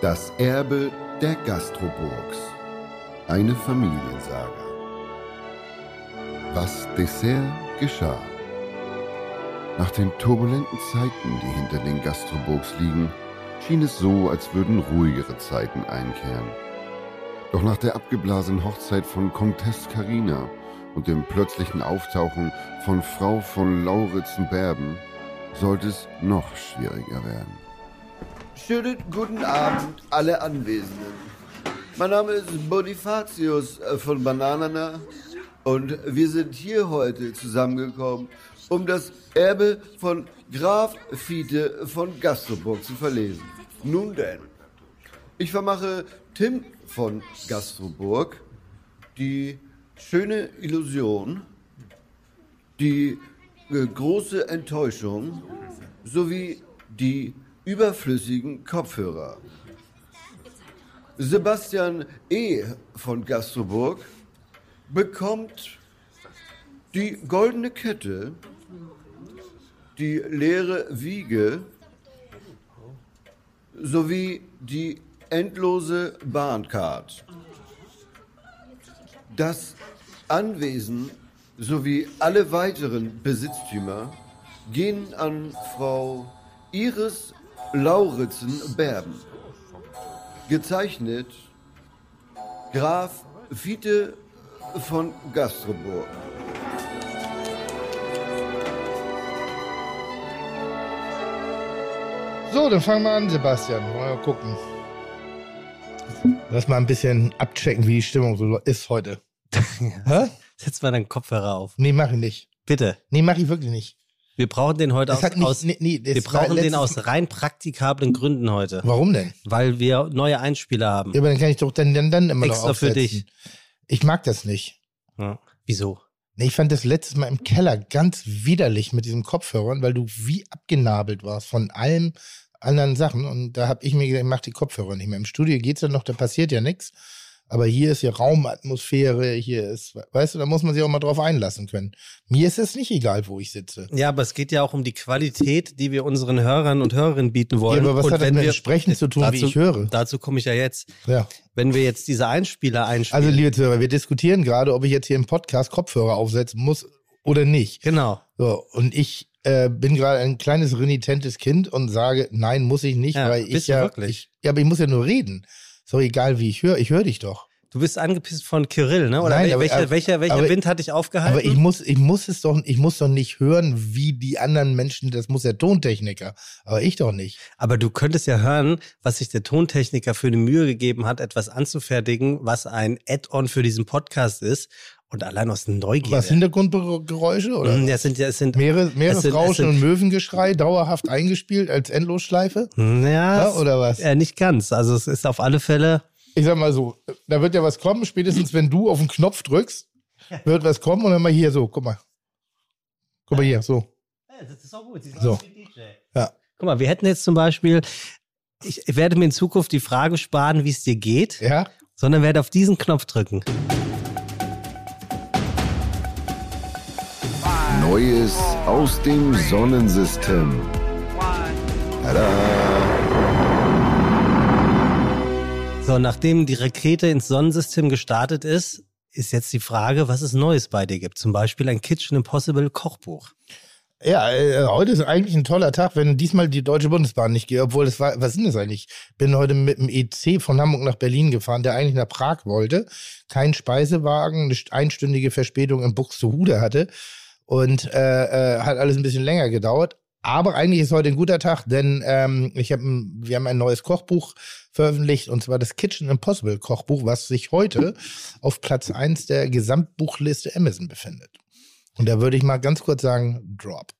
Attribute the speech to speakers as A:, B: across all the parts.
A: Das Erbe der Gastroburgs. Eine Familiensaga. Was Dessert geschah. Nach den turbulenten Zeiten, die hinter den Gastroburgs liegen, schien es so, als würden ruhigere Zeiten einkehren. Doch nach der abgeblasenen Hochzeit von Comtesse Carina und dem plötzlichen Auftauchen von Frau von Lauritzen-Berben sollte es noch schwieriger werden.
B: Schönen guten Abend, alle Anwesenden. Mein Name ist Bonifatius äh, von Bananana und wir sind hier heute zusammengekommen, um das Erbe von Graf Fiete von Gastroburg zu verlesen. Nun denn, ich vermache Tim von Gastroburg die schöne Illusion, die äh, große Enttäuschung sowie die überflüssigen Kopfhörer. Sebastian E. von Gastroburg bekommt die goldene Kette, die leere Wiege sowie die endlose Bahncard. Das Anwesen sowie alle weiteren Besitztümer gehen an Frau Iris Lauritzen-Berben. Gezeichnet Graf Fiete von Gastroburg.
C: So, dann fangen wir an, Sebastian. Mal gucken. Lass mal ein bisschen abchecken, wie die Stimmung so ist heute. Hä?
D: Setz mal deinen Kopfhörer auf.
C: Nee, mach ich nicht.
D: Bitte.
C: Nee, mach ich wirklich nicht.
D: Wir brauchen den heute
C: Das
D: aus,
C: hat nicht,
D: aus
C: nee, nee, das
D: wir
C: war
D: brauchen den
C: letztes-
D: aus rein praktikablen Gründen heute,
C: Warum denn?
D: weil wir neue Einspieler haben.
C: Ja, aber dann kann ich doch dann, dann, dann immer noch
D: Extra für
C: aufsetzen.
D: dich.
C: Ich mag das nicht.
D: Ja. Wieso?
C: Nee, ich fand das letztes Mal im Keller ganz widerlich mit diesem Kopfhörern, weil du wie abgenabelt warst von allem anderen Sachen. Und da habe ich mir gedacht, ich mach die Kopfhörer nicht mehr. Im Studio geht's ja noch, da passiert ja nichts. Aber hier ist ja Raumatmosphäre, hier ist, weißt du, da muss man sich auch mal drauf einlassen können. Mir ist es nicht egal, wo ich sitze.
D: Ja, aber es geht ja auch um die Qualität, die wir unseren Hörern und Hörerinnen bieten wollen.
C: ja, aber was
D: und
C: hat das
D: wenn
C: mit
D: wir
C: dem Sprechen zu tun, wie ich höre?
D: Dazu komme ich ja jetzt.
C: Ja.
D: Wenn wir jetzt diese Einspieler einspielen.
C: Also, liebe Zuhörer, wir diskutieren gerade, ob ich jetzt hier im Podcast Kopfhörer aufsetzen muss oder nicht.
D: genau.
C: So, und ich äh, bin gerade ein kleines renitentes Kind und sage, nein, muss ich nicht,
D: Ja,
C: weil
D: bist
C: ich
D: du
C: ja.
D: wirklich?
C: Ich, ja, aber ich muss ja nur reden. So, egal wie ich höre, ich höre dich doch.
D: Du bist angepisst von Kirill, ne? Oder
C: Nein,
D: wel-
C: aber-
D: welcher,
C: aber-
D: welcher, welcher
C: aber-
D: Wind hat dich aufgehalten?
C: Aber ich muss, ich muss es doch, ich muss doch nicht hören, wie die anderen Menschen, das muss der Tontechniker. Aber ich doch nicht.
D: Aber du könntest ja hören, was sich der Tontechniker für eine Mühe gegeben hat, etwas anzufertigen, was ein Add-on für diesen Podcast ist. Und allein aus Neugier.
C: Was Hintergrundgeräusche oder?
D: Mm, Das sind ja, es sind,
C: Meere,
D: es sind-
C: Meeresrauschen und Möwengeschrei dauerhaft eingespielt als Endlosschleife?
D: ja,
C: Ja,
D: es-
C: oder was?
D: äh, nicht ganz. Also es ist auf alle Fälle,
C: ich sag mal so, da wird ja was kommen, spätestens wenn du auf den Knopf drückst, wird was kommen und dann mal hier so, guck mal. Guck mal hier, so.
D: Das ist auch gut. Sie ist
C: So.
D: auch ein DJ.
C: Ja.
D: Guck mal, wir hätten jetzt zum Beispiel, ich werde mir in Zukunft die Frage sparen, wie es dir geht,
C: Ja?
D: sondern werde auf diesen Knopf drücken.
A: Neues aus dem Sonnensystem.
D: So, nachdem die Rakete ins Sonnensystem gestartet ist, ist jetzt die Frage, was es Neues bei dir gibt. Zum Beispiel ein Kitchen Impossible Kochbuch.
C: Ja, äh, heute ist eigentlich ein toller Tag, wenn diesmal die Deutsche Bundesbahn nicht geht, obwohl das war, was sind das eigentlich? Bin heute mit dem EC von Hamburg nach Berlin gefahren, der eigentlich nach Prag wollte, kein Speisewagen, eine einstündige Verspätung in Buxtehude hatte und äh, äh, hat alles ein bisschen länger gedauert. Aber eigentlich ist heute ein guter Tag, denn ähm, ich hab, ein- wir haben ein neues Kochbuch veröffentlicht, und zwar das Kitchen Impossible Kochbuch, was sich heute auf Platz 1 der Gesamtbuchliste Amazon befindet. Und da würde ich mal ganz kurz sagen, Drop.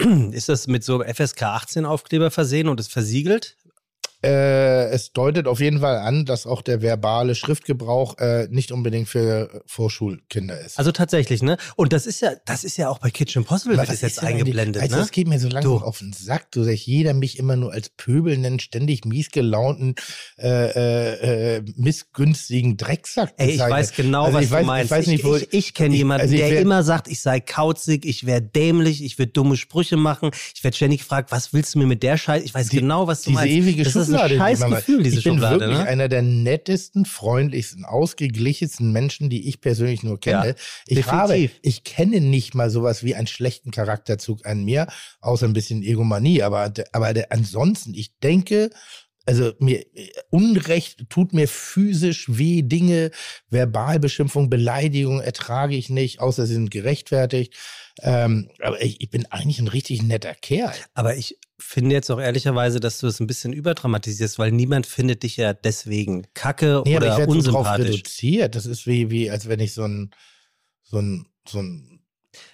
D: Hm, Ist das mit so einem FSK 18 Aufkleber versehen und ist versiegelt?
C: Äh, es deutet auf jeden Fall an, dass auch der verbale Schriftgebrauch äh, nicht unbedingt für äh, Vorschulkinder ist.
D: Also tatsächlich, ne? Und das ist ja, das ist ja auch bei Kitchen Impossible
C: Aber
D: wird
C: was
D: es jetzt
C: denn eigentlich-
D: eingeblendet,
C: Also,
D: ne?
C: das geht mir so langsam
D: Du.
C: auf den Sack, du sagst, jeder mich immer nur als pöbelnden, ständig miesgelaunten, äh, äh, äh, missgünstigen Drecksack
D: Ey, ich
C: bezeichnet.
D: weiß genau,
C: Also
D: was
C: ich weiß,
D: du meinst.
C: Ich weiß nicht, wo
D: ich, ich, ich kenne
C: ich-
D: jemanden,
C: also ich
D: der
C: wär-
D: immer sagt, ich sei kauzig, ich wäre dämlich, ich würde dumme Sprüche machen. Ich werde ständig gefragt, was willst du mir mit der Scheiße? Ich weiß
C: Die-
D: genau, was du
C: diese
D: meinst.
C: ewige
D: das ist
C: Schublade.
D: ein scheiß
C: die man-
D: Gefühl, diese
C: ich bin
D: Schublade.
C: wirklich
D: Ne?
C: einer der nettesten, freundlichsten, ausgeglichensten Menschen, die ich persönlich nur kenne.
D: Ja,
C: ich
D: definitiv.
C: habe, ich kenne nicht mal sowas wie einen schlechten Charakterzug an mir, außer ein bisschen Egomanie. Aber, d- aber d- ansonsten, ich denke, also mir Unrecht tut mir physisch weh, Dinge, Verbalbeschimpfung, Beleidigung ertrage ich nicht, außer sie sind gerechtfertigt. Ähm, aber ich, ich bin eigentlich ein richtig netter Kerl.
D: Aber ich finde jetzt auch ehrlicherweise, dass du es ein bisschen überdramatisierst, weil niemand findet dich ja deswegen kacke
C: Nee, aber ich
D: oder
C: werde so drauf
D: unsympathisch.
C: reduziert. Das ist wie, wie, als wenn ich so ein, so ein, so ein,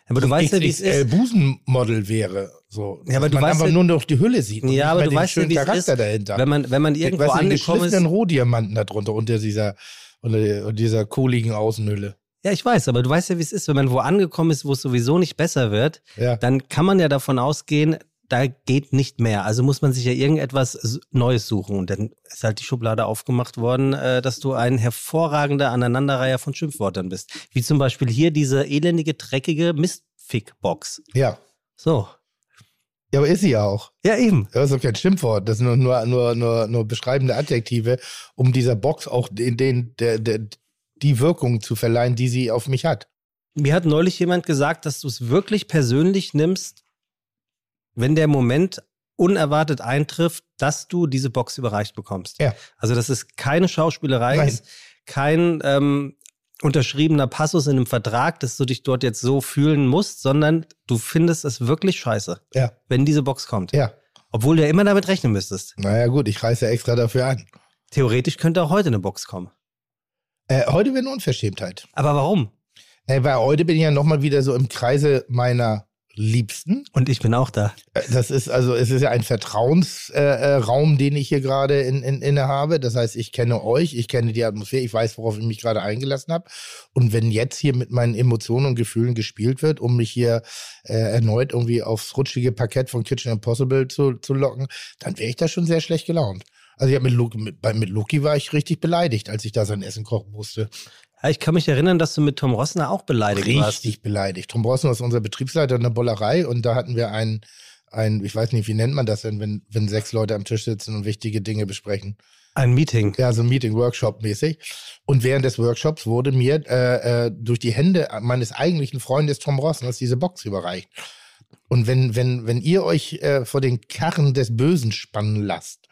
D: aber du
C: so ein
D: weißt ja, wie es
C: XXL
D: ist.
C: Busenmodel wäre. So,
D: Ja, aber
C: Dass
D: du
C: man
D: weißt
C: einfach
D: ja-
C: nur noch die Hülle sieht. und nicht
D: Ja, aber
C: mal
D: du
C: den
D: weißt ja,
C: schönen
D: wie es ist,
C: Charakter dahinter.
D: wenn man, wenn man
C: ich
D: irgendwo
C: weiß nicht,
D: angekommen ist.
C: geschliffenen Rohdiamanten da drunter unter dieser, unter, der- unter dieser kohligen Außenhülle.
D: Ja, ich weiß, aber du weißt ja, wie es ist. Wenn man wo angekommen ist, wo es sowieso nicht besser wird,
C: Ja.
D: dann kann man ja davon ausgehen, da geht nicht mehr. Also muss man sich ja irgendetwas s- Neues suchen. Und dann ist halt die Schublade aufgemacht worden, äh, dass du ein hervorragender Aneinanderreiher von Schimpfwörtern bist. Wie zum Beispiel hier diese elendige, dreckige Mistfickbox.
C: ja.
D: So.
C: Ja, aber ist sie ja auch.
D: Ja, eben.
C: Das ist doch kein Schimpfwort. Das sind nur, nur, nur, nur, nur beschreibende Adjektive, um dieser Box auch den, den, der, der, die Wirkung zu verleihen, die sie auf mich hat.
D: Mir hat neulich jemand gesagt, dass du es wirklich persönlich nimmst, wenn der Moment unerwartet eintrifft, dass du diese Box überreicht bekommst.
C: Ja.
D: Also, dass es keine Schauspielerei
C: Nein.
D: ist, kein ähm, unterschriebener Passus in einem Vertrag, dass du dich dort jetzt so fühlen musst, sondern du findest es wirklich scheiße,
C: Ja.
D: wenn diese Box kommt.
C: Ja.
D: Obwohl du ja immer damit rechnen müsstest.
C: Naja, gut, ich reiße ja extra dafür an.
D: Theoretisch könnte auch heute eine Box kommen.
C: Äh, heute wäre eine Unverschämtheit.
D: Aber warum?
C: Äh, weil heute bin ich ja nochmal wieder so im Kreise meiner Liebsten.
D: Und ich bin auch da.
C: Äh, Das ist also, es ist ja ein Vertrauensraum, äh, Raum, den ich hier gerade in, in, inne habe. Das heißt, ich kenne euch, ich kenne die Atmosphäre, ich weiß, worauf ich mich gerade eingelassen habe. Und wenn jetzt hier mit meinen Emotionen und Gefühlen gespielt wird, um mich hier äh, erneut irgendwie aufs rutschige Parkett von Kitchen Impossible zu, zu locken, dann wäre ich da schon sehr schlecht gelaunt. Also ich hab mit, Lu- mit, bei- mit Luki war ich richtig beleidigt, als ich da sein Essen kochen musste.
D: Ja, Ich kann mich erinnern, dass du mit Tom Rossner auch beleidigt warst.
C: richtig beleidigt. Tom Brossen ist unser Betriebsleiter in der Bollerei und da hatten wir einen, ein, ich weiß nicht, wie nennt man das denn, wenn, wenn sechs Leute am Tisch sitzen und wichtige Dinge besprechen.
D: Ein Meeting.
C: Ja, so ein Meeting, Workshop-mäßig. Und während des Workshops wurde mir äh, äh, durch die Hände meines eigentlichen Freundes Tom Rossners diese Box überreicht. Und wenn, wenn, wenn ihr euch äh, vor den Karren des Bösen spannen lasst,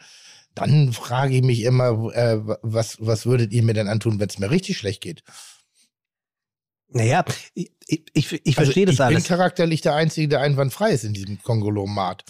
C: dann frage ich mich immer, äh, was, was würdet ihr mir denn antun, wenn es mir richtig schlecht geht?
D: Naja, ich, ich, ich, ich
C: Also
D: verstehe das
C: ich
D: alles.
C: bin charakterlich der Einzige, der einwandfrei ist in diesem Konglomerat.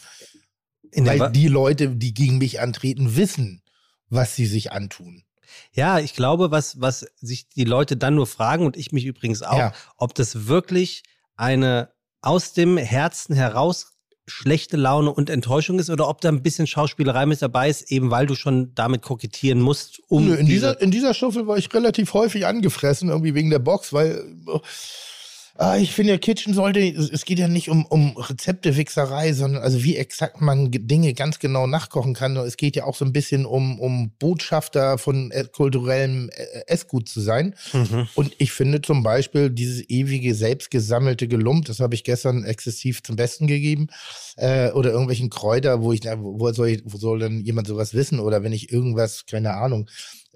D: In der Wa-
C: weil die Leute, die gegen mich antreten, wissen, was sie sich antun.
D: ja, ich glaube, was, was sich die Leute dann nur fragen und ich mich übrigens auch,
C: Ja.
D: ob das wirklich eine aus dem Herzen heraus schlechte Laune und Enttäuschung ist oder ob da ein bisschen Schauspielerei mit dabei ist, eben weil du schon damit kokettieren musst, um
C: Nö, in, dieser,
D: diese,
C: in dieser Staffel war ich relativ häufig angefressen, irgendwie wegen der Box, weil äh, ah, ich finde ja, Kitchen sollte, es es geht ja nicht um, um Rezeptewichserei, sondern also wie exakt man ge- Dinge ganz genau nachkochen kann. Es geht ja auch so ein bisschen um, um Botschafter von äh, kulturellem äh, Essgut zu sein. Und ich finde zum Beispiel dieses ewige selbstgesammelte Gelump, das habe ich gestern exzessiv zum Besten gegeben, äh, oder irgendwelchen Kräuter, wo ich, na, wo wo soll ich, wo soll denn jemand sowas wissen? Oder wenn ich irgendwas, keine Ahnung,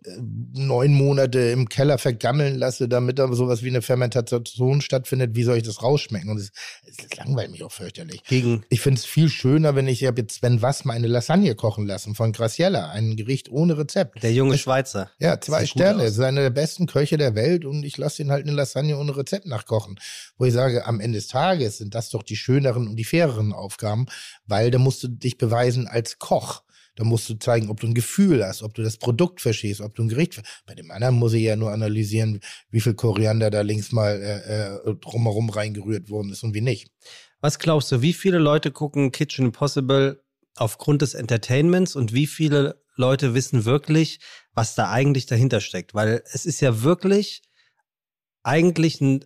C: äh, neun Monate im Keller vergammeln lasse, damit da sowas wie eine Fermentation stattfindet, wie soll ich das rausschmecken? Und es es langweilt mich auch fürchterlich.
D: gegen
C: Ich finde es viel schöner, wenn ich, ich habe jetzt Sven Was meine Lasagne kochen lassen von Graciella, ein Gericht ohne Rezept.
D: der junge Schweizer.
C: Ja, zwei
D: gut
C: Sterne.
D: aus.
C: Es ist einer der besten Köche der Welt und ich lasse ihn halt eine Lasagne ohne Rezept nachkochen. Wo ich sage, am Ende des Tages sind das doch die schöneren und die faireren Aufgaben, weil da musst du dich beweisen als Koch. Da musst du zeigen, ob du ein Gefühl hast, ob du das Produkt verstehst, ob du ein Gericht ver Bei dem anderen muss ich ja nur analysieren, wie viel Koriander da links mal äh, äh, drumherum reingerührt worden ist und wie nicht.
D: Was glaubst du, wie viele Leute gucken Kitchen Impossible aufgrund des Entertainments und wie viele Leute wissen wirklich, was da eigentlich dahinter steckt? Weil es ist ja wirklich eigentlich ein,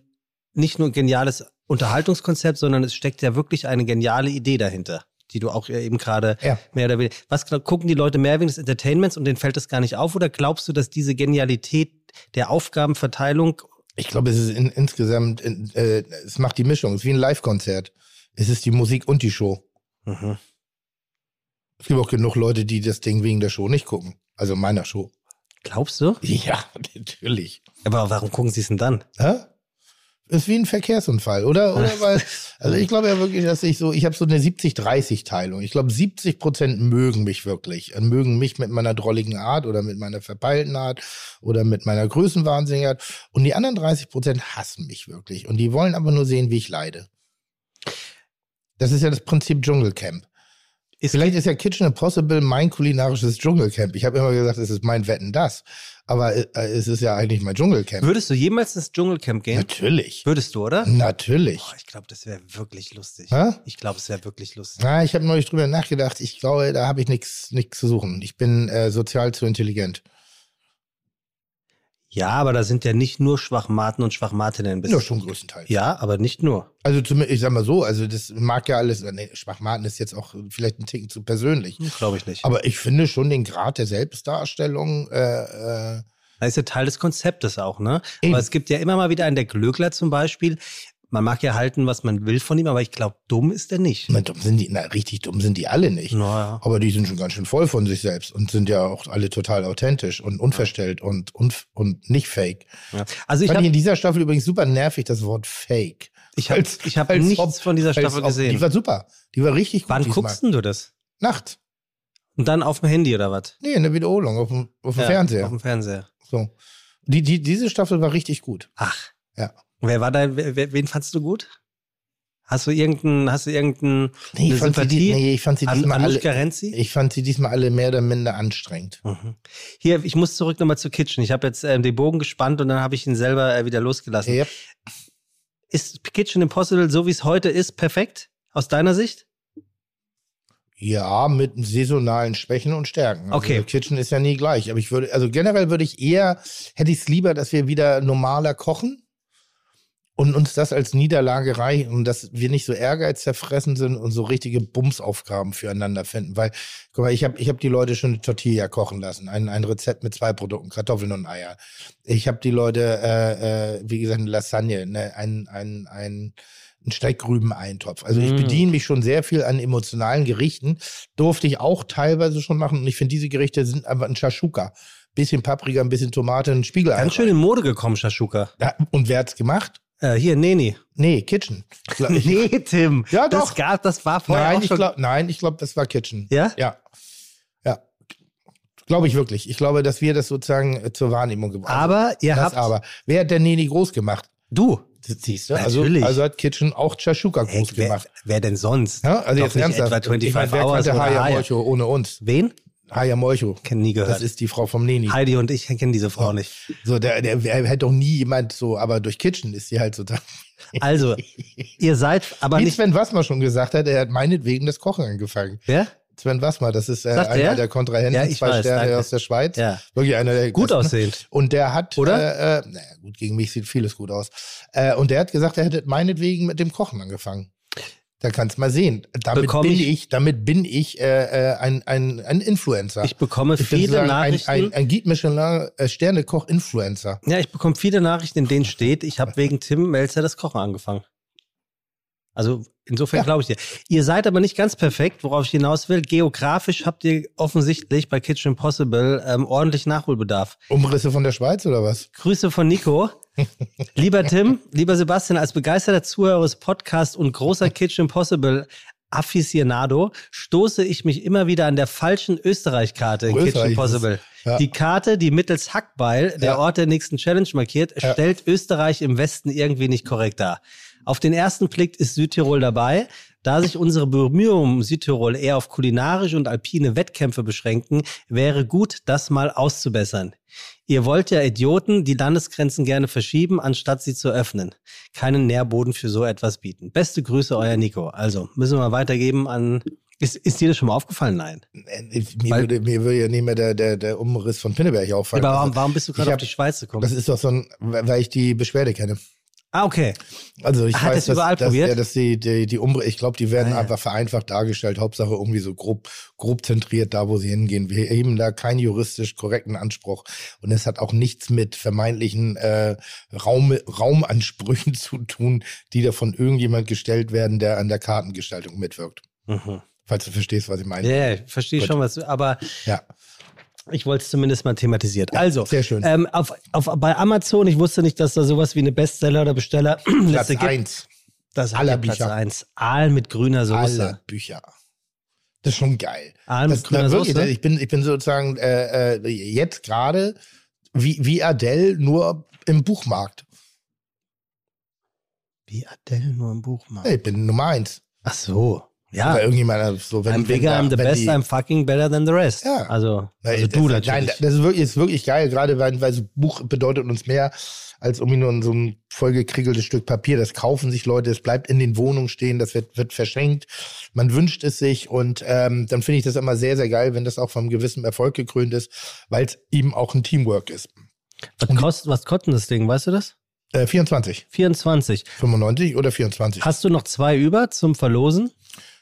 D: nicht nur ein geniales Unterhaltungskonzept, sondern es steckt ja wirklich eine geniale Idee dahinter, die du auch ja eben gerade
C: Ja.
D: mehr oder weniger. Was glaub, gucken die Leute mehr wegen des Entertainments und denen fällt das gar nicht auf? Oder glaubst du, dass diese Genialität der Aufgabenverteilung
C: Ich glaube, es ist in, insgesamt, in, äh, es macht die Mischung. Es ist wie ein Live-Konzert. Es ist die Musik und die Show. Es gibt auch genug Leute, die das Ding wegen der Show nicht gucken. Also meiner Show.
D: Glaubst du?
C: Ja, natürlich.
D: Aber warum gucken sie es denn dann?
C: Hä? Ist wie ein Verkehrsunfall, oder? Oder weil, also ich glaube ja wirklich, dass ich so, ich habe so eine 70-30-Teilung. Ich glaube, 70 Prozent mögen mich wirklich. Und mögen mich mit meiner drolligen Art oder mit meiner verpeilten Art oder mit meiner Größenwahnsinnigkeit. Und die anderen 30 Prozent hassen mich wirklich. Und die wollen aber nur sehen, wie ich leide. Das ist ja das Prinzip Dschungelcamp.
D: Ist-
C: Vielleicht ist ja Kitchen Impossible mein kulinarisches Dschungelcamp. Ich habe immer gesagt, es ist mein Wetten das. Aber äh, es ist ja eigentlich mein Dschungelcamp.
D: Würdest du jemals ins Dschungelcamp gehen?
C: Natürlich.
D: Würdest du, oder?
C: Natürlich.
D: Boah, ich glaube, das wäre wirklich lustig.
C: Hä?
D: Ich glaube, es wäre wirklich lustig.
C: Na, ich habe neulich drüber nachgedacht. Ich glaube, da habe ich nichts nichts zu suchen. Ich bin äh, sozial zu intelligent.
D: Ja, aber da sind ja nicht nur Schwachmaten und Schwachmatinnen. bis-
C: Ja, schon größtenteils.
D: Ja, aber nicht nur.
C: Also zumindest, ich sag mal so, also das mag ja alles, nee, Schwachmaten ist jetzt auch vielleicht ein Ticken zu persönlich.
D: Glaube ich nicht.
C: Aber ich finde schon den Grad der Selbstdarstellung, äh, äh,
D: Das ist ja Teil des Konzeptes auch, ne?
C: Eben.
D: Aber es gibt ja immer mal wieder einen der Glöckler zum Beispiel. Man mag ja halten, was man will von ihm, aber ich glaube, dumm ist er nicht.
C: na, dumm sind die, na, richtig dumm sind die alle nicht.
D: Naja.
C: Aber die sind schon ganz schön voll von sich selbst und sind ja auch alle total authentisch und unverstellt und, und, und nicht fake.
D: Ja. Also ich
C: Fand ich
D: habe
C: in dieser Staffel übrigens super nervig, das Wort fake.
D: ich hab,
C: als-
D: ich hab
C: als
D: nichts
C: ob-
D: von dieser
C: Als
D: Staffel
C: ob- Die
D: gesehen.
C: war super. Die war richtig gut.
D: Wann
C: diesmal.
D: guckst denn du das?
C: Nacht.
D: Und dann auf dem Handy oder was?
C: Nee, in der Wiederholung, auf dem, auf dem
D: Ja, Auf
C: Fernseher.
D: dem Fernseher.
C: So. Die, die, diese Staffel war richtig gut.
D: Ach.
C: Ja.
D: Wer war dein, wer, wer- wen fandst du gut? Hast du irgendeinen, hast du irgendeinen
C: Nee, ich
D: Eine
C: fand, sie, die-
D: Sympathie
C: nee, ich fand sie
D: An
C: diesmal
D: Anushka
C: alle.
D: Renzi?
C: Ich fand sie diesmal alle mehr oder minder anstrengend.
D: Mhm. Hier, ich muss zurück nochmal zu Kitchen. Ich habe jetzt ähm, den Bogen gespannt und dann habe ich ihn selber äh, wieder losgelassen.
C: Yep.
D: Ist Kitchen Impossible, so wie es heute ist, perfekt? Aus deiner Sicht?
C: Ja, mit saisonalen Schwächen und Stärken. Also
D: Okay.
C: der Kitchen ist ja nie gleich. Aber ich würde, also generell würde ich eher, hätte ich es lieber, dass wir wieder normaler kochen und uns das als Niederlage reichen und dass wir nicht so ehrgeizzerfressen sind und so richtige Bumsaufgaben füreinander finden. Weil, guck mal, ich habe ich hab die Leute schon eine Tortilla kochen lassen, ein, ein Rezept mit zwei Produkten, Kartoffeln und Eier. Ich habe die Leute, äh, äh, wie gesagt, eine Lasagne, ne, ein, ein, ein, ein Steckrüben-Eintopf. Also ich
D: Mm.
C: bediene mich schon sehr viel an emotionalen Gerichten. Durfte ich auch teilweise schon machen. Und ich finde, diese Gerichte sind einfach ein Shashuka. Bisschen Paprika, ein bisschen Tomate, ein Spiegel.
D: Ganz schön in Mode gekommen, Shashuka.
C: Ja, und wer hat's gemacht?
D: Äh, hier, Neni.
C: Nee, Kitchen. Ich glaub- ich-
D: Nee, Tim.
C: Ja,
D: Das
C: doch.
D: gab, das war vorher
C: nein,
D: auch
C: ich
D: schon.
C: glaub, nein, ich glaube, das war Kitchen.
D: ja?
C: Ja. Ja. Glaube ich wirklich. Ich glaube, dass wir das sozusagen äh, zur Wahrnehmung gebracht haben.
D: Aber ihr
C: das
D: habt.
C: aber. Wer hat denn Neni groß gemacht?
D: Du.
C: Das Siehst du? Also,
D: Natürlich.
C: also hat Kitchen auch Chashuka
D: Ey,
C: groß
D: wer,
C: gemacht.
D: wer denn sonst?
C: Ja, also
D: Doch
C: jetzt
D: nicht
C: ernsthaft.
D: etwa 25
C: ich meine, wer
D: Hours
C: kannte
D: oder
C: Haya
D: Haya?
C: Molcho ohne uns?
D: Wen?
C: Haya Molcho.
D: Kenn nie
C: Das
D: gehört.
C: ist die Frau vom Neni.
D: Heidi und ich kennen diese Frau nicht.
C: So, der, der, der hätte doch nie jemand so, aber durch Kitchen ist sie halt so da.
D: Also, ihr seid aber
C: Wie
D: nicht.
C: Sven Wassmer schon gesagt hat, er hat meinetwegen das Kochen angefangen.
D: Wer?
C: Sven Wassmer, das ist äh,
D: Sagt
C: einer
D: er?
C: der Kontrahenten,
D: Ja, ich
C: zwei
D: weiß,
C: Sterne
D: danke.
C: aus der Schweiz.
D: Ja.
C: Wirklich einer der
D: Gut
C: besten.
D: aussehend.
C: Und der hat,
D: Oder?
C: Äh, äh, naja, gut, gegen mich sieht vieles gut aus. Äh, und der hat gesagt, er hätte meinetwegen mit dem Kochen angefangen. Da kannst mal sehen. Damit
D: Bekomm
C: bin
D: ich-
C: ich, damit bin ich äh, äh, ein, ein, ein Influencer.
D: Ich bekomme
C: bin
D: viele
C: sozusagen ein,
D: Nachrichten.
C: ein, ein Guide Michelin äh, Sternekoch Influencer.
D: Ja, ich bekomme viele Nachrichten, in denen steht, ich habe wegen Tim Melzer das Kochen angefangen. Also insofern
C: Ja.
D: glaube ich dir. Ihr seid aber nicht ganz perfekt, worauf ich hinaus will. Geografisch habt ihr offensichtlich bei Kitchen Impossible ähm, ordentlich Nachholbedarf.
C: Umrisse von der Schweiz oder was?
D: Grüße von Nico. Lieber Tim, lieber Sebastian, als begeisterter Zuhörer des Podcasts und großer Kitchen Impossible Aficionado stoße ich mich immer wieder an der falschen Österreich-Karte in
C: Oh, Österreich
D: Kitchen
C: ist-
D: Impossible.
C: ja.
D: Die Karte, die mittels Hackbeil der
C: Ja.
D: Ort der nächsten Challenge markiert,
C: Ja.
D: stellt Österreich im Westen irgendwie nicht korrekt dar. Auf den ersten Blick ist Südtirol dabei. Da sich unsere Bemühungen um Südtirol eher auf kulinarische und alpine Wettkämpfe beschränken, wäre gut, das mal auszubessern. Ihr wollt ja Idioten die Landesgrenzen gerne verschieben, anstatt sie zu öffnen. Keinen Nährboden für so etwas bieten. Beste Grüße, euer Nico. Also, müssen wir mal weitergeben an... Ist, ist dir das schon mal aufgefallen? Nein.
C: Äh, Mir
D: Weil-
C: würde, mir würde ja nicht mehr der, der, der Umriss von Pinneberg auffallen. Also,
D: Aber warum, warum bist du
C: ich
D: gerade auf
C: hab-
D: die Schweiz gekommen?
C: das ist doch so ein, weil ich die Beschwerde kenne.
D: ah, okay.
C: Also ich
D: Hat
C: weiß,
D: das überall
C: dass,
D: probiert?
C: Dass, ja, dass die, die, die Umbre ich glaube, die werden
D: Ah, ja.
C: einfach vereinfacht dargestellt. Hauptsache irgendwie so grob, grob zentriert da, wo sie hingehen. Wir heben da keinen juristisch korrekten Anspruch. Und es hat auch nichts mit vermeintlichen äh, Raum, Raumansprüchen zu tun, die da von irgendjemand gestellt werden, der an der Kartengestaltung mitwirkt.
D: Mhm.
C: Falls du verstehst, was ich meine.
D: Ja, ja, ich verstehe
C: Gut.
D: schon was, du- aber
C: Ja.
D: ich wollte es zumindest mal thematisiert. also,
C: sehr schön.
D: Ähm, auf, auf, bei Amazon, ich wusste nicht, dass da sowas wie eine Bestseller oder
C: Platz
D: Bestellerliste gibt.
C: eins
D: Das hat
C: aller
D: ja Platz
C: Bücher.
D: 1. Aal mit grüner
C: aller
D: Soße.
C: Bücher. Das ist schon geil.
D: Aal mit
C: Das-
D: grüner
C: na, wirklich,
D: Soße.
C: ne? Ich bin, ich bin sozusagen äh, äh, jetzt gerade wie, wie Adele nur im Buchmarkt.
D: Wie Adele nur im Buch macht.
C: Ich bin Nummer eins.
D: Ach so.
C: Weil
D: Ah. Ja.
C: irgendjemand äh, so, wenn,
D: I'm
C: wenn
D: bigger,
C: da-
D: I'm the
C: wenn
D: best,
C: die-
D: I'm fucking better than the rest.
C: Ja.
D: Also,
C: Weil
D: also du
C: das,
D: natürlich.
C: Nein, das ist wirklich, ist wirklich geil, gerade weil, weil so Buch bedeutet uns mehr als irgendwie nur so ein vollgekriegeltes Stück Papier. Das kaufen sich Leute, es bleibt in den Wohnungen stehen, das wird, wird verschenkt, man wünscht es sich und ähm, dann finde ich das immer sehr, sehr geil, wenn das auch vom gewissen Erfolg gekrönt ist, weil es eben auch ein Teamwork ist.
D: was, kostet, was kostet das Ding, weißt du das?
C: Äh, 24,
D: 24.
C: 95 oder 24.
D: Hast du noch zwei über zum Verlosen?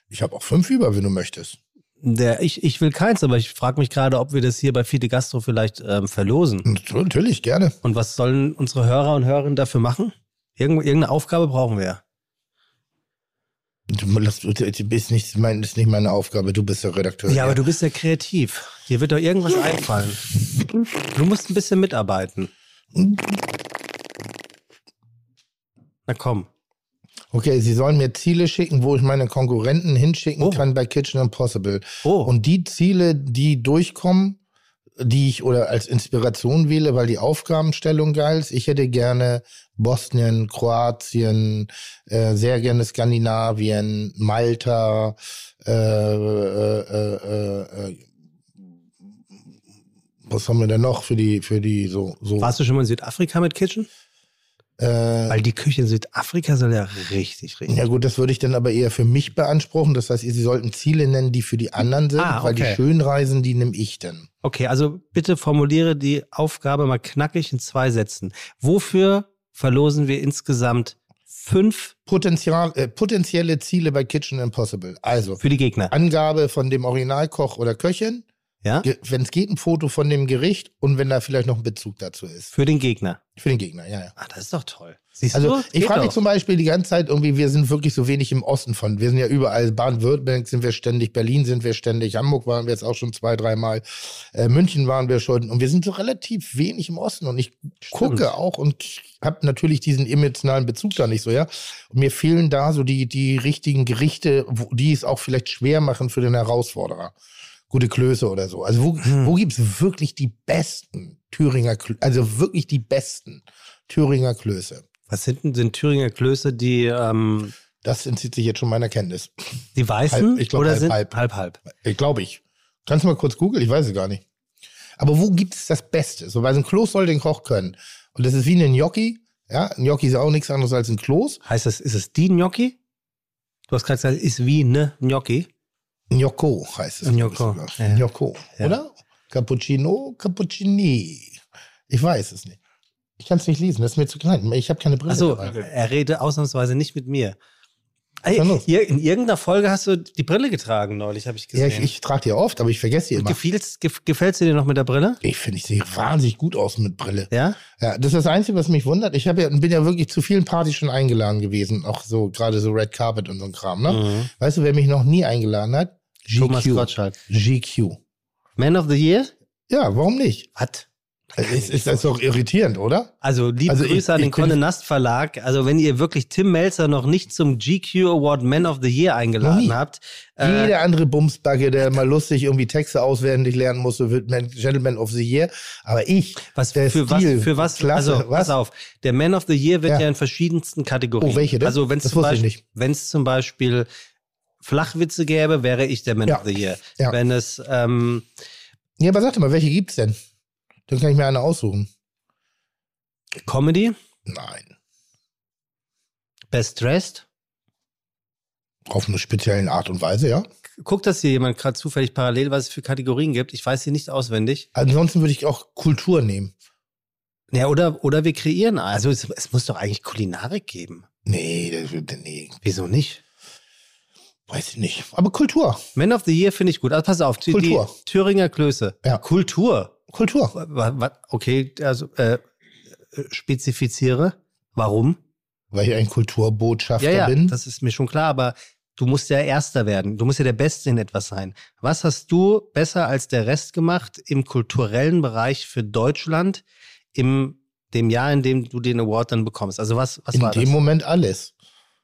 C: Ich habe auch fünf über, wenn du möchtest.
D: Der, ich, ich will keins, aber ich frage mich gerade, ob wir das hier bei Fide Gastro vielleicht ähm, verlosen.
C: Natürlich, gerne.
D: Und was sollen unsere Hörer und Hörerinnen dafür machen? Irgend, irgendeine Aufgabe brauchen wir ja.
C: Du, lass, du bist nicht, mein, ist nicht meine Aufgabe, du bist der Redakteur.
D: Ja, aber du bist ja kreativ. Dir wird doch irgendwas einfallen. Du musst ein bisschen mitarbeiten. Na komm.
C: Okay, sie sollen mir Ziele schicken, wo ich meine Konkurrenten hinschicken
D: Oh.
C: kann bei Kitchen Impossible.
D: Oh,
C: Und die Ziele, die durchkommen, die ich oder als Inspiration wähle, weil die Aufgabenstellung geil ist. Ich hätte gerne Bosnien, Kroatien, äh, sehr gerne Skandinavien, Malta, äh, äh, äh, äh, was haben wir denn noch für die, für die so, so
D: warst du schon mal in Südafrika mit Kitchen?
C: Äh,
D: Weil die Küche in Südafrika soll ja richtig, richtig.
C: Ja gut, das würde ich dann aber eher für mich beanspruchen. Das heißt, Sie sollten Ziele nennen, die für die anderen sind,
D: Ah,
C: weil die
D: okay.
C: Schönreisen, die nehme ich dann.
D: Okay, also bitte formuliere die Aufgabe mal knackig in zwei Sätzen. Wofür verlosen wir insgesamt fünf
C: Potenzial, äh, potenzielle Ziele bei Kitchen Impossible. Also
D: für die Gegner?
C: Angabe von dem Originalkoch oder Köchin,
D: Ja?
C: wenn es geht, ein Foto von dem Gericht und wenn da vielleicht noch ein Bezug dazu ist.
D: Für den Gegner.
C: Für den Gegner, ja, ja.
D: Ah, das ist doch toll. Siehst
C: Also
D: du?
C: ich
D: Geht
C: frage mich
D: doch.
C: zum Beispiel die ganze Zeit irgendwie, wir sind wirklich so wenig im Osten von. Wir sind ja überall, Baden-Württemberg sind wir ständig, Berlin sind wir ständig, Hamburg waren wir jetzt auch schon zwei, dreimal, äh, München waren wir schon und wir sind so relativ wenig im Osten und ich gucke auch und habe natürlich diesen emotionalen Bezug da nicht so, ja. Und mir fehlen da so die, die richtigen Gerichte, wo, die es auch vielleicht schwer machen für den Herausforderer. Gute Klöße oder so. Also wo,
D: Hm.
C: wo gibt's wirklich die besten Thüringer Klöße, also wirklich die besten Thüringer Klöße?
D: Was sind denn sind Thüringer Klöße, die, ähm,
C: Das entzieht sich jetzt schon meiner Kenntnis.
D: die weißen
C: Halb- ich glaub,
D: oder
C: halb,
D: sind
C: halb.
D: halb halb?
C: Ich glaube ich. Kannst du mal kurz googeln? Ich weiß es gar nicht. Aber wo gibt es das Beste? So, weil so ein Kloß soll den Koch können. Und das ist wie ein Gnocchi. Ja, ein Gnocchi ist auch nichts anderes als ein Kloß.
D: Heißt das, ist es die Gnocchi? Du hast gerade gesagt, ist wie ne Gnocchi.
C: Gnocco heißt es.
D: Gnocco,
C: glaube ich sogar.
D: ja.
C: Gnocco,
D: Ja.
C: oder? Cappuccino, Cappuccini. Ich weiß es nicht. Ich kann es nicht lesen, das ist mir zu klein. Ich habe keine Brille.
D: Also,
C: dabei.
D: er rede ausnahmsweise nicht mit mir. Ey,
C: Na los.
D: hier, in irgendeiner Folge hast du die Brille getragen neulich, habe ich
C: ja,
D: gesehen.
C: ich, ich trage die oft, aber ich vergesse die
D: Und
C: immer.
D: gefiel's, gef gefällt sie dir noch mit der Brille?
C: Ich finde, ich sehe wahnsinnig gut aus mit Brille.
D: Ja?
C: Ja, das ist das Einzige, was mich wundert. Ich hab ja, bin ja wirklich zu vielen Partys schon eingeladen gewesen. Auch so, gerade so Red Carpet und so ein Kram, ne? Weißt du, wer mich noch nie eingeladen hat? GQ.
D: Mhm. Thomas Gottschalk.
C: GQ.
D: Man of the Year?
C: Ja, warum nicht?
D: Was?
C: Ist, ist das doch irritierend, oder?
D: Also liebe
C: Also ich-
D: Grüße an
C: ich
D: den
C: bin-
D: Conde Nast Verlag. Also wenn ihr wirklich Tim Melzer noch nicht zum GQ Award Man of the Year
C: Noch
D: eingeladen
C: nie.
D: habt, äh,
C: Jeder andere Bumsbacke, der mal lustig irgendwie Texte auswendig lernen musste, wird Man- Gentleman of the Year. Aber ich,
D: was
C: der
D: für was
C: Stil,
D: für was?
C: Klasse,
D: also
C: was?
D: pass auf, der Man of the Year wird
C: Ja.
D: ja, in verschiedensten Kategorien.
C: Oh, welche denn?
D: Also wenn es
C: Das
D: zum
C: wusste ich
D: Beispiel, wenn es zum Beispiel Flachwitze gäbe, wäre ich der Man
C: Ja.
D: of the Year.
C: Ja.
D: Wenn es ähm,
C: Ja, aber sag doch mal, welche gibt's denn? Dann kann ich mir eine aussuchen.
D: Comedy,
C: Nein.
D: Best Dressed,
C: Auf eine speziellen Art und Weise, ja.
D: guckt, dass hier jemand gerade zufällig parallel, was es für Kategorien gibt. Ich weiß sie nicht auswendig.
C: Ansonsten würde ich auch Kultur nehmen.
D: Ja, oder, oder wir kreieren. einen. Also es, es muss doch eigentlich Kulinarik geben.
C: Nee, das, würde- nee,
D: Wieso nicht?
C: Weiß ich nicht. Aber Kultur.
D: Man of the Year finde ich gut. Also pass auf, die,
C: Kultur.
D: die Thüringer Klöße.
C: Ja.
D: Kultur.
C: Kultur.
D: Wa- wa- Okay, also äh, äh, spezifiziere. Warum?
C: Weil ich ein Kulturbotschafter
D: ja, ja,
C: bin.
D: das ist mir schon klar, aber Du musst ja Erster werden. Du musst ja der Beste in etwas sein. Was hast du besser als der Rest gemacht im kulturellen Bereich für Deutschland im dem Jahr, in dem du den Award dann bekommst? Also was, was
C: In
D: war
C: dem
D: das?
C: Moment alles.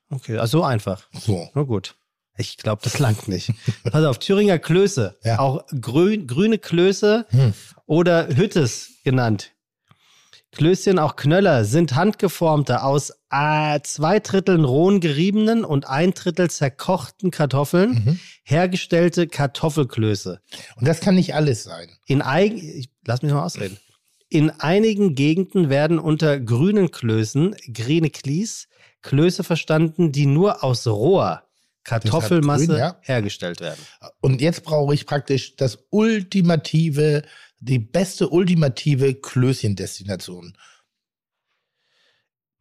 D: Okay, also so einfach.
C: So.
D: Na gut. Ich glaube, das langt nicht. Pass auf, Thüringer Klöße.
C: Ja.
D: Auch grün, grüne Klöße
C: Hm.
D: oder Hüttes genannt. Klößchen, auch Knöller, sind handgeformte, aus äh, zwei Dritteln rohen geriebenen und ein Drittel zerkochten Kartoffeln
C: Mhm.
D: hergestellte Kartoffelklöße.
C: Und das kann nicht alles sein.
D: In eig ich, lass mich mal ausreden. In einigen Gegenden werden unter grünen Klößen, grüne Klies, Klöße verstanden, die nur aus roher Kartoffelmasse
C: Deshalb halt grün, ja.
D: hergestellt werden.
C: Und jetzt brauche ich praktisch das ultimative, die beste ultimative Klößchendestination.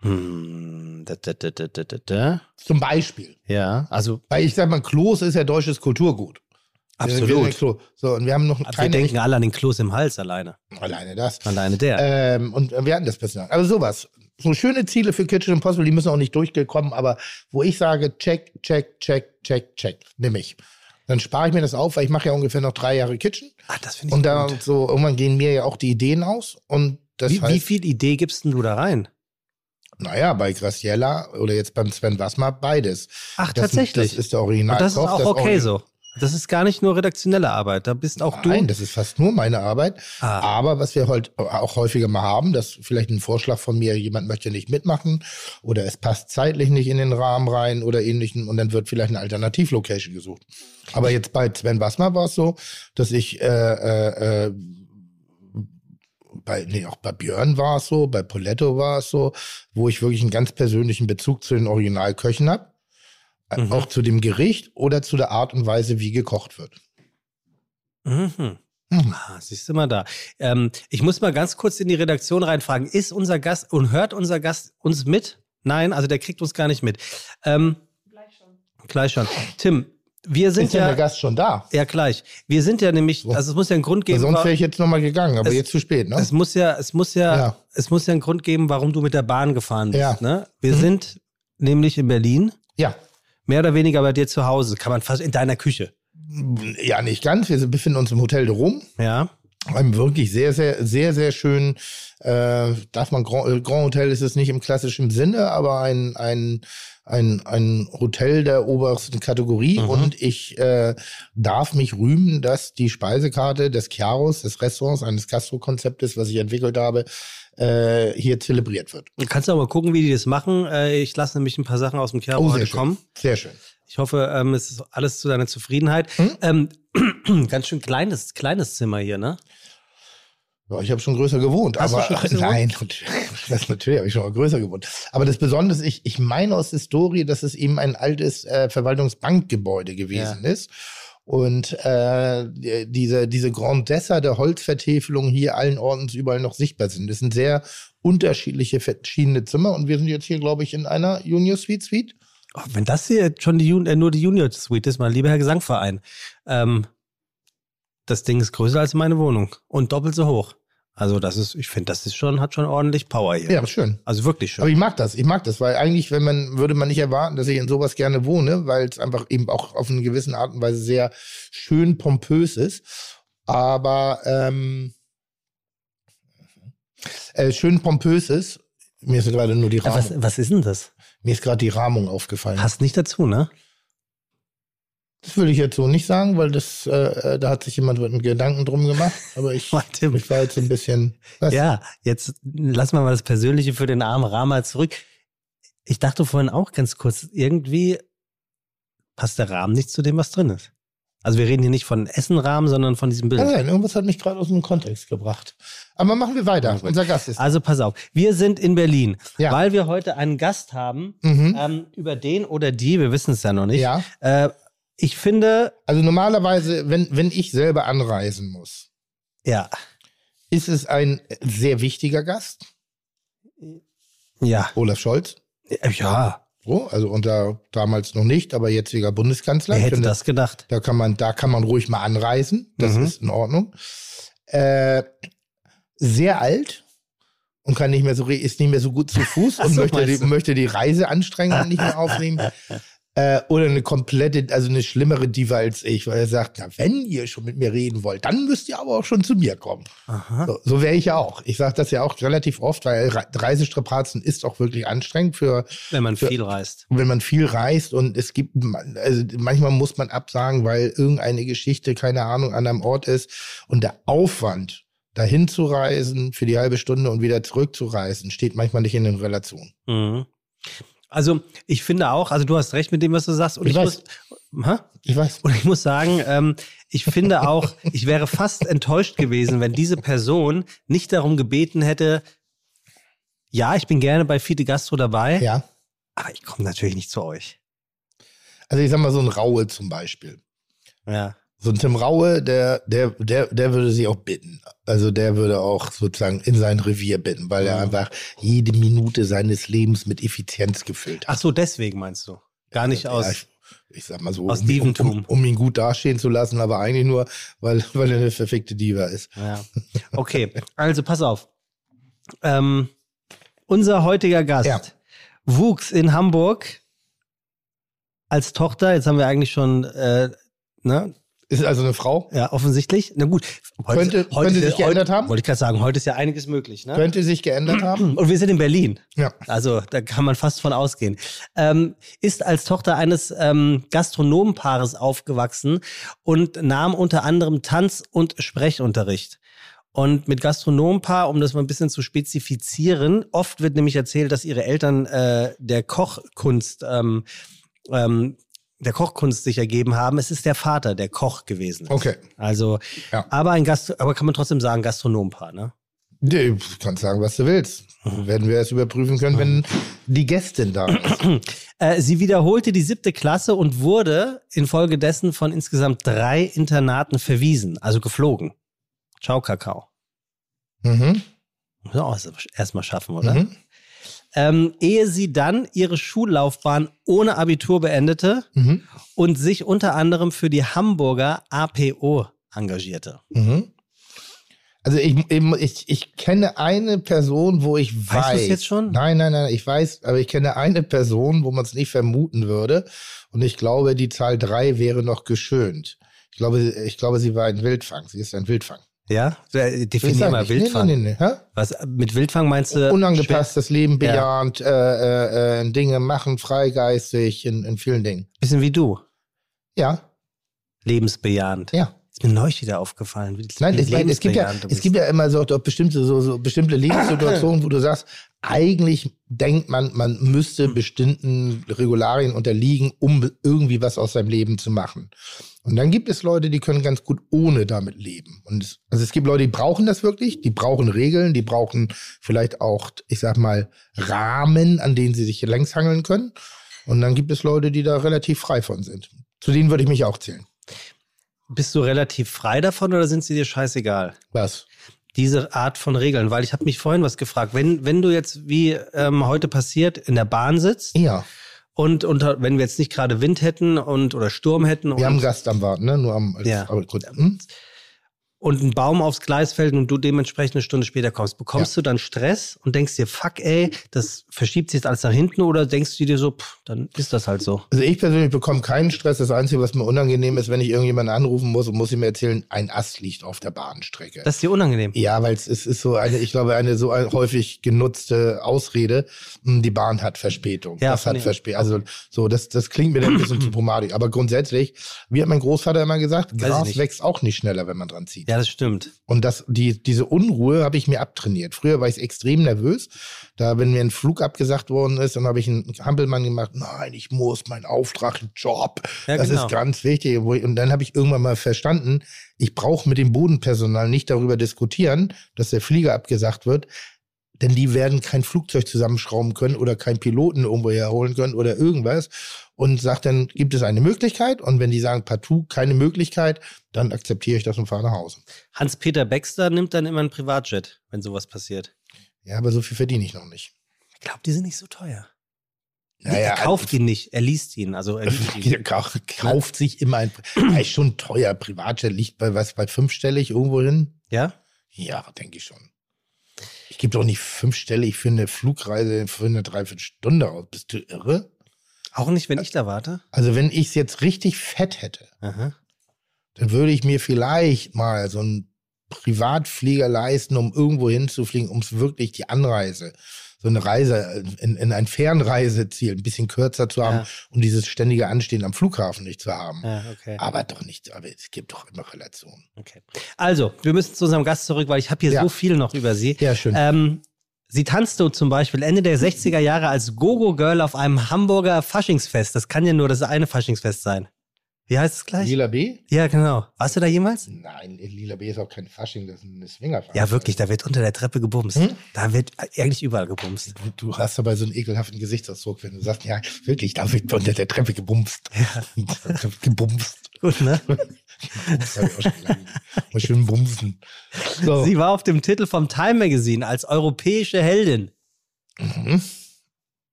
D: Hm, da, da, da, da, da, da, da.
C: Zum Beispiel.
D: Ja, also
C: Weil ich sag mal, Kloß ist ja deutsches Kulturgut. Wir sind
D: absolut.
C: ja Klo. So, und wir haben noch
D: Wir
C: keine
D: denken alle an den Kloß im Hals alleine.
C: alleine das.
D: Alleine der.
C: Ähm, und wir hatten das bislang. Also sowas. So schöne Ziele für Kitchen Impossible, die müssen auch nicht durchgekommen, aber wo ich sage, check, check, check, check, check, nimm ich. Dann spare ich mir das auf, weil ich mache ja ungefähr noch drei Jahre Kitchen.
D: Ach, das finde ich
C: Und da
D: gut.
C: so, irgendwann gehen mir ja auch die Ideen aus. Und das
D: Wie,
C: heißt,
D: wie viel Idee gibst denn du da rein?
C: naja, bei Graciela oder jetzt beim Sven Wassmer beides.
D: Ach,
C: Das-
D: tatsächlich.
C: Das ist der Original.
D: Und das ist auch okay so. Das ist gar nicht nur redaktionelle Arbeit. Da bist auch du.
C: Nein, das ist fast nur meine Arbeit.
D: ah,
C: Aber was wir heute auch häufiger mal haben, dass vielleicht ein Vorschlag von mir, jemand möchte nicht mitmachen oder es passt zeitlich nicht in den Rahmen rein oder ähnlichem und dann wird vielleicht eine Alternativlocation gesucht. Aber jetzt bei Sven Wassmer war es so, dass ich äh, äh, äh, bei, nee, auch bei Björn war es so, bei Poletto war es so, wo ich wirklich einen ganz persönlichen Bezug zu den Originalköchen habe.
D: Mhm.
C: Auch zu dem Gericht oder zu der Art und Weise, wie gekocht wird.
D: mhm.
C: Mhm.
D: ah, siehst du mal da. Ähm, ich muss mal ganz kurz in die Redaktion reinfragen. Ist unser Gast und hört unser Gast uns mit? Nein, also der kriegt uns gar nicht mit. Ähm, gleich schon. Gleich schon. Tim, wir sind
C: Ist denn
D: ja.
C: der Gast schon da?
D: ja, gleich. Wir sind ja nämlich,
C: So.
D: also es muss ja einen Grund
C: Weil
D: geben,
C: sonst
D: wa-
C: wäre ich jetzt nochmal gegangen, aber
D: Es-
C: jetzt zu spät, ne?
D: Es muss ja, es muss ja,
C: Ja.
D: es muss ja einen Grund geben, warum du mit der Bahn gefahren bist.
C: Ja. Mhm.
D: Ne? Wir sind nämlich in Berlin,
C: ja.
D: mehr oder weniger bei dir zu Hause, kann man fast in deiner Küche.
C: Ja, nicht ganz. Wir befinden uns im Hotel de Rom,
D: Ja.
C: einem wirklich sehr, sehr, sehr, sehr schönen, äh, darf man, Grand, äh, Grand Hotel ist es nicht im klassischen Sinne, aber ein, ein, ein, ein Hotel der obersten Kategorie.
D: Mhm.
C: Und ich äh, darf mich rühmen, dass die Speisekarte des Chiaros, des Restaurants, eines Gastro-Konzeptes, was ich entwickelt habe, äh, hier zelebriert wird.
D: Du kannst auch mal gucken, wie die das machen. Äh, Ich lasse nämlich ein paar Sachen aus dem Kerl heute kommen.
C: schön. Oh, Sehr schön.
D: Ich hoffe, ähm, es ist alles zu deiner Zufriedenheit. Ähm, ganz schön kleines, kleines Zimmer hier, ne?
C: Ja, ich habe schon größer gewohnt,
D: Hast du
C: aber
D: schon größer
C: nein, das natürlich habe ich schon mal größer gewohnt. Aber das Besondere ist, ich, ich meine aus Historie, dass es eben ein altes äh, Verwaltungsbankgebäude gewesen ist. Und äh, die- diese, diese Grandessa der Holzvertäfelung hier allen Ortens überall noch sichtbar sind. Das sind sehr unterschiedliche verschiedene Zimmer und wir sind jetzt hier, glaube ich, in einer Junior Suite Suite.
D: Oh, wenn das hier schon die Jun äh, nur die Junior Suite ist, mein lieber Herr Gesangverein, ähm, das Ding ist größer als meine Wohnung und doppelt so hoch. Also das ist, ich finde, das ist schon, hat schon ordentlich Power hier.
C: Ja, schön.
D: Also wirklich schön.
C: Aber ich mag das, ich mag das, weil eigentlich, wenn man, würde man nicht erwarten, dass ich in sowas gerne wohne, weil es einfach eben auch auf eine gewisse Art und Weise sehr schön pompös ist. Aber ähm, äh, schön pompös ist. Mir ist gerade nur die
D: Ja,
C: Rahmung.
D: was, was ist denn das?
C: mir ist gerade die Rahmung aufgefallen.
D: Passt nicht dazu, ne?
C: Das würde ich jetzt so nicht sagen, weil das, äh, äh, da hat sich jemand mit einem Gedanken drum gemacht. Aber ich,
D: Mann, Tim.
C: ich war jetzt ein bisschen. Was?
D: Ja, jetzt lassen wir mal das Persönliche für den armen Rama zurück. Ich dachte vorhin auch ganz kurz, irgendwie passt der Rahmen nicht zu dem, was drin ist. Also wir reden hier nicht von Essenrahmen, sondern von diesem Bild.
C: Nein, nein, irgendwas hat mich gerade aus dem Kontext gebracht. Aber machen wir weiter. Unser Gast ist.
D: Also pass auf, wir sind in Berlin,
C: Ja.
D: weil wir heute einen Gast haben,
C: Mhm.
D: ähm, über den oder die, wir wissen es ja noch nicht.
C: Ja.
D: Äh, ich finde,
C: Also normalerweise, wenn, wenn ich selber anreisen muss,
D: ja,
C: ist es ein sehr wichtiger Gast,
D: ja,
C: Olaf Scholz.
D: ja,
C: So, also unter damals noch nicht, aber jetziger Bundeskanzler.
D: wer
C: Ich
D: hätte
C: finde,
D: das gedacht?
C: Da kann man, da kann man ruhig mal anreisen. Das
D: Mhm.
C: ist in Ordnung. Äh, sehr alt und kann nicht mehr so, re- ist nicht mehr so gut zu Fuß
D: Ach
C: und
D: so,
C: möchte,
D: meinst
C: die,
D: du.
C: möchte die Reiseanstrengung nicht mehr aufnehmen. Äh, oder eine komplette, also eine schlimmere Diva als ich, weil er sagt, na, wenn ihr schon mit mir reden wollt, dann müsst ihr aber auch schon zu mir kommen. So, so wäre ich ja auch. Ich sage das ja auch relativ oft, weil Re Reisestrapazen ist auch wirklich anstrengend für
D: Wenn man viel reist.
C: wenn man viel reist und es gibt, man- also manchmal muss man absagen, weil irgendeine Geschichte, keine Ahnung, an einem Ort ist und der Aufwand, dahin zu reisen für die halbe Stunde und wieder zurückzureisen, steht manchmal nicht in den Relation.
D: Mhm. Also ich finde auch, also du hast recht mit dem, was du sagst. Und
C: Ich
D: ich,
C: weiß.
D: muss, Hä?
C: Ich weiß.
D: und ich muss sagen, ähm, ich finde auch, ich wäre fast enttäuscht gewesen, wenn diese Person nicht darum gebeten hätte. Ja, ich bin gerne bei Fide Gastro dabei,
C: Ja.
D: aber ich komme natürlich nicht zu euch.
C: Also ich sag mal so ein Raue zum Beispiel.
D: Ja.
C: So ein Tim Raue, der, der, der, der würde sie auch bitten. Also der würde auch sozusagen in sein Revier bitten, weil er
D: Mhm.
C: einfach jede Minute seines Lebens mit Effizienz gefüllt hat.
D: Ach so, deswegen meinst du? Gar nicht aus.
C: Ja, ich, ich sag mal so,
D: aus
C: um, um,
D: Dieventum.
C: um, um ihn gut dastehen zu lassen, aber eigentlich nur, weil, weil er eine verfickte Diva ist.
D: Ja. Okay, also pass auf. Ähm, unser heutiger Gast
C: Ja.
D: wuchs in Hamburg als Tochter. Jetzt haben wir eigentlich schon, äh, ne?
C: Ist also eine Frau,
D: Ja, offensichtlich. Na gut.
C: Könnte- könnte sich geändert
D: heute,
C: haben?
D: Wollte ich gerade sagen, heute ist ja einiges möglich, ne?
C: könnte sich geändert haben.
D: Und wir sind in Berlin.
C: Ja.
D: Also da kann man fast von ausgehen. Ähm, ist als Tochter eines ähm, Gastronomenpaares aufgewachsen und nahm unter anderem Tanz- und Sprechunterricht. Und mit Gastronomenpaar, um das mal ein bisschen zu spezifizieren, oft wird nämlich erzählt, dass ihre Eltern äh, der Kochkunst ähm, ähm, der Kochkunst sich ergeben haben. Es ist der Vater, der Koch gewesen ist.
C: Okay.
D: Also,
C: Ja.
D: aber ein Gast, aber kann man trotzdem sagen Gastronomenpaar, ne?
C: Nee, Du kannst sagen, was du willst.
D: Mhm.
C: Werden wir erst überprüfen können, wenn die Gästin da ist.
D: Äh, sie wiederholte die siebte Klasse und wurde infolgedessen von insgesamt drei Internaten verwiesen, also geflogen. Ciao, Kakao.
C: Mhm.
D: Muss man auch erst- erstmal schaffen, oder?
C: Mhm.
D: Ähm, ehe sie dann ihre Schullaufbahn ohne Abitur beendete
C: Mhm.
D: und sich unter anderem für die Hamburger APO engagierte.
C: Mhm. Also ich, ich- ich, ich kenne eine Person, wo ich weiß.
D: Weißt du's jetzt schon?
C: Nein, nein, nein, ich weiß, aber ich kenne eine Person, wo man es nicht vermuten würde. Und ich glaube, die Zahl drei wäre noch geschönt. Ich glaube, ich glaube, sie war ein Wildfang. Sie ist ein Wildfang.
D: Ja? Äh, Definier
C: Sag
D: mal
C: ich.
D: Wildfang.
C: Nee, nee, nee, nee. Hä?
D: Was, äh, mit Wildfang meinst du?
C: Unangepasstes Leben
D: Ja.
C: bejahend, äh, äh, äh, Dinge machen, freigeistig, in, in vielen Dingen.
D: schwer- Bisschen wie du.
C: Ja,
D: Lebensbejahend.
C: ja.
D: Ist mir neulich wieder aufgefallen. wie-
C: Nein,
D: wie
C: es, nein, es, gibt ja,
D: lebensbejahend du
C: es
D: bist.
C: gibt ja immer so, doch bestimmte, so, so bestimmte Lebenssituationen, wo du sagst, eigentlich denkt man, man müsste bestimmten Regularien unterliegen, um irgendwie was aus seinem Leben zu machen. Und dann gibt es Leute, die können ganz gut ohne damit leben. Und es, also es gibt Leute, die brauchen das wirklich, die brauchen Regeln, die brauchen vielleicht auch, ich sag mal, Rahmen, an denen sie sich längs hangeln können. Und dann gibt es Leute, die da relativ frei von sind. Zu denen würde ich mich auch zählen.
D: Bist du relativ frei davon oder sind sie dir scheißegal?
C: Was?
D: Diese Art von Regeln, weil ich habe mich vorhin was gefragt. Wenn, wenn du jetzt, wie ähm, heute passiert, in der Bahn sitzt
C: Ja.
D: und unter, wenn wir jetzt nicht gerade Wind hätten und oder Sturm hätten und,
C: Wir haben einen Gast am Warten, ne? Nur am. als-
D: Ja.
C: Aber gut. Hm?
D: und ein Baum aufs Gleis fällt und du dementsprechend eine Stunde später kommst, bekommst du dann Stress und denkst dir, fuck ey, das verschiebt sich jetzt alles nach hinten oder denkst du dir so, pff, dann ist das halt so.
C: Also ich persönlich bekomme keinen Stress. Das Einzige, was mir unangenehm ist, wenn ich irgendjemanden anrufen muss und muss ihm erzählen, ein Ast liegt auf der Bahnstrecke.
D: Das ist dir unangenehm.
C: ja, weil es ist, ist so eine, ich glaube, eine so ein- häufig genutzte Ausrede, hm, die Bahn hat Verspätung.
D: Ja,
C: das
D: von
C: hat
D: dem-
C: Verspätung. Also so, das, das klingt mir dann ein bisschen zu pomadisch. Aber grundsätzlich, wie hat mein Großvater immer gesagt,
D: ich
C: Gras
D: nicht.
C: wächst auch nicht schneller, wenn man dran zieht.
D: Ja, das stimmt.
C: Und das, die, diese Unruhe habe ich mir abtrainiert. Früher war ich extrem nervös. Da, wenn mir ein Flug abgesagt worden ist, dann habe ich einen Hampelmann gemacht. Nein, ich muss, mein Auftrag, Job.
D: Ja,
C: das
D: genau.
C: ist ganz wichtig. Wo ich- Und dann habe ich irgendwann mal verstanden, ich brauche mit dem Bodenpersonal nicht darüber diskutieren, dass der Flieger abgesagt wird. Denn die werden kein Flugzeug zusammenschrauben können oder keinen Piloten irgendwo herholen können oder irgendwas. Und sagt dann, gibt es eine Möglichkeit? Und wenn die sagen, partout keine Möglichkeit, dann akzeptiere ich das und fahre nach Hause.
D: Hans-Peter Baxter nimmt dann immer ein Privatjet, wenn sowas passiert.
C: Ja, aber so viel verdiene ich noch nicht.
D: Ich glaube, die sind nicht so teuer.
C: Naja,
D: er kauft ihn nicht, er liest ihn. Also er liebt ihn.
C: er kau- kauft sich immer ein. Er ist schon teuer. Privatjet liegt bei was, bei fünfstellig irgendwo hin?
D: Ja?
C: Ja, denke ich schon. Ich gebe doch nicht fünfstellig für eine Flugreise für eine Dreiviertelstunde aus. Bist du irre?
D: Auch nicht, wenn ich da warte?
C: Also wenn ich es jetzt richtig fett hätte,
D: Aha.
C: dann würde ich mir vielleicht mal so einen Privatflieger leisten, um irgendwo hinzufliegen, um es wirklich die Anreise, so eine Reise in, in ein Fernreiseziel ein bisschen kürzer zu haben
D: Ja.
C: und dieses ständige Anstehen am Flughafen nicht zu haben.
D: Ja, okay.
C: Aber doch nicht, aber es gibt doch immer Relationen.
D: okay. Also, wir müssen zu unserem Gast zurück, weil ich habe hier
C: Ja.
D: so viel noch über sie.
C: Ja, schön.
D: Ähm, sie tanzte zum Beispiel Ende der 60er Jahre als Gogo-Girl auf einem Hamburger Faschingsfest. Das kann ja nur das eine Faschingsfest sein. Wie heißt es gleich?
C: Äh, Lila B?
D: ja, genau. Warst du da jemals?
C: Nein, Lila B ist auch kein Fasching, das ist eine Swingerfahrt.
D: Ja, wirklich, da wird unter der Treppe gebumst.
C: Hm?
D: Da wird eigentlich überall gebumst.
C: Du hast dabei so einen ekelhaften Gesichtsausdruck, wenn du sagst, ja, wirklich, da wird unter der Treppe gebumst. gebumst. Oh,
D: Gut, ne?
C: Das habe ich auch schon lange. nicht. Mal schön bumsen. So.
D: Sie war auf dem Titel vom Time Magazine als europäische Heldin.
C: Mhm.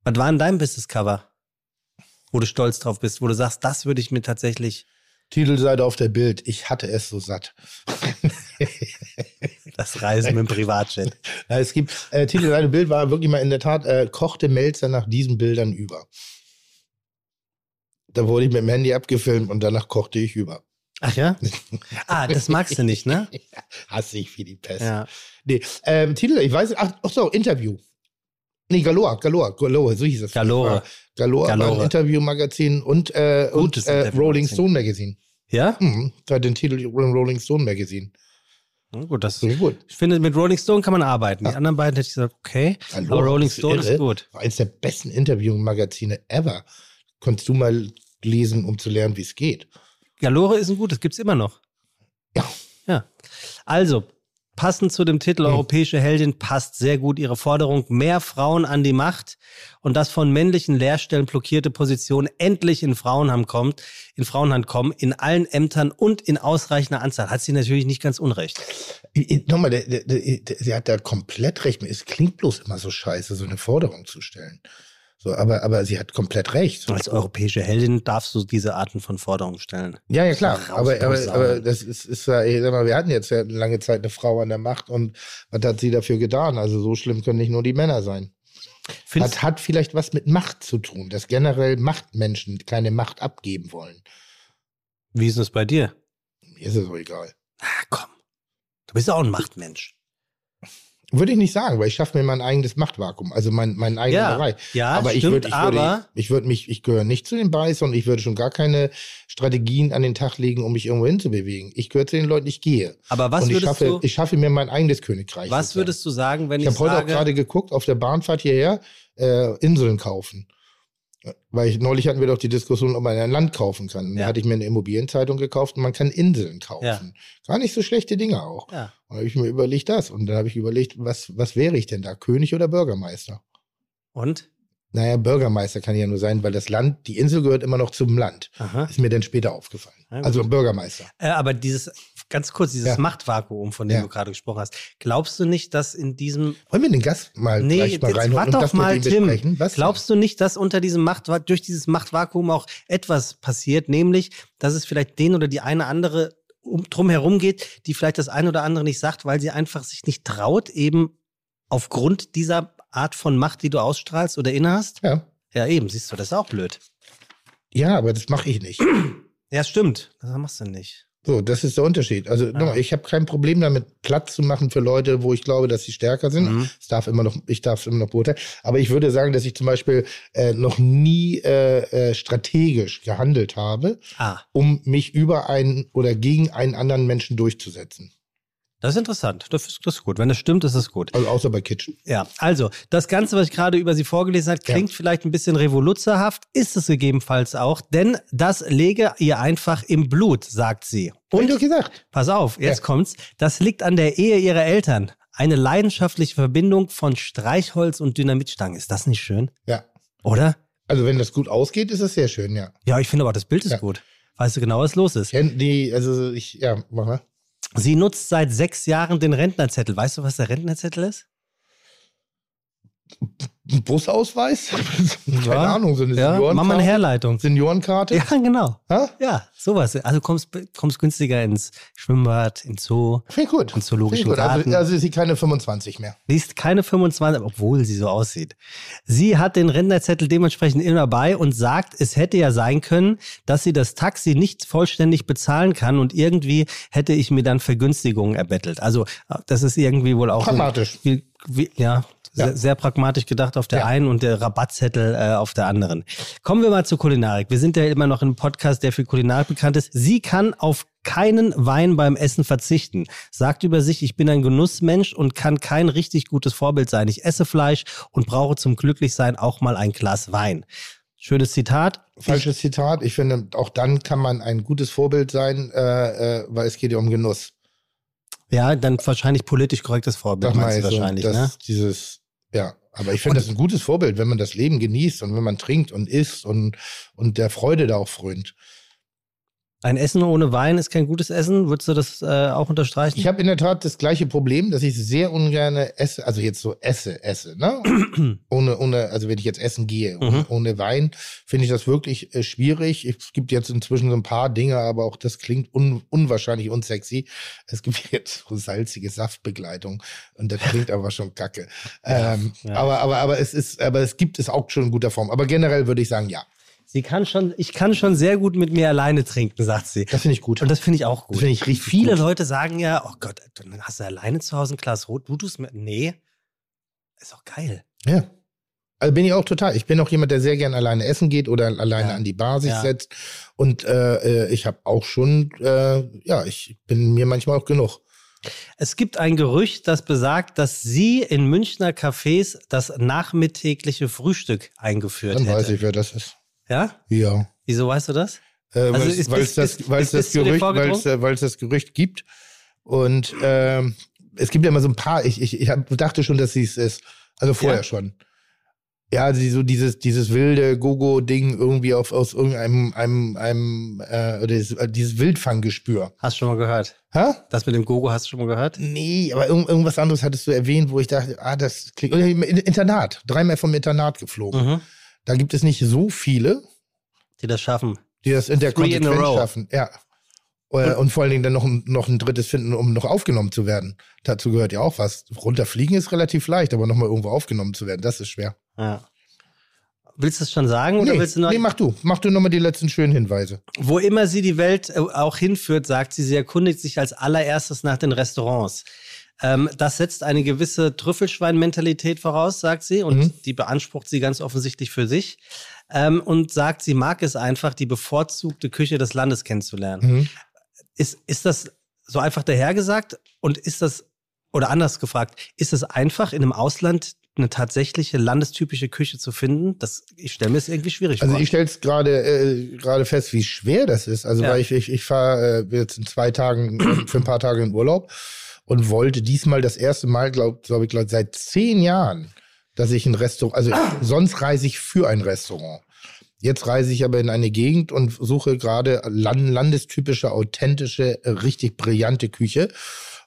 D: Was war denn dein Business Cover? Wo du stolz drauf bist, wo du sagst, das würde ich mir tatsächlich,
C: Titelseite auf der Bild. Ich hatte es so satt.
D: das Reisen mit dem Privatjet.
C: Ja, es gibt, äh, Titelseite Bild war wirklich mal in der Tat, äh, kochte Melzer nach diesen Bildern über. Da wurde ich mit dem Handy abgefilmt und danach kochte ich über.
D: Ach ja? Ah, das magst du nicht, ne?
C: Hasse ich wie die Pest.
D: Ja.
C: Nee, ähm, Titel, ich weiß, ach, ach so, Interview. Nee, Galore, Galore, Galore, so hieß es.
D: Galore.
C: Galore,
D: Galore.
C: Galore. Interview-Magazin und, äh, und
D: Gutes
C: äh, Rolling
D: Interview-Magazin.
C: Stone Magazine.
D: Ja?
C: Hm, da den Titel im Rolling Stone Magazine.
D: Na Gut, das
C: So gut.
D: Ich finde, mit Rolling Stone kann man arbeiten. Die anderen beiden hätte ich gesagt, okay.
C: Galore,
D: Aber Rolling
C: bist du
D: Stone
C: irre?
D: ist gut.
C: War eines der besten Interview-Magazine ever. Konntest du mal lesen, um zu lernen, wie es geht.
D: Galore ist ein gutes, gibt's immer noch.
C: Ja. Hm.
D: Ja. Also, passend zu dem Titel Europäische Heldin passt sehr gut ihre Forderung, mehr Frauen an die Macht und das von männlichen Lehrstellen blockierte Position endlich in Frauenhand kommt, in Frauenhand kommen, in allen Ämtern und in ausreichender Anzahl. Hat sie natürlich nicht ganz unrecht.
C: Ich- ich- Nochmal, der, der, der, der, sie hat da komplett recht. Es klingt bloß immer so scheiße, so eine Forderung zu stellen. So, aber, aber sie hat komplett recht.
D: Als europäische Heldin darfst du diese Arten von Forderungen stellen.
C: Ja, ja, klar. Aber, aber,
D: Rausposaunen.
C: aber das ist, ist ja, ich sag mal, wir hatten jetzt ja lange Zeit eine Frau an der Macht und was hat sie dafür getan? Also so schlimm können nicht nur die Männer sein.
D: Findest,
C: hat, hat vielleicht was mit Macht zu tun, dass generell Machtmenschen keine Macht abgeben wollen.
D: wie ist es bei dir?
C: Mir ist es so egal.
D: Ah, komm. Du bist auch ein Machtmensch.
C: Würde ich nicht sagen, weil ich schaffe mir mein eigenes Machtvakuum, also mein, meinen eigenen
D: Ja,
C: Bereich.
D: ja,
C: aber ich
D: stimmt,
C: würde, ich würde,
D: aber-
C: ich würde mich, ich gehöre nicht zu den Beißern und ich würde schon gar keine Strategien an den Tag legen, um mich irgendwo hinzubewegen. Ich gehöre zu den Leuten, ich gehe.
D: Aber was
C: und ich
D: würdest
C: schaffe,
D: du,
C: ich schaffe mir mein eigenes Königreich.
D: was
C: sozusagen.
D: würdest du sagen, wenn
C: Ich
D: ich,
C: habe heute auch
D: sage,
C: gerade geguckt, auf der Bahnfahrt hierher, äh, Inseln kaufen. Weil ich, neulich hatten wir doch die Diskussion, ob man ein Land kaufen kann. Und Da
D: Ja.
C: hatte ich mir eine Immobilienzeitung gekauft und man kann Inseln kaufen.
D: Ja.
C: Gar nicht so schlechte Dinge auch.
D: ja.
C: Und habe ich mir überlegt das. Und dann habe ich überlegt, was, was wäre ich denn da? König oder Bürgermeister?
D: Und?
C: Naja, Bürgermeister kann ja nur sein, weil das Land, die Insel gehört immer noch zum Land.
D: Aha.
C: Ist mir dann später aufgefallen.
D: Ja, gut.
C: also Bürgermeister.
D: Äh, aber dieses, ganz kurz, dieses
C: Ja.
D: Machtvakuum, von dem
C: Ja.
D: du gerade gesprochen hast, glaubst du nicht, dass in diesem,
C: Wollen wir den Gast mal
D: nee,
C: gleich
D: jetzt
C: mal reinholen
D: warte doch
C: das mit
D: mal,
C: ihm
D: Tim,
C: besprechen? Was denn?
D: glaubst du nicht, dass unter diesem Macht, durch dieses Machtvakuum auch etwas passiert, nämlich, dass es vielleicht den oder die eine andere um, drumherum geht, die vielleicht das eine oder andere nicht sagt, weil sie einfach sich nicht traut, eben aufgrund dieser Art von Macht, die du ausstrahlst oder innehast?
C: Ja.
D: Ja, eben, siehst du, das ist auch blöd.
C: ja, aber das mache ich nicht.
D: Ja, stimmt. Das machst du nicht.
C: So, das ist der Unterschied. Also
D: Ah.
C: nochmal, ich habe kein Problem damit, Platz zu machen für Leute, wo ich glaube, dass sie stärker sind.
D: Mhm.
C: Es darf immer noch, ich darf es immer noch beurteilen. Aber ich würde sagen, dass ich zum Beispiel äh, noch nie äh, äh, strategisch gehandelt habe,
D: Ah,
C: um mich über einen oder gegen einen anderen Menschen durchzusetzen.
D: das ist interessant. Das ist, das ist gut. Wenn das stimmt, ist es gut.
C: Also außer bei Kitchen.
D: Ja, also das Ganze, was ich gerade über Sie vorgelesen habe, klingt vielleicht ein bisschen revoluzerhaft, ist es gegebenenfalls auch, denn das lege ihr einfach im Blut, sagt sie.
C: Hab ich doch gesagt.
D: Pass auf, jetzt
C: Ja.
D: kommt's. Das liegt an der Ehe ihrer Eltern. Eine leidenschaftliche Verbindung von Streichholz und Dynamitstangen. Ist das nicht schön?
C: Ja.
D: Oder?
C: Also wenn das gut ausgeht, ist das sehr schön, ja.
D: Ja, ich finde aber, das Bild ist
C: Ja.
D: gut. Weißt du genau, was los
C: Ich
D: ist?
C: kenn Die, also ich, ja, mach mal.
D: Sie nutzt seit sechs Jahren den Rentnerzettel. Weißt du, was der Rentnerzettel ist?
C: einen Busausweis? Keine Ahnung, so eine
D: ja, mach mal
C: Seniorenkarte.
D: eine Herleitung.
C: Seniorenkarte?
D: Ja, genau.
C: Ja.
D: Ja, sowas. Also kommst, kommst günstiger ins Schwimmbad, ins Zoo,
C: Finde ich gut.
D: ins zoologischen
C: Finde ich gut.
D: Garten.
C: Also, also ist sie keine 25 mehr.
D: Sie ist keine 25, obwohl sie so aussieht. Sie hat den Rentnerzettel dementsprechend immer bei und sagt, es hätte ja sein können, dass sie das Taxi nicht vollständig bezahlen kann und irgendwie hätte ich mir dann Vergünstigungen erbettelt. Also das ist irgendwie wohl auch...
C: Pragmatisch.
D: Wie, wie, ja,
C: Ja.
D: Sehr, sehr pragmatisch gedacht auf der
C: Ja.
D: einen und der Rabattzettel äh, auf der anderen. Kommen wir mal zur Kulinarik. Wir sind ja immer noch im Podcast, der für Kulinarik bekannt ist. Sie kann auf keinen Wein beim Essen verzichten. Sagt über sich, ich bin ein Genussmensch und kann kein richtig gutes Vorbild sein. Ich esse Fleisch und brauche zum Glücklichsein auch mal ein Glas Wein. Schönes Zitat.
C: Falsches Zitat. Ich finde, auch dann kann man ein gutes Vorbild sein, äh, äh, weil es geht ja um Genuss.
D: Ja, dann wahrscheinlich politisch korrektes Vorbild
C: Sag
D: meinst du
C: mal, so,
D: wahrscheinlich,
C: das,
D: ne?
C: dieses, ja. Aber ich finde das ein gutes Vorbild, wenn man das Leben genießt und wenn man trinkt und isst und, und der Freude da auch frönt.
D: Ein Essen ohne Wein ist kein gutes Essen. Würdest du das äh, auch unterstreichen?
C: Ich habe in der Tat das gleiche Problem, dass ich sehr ungern esse, also jetzt so esse, esse, ne? ohne, ohne, also wenn ich jetzt essen gehe,
D: Mhm.
C: ohne, ohne Wein, finde ich das wirklich äh, schwierig. Es gibt jetzt inzwischen so ein paar Dinge, aber auch das klingt un, unwahrscheinlich unsexy. Es gibt jetzt so salzige Saftbegleitung und das klingt aber schon kacke. Ähm,
D: ja.
C: Aber, aber, aber es ist, aber es gibt es auch schon in guter Form. Aber generell würde ich sagen, ja.
D: Sie kann schon, ich kann schon sehr gut mit mir alleine trinken, sagt sie.
C: Das finde ich gut.
D: Und das finde ich auch
C: Das
D: gut.
C: finde ich richtig
D: Viele
C: gut.
D: Leute sagen ja, oh Gott, dann hast du alleine zu Hause ein Glas Rot, du tust mir, nee, ist auch geil.
C: Ja. Also bin ich auch total. Ich bin auch jemand, der sehr gern alleine essen geht oder alleine
D: Ja.
C: an die Bar sich
D: Ja.
C: setzt. Und äh, äh, ich habe auch schon, äh, ja, ich bin mir manchmal auch genug.
D: Es gibt ein Gerücht, das besagt, dass sie in Münchner Cafés das nachmittägliche Frühstück eingeführt
C: Dann
D: hätte.
C: weiß ich, wer das ist.
D: Ja?
C: Ja.
D: Wieso weißt du das?
C: Äh,
D: Also
C: weil
D: ist-
C: es- weil es
D: ist-
C: das-
D: ist-
C: weil es
D: ist-
C: das
D: ist zu dir
C: Gerücht- weil
D: vorgedrungen?
C: es, äh, weil es das Gerücht gibt. Und ähm, es gibt ja immer so ein paar, ich, ich, ich hab, dachte schon, dass sie es ist. Also vorher
D: Ja.
C: schon. Ja, sie so dieses, dieses wilde Gogo-Ding irgendwie auf, aus irgendeinem einem, einem, äh, oder dieses, äh, dieses Wildfanggespür.
D: Hast du schon mal gehört.
C: Hä?
D: Das mit dem Gogo hast du schon mal gehört?
C: Nee, aber irgend, irgendwas anderes hattest du erwähnt, wo ich dachte, ah, das klingt. Oder im Internat, dreimal vom Internat geflogen.
D: Mhm.
C: Da gibt es nicht so viele,
D: Die das schaffen.
C: die das in der
D: Three in a
C: Konsequenz
D: row. Mhm.
C: schaffen. Ja. Äh, Und, vor allen Dingen dann noch, ein- noch ein drittes finden, um noch aufgenommen zu werden. Dazu gehört ja auch was. Runterfliegen ist relativ leicht, aber nochmal irgendwo aufgenommen zu werden, das ist schwer.
D: Ja. Willst du es schon sagen oder
C: Nee,
D: Oh, willst du noch
C: nee mach du. Mach du nochmal die letzten schönen Hinweise.
D: Wo immer sie die Welt äh, auch hinführt, sagt sie, sie erkundigt sich als allererstes nach den Restaurants. Ähm, das setzt eine gewisse Trüffelschwein-Mentalität voraus, sagt sie, und
C: Mhm.
D: die beansprucht sie ganz offensichtlich für sich. Ähm, und sagt, sie mag es einfach, die bevorzugte Küche des Landes kennenzulernen.
C: Mhm.
D: Ist, ist das so einfach dahergesagt? Und ist das, oder anders gefragt, ist es einfach, in einem Ausland eine tatsächliche landestypische Küche zu finden? Das, ich stelle mir es irgendwie schwierig
C: Also
D: vor.
C: ich stelle es gerade äh, gerade fest, wie schwer das ist. Also
D: Ja.
C: weil ich ich, ich fahre äh, jetzt in zwei Tagen äh, für ein paar Tage in Urlaub und wollte diesmal das erste Mal, glaube glaub ich, glaub, seit zehn Jahren, dass ich ein Restaurant. Also sonst reise ich für ein Restaurant. Jetzt reise ich aber in eine Gegend und suche gerade lan- landestypische, authentische, äh, richtig brillante Küche.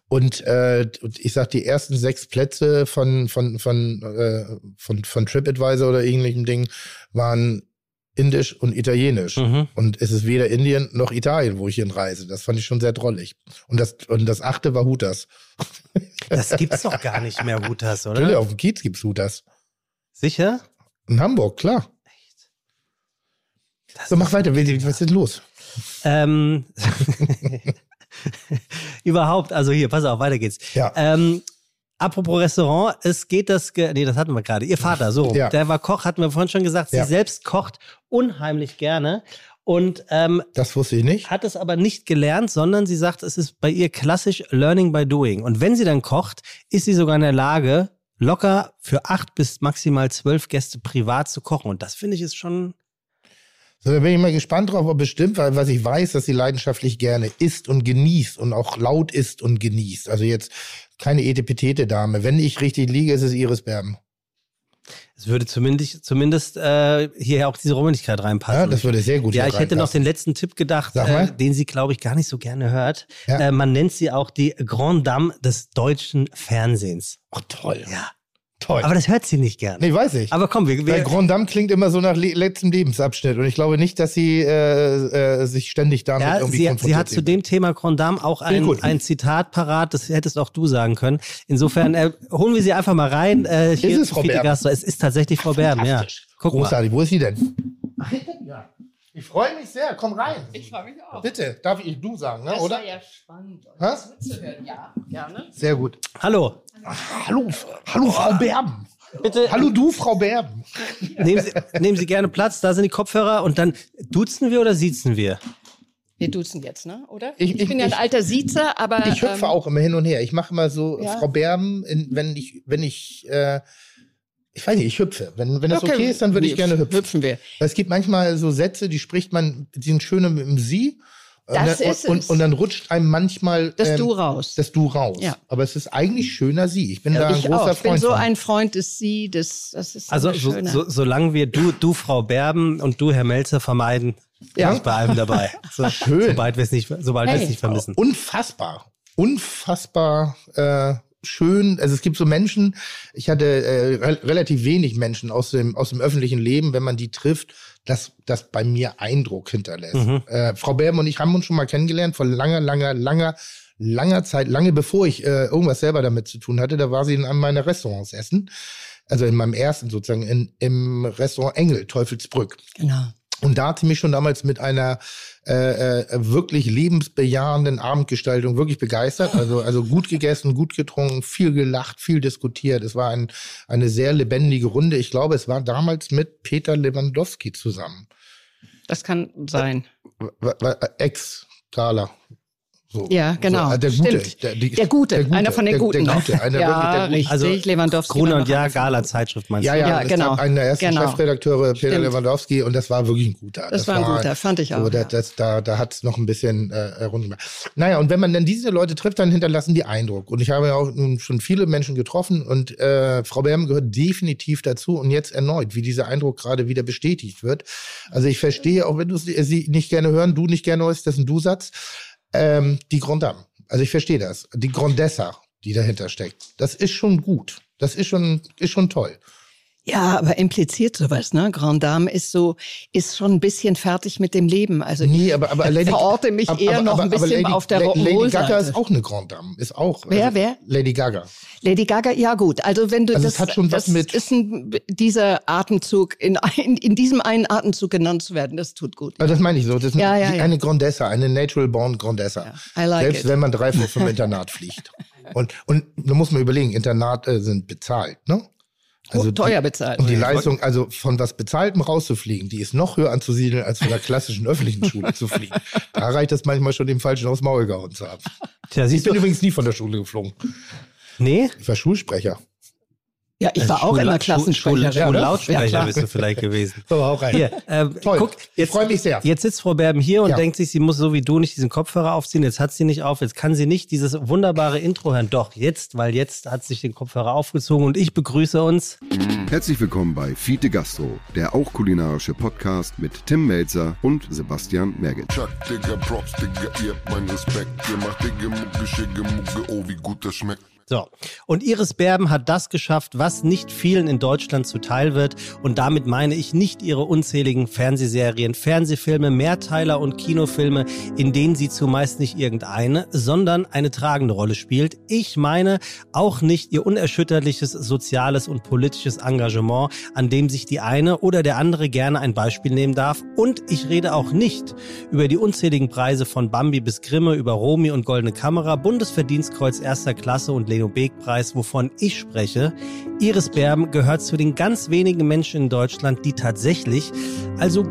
C: Und, äh, und ich sag, die ersten sechs Plätze von, von, von, äh, von, von TripAdvisor oder ähnlichem Ding waren indisch und italienisch.
D: mhm.
C: Und es ist weder Indien noch Italien, wo ich hinreise. Das fand ich schon sehr drollig. Und das, und das achte war Hutas.
D: Das gibt's doch gar nicht mehr, Rutas,
C: Natürlich,
D: oder?
C: auf dem Kiez gibt's Hutas.
D: Sicher?
C: In Hamburg, klar. So, mach weiter. Willi, Was ist denn los?
D: Ähm, überhaupt, also hier, pass auf, weiter geht's.
C: Ja.
D: Ähm, apropos Restaurant, es geht das, ge nee, das hatten wir gerade. Ihr Vater, so, rum.
C: Ja.
D: der war Koch, hatten wir vorhin schon gesagt. Sie
C: Ja.
D: selbst kocht unheimlich gerne und ähm,
C: Das wusste ich nicht.
D: hat es aber nicht gelernt, sondern sie sagt, es ist bei ihr klassisch Learning by Doing. Und wenn sie dann kocht, ist sie sogar in der Lage, locker für acht bis maximal zwölf Gäste privat zu kochen. Und das finde ich ist schon
C: So, da bin ich mal gespannt drauf, ob bestimmt, weil was ich weiß, dass sie leidenschaftlich gerne isst und genießt und auch laut isst und genießt. Also jetzt keine etepetete Dame. Wenn ich richtig liege, ist es Iris Berben.
D: Es würde zumindest, zumindest äh, hierher auch diese Rummeligkeit reinpassen.
C: Ja, das würde sehr gut
D: Ja,
C: hier
D: Also ich hätte noch
C: reinpassen.
D: den letzten Tipp gedacht,
C: Sag mal.
D: äh, den sie, glaube ich, gar nicht so gerne hört.
C: Ja.
D: Äh, man nennt sie auch die Grande Dame des deutschen Fernsehens.
C: Oh, toll.
D: Ja.
C: Toll.
D: Aber das hört sie nicht gern.
C: nee, weiß ich.
D: Aber komm, wir,
C: Weil
D: wir
C: Grand Dame klingt immer so nach le letztem Lebensabschnitt. Und ich glaube nicht, dass sie äh, äh, sich ständig damit
D: ja,
C: irgendwie
D: sie, sie
C: konfrontiert
D: hat zu
C: sehen.
D: dem Thema Grand Dame auch ein,
C: gut.
D: ein Zitat parat, das hättest auch du sagen können. Insofern äh, holen wir sie einfach mal rein. Äh, hier
C: Ist es
D: zu
C: Frau
D: Fiete
C: Berben?
D: Gastro. Es ist tatsächlich Frau Berben, ja.
C: Fantastisch.
D: Guck mal.
C: Großartig, wo ist sie denn? ja. Ich freue mich sehr, komm rein.
E: Ich freue mich auch.
C: Bitte, darf ich du sagen, ne?
E: Das
C: oder?
E: war ja spannend, euch
C: Was?
E: zuzuhören. Ja, ne? gerne.
C: Sehr gut.
D: Hallo,
C: Hallo, hallo Frau Berben.
D: bitte
C: Hallo du, Frau Berben.
D: nehmen, sie, nehmen Sie gerne Platz, da sind die Kopfhörer und dann duzen wir oder siezen wir?
E: Wir duzen jetzt, ne? oder?
C: Ich-
E: Ich,
C: ich-
E: bin ja ein
C: ich-
E: alter Siezer, aber.
C: Ich hüpfe
E: ähm,
C: auch immer hin und her. Ich mache immer so
E: Ja.
C: Frau Berben, in, wenn ich, wenn ich, äh, ich weiß nicht, ich hüpfe. Wenn, wenn das okay, ist, dann würde ich
E: nee,
C: gerne hüpfen.
E: Hüpfen wir.
C: Weil es gibt manchmal so Sätze, die spricht man, die sind schöne mit dem Sie. Äh, ne, Und
E: Das
C: dann,
E: ist
C: und,
E: es.
C: und dann rutscht einem manchmal
E: Das
C: ähm,
E: Du raus.
C: Das Du raus.
E: Ja.
C: Aber es ist eigentlich schöner Sie. Ich bin da ein
E: ich
C: großer
E: auch. Ich
C: Freund.
E: bin so
C: von.
E: ein Freund des Sie, des, das ist
D: Also
E: immer
D: so,
E: schöner.
D: so, solange wir du, du Frau Berben und du Herr Melzer vermeiden,
C: Ja.
D: bin ich bei allem dabei. So,
C: Schön.
D: Sobald wir es nicht, sobald wir
E: Hey. Oh,
D: es nicht vermissen.
C: Genau. Unfassbar. Unfassbar äh, schön. Also es gibt so Menschen, ich hatte äh, re relativ wenig Menschen aus dem, aus dem öffentlichen Leben, wenn man die trifft, dass das bei mir Eindruck hinterlässt. Äh, Frau Berben und ich haben uns schon mal kennengelernt vor langer, langer, langer, langer Zeit, lange bevor ich äh, irgendwas selber damit zu tun hatte. Da war sie in einem meiner Restaurants essen. Also in meinem ersten sozusagen, in, im Restaurant Engel, Teufelsbrück.
E: genau.
C: Und da hat sie mich schon damals mit einer äh, äh, wirklich lebensbejahenden Abendgestaltung wirklich begeistert. Also, also gut gegessen, gut getrunken, viel gelacht, viel diskutiert. Es war ein, eine sehr lebendige Runde. Ich glaube, es war damals mit Peter Lewandowski zusammen.
E: Das kann sein.
C: W- w- Ex-Taler. So.
E: Ja, genau.
C: So, äh, der, Gute,
E: Stimmt. Der Gute, einer von den Guten.
C: Der, Gute, einer
E: Ja,
C: wirklich der Gute.
E: richtig. Lewandowski
D: Also Gruner
E: war
D: und
E: noch
D: Ja,
E: am-
D: Gala Zeitschrift meinst du?
C: Ja, ja,
E: Ja,
C: es
E: genau.
C: gab einen der ersten
E: Genau.
C: Chefredakteure, Peter
E: Stimmt.
C: Lewandowski, und das war wirklich ein guter.
E: Das war ein guter, fand ich auch,
C: So, da,
E: ja.
C: das, da, da hat es noch ein bisschen äh, rund gemacht. Naja, und wenn man dann diese Leute trifft, dann hinterlassen die Eindruck. Und ich habe ja auch nun schon viele Menschen getroffen und äh, Frau Berben gehört definitiv dazu. Und jetzt erneut, wie dieser Eindruck gerade wieder bestätigt wird. Also ich verstehe, auch wenn du sie nicht gerne hören, du nicht gerne hörst, das ist ein Du-Satz, ähm, die Grand Dame. Also ich verstehe das. Die Grandessa, die dahinter steckt. Das ist schon gut. Das ist schon, ist schon toll.
E: Ja, aber impliziert sowas, ne? Grand Dame ist so, ist schon ein bisschen fertig mit dem Leben. Also
C: Nee, aber, aber Lady,
E: verorte mich
C: aber-
E: eher
C: aber-
E: noch
C: aber-
E: ein
C: aber
E: bisschen
C: Lady,
E: auf der
C: La- Lady Gaga
E: Rock'n'Roll-Seite.
C: ist auch eine Grand Dame. Ist auch. also
E: Wer, wer?
C: Lady Gaga.
E: Lady Gaga, ja gut. Also wenn du
C: Also es
E: das,
C: hat schon was
E: das
C: mit-
E: ist ein, dieser Atemzug in, ein, in diesem einen Atemzug genannt zu werden, das tut gut.
C: Also das meine ich so. Das ist
E: Ja, ja,
C: die-
E: ja.
C: eine Grandessa, eine natural born Grandessa.
E: Ja, I like
C: Selbst
E: it.
C: wenn man drei Wochen vom Internat fliegt. Und, und da muss man überlegen, Internate sind bezahlt, ne?
E: Oh, teuer
C: die,
E: bezahlt.
C: Und die Leistung, also von was Bezahltem rauszufliegen, die ist noch höher anzusiedeln, als von der klassischen öffentlichen Schule zu fliegen. Da reicht es manchmal schon, den Falschen aufs Maul gehauen zu haben.
D: Tja,
C: Ich
D: siehst
C: bin
D: du?
C: übrigens nie von der Schule geflogen.
D: Nee?
C: Ich war Schulsprecher.
E: Ja, ich war auch
D: Äh, Schul-
E: immer
D: Schul-
E: Klassensprecherin.
D: Schul-
E: Ja,
D: Schullautsprecher
E: klar.
D: bist du vielleicht gewesen.
C: So, auch rein.
D: Hier, ähm,
C: Toll.
D: guck,
C: ich
D: jetzt,
C: freue mich sehr.
D: jetzt sitzt Frau Berben hier und
C: Ja.
D: denkt sich, sie muss so wie du nicht diesen Kopfhörer aufziehen. Jetzt hat sie nicht auf, jetzt kann sie nicht dieses wunderbare Intro hören. Doch, jetzt, weil jetzt hat sich den Kopfhörer aufgezogen und ich begrüße uns.
A: Herzlich willkommen bei Fiete Gastro, der auch kulinarische Podcast mit Tim Melzer und Sebastian Merget.
F: Chuck, Digga, Props, Digga, ihr habt meinen Respekt. Ihr macht Digga, Mucke, Schicke, Mucke, oh, wie gut das schmeckt.
D: So. Und Iris Berben hat das geschafft, was nicht vielen in Deutschland zuteil wird. Und damit meine ich nicht ihre unzähligen Fernsehserien, Fernsehfilme, Mehrteiler und Kinofilme, in denen sie zumeist nicht irgendeine, sondern eine tragende Rolle spielt. Ich meine auch nicht ihr unerschütterliches soziales und politisches Engagement, an dem sich die eine oder der andere gerne ein Beispiel nehmen darf. Und ich rede auch nicht über die unzähligen Preise von Bambi bis Grimme, über Romy und Goldene Kamera, Bundesverdienstkreuz erster Klasse und Leo Beek Preis, wovon ich spreche. Iris Berben gehört zu den ganz wenigen Menschen in Deutschland, die tatsächlich, also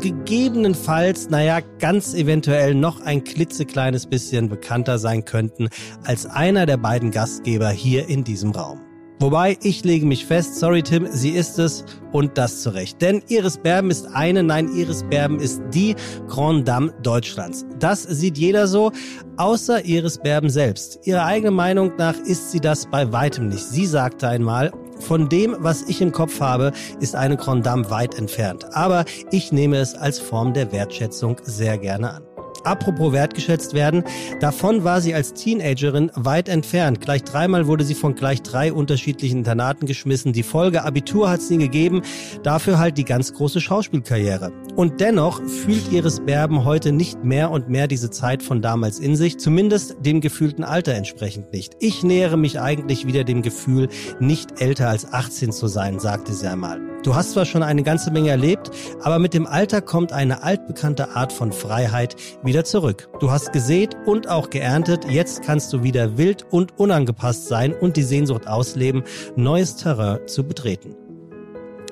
D: gegebenenfalls, naja, ganz eventuell noch ein klitzekleines bisschen bekannter sein könnten als einer der beiden Gastgeber hier in diesem Raum. Wobei, ich lege mich fest, sorry Tim, sie ist es und das zu Recht. Denn Iris Berben ist eine, nein, Iris Berben ist die Grand Dame Deutschlands. Das sieht jeder so, außer Iris Berben selbst. Ihrer eigenen Meinung nach ist sie das bei weitem nicht. Sie sagte einmal, von dem, was ich im Kopf habe, ist eine Grand Dame weit entfernt. Aber ich nehme es als Form der Wertschätzung sehr gerne an. Apropos wertgeschätzt werden, davon war sie als Teenagerin weit entfernt. Gleich dreimal wurde sie von gleich drei unterschiedlichen Internaten geschmissen. Die Folge Abitur hat es nie gegeben, dafür halt die ganz große Schauspielkarriere. Und dennoch fühlt Iris Berben heute nicht mehr und mehr diese Zeit von damals in sich, zumindest dem gefühlten Alter entsprechend nicht. Ich nähere mich eigentlich wieder dem Gefühl, nicht älter als 18 zu sein, sagte sie einmal. Du hast zwar schon eine ganze Menge erlebt, aber mit dem Alter kommt eine altbekannte Art von Freiheit wieder zurück. Du hast gesät und auch geerntet, jetzt kannst du wieder wild und unangepasst sein und die Sehnsucht ausleben, neues Terrain zu betreten.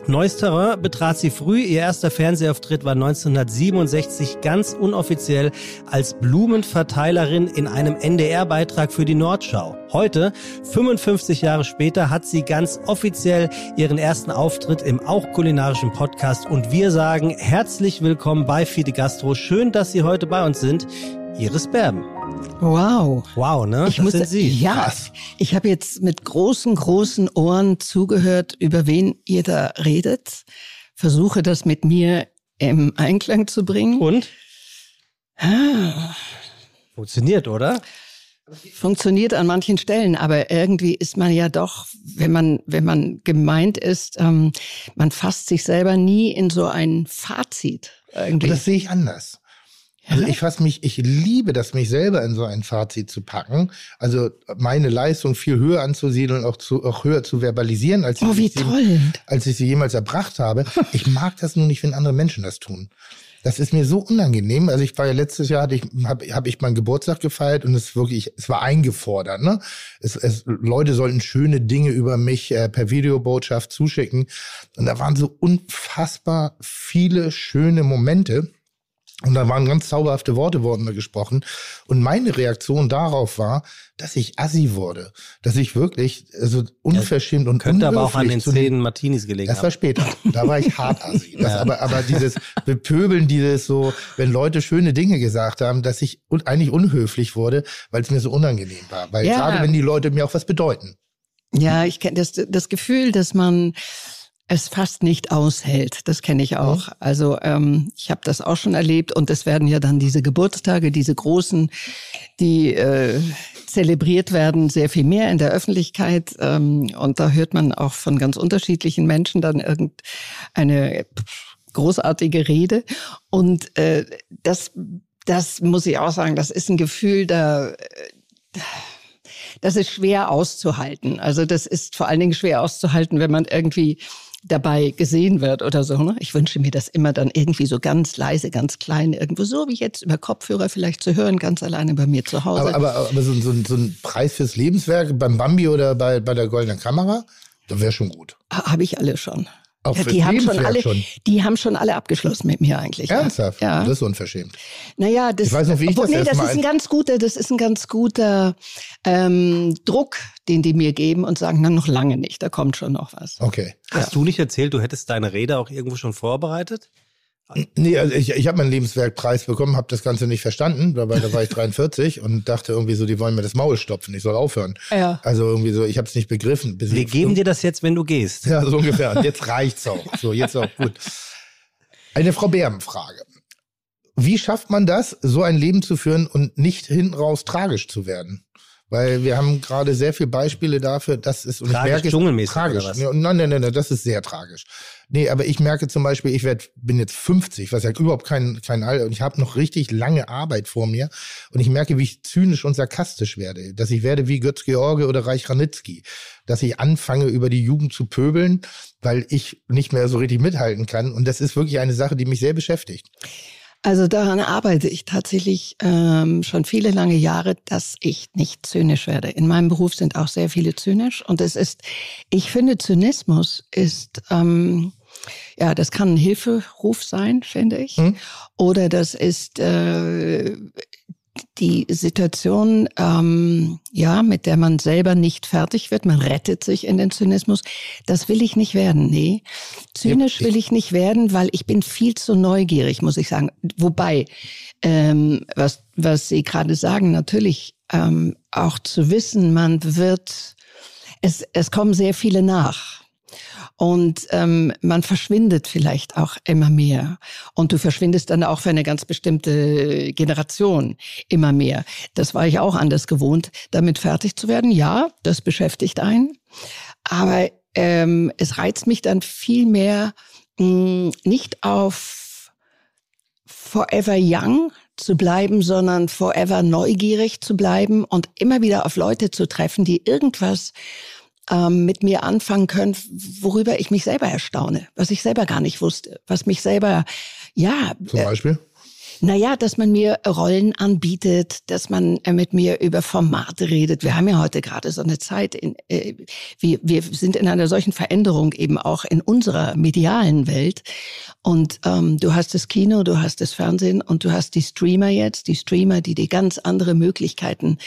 D: Neues Terrain betrat sie früh. Ihr erster Fernsehauftritt war 1967 ganz unoffiziell als Blumenverteilerin in einem NDR-Beitrag für die Nordschau. Heute, 55 Jahre später, hat sie ganz offiziell ihren ersten Auftritt im auch kulinarischen Podcast und wir sagen herzlich willkommen bei Fide Gastro. Schön, dass Sie heute bei uns sind. Iris Berben.
E: Wow.
D: Wow, ne?
E: Ich
D: das
E: muss,
D: sind Sie.
E: Ja, ich habe jetzt mit großen, großen Ohren zugehört, über wen ihr da redet. Versuche das mit mir im Einklang zu bringen.
D: Und?
E: Ah.
D: Funktioniert, oder?
E: Funktioniert an manchen Stellen, aber irgendwie ist man ja doch, wenn man, wenn man gemeint ist, ähm, man fasst sich selber nie in so ein Fazit. Irgendwie.
C: Das sehe ich anders. Also ich fasse mich, ich liebe das, mich selber in so ein Fazit zu packen. Also meine Leistung viel höher anzusiedeln und auch, zu, auch höher zu verbalisieren, als,
E: oh,
C: ich
E: wie
C: sie-
E: toll.
C: als ich sie jemals erbracht habe. Ich mag das nur nicht, wenn andere Menschen das tun. Das ist mir so unangenehm. Also ich war ja letztes Jahr, hatte ich, habe hab ich meinen Geburtstag gefeiert und es wirklich, es war eingefordert. Ne? Es, es, Leute sollten schöne Dinge über mich äh, per Videobotschaft zuschicken. Und da waren so unfassbar viele schöne Momente. Und da waren ganz zauberhafte Worte wurden da gesprochen. Und meine Reaktion darauf war, dass ich assi wurde. Dass ich wirklich also unverschämt und
D: Könnte aber auch an
C: unhöflich
D: den
C: zu den
D: Szenen Martinis gelegen
C: das
D: haben.
C: war später. Da war ich hart assi. Das aber, aber dieses Bepöbeln, dieses so, wenn Leute schöne Dinge gesagt haben, dass ich un eigentlich unhöflich wurde, weil es mir so unangenehm war. Weil
E: Ja.
C: gerade wenn die Leute mir auch was bedeuten.
E: Ja, ich kenne das, das Gefühl, dass man es fast nicht aushält. Das kenne ich auch. Also ähm, ich habe das auch schon erlebt und es werden ja dann diese Geburtstage, diese großen, die äh, zelebriert werden, sehr viel mehr in der Öffentlichkeit. Ähm, und da hört man auch von ganz unterschiedlichen Menschen dann irgendeine pff, großartige Rede. Und äh, das, das muss ich auch sagen, das ist ein Gefühl, da das ist schwer auszuhalten. Also das ist vor allen Dingen schwer auszuhalten, wenn man irgendwie dabei gesehen wird oder so. Ne? Ich wünsche mir das immer dann irgendwie so ganz leise, ganz klein, irgendwo so wie jetzt über Kopfhörer vielleicht zu hören, ganz alleine bei mir zu Hause.
C: Aber, aber, aber so, ein- so, ein- so ein Preis fürs Lebenswerk beim Bambi oder bei, bei der Goldenen Kamera, das wäre schon gut.
E: Ha- Habe ich alle schon.
C: Auch
E: Ja,
C: fürs
E: die, haben schon
C: Lebenswerk
E: alle,
C: schon.
E: die haben schon alle abgeschlossen mit mir eigentlich. ja.
C: Ernsthaft?
E: Ja.
C: Das ist unverschämt.
E: Naja, das,
C: Ich weiß noch, wie ich das
E: nee, das
C: erstmal
E: ist ein
C: ein-
E: ganz guter, das ist ein ganz guter ähm, Druck, den die mir geben und sagen, na noch lange nicht, da kommt schon noch was.
C: Okay.
D: Hast du nicht erzählt, du hättest deine Rede auch irgendwo schon vorbereitet?
C: Nee, also ich, ich habe meinen Lebenswerkpreis bekommen, habe das Ganze nicht verstanden, dabei da war ich 43 und dachte irgendwie so, die wollen mir das Maul stopfen, ich soll aufhören.
E: Ja.
C: Also irgendwie so, ich habe es nicht begriffen. Bis
D: Wir
C: ich-
D: geben dir das jetzt, wenn du gehst.
C: Ja, so ungefähr. Und jetzt reicht's auch. So, jetzt auch gut. Eine Frau Berben-Frage. Wie schafft man das, so ein Leben zu führen und nicht hinten raus tragisch zu werden? Weil wir haben gerade sehr viele Beispiele dafür, das ist und
D: Tragisch,
C: es-
D: dschungelmäßig
C: tragisch.
D: oder was?
C: Ja, Nein, nein, nein, nein, das ist sehr tragisch. Nee, aber ich merke zum Beispiel, ich werd, bin jetzt 50, was ja überhaupt kein, kein Alter und ich habe noch richtig lange Arbeit vor mir und ich merke, wie ich zynisch und sarkastisch werde, dass ich werde wie Götz-George oder Reich Ranitzky, dass ich anfange, über die Jugend zu pöbeln, weil ich nicht mehr so richtig mithalten kann und das ist wirklich eine Sache, die mich sehr beschäftigt.
E: Also daran arbeite ich tatsächlich ähm, schon viele lange Jahre, dass ich nicht zynisch werde. In meinem Beruf sind auch sehr viele zynisch und es ist, ich finde, Zynismus ist, ähm, ja, das kann ein Hilferuf sein, finde ich, oder das ist äh, die Situation, ähm, ja, mit der man selber nicht fertig wird. Man rettet sich in den Zynismus. Das will ich nicht werden, nee. Zynisch will ich nicht werden, weil ich bin viel zu neugierig, muss ich sagen. Wobei, ähm, was, was Sie gerade sagen, natürlich ähm, auch zu wissen, man wird, es, es kommen sehr viele nach. Und ähm, man verschwindet vielleicht auch immer mehr. Und du verschwindest dann auch für eine ganz bestimmte Generation immer mehr. Das war ich auch anders gewohnt, damit fertig zu werden. Ja, das beschäftigt einen. Aber ähm, es reizt mich dann viel mehr, mh, nicht auf Forever Young zu bleiben, sondern forever neugierig zu bleiben und immer wieder auf Leute zu treffen, die irgendwas ähm, mit mir anfangen können, worüber ich mich selber erstaune, was ich selber gar nicht wusste, was mich selber, ja,
C: Zum Beispiel?
E: naja, dass man mir Rollen anbietet, dass man äh, mit mir über Formate redet. Wir haben ja heute gerade so eine Zeit, in, äh, wir, wir sind in einer solchen Veränderung eben auch in unserer medialen Welt. Und ähm, du hast das Kino, du hast das Fernsehen und du hast die Streamer jetzt, die Streamer, die dir ganz andere Möglichkeiten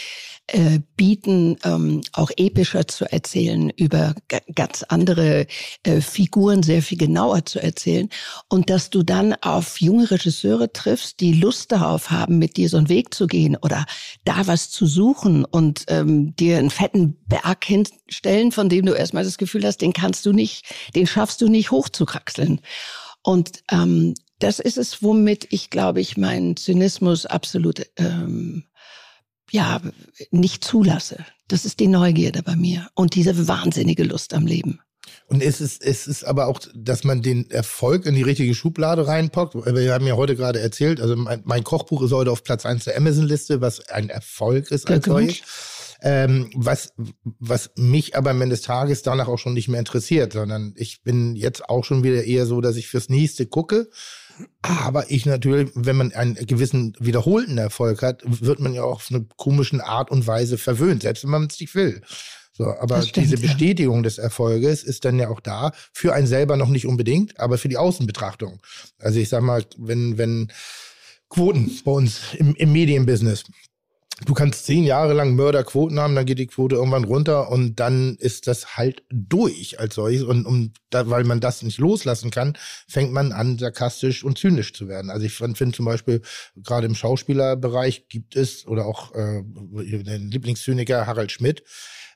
E: äh, bieten, ähm, auch epischer zu erzählen, über ga- ganz andere äh, Figuren sehr viel genauer zu erzählen und dass du dann auf junge Regisseure triffst, die Lust darauf haben, mit dir so einen Weg zu gehen oder da was zu suchen und ähm, dir einen fetten Berg hinstellen, von dem du erstmal das Gefühl hast, den kannst du nicht, den schaffst du nicht hochzukraxeln. Und ähm, das ist es, womit ich, glaube ich, meinen Zynismus absolut ähm, ja, nicht zulasse. Das ist die Neugierde bei mir und diese wahnsinnige Lust am Leben.
C: Und es ist, es ist aber auch, dass man den Erfolg in die richtige Schublade reinpackt. Wir haben ja heute gerade erzählt, also mein, mein Kochbuch ist heute auf Platz 1 der Amazon-Liste, was ein Erfolg ist als
E: Glückwunsch.
C: solches. Ähm, was, was mich aber am Ende des Tages danach auch schon nicht mehr interessiert, sondern ich bin jetzt auch schon wieder eher so, dass ich fürs nächste gucke. Aber ich natürlich, wenn man einen gewissen wiederholten Erfolg hat, wird man ja auch auf eine komischen Art und Weise verwöhnt, selbst wenn man es nicht will. So, aber
E: Das stimmt,
C: diese
E: ja.
C: Bestätigung des Erfolges ist dann ja auch da, für einen selber noch nicht unbedingt, aber für die Außenbetrachtung. Also ich sag mal, wenn, wenn Quoten bei uns im, im Medienbusiness, du kannst zehn Jahre lang Mörderquoten haben, dann geht die Quote irgendwann runter und dann ist das halt durch als solches. Und um, da, weil man das nicht loslassen kann, fängt man an, sarkastisch und zynisch zu werden. Also ich finde zum Beispiel, gerade im Schauspielerbereich gibt es, oder auch äh, den Lieblingszyniker Harald Schmidt,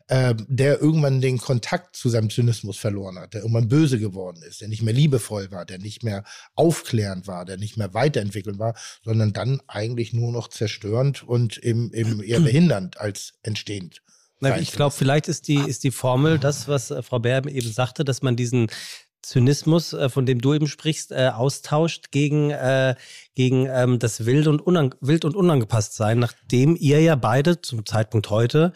C: äh, der irgendwann den Kontakt zu seinem Zynismus verloren hat, der irgendwann böse geworden ist, der nicht mehr liebevoll war, der nicht mehr aufklärend war, der nicht mehr weiterentwickelt war, sondern dann eigentlich nur noch zerstörend und eben, eben eher behindernd als entstehend.
D: Hm. Na,
C: sein
D: ich
C: zu
D: glaube, vielleicht ist die, ist die Formel das, was äh, Frau Bär eben sagte, dass man diesen Zynismus, äh, von dem du eben sprichst, äh, austauscht gegen, äh, gegen ähm, das Wild und, unang Wild und Unangepasst sein, nachdem ihr ja beide zum Zeitpunkt heute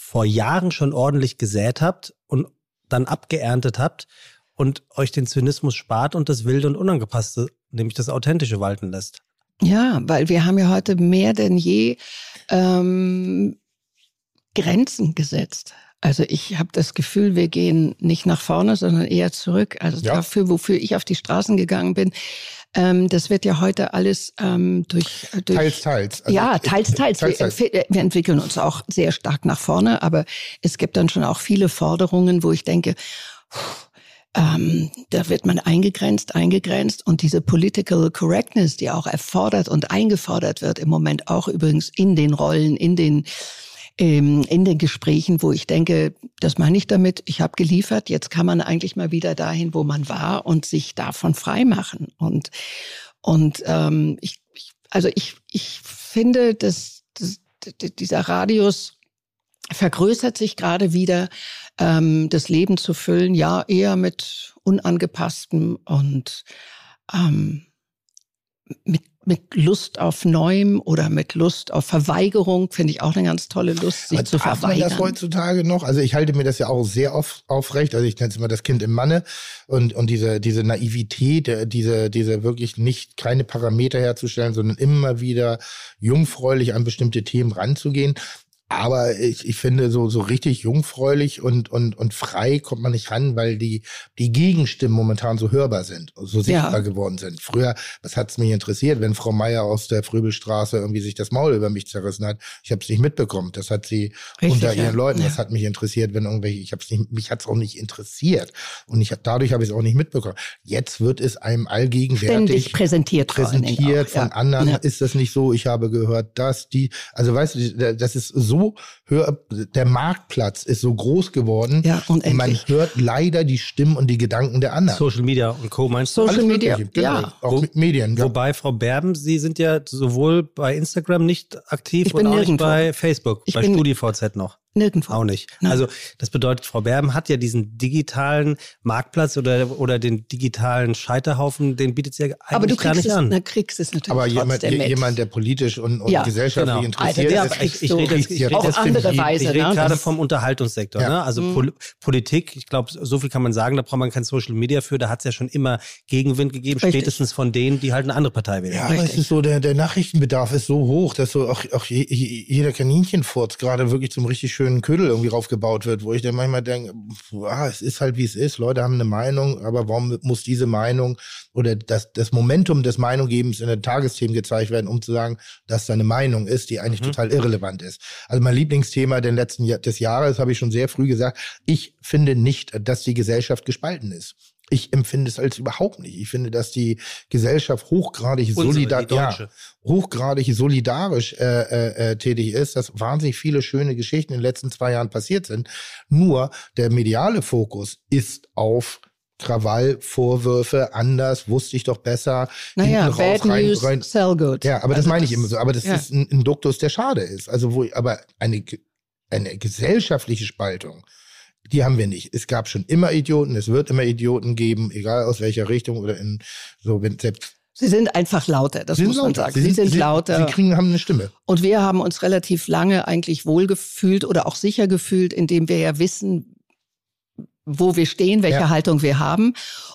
D: vor Jahren schon ordentlich gesät habt und dann abgeerntet habt und euch den Zynismus spart und das Wilde und Unangepasste, nämlich das Authentische, walten lässt.
E: Ja, weil wir haben ja heute mehr denn je ähm, Grenzen gesetzt. Also ich habe das Gefühl, wir gehen nicht nach vorne, sondern eher zurück. Also
C: Ja.
E: dafür, wofür ich auf die Straßen gegangen bin, ähm, das wird ja heute alles ähm, durch, durch
C: Teils, teils. Also
E: ja,
C: ich-
E: teils, teils.
C: teils, teils.
E: Wir, entwi- wir entwickeln uns auch sehr stark nach vorne, aber es gibt dann schon auch viele Forderungen, wo ich denke, pff, ähm, da wird man eingegrenzt, eingegrenzt und diese Political Correctness, die auch erfordert und eingefordert wird im Moment auch übrigens in den Rollen, in den ähm, in den Gesprächen, wo ich denke, das meine ich damit, ich habe geliefert, jetzt kann man eigentlich mal wieder dahin, wo man war und sich davon freimachen. Und, und ähm, ich, ich, also ich, ich finde, dass, dass d- dieser Radius vergrößert sich gerade wieder, ähm, das Leben zu füllen, ja, eher mit Unangepasstem und ähm, mit, mit Lust auf Neuem oder mit Lust auf Verweigerung, finde ich auch eine ganz tolle Lust, sich
C: Aber
E: zu
C: darf man
E: verweigern.
C: das heutzutage noch? Also ich halte mir das ja auch sehr auf, aufrecht. Also ich nenne es immer das Kind im Manne und, und diese, diese Naivität, äh, diese, diese wirklich nicht keine Parameter herzustellen, sondern immer wieder jungfräulich an bestimmte Themen ranzugehen. Aber ich, ich finde, so, so richtig jungfräulich und, und, und frei kommt man nicht ran, weil die, die Gegenstimmen momentan so hörbar sind, so sichtbar geworden sind. Früher, was hat's mich interessiert, wenn Frau Meier aus der Fröbelstraße irgendwie sich das Maul über mich zerrissen hat? Ich habe es nicht mitbekommen. Das hat sie
E: Richtig,
C: unter
E: ja.
C: ihren Leuten. Das
E: Ja.
C: hat mich interessiert, wenn irgendwelche, ich hab's nicht, mich hat's auch nicht interessiert. Und ich hab, dadurch habe ich es auch nicht mitbekommen. Jetzt wird es einem allgegenwärtig
E: Ständig präsentiert, vor allen Dingen
C: präsentiert
E: auch,
C: von
E: ja.
C: anderen.
E: Ja.
C: Ist das nicht so? Ich habe gehört, dass die, also weißt du, das ist so so hör, der Marktplatz ist so groß geworden
E: Ja,
C: und man
E: unendlich.
C: hört leider die Stimmen und die Gedanken der anderen.
D: Social Media und Co. meinst du?
E: Social
C: Alles
E: Media,
C: Mögliche,
E: ja.
C: genau. Auch mit Medien. Ja.
D: Wobei, Frau Berben, Sie sind ja sowohl bei Instagram nicht aktiv
E: Ich
D: und
E: bin
D: auch nicht
E: nirgendwo.
D: bei Facebook,
E: Ich
D: bei
E: bin-
D: StudiVZ noch.
E: Nirgendwo.
D: Auch nicht.
E: Nein.
D: Also das bedeutet, Frau Berben hat ja diesen digitalen Marktplatz oder, oder den digitalen Scheiterhaufen, den bietet sie ja eigentlich
E: Aber du
D: gar
E: kriegst
D: nicht
E: es,
D: an.
E: na, kriegst es natürlich
C: Aber jemand,
E: trotzdem mit.
C: jemand, der politisch und, und
E: Ja,
C: gesellschaftlich
D: genau.
C: interessiert
E: Alter, der
C: ist,
E: kriegt-
D: ich, ich rede jetzt, ich
C: Auf
D: rede jetzt
E: andere
D: ich,
E: Weise,
D: ich rede
E: ne?
D: gerade
E: Das- Mhm.
D: vom Unterhaltungssektor.
C: Ja.
D: Ne? Also Pol Politik, ich glaube, so viel kann man sagen, da braucht man kein Social Media für, da hat es ja schon immer Gegenwind gegeben,
E: Richtig.
D: spätestens von denen, die halt eine andere Partei wählen.
C: Ja, aber es
E: Richtig.
C: ist so, der, der Nachrichtenbedarf ist so hoch, dass so auch, auch je, je- jeder Kaninchenfurz gerade wirklich zum richtig schönen Ködel irgendwie raufgebaut wird, wo ich dann manchmal denke, pf, ah, es ist halt wie es ist, Leute haben eine Meinung, aber warum muss diese Meinung oder das, das Momentum des Meinunggebens in den Tagesthemen gezeigt werden, um zu sagen, dass da eine Meinung ist, die eigentlich total irrelevant ist. Also mein Lieblingsthema den letzten Jahr, des Jahres habe ich schon sehr früh gesagt, ich finde nicht, dass die Gesellschaft gespalten ist. Ich empfinde es als überhaupt nicht. Ich finde, dass die Gesellschaft hochgradig
D: Unsere, die
C: solidar ja,
D: deutsche.
C: hochgradig solidarisch äh, äh, äh, tätig ist, dass wahnsinnig viele schöne Geschichten in den letzten zwei Jahren passiert sind. Nur der mediale Fokus ist auf Krawall, Vorwürfe, anders, wusste ich doch besser.
E: naja,
C: hinten rauf,
E: bad news, sell good.
C: ja, aber das
E: Also
C: meine ich immer so. Aber das
E: ja.
C: ist ein, ein Duktus, der schade ist. Also wo, aber eine, ge- eine gesellschaftliche Spaltung, die haben wir nicht. Es gab schon immer Idioten, es wird immer Idioten geben, egal aus welcher Richtung oder in so wenn selbst.
E: Sie sind einfach lauter, das muss man
C: lauter.
E: sagen. Sie sind, lauter.
C: Sie kriegen, haben eine Stimme.
E: Und wir haben uns relativ lange eigentlich wohlgefühlt oder auch sicher gefühlt, indem wir ja wissen, wo wir stehen, welche
C: Ja.
E: Haltung wir haben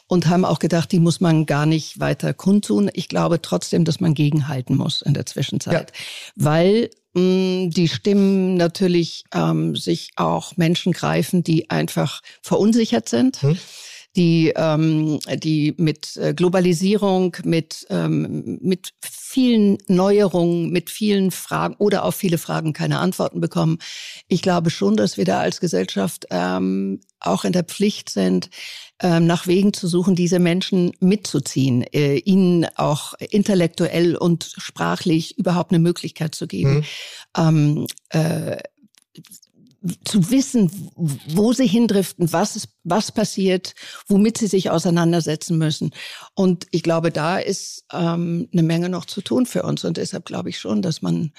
E: und haben auch gedacht, die muss man gar nicht weiter kundtun. Ich glaube trotzdem, dass man gegenhalten muss in der Zwischenzeit, weil mh, die Stimmen natürlich ähm, sich auch Menschen greifen, die einfach verunsichert sind
C: Hm.
E: die, ähm, die mit äh, Globalisierung, mit, ähm, mit vielen Neuerungen, mit vielen Fragen oder auf viele Fragen keine Antworten bekommen. Ich glaube schon, dass wir da als Gesellschaft ähm, auch in der Pflicht sind, ähm, nach Wegen zu suchen, diese Menschen mitzuziehen, äh, ihnen auch intellektuell und sprachlich überhaupt eine Möglichkeit zu geben. Ähm, äh, zu wissen, wo sie hindriften, was, ist- was passiert, womit sie sich auseinandersetzen müssen. Und ich glaube, da ist ähm, eine Menge noch zu tun für uns. Und deshalb glaube ich schon, dass man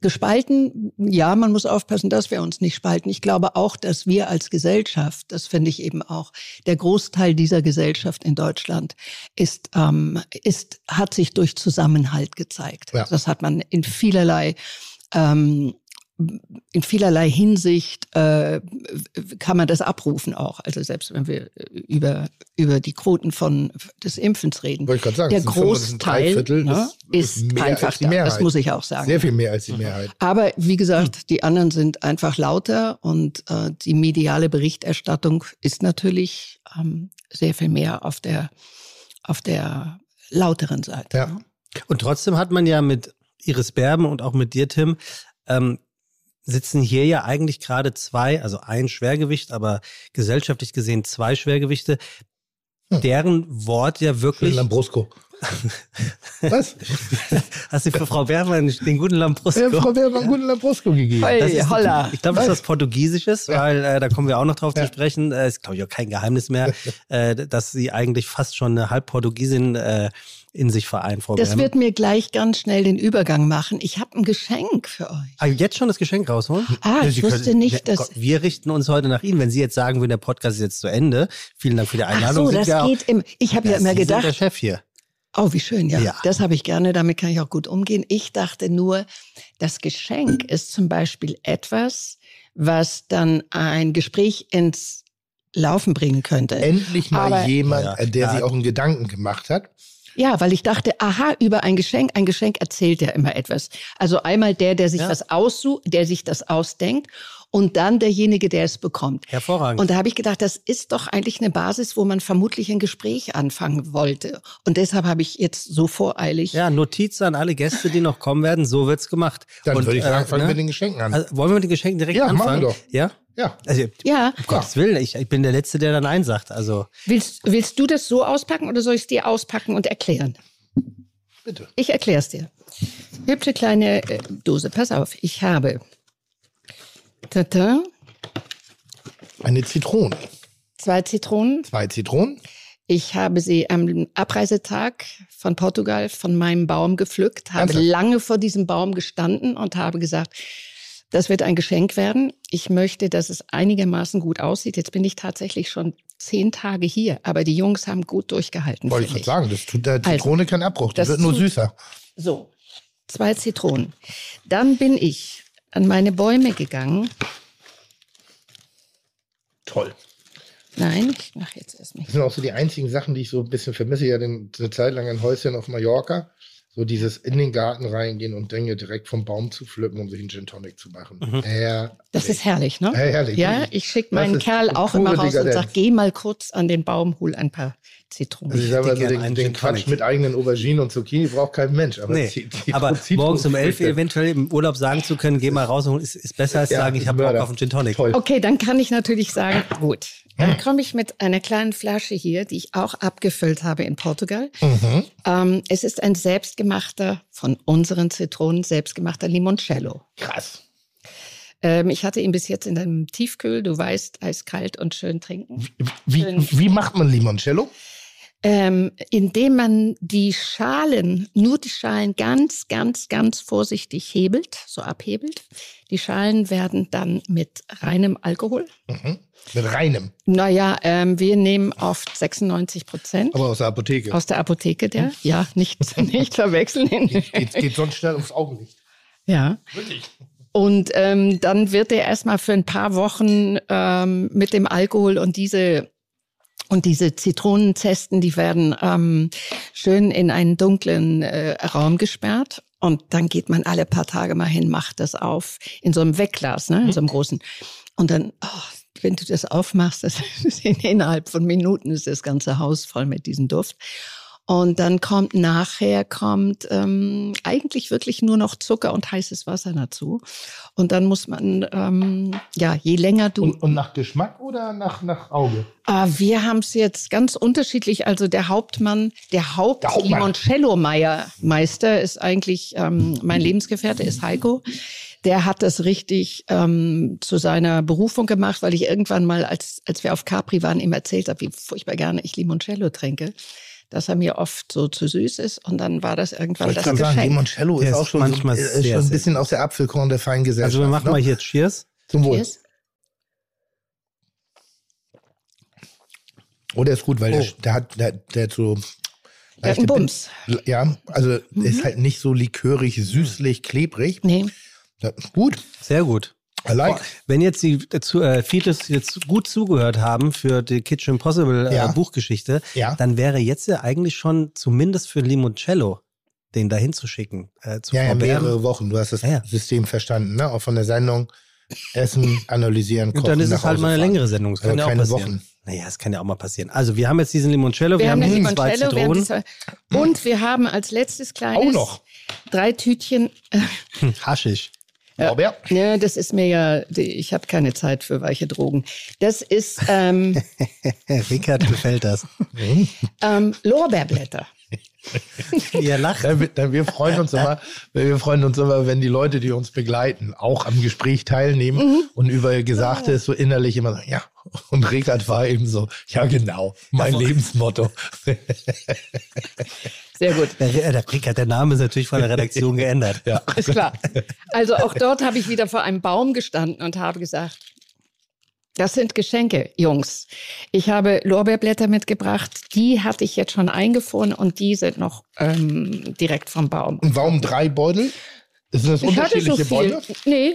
E: gespalten, ja, man muss aufpassen, dass wir uns nicht spalten. Ich glaube auch, dass wir als Gesellschaft, das finde ich eben auch, der Großteil dieser Gesellschaft in Deutschland ist, ähm, ist, hat sich durch Zusammenhalt gezeigt.
C: Ja.
E: Das hat man in vielerlei ähm, in vielerlei Hinsicht äh, kann man das abrufen auch. Also selbst wenn wir über, über die Quoten von, des Impfens reden.
C: Wollte ich gerade sagen.
E: der
C: es sind fünf- es sind drei
E: Großteil
C: Viertel,
E: ne,
C: das
E: ist,
C: mehr
E: einfach
C: als die
E: da.
C: Mehrheit.
E: Das muss ich auch sagen. Mhm.
C: Sehr viel mehr als die Mehrheit.
E: Aber wie gesagt, die anderen sind einfach lauter und äh, die mediale Berichterstattung ist natürlich ähm, sehr viel mehr auf der, auf der lauteren Seite.
C: Ja.
E: ne?
D: Und trotzdem hat man ja mit Iris Berben und auch mit dir, Tim, ähm, sitzen hier ja eigentlich gerade zwei, also ein Schwergewicht, aber gesellschaftlich gesehen zwei Schwergewichte,
C: Hm.
D: deren Wort ja
C: Schön
D: wirklich.
C: Lambrusco. Was? Äh,
D: Hast du für Frau Berben einen- den guten Lambrusco?
C: Ja, Frau Weber hat einen guten Lambrusco gegeben.
E: Hey,
D: Das ist-
E: holla.
D: Ich glaube, das ist was Portugiesisches, weil äh, da kommen wir auch noch drauf
C: Ja.
D: zu sprechen. Äh, ist, glaube ich, auch kein Geheimnis mehr, äh, dass sie eigentlich fast schon eine Halbportugiesin äh, in sich vereint, Frau
E: Das
D: Berben.
E: wird mir gleich ganz schnell den Übergang machen. Ich habe ein Geschenk für euch.
D: Ah, jetzt schon das Geschenk rausholen?
E: Ah, ich
D: Sie können-
E: wusste nicht,
D: wir,
E: dass-
D: Wir richten uns heute nach Ihnen. Wenn Sie jetzt sagen würden, der Podcast ist jetzt zu Ende, vielen Dank für die
E: Ach
D: Einladung.
E: so,
D: sind
E: das
D: wir auch-
E: geht im. Ich habe ja,
D: Ja,
E: immer
D: Sie Sind der
E: gedacht,
D: Chef hier.
E: oh, wie schön, ja.
D: Ja.
E: Das habe ich gerne, damit kann ich auch gut umgehen. Ich dachte nur, das Geschenk ist zum Beispiel etwas, was dann ein Gespräch ins Laufen bringen könnte.
C: Endlich mal
E: Aber-
C: jemand, äh,
D: Ja,
C: der
D: ja.
C: sich auch einen Gedanken gemacht hat.
E: Ja, weil ich dachte, aha, über ein Geschenk, ein Geschenk erzählt ja immer etwas. Also einmal der, der sich
D: Ja.
E: was aussucht, der sich das ausdenkt und dann derjenige, der es bekommt.
D: Hervorragend.
E: Und da habe ich gedacht, das ist doch eigentlich eine Basis, wo man vermutlich ein Gespräch anfangen wollte. Und deshalb habe ich jetzt so voreilig.
D: ja, Notiz an alle Gäste, die noch kommen werden. So wird's gemacht.
C: Dann
D: Und,
C: würde ich sagen,
D: äh,
C: fangen
D: ne?
C: wir den Geschenken an.
D: also, wollen wir mit den Geschenken direkt
C: Ja, machen wir
D: anfangen?
C: doch.
D: Ja,
C: ja.
D: also,
E: Ja.
D: Um Gottes Willen, ich, ich bin der Letzte, der dann Nein sagt. Also,
E: Willst, willst du das so auspacken oder soll ich es dir auspacken und erklären?
C: Bitte.
E: Ich erkläre es dir. Hübsche kleine äh, Dose. Pass auf, ich habe Tatin,
C: Eine Zitrone.
E: zwei Zitronen.
C: Zwei Zitronen.
E: Ich habe sie am Abreisetag von Portugal von meinem Baum gepflückt, habe
C: Ernsthaft?
E: lange vor diesem Baum gestanden und habe gesagt, das wird ein Geschenk werden. Ich möchte, dass es einigermaßen gut aussieht. Jetzt bin ich tatsächlich schon zehn Tage hier, aber die Jungs haben gut durchgehalten.
C: Wollte ich
E: finde
C: gerade sagen, das tut der
E: Also,
C: Zitrone keinen Abbruch. Die
E: das
C: wird nur
E: tut-
C: süßer.
E: So, zwei Zitronen. Dann bin ich an meine Bäume gegangen.
C: Toll.
E: Nein, ich mache jetzt erst nicht.
C: Das sind auch so die einzigen Sachen, die ich so ein bisschen vermisse. Ja, denn eine Zeit lang ein Häuschen auf Mallorca. So dieses in den Garten reingehen und Dinge direkt vom Baum zu pflücken, um sich einen Gin Tonic zu machen.
D: Mhm.
C: Herrlich.
E: Das ist herrlich, ne?
C: Hey, herrlich.
E: Ja, ich schicke
C: Das
E: meinen
C: ist
E: Kerl auch
C: pure
E: immer raus und
C: Dekadenz.
E: sag, geh mal kurz an den Baum, hol ein paar
C: Also
E: Zitronen.
C: ich sag mal,
D: hätte
C: so
D: gern
C: den,
D: einen
C: den
D: Gin
C: Quatsch
D: Tonic.
C: mit eigenen Auberginen und Zucchini braucht kein Mensch. Aber,
D: Nee,
C: Zit- Zit-
D: aber
C: Zitrus-
D: morgens um 11 Uhr
C: Früchte.
D: eventuell im Urlaub sagen zu können, geh mal raus und ist, ist besser als
C: Ja,
D: sagen, ich habe Bock
C: Mörder.
D: auf einen Gin Tonic.
C: Toll.
E: Okay, dann kann ich natürlich sagen, gut. Dann komme ich mit einer kleinen Flasche hier, die ich auch abgefüllt habe in Portugal.
C: Mhm.
E: Ähm, es ist ein selbstgemachter, von unseren Zitronen selbstgemachter Limoncello.
C: Krass.
E: Ähm, ich hatte ihn bis jetzt in einem Tiefkühl, du weißt, eiskalt und schön trinken.
C: Wie,
E: Schön.
C: wie macht man Limoncello?
E: Ähm, indem man die Schalen, nur die Schalen ganz, ganz, ganz vorsichtig hebelt, so abhebelt. Die Schalen werden dann mit reinem Alkohol.
C: Mit reinem.
E: Naja, ähm, wir nehmen oft 96 Prozent
C: Aber aus der Apotheke.
E: aus der Apotheke der. Ja, nicht, nicht verwechseln.
C: geht, geht sonst schnell ums Augenlicht.
E: ja. Und ähm, dann wird er erstmal für ein paar Wochen ähm, mit dem Alkohol und diese und diese Zitronenzesten, die werden ähm, schön in einen dunklen äh, Raum gesperrt. Und dann geht man alle paar Tage mal hin, macht das auf in so einem Wegglas, ne, in so einem großen. Und dann, oh, wenn du das aufmachst, das ist innerhalb von Minuten ist das ganze Haus voll mit diesem Duft. Und dann kommt nachher kommt ähm, eigentlich wirklich nur noch Zucker und heißes Wasser dazu. Und dann muss man, ähm, ja, je länger du
C: Und, und nach Geschmack oder nach, nach Auge?
E: Ah, wir haben es jetzt ganz unterschiedlich. Also der Hauptmann, der
C: Der Hauptmann.
E: Haupt-Limoncello-Meister ist eigentlich ähm, mein Lebensgefährte, ist Heiko. Der hat das richtig ähm, zu seiner Berufung gemacht, weil ich irgendwann mal, als, als wir auf Capri waren, ihm erzählt habe, wie furchtbar gerne ich Limoncello trinke, dass er mir oft so zu süß ist. Und dann war das irgendwann das
C: kann
E: Geschenk.
C: Limoncello
D: Der
C: ist
D: ist
C: auch schon,
D: manchmal
C: so, äh,
D: sehr
C: schon ein
D: selten.
C: bisschen aus der Apfelkorn der Feingesellschaft.
D: Also wir machen
C: ne?
D: mal hier Cheers.
C: Zum Wohl.
E: Cheers.
C: Oh, der ist gut, weil
D: Oh.
C: der, der hat der, der hat so.
E: Der hat einen Bums. Mhm.
C: Ja, also ist halt nicht so likörig, süßlich, klebrig.
E: Nee.
C: Ja, Gut,
D: Sehr gut.
C: I like.
D: Wenn jetzt die äh, zu- äh, Fetus jetzt gut zugehört haben für die Kitchen Impossible äh,
C: Ja.
D: Buchgeschichte,
C: Ja.
D: dann wäre jetzt ja eigentlich schon zumindest für Limoncello den dahin zu schicken. Äh, zu
C: Ja, ja,
D: Frau Bären.
C: mehrere Wochen. Du hast das
D: Ja, ja.
C: System verstanden, ne? Auch von der Sendung. Essen, analysieren, kochen.
D: Und dann ist
C: nach
D: es halt
C: Hause
D: mal eine
C: fahren.
D: längere Sendung. Das kann
C: Aber
D: ja auch
C: keine
D: passieren.
C: Wochen.
D: Naja, das kann ja auch mal passieren. Also wir haben jetzt diesen Limoncello, wir, haben,
E: das
D: diesen zwei
E: Limoncello, wir haben
D: Zitronen.
E: das- und wir haben als letztes kleines
C: Auch noch.
E: drei Tütchen äh,
D: Haschisch.
C: Robert,
E: Ja, das ist mir ja, die- ich habe keine Zeit für weiche Drogen. Das ist ähm,
D: Rickard gefällt das.
E: ähm, Lorbeerblätter.
D: Ihr lacht.
C: Dann, wir- dann, wir, freuen uns immer, wir freuen uns immer, wenn die Leute, die uns begleiten, auch am Gespräch teilnehmen
E: Mhm.
C: und über ihr Gesagtes so innerlich immer sagen, ja. Und Rickard war eben so, ja genau, mein
E: Also,
C: Lebensmotto.
E: Sehr gut,
D: Der, Ri- äh, der Rickard, der Name ist natürlich von der Redaktion geändert.
C: Ja.
E: ist klar. Also auch dort habe ich wieder vor einem Baum gestanden und habe gesagt, das sind Geschenke, Jungs. Ich habe Lorbeerblätter mitgebracht. Die hatte ich jetzt schon eingefroren und die sind noch ähm, direkt vom Baum.
C: Und warum drei Beutel? Sind das
E: Ich hatte
C: unterschiedliche
E: so viel.
C: Beutel?
E: Nee.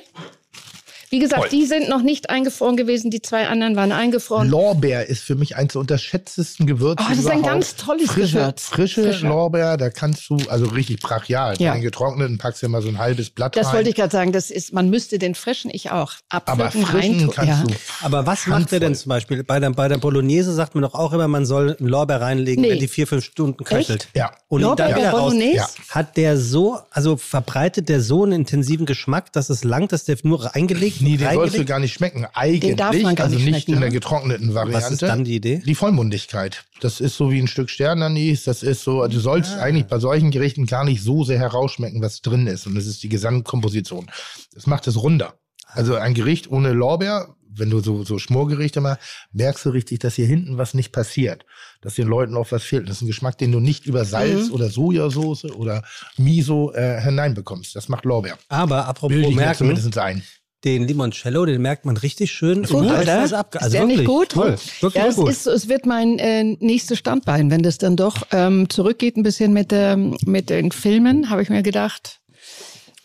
E: Wie gesagt,
C: Toll.
E: die sind noch nicht eingefroren gewesen. Die zwei anderen waren eingefroren.
C: Lorbeer ist für mich eins der unterschätztesten Gewürze.
E: Oh, das ist ein
C: überhaupt.
E: ganz tolles
C: frische,
E: Gewürz.
C: Frische
E: Frische.
C: Lorbeer, da kannst du, also richtig brachial.
E: Ja.
C: Den getrockneten packst du immer so ein halbes Blatt
E: Das
C: rein.
E: wollte ich gerade sagen. Das ist, man müsste den frischen, ich auch, abpflücken,
C: aber frischen
E: reintun.
C: kannst
E: ja.
C: du.
D: Aber was macht ihr denn zum Beispiel? Bei der, bei der Bolognese sagt man doch auch immer, man soll einen Lorbeer reinlegen,
E: Nee.
D: wenn die vier, fünf Stunden köchelt.
C: Ja.
D: Und
E: Lorbeer
D: dann
E: bei
D: wieder raus.
E: Bolognese?
C: Ja.
D: Hat der so, also verbreitet der so einen intensiven Geschmack, dass es langt, dass der nur eingelegt
C: Nee, den sollst du
D: reingelegt?
C: gar nicht schmecken. Eigentlich,
E: darf man gar
C: also
E: nicht
C: nicht
E: schmecken,
C: in
E: ne?
C: der getrockneten Variante.
D: Was ist dann die Idee?
C: Die Vollmundigkeit. Das ist so wie ein Stück Sternanis. Das ist so, du sollst
E: Ah.
C: eigentlich bei solchen Gerichten gar nicht so sehr herausschmecken, was drin ist. Und das ist die Gesamtkomposition. Das macht es runder. Also ein Gericht ohne Lorbeer, wenn du so, so Schmorgerichte machst, merkst du richtig, dass hier hinten was nicht passiert. Dass den Leuten auch was fehlt. Das ist ein Geschmack, den du nicht über
E: Mhm.
C: Salz oder Sojasauce oder Miso äh, hineinbekommst. Das macht Lorbeer.
D: Aber apropos
C: Bilde ich mir
D: merken,
C: zumindest ein.
D: den Limoncello, den merkt man richtig schön.
E: Gut,
D: im Hals
E: oder?
D: was abge-
E: ist
D: also
E: der
D: wirklich,
E: nicht gut?
D: Toll, wirklich
E: ja, es,
D: gut.
E: ist, es wird mein äh, nächstes Standbein, wenn das dann doch ähm, zurückgeht ein bisschen mit, ähm, mit den Filmen, habe ich mir gedacht.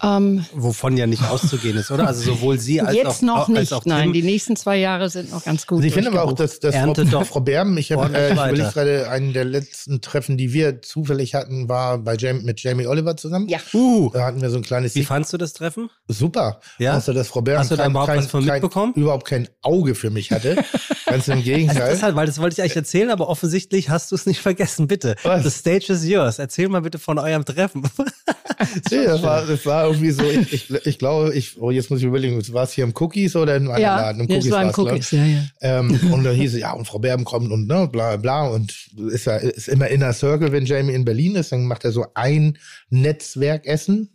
E: Ähm,
D: Wovon ja nicht auszugehen ist, oder? Also sowohl sie als
E: jetzt
D: auch,
E: noch
D: als
E: nicht,
D: auch
E: nein,
D: Tim
E: die nächsten zwei Jahre sind noch ganz gut
C: Also ich finde aber auch, dass, dass Frau,
D: Erntet doch
C: Frau Berben, ich, hab,
D: ordentlich
C: äh, ich
D: weiter.
C: überlege gerade, einen der letzten Treffen, die wir zufällig hatten, war bei Jam, mit Jamie Oliver zusammen.
E: Ja.
D: Uh,
C: Da hatten wir so ein kleines
D: wie fandst du das Treffen?
C: Super.
D: Ja?
C: Außer, dass Frau Berben
D: Hast du da
C: kein-
D: überhaupt
C: kein,
D: was von
C: kein-
D: mitbekommen?
C: überhaupt kein Auge für mich hatte. Ganz im Gegenteil.
D: Das halt, weil das wollte ich eigentlich erzählen, aber offensichtlich hast du es nicht vergessen, bitte.
C: Was?
D: The stage is yours. Erzähl mal bitte von eurem Treffen.
C: Nee, das, war, das war irgendwie so, ich, ich, ich glaube, ich, oh, jetzt muss ich überlegen, war es hier im Cookies oder in einem
E: Ja,
C: Laden?
E: nee, es war im
C: war's, glaub ich.
E: Cookies, ja, ja.
C: Ähm, und dann hieß es, ja, und Frau Berben kommt und ne, bla bla. Und ist, ja, ist immer Inner Circle, wenn Jamie in Berlin ist, dann macht er so ein Netzwerkessen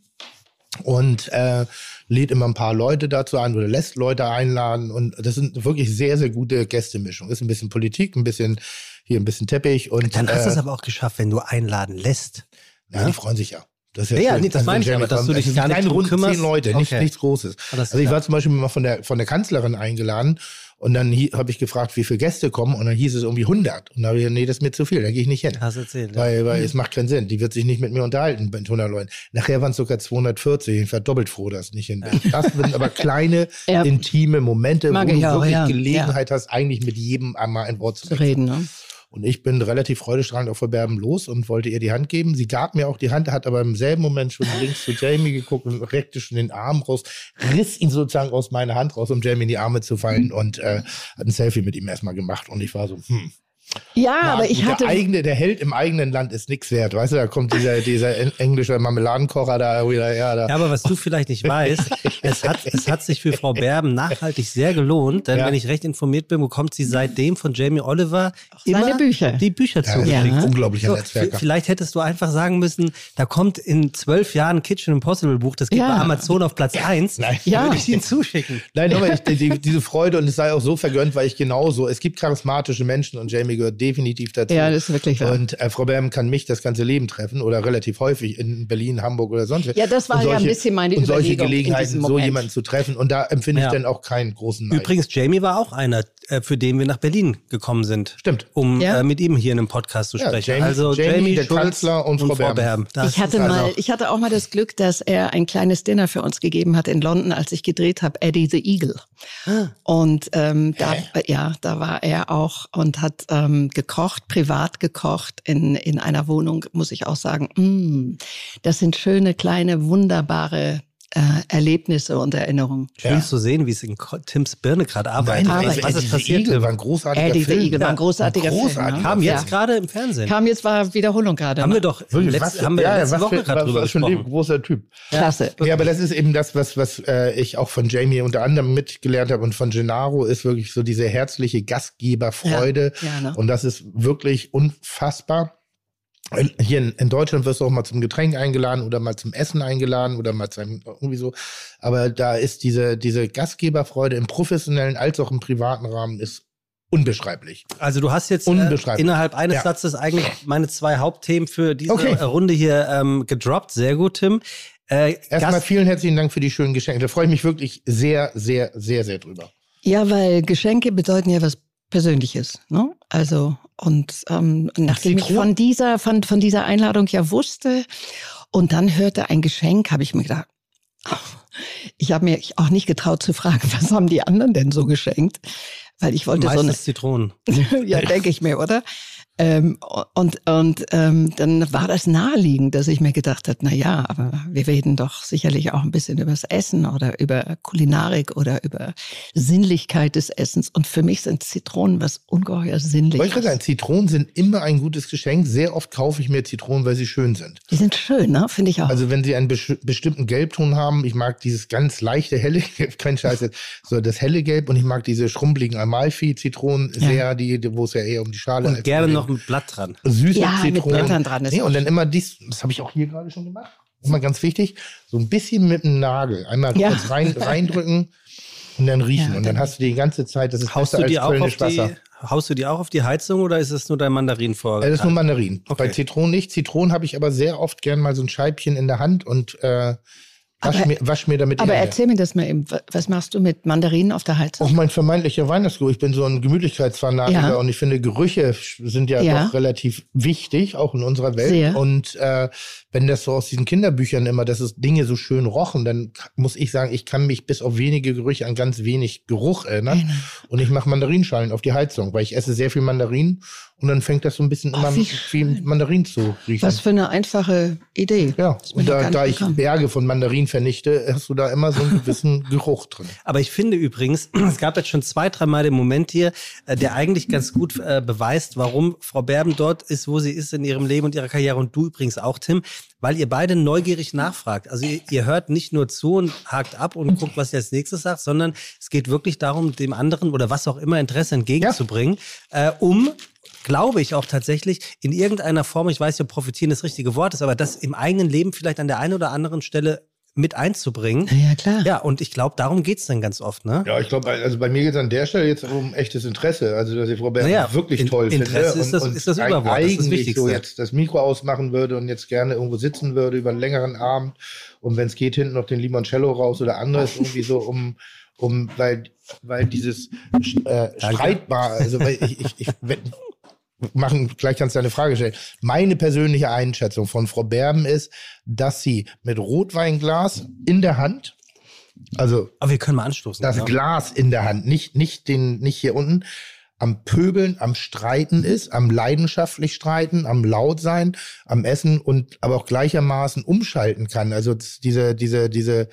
C: und äh, lädt immer ein paar Leute dazu ein oder lässt Leute einladen. Und das sind wirklich sehr, sehr gute Gästemischung. Ist ein bisschen Politik, ein bisschen hier ein bisschen Teppich und
D: Dann hast du es
C: äh,
D: aber auch geschafft, wenn du einladen lässt.
C: ja, die freuen sich ja. Das ist
D: Ja, ja,
C: schön.
D: nee, das
C: Also,
D: meine ich
C: Jeremy
D: aber, dass
C: Corbyn-
D: du dich
C: also
D: gar nicht
C: kleine
D: drum
C: Runde,
D: kümmerst.
C: zehn Leute, nicht,
D: Okay.
C: nichts Großes.
D: Alles
C: Also ich
D: klar.
C: war zum Beispiel mal von der, von der Kanzlerin eingeladen und dann habe ich gefragt, wie viele Gäste kommen und dann hieß es irgendwie 100. Und da habe ich gesagt, nee, das ist mir zu viel, da gehe ich nicht hin.
D: Hast du erzählt. Ja. Mhm.
C: Weil, weil es macht keinen Sinn. Die wird sich nicht mit mir unterhalten bei 100 Leuten. Nachher waren es sogar 240. Ich war doppelt froh, dass ich nicht hin bin. Das sind aber kleine,
E: Ja.
C: intime Momente,
E: Mag
C: wo du
E: ich auch,
C: wirklich
E: ja.
C: Gelegenheit hast, eigentlich mit jedem einmal ein Wort zu
E: zu
C: reden.
E: reden. Ne?
C: Und ich bin relativ freudestrahlend auf Verberben los und wollte ihr die Hand geben. Sie gab mir auch die Hand, hat aber im selben Moment schon links zu Jamie geguckt und reckte schon den Arm raus, riss ihn sozusagen aus meiner Hand raus, um Jamie in die Arme zu fallen und äh, hat ein Selfie mit ihm erstmal gemacht. Und ich war so, hm.
E: Ja,
C: na
E: aber
C: gut,
E: ich hatte
C: der, eigene, der Held im eigenen Land ist nichts wert. Weißt du, da kommt dieser, dieser en- englische Marmeladenkocher da wieder, ja, da.
D: Ja, aber was du vielleicht nicht weißt, es hat, es hat sich für Frau Berben nachhaltig sehr gelohnt, denn
C: Ja.
D: wenn ich recht informiert bin, bekommt sie seitdem von Jamie Oliver immer
E: seine Bücher.
D: die Bücher
C: Ja, das ist
D: zugeschickt.
C: ein
E: Ja.
C: unglaublicher
D: So, v-
C: Netzwerker.
D: vielleicht hättest du einfach sagen müssen, da kommt in zwölf Jahren Kitchen Impossible Buch, das geht
E: Ja.
D: bei Amazon auf Platz eins.
C: Nein.
D: Ja.
E: Ja.
D: Würde ich ihn zuschicken.
C: Nein, aber ich, die, die, diese Freude und es sei auch so vergönnt, weil ich genauso, es gibt charismatische Menschen und Jamie gehört definitiv dazu.
E: Ja, das ist wirklich wahr.
C: Und äh, Frau Berben kann mich das ganze Leben treffen oder relativ häufig in Berlin, Hamburg oder sonst wo.
E: Ja, das war
C: Und
E: ja ein bisschen meine
C: Und solche
E: Überlegung in
C: Gelegenheiten,
E: diesem
C: so
E: Moment.
C: jemanden zu treffen und da empfinde
D: Ja.
C: ich dann auch keinen großen Neid.
D: Übrigens, Jamie war auch einer, äh, für den wir nach Berlin gekommen sind.
C: Stimmt.
D: Um
E: Ja.
D: äh, mit ihm hier in einem Podcast zu
C: Ja,
D: sprechen.
C: Jamie-
D: also
C: Jamie,
D: Jamie,
C: der
D: Schulz
C: Kanzler und Frau Berben.
D: Das
E: ich hatte
D: ist
E: mal,
D: also-
E: ich hatte auch mal das Glück, dass er ein kleines Dinner für uns gegeben hat in London, als ich gedreht habe, Eddie the Eagle.
D: Ah.
E: Und ähm, da, ja, da war er auch und hat ähm, gekocht, privat gekocht in in einer Wohnung. Muss ich auch sagen, mm, das sind schöne kleine wunderbare äh, Erlebnisse und Erinnerungen.
D: Schön zu sehen, wie es in Ko- Tims Birne gerade arbeitet.
E: Nein,
D: was,
E: aber
D: was
C: also,
D: ist
C: diese
D: passiert?
C: Igel war ein großartiger
E: Eddie the
C: Film.
E: Eagle war ein großartiger,
C: großartiger
E: Film. Ne?
D: Kam jetzt
E: ja.
D: gerade im Fernsehen.
E: Kam jetzt war Wiederholung gerade.
D: haben
E: ne?
D: wir doch im
C: Wirklich,
D: letzten,
C: was-
D: haben wir
C: ja, ja,
D: letzte
C: was
D: Woche
C: für-
D: gerade
C: was-
D: drüber
C: was für ein
D: gesprochen.
C: großer Typ.
E: Klasse.
C: Ja, aber das ist eben das, was, was äh, ich auch von Jamie unter anderem mitgelernt habe und von Gennaro ist wirklich so diese herzliche Gastgeberfreude.
E: Ja, ja, ne?
C: Und das ist wirklich unfassbar. In- Hier in, in Deutschland wirst du auch mal zum Getränk eingeladen oder mal zum Essen eingeladen oder mal zu einem irgendwie so. Aber da ist diese, diese Gastgeberfreude im professionellen als auch im privaten Rahmen ist unbeschreiblich.
D: Also du hast jetzt äh,
C: Unbeschreiblich.
D: innerhalb eines
C: Ja.
D: Satzes eigentlich meine zwei Hauptthemen für diese
C: Okay.
D: äh, Runde hier ähm, gedroppt. Sehr gut, Tim. Äh,
C: Erstmal
D: Gast,
C: vielen herzlichen Dank für die schönen Geschenke. Da freue ich mich wirklich sehr, sehr, sehr, sehr drüber.
E: Ja, weil Geschenke bedeuten ja was Persönliches, ne? Also und ähm, nachdem ich
C: Zitrone-
E: von dieser von, von dieser Einladung ja wusste und dann hörte ein Geschenk, habe ich mir gedacht, ach, ich habe mir auch nicht getraut zu fragen, was haben die anderen denn so geschenkt, weil ich wollte so eine
D: meistens Zitronen.
E: ja, denke ich mir, oder? Ähm, und und ähm, dann war das naheliegend, dass ich mir gedacht habe, na ja, aber wir reden doch sicherlich auch ein bisschen über das Essen oder über Kulinarik oder über Sinnlichkeit des Essens. Und für mich sind Zitronen was ungeheuer
C: Wollte ich
E: Sinnliches.
C: gerade sagen, Zitronen sind immer ein gutes Geschenk. Sehr oft kaufe ich mir Zitronen, weil sie schön sind.
E: Die sind schön, ne? Finde ich auch.
C: Also wenn sie einen besch- bestimmten Gelbton haben, ich mag dieses ganz leichte helle Gelb, kein Scheiß jetzt, so das helle Gelb und ich mag diese schrumpeligen Amalfi-Zitronen sehr, die, die- wo es ja eher um die Schale
D: Und
C: als-
D: gerne noch ein Blatt dran.
C: süße
E: Ja, mit
C: Zitronen.
E: Blättern dran ist
C: nee,
E: auch
C: und dann immer dies, das habe ich auch hier gerade schon gemacht, immer ganz wichtig, so ein bisschen mit dem Nagel einmal
E: Ja.
C: kurz rein, reindrücken und dann riechen.
E: Ja,
C: und dann
E: dann-
C: hast du die ganze Zeit, das ist
D: Haust
C: besser
D: du, die
C: als
D: auch auf
C: Kölnisch Wasser.
D: die, haust du die auch auf die Heizung oder ist es nur dein Mandarin
C: Äh, Das ist nur Mandarin.
D: Okay.
C: Bei Zitronen nicht. Zitronen habe ich aber sehr oft gern mal so ein Scheibchen in der Hand und äh, wasch,
E: Aber-
C: mir, wasch mir damit die
E: Aber
C: Hände.
E: erzähl mir das mal eben. Wa- Was machst du mit Mandarinen auf der Heizung?
C: Auch mein vermeintlicher Weihnachtsgeruch. Ich bin so ein Gemütlichkeitsfanatiker
E: Ja.
C: und ich finde, Gerüche sch- sind ja,
E: Ja.
C: doch relativ wichtig, auch in unserer Welt.
E: Sehr.
C: Und äh, wenn das so aus diesen Kinderbüchern immer, dass es Dinge so schön rochen, dann k- muss ich sagen, ich kann mich bis auf wenige Gerüche an ganz wenig Geruch erinnern. Und ich mache Mandarinschalen auf die Heizung, weil ich esse sehr viel Mandarinen und dann fängt das so ein bisschen
E: Ach,
C: immer
E: wie
C: wie Mandarin zu riechen.
E: Was für eine einfache Idee.
C: Oh, Ja,
E: Ist mir
C: und
E: noch
C: da,
E: gar
C: da
E: nicht
C: ich
E: bekannt.
C: Berge von Mandarinen vernichte, hast du da immer so einen gewissen Geruch drin.
D: Aber ich finde übrigens, es gab jetzt schon zwei, dreimal den Moment hier, äh, der eigentlich ganz gut äh, beweist, warum Frau Berben dort ist, wo sie ist in ihrem Leben und ihrer Karriere und du übrigens auch, Tim, weil ihr beide neugierig nachfragt. Also ihr, ihr hört nicht nur zu und hakt ab und guckt, was ihr als nächstes sagt, sondern es geht wirklich darum, dem anderen oder was auch immer Interesse entgegenzubringen, äh, um glaube ich auch tatsächlich in irgendeiner Form, ich weiß ja, profitieren das richtige Wort ist, aber das im eigenen Leben vielleicht an der einen oder anderen Stelle mit einzubringen.
E: Na ja, klar.
D: Ja, und ich glaube, darum geht's dann ganz oft, ne?
C: Ja, ich glaube, also bei mir geht es an der Stelle jetzt um echtes Interesse. Also, dass ich Frau Bernd
D: Naja,
C: wirklich
D: in-
C: toll
D: Interesse
C: finde.
D: ist das- ist das Überwort, das ist das
C: eigentlich so
D: Wichtigste.
C: jetzt das Mikro ausmachen würde und jetzt gerne irgendwo sitzen würde über einen längeren Abend. Und wenn es geht, hinten noch den Limoncello raus oder anderes irgendwie so um, um weil, weil dieses äh, streitbar, also weil ich, ich, ich wenn, machen, gleich kannst du eine Frage stellen. Meine persönliche Einschätzung von Frau Berben ist, dass sie mit Rotweinglas in der Hand, also
D: Aber wir können mal anstoßen.
C: das
D: genau.
C: Glas in der Hand, nicht, nicht, den, nicht hier unten, am Pöbeln, am Streiten
D: Mhm.
C: ist, am leidenschaftlich streiten, am laut sein, am Essen und aber auch gleichermaßen umschalten kann. Also z- diese, diese, diese,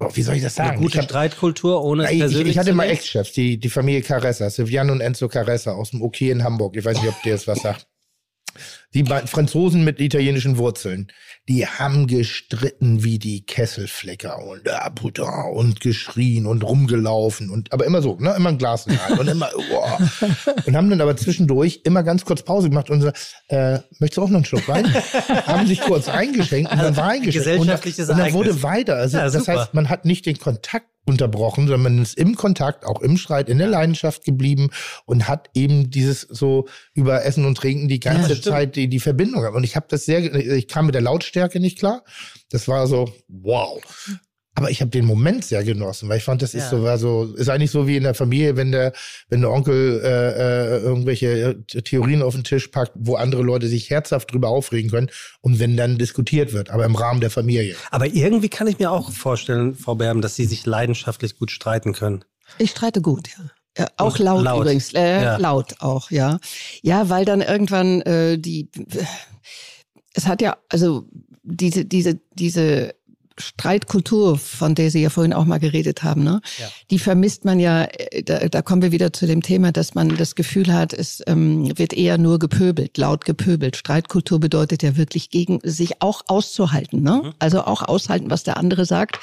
C: oh, wie soll ich das sagen?
D: Eine gute
C: ich, hab-
D: Streitkultur ohne es
C: ich, ich,
D: persönlich
C: ich hatte
D: zu
C: mal
D: nehmen.
C: Ex-Chefs, die, die Familie Caressa, Silviano und Enzo Caressa aus dem OK in Hamburg. Ich weiß nicht, ob dir das was sagt. Die beiden Franzosen mit italienischen Wurzeln, die haben gestritten wie die Kesselflecker und ah, putain, und geschrien und rumgelaufen und aber immer so, ne, immer ein Glas in der Hand und immer boah. und haben dann aber zwischendurch immer ganz kurz Pause gemacht und so, äh, möchtest du auch noch einen Schluck Wein? haben sich kurz eingeschenkt und dann war eingeschenkt
D: gesellschaftliches
C: und, dann- und dann wurde
D: Ereignis.
C: weiter. Also
D: Ja,
C: das
D: super.
C: heißt, man hat nicht den Kontakt unterbrochen, sondern man ist im Kontakt, auch im Streit, in der Leidenschaft geblieben und hat eben dieses so über Essen und Trinken die ganze Zeit die, die Verbindung. gehabt. Und ich habe das sehr, ich kam mit der Lautstärke nicht klar. Das war so, wow. Aber ich habe den Moment sehr genossen, weil ich fand, das ist
D: Ja.
C: so, war so, ist eigentlich so wie in der Familie, wenn der, wenn der Onkel äh, äh, irgendwelche äh, Theorien auf den Tisch packt, wo andere Leute sich herzhaft drüber aufregen können und wenn dann diskutiert wird, aber im Rahmen der Familie.
D: Aber irgendwie kann ich mir auch vorstellen, Frau Berben, dass Sie sich leidenschaftlich gut streiten können.
E: Ich streite gut, ja. Ja, auch
D: Und
E: laut,
D: laut.
E: übrigens. Äh,
D: Ja.
E: Laut auch, ja. Ja, weil dann irgendwann äh, die. Es hat ja, also diese, diese, diese Streitkultur, von der Sie ja vorhin auch mal geredet haben, ne?
D: Ja.
E: die vermisst man ja, äh, da, da kommen wir wieder zu dem Thema, dass man das Gefühl hat, es ähm, wird eher nur gepöbelt, laut gepöbelt. Streitkultur bedeutet ja wirklich gegen sich auch auszuhalten, ne?
D: Mhm.
E: Also auch aushalten, was der andere sagt.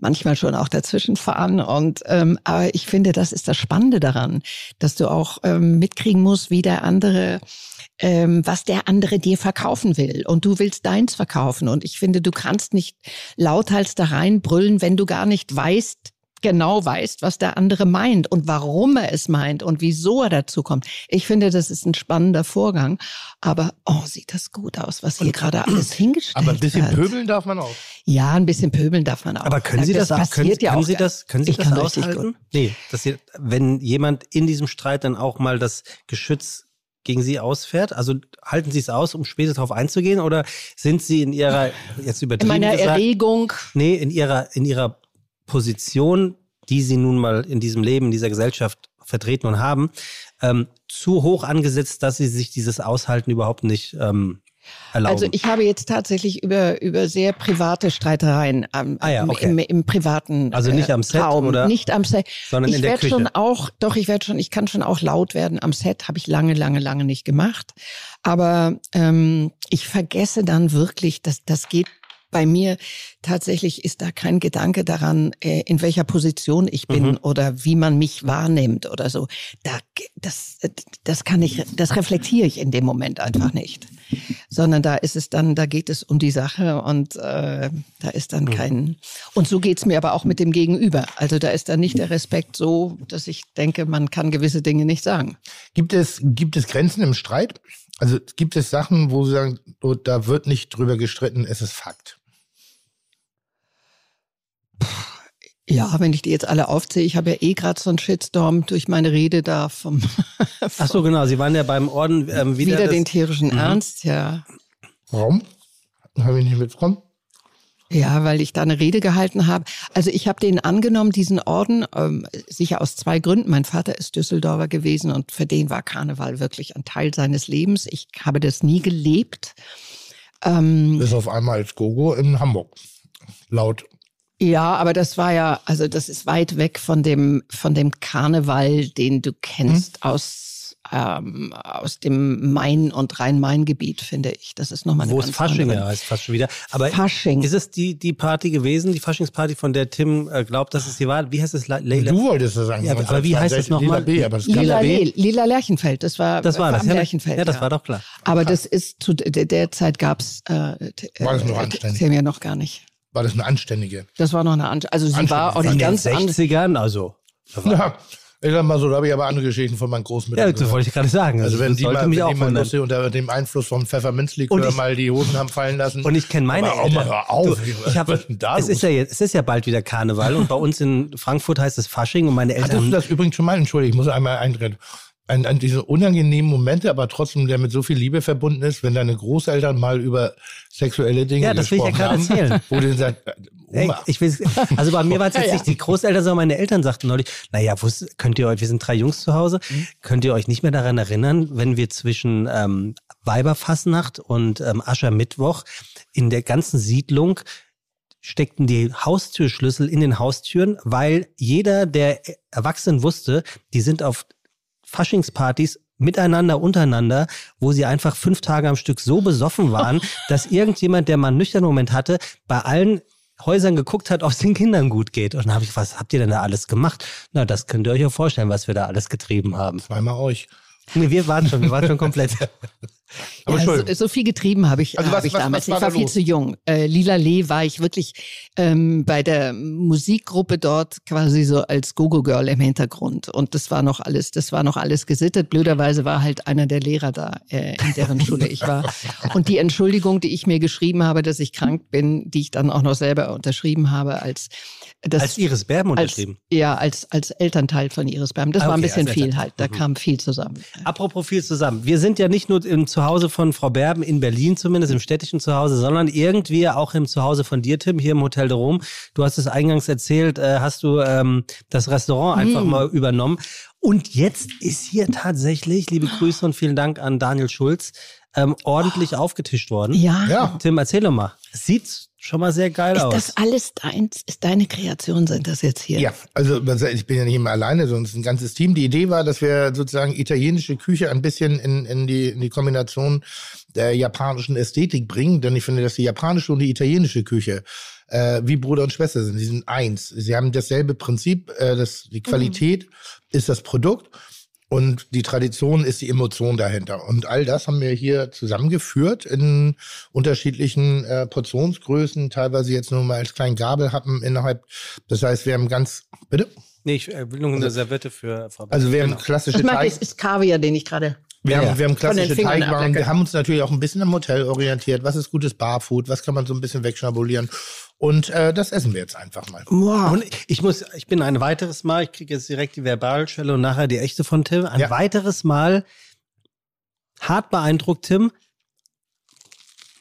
E: Manchmal schon auch dazwischen fahren. Und ähm, aber ich finde, das ist das Spannende daran, dass du auch ähm, mitkriegen musst, wie der andere ähm, was der andere dir verkaufen will. Und du willst deins verkaufen. Und ich finde, du kannst nicht lauthals da reinbrüllen, wenn du gar nicht weißt, genau weißt, was der andere meint und warum er es meint und wieso er dazu kommt. Ich finde, das ist ein spannender Vorgang. Aber, oh, sieht das gut aus, was hier gerade alles hingestellt wird.
C: Aber ein bisschen pöbeln darf man auch.
E: Ja, ein bisschen pöbeln darf man auch.
D: Aber können Sie das, auch? Können,
E: passiert ja
D: können
E: auch
D: Sie das, können Sie
E: Ich
D: das
E: kann richtig
D: aushalten?
E: gut.
D: Nee, dass Sie, wenn jemand in diesem Streit dann auch mal das Geschütz gegen Sie ausfährt, also halten Sie es aus, um später darauf einzugehen, oder sind Sie in Ihrer, jetzt
E: In
D: übertrieben
E: meiner
D: gesagt,
E: Erregung.
D: Nee, in ihrer, in ihrer Position, die sie nun mal in diesem Leben, in dieser Gesellschaft vertreten und haben, ähm, zu hoch angesetzt, dass sie sich dieses Aushalten überhaupt nicht ähm, erlauben.
E: Also ich habe jetzt tatsächlich über, über sehr private Streitereien ähm,
D: Ah ja,
E: im-
D: okay.
E: im, im privaten
D: Also nicht
E: äh,
D: am Set
E: Raum.
D: oder-
E: nicht am Set,
D: Sondern
E: ich
D: in der
E: werd
D: Küche.
E: schon auch, doch ich werde schon, ich kann schon auch laut werden am Set. Habe ich lange, lange, lange nicht gemacht. Aber ähm, ich vergesse dann wirklich, dass das geht. Bei mir tatsächlich ist da kein Gedanke daran, äh, in welcher Position ich bin oder wie man mich wahrnimmt oder so. äh, Da, das, das kann ich, das reflektiere ich in dem Moment einfach nicht. sondern da ist es dann, da geht es um die Sache und äh, da ist dann kein. Und so geht's mir aber auch mit dem Gegenüber. Also da ist dann nicht der Respekt so, dass ich denke, man kann gewisse Dinge nicht sagen.
C: Gibt es, gibt es Grenzen im Streit? Also gibt es Sachen, wo Sie sagen, oh, da wird nicht drüber gestritten, es ist Fakt.
E: Ja, wenn ich die jetzt alle aufzähle, ich habe ja eh gerade so einen Shitstorm durch meine Rede da vom
D: Ach so, genau. Sie waren ja beim Orden ähm, wieder,
E: wieder,
D: das,
E: den tierischen Ernst, ja.
C: Warum? Habe ich nicht mitbekommen.
E: Ja, weil ich da eine Rede gehalten habe. Also ich habe den angenommen, diesen Orden, ähm, sicher aus zwei Gründen. Mein Vater ist Düsseldorfer gewesen und für den war Karneval wirklich ein Teil seines Lebens. Ich habe das nie gelebt. Ähm,
C: Ist auf einmal als Gogo in Hamburg. Laut.
E: Ja, aber das war ja, also das ist weit weg von dem, von dem Karneval, den du kennst
D: Mhm.
E: aus, ähm, aus dem Main- und Rhein-Main-Gebiet, finde ich. Das ist nochmal eine
D: wo es
E: ganz
D: Fasching
E: andere.
D: ja heißt, fast schon wieder. Aber
E: Fasching.
D: ist es die, die Party gewesen, die Faschingsparty, von der Tim äh, glaubt, dass es sie war? Wie heißt es? La- Leila?
C: Du wolltest das sagen.
D: Ja, aber wie heißt das
C: Lila
D: nochmal?
C: B, aber es
E: Lila,
C: gab-
E: Le Lila Lerchenfeld, das war,
D: Das war
E: war
D: das.
E: am
D: Ja,
E: Lerchenfeld.
D: ja, das war doch klar.
E: Aber das ist zu der, der Zeit gab's äh, t-
C: War das noch
E: äh,
C: anständig?
E: erzähl mir noch gar nicht.
C: War das eine anständige?
E: Das war noch eine andere. Also sie war auch
C: Anständig.
E: nicht
D: In den
E: ganz anders.
D: 60ern, also. da war-
C: Ja, ich sag mal so, da habe ich aber andere Geschichten von meinen Großmüttern.
D: Ja, das
C: gehört.
D: wollte ich gerade sagen. Also,
C: also wenn
D: das
C: die
D: sollte
C: mal,
D: mich
C: wenn
D: auch
C: die mal
D: wundern.
C: lustig unter dem Einfluss vom
D: Und
C: Pfefferminzlikör
D: ich-
C: mal die Hosen haben fallen lassen.
D: Und ich kenne meine
C: aber auch mal,
D: Eltern.
C: hör auf.
D: Du,
C: was
D: ich hab,
C: ist denn da
D: es,
C: los?
D: ist ja jetzt, es ist ja bald wieder Karneval und bei uns in Frankfurt heißt es Fasching und meine
C: Hattest du
D: Eltern.
C: das übrigens schon mal? Entschuldigung, ich muss einmal eintreten. An, an diese unangenehmen Momente, aber trotzdem, der mit so viel Liebe verbunden ist, wenn deine Großeltern mal über sexuelle Dinge
D: Ja, das will ich ja
C: gesprochen
D: gerade
C: haben,
D: erzählen.
C: wo du dann sagst, äh,
D: Ey,
C: Oma,
D: ich weiß, also bei mir war es jetzt nicht die Großeltern, sondern meine Eltern sagten neulich, naja, wusst- könnt ihr euch, wir sind drei Jungs zu Hause,
C: Mhm.
D: könnt ihr euch nicht mehr daran erinnern, wenn wir zwischen ähm, Weiberfassnacht und ähm, Aschermittwoch in der ganzen Siedlung steckten die Haustürschlüssel in den Haustüren, weil jeder der Erwachsenen wusste, die sind auf Faschingspartys miteinander, untereinander, wo sie einfach fünf Tage am Stück so besoffen waren, dass irgendjemand, der mal einen nüchternen Moment hatte, bei allen Häusern geguckt hat, ob es den Kindern gut geht. Und dann habe ich, was habt ihr denn da alles gemacht? Na, das könnt ihr euch ja vorstellen, was wir da alles getrieben haben.
C: zweimal euch.
D: Nee, wir waren schon, wir waren schon komplett.
C: Aber
E: ja, so,
C: Entschuldigung.
E: so viel getrieben habe ich,
C: Also was-
E: habe ich
C: was-
E: damals.
C: was war
E: ich war
C: da
E: viel
C: los?
E: zu jung. Äh, Lila Lee war ich wirklich ähm, bei der Musikgruppe dort quasi so als Gogo-Girl im Hintergrund. Und das war noch alles, das war noch alles gesittet. Blöderweise war halt einer der Lehrer da, äh, in deren Schule ich war. Und die Entschuldigung, die ich mir geschrieben habe, dass ich krank bin, die ich dann auch noch selber unterschrieben habe, als das
D: Als Iris Berben
E: als-
D: unterschrieben.
E: ja, als, als Elternteil von Iris Berben. Das
D: Ah,
E: war ein
D: okay,
E: bisschen
D: als
E: viel
D: Elternteil.
E: halt.
C: Mhm.
E: Da kam viel zusammen.
D: Apropos viel zusammen. Wir sind ja nicht nur im Zuhause von Frau Berben in Berlin zumindest, im städtischen Zuhause, sondern irgendwie auch im Zuhause von dir, Tim, hier im Hotel de Rom. Du hast es eingangs erzählt, äh, hast du ähm, das Restaurant
E: Mhm.
D: einfach mal übernommen. Und jetzt ist hier tatsächlich, liebe Grüße und vielen Dank an Daniel Schulz, ähm, ordentlich aufgetischt worden.
E: Ja.
C: Ja,
D: Tim, erzähl doch mal. Sieht schon mal sehr geil
C: Genau.
E: Ist
D: aus.
E: das alles deins? Ist deine Kreation, sind das jetzt hier?
C: Ja, also man sagt, ich bin ja nicht immer alleine, sondern es ist ein ganzes Team. Die Idee war, dass wir sozusagen italienische Küche ein bisschen in, in, die, in die Kombination der japanischen Ästhetik bringen, denn ich finde, dass die japanische und die italienische Küche äh, wie Bruder und Schwester sind. Sie sind eins. Sie haben dasselbe Prinzip, äh, das, die Qualität ist das Produkt und die Tradition ist die Emotion dahinter. Und all das haben wir hier zusammengeführt in unterschiedlichen äh, Portionsgrößen, teilweise jetzt nur mal als kleinen Gabelhappen innerhalb. Das heißt, wir haben ganz, bitte?
D: nee, ich äh, will nur eine Serviette für Frau Berben.
C: Also wir haben
E: Das
C: klassische
E: mag ich,
C: Teig,
E: es ist Kaviar, den ich gerade.
C: wir haben, wir haben
E: Von den
C: klassische
E: Fingern
C: Teigwaren. Wir
E: ablecken.
C: haben uns natürlich auch ein bisschen am Hotel orientiert. Was ist gutes Barfood? Was kann man so ein bisschen wegschnabulieren? Und äh, das essen wir jetzt einfach mal.
E: Wow.
D: Und ich muss, ich bin ein weiteres Mal, ich kriege jetzt direkt die Verbalschelle und nachher die echte von Tim. Ein
C: Ja.
D: weiteres Mal hart beeindruckt, Tim.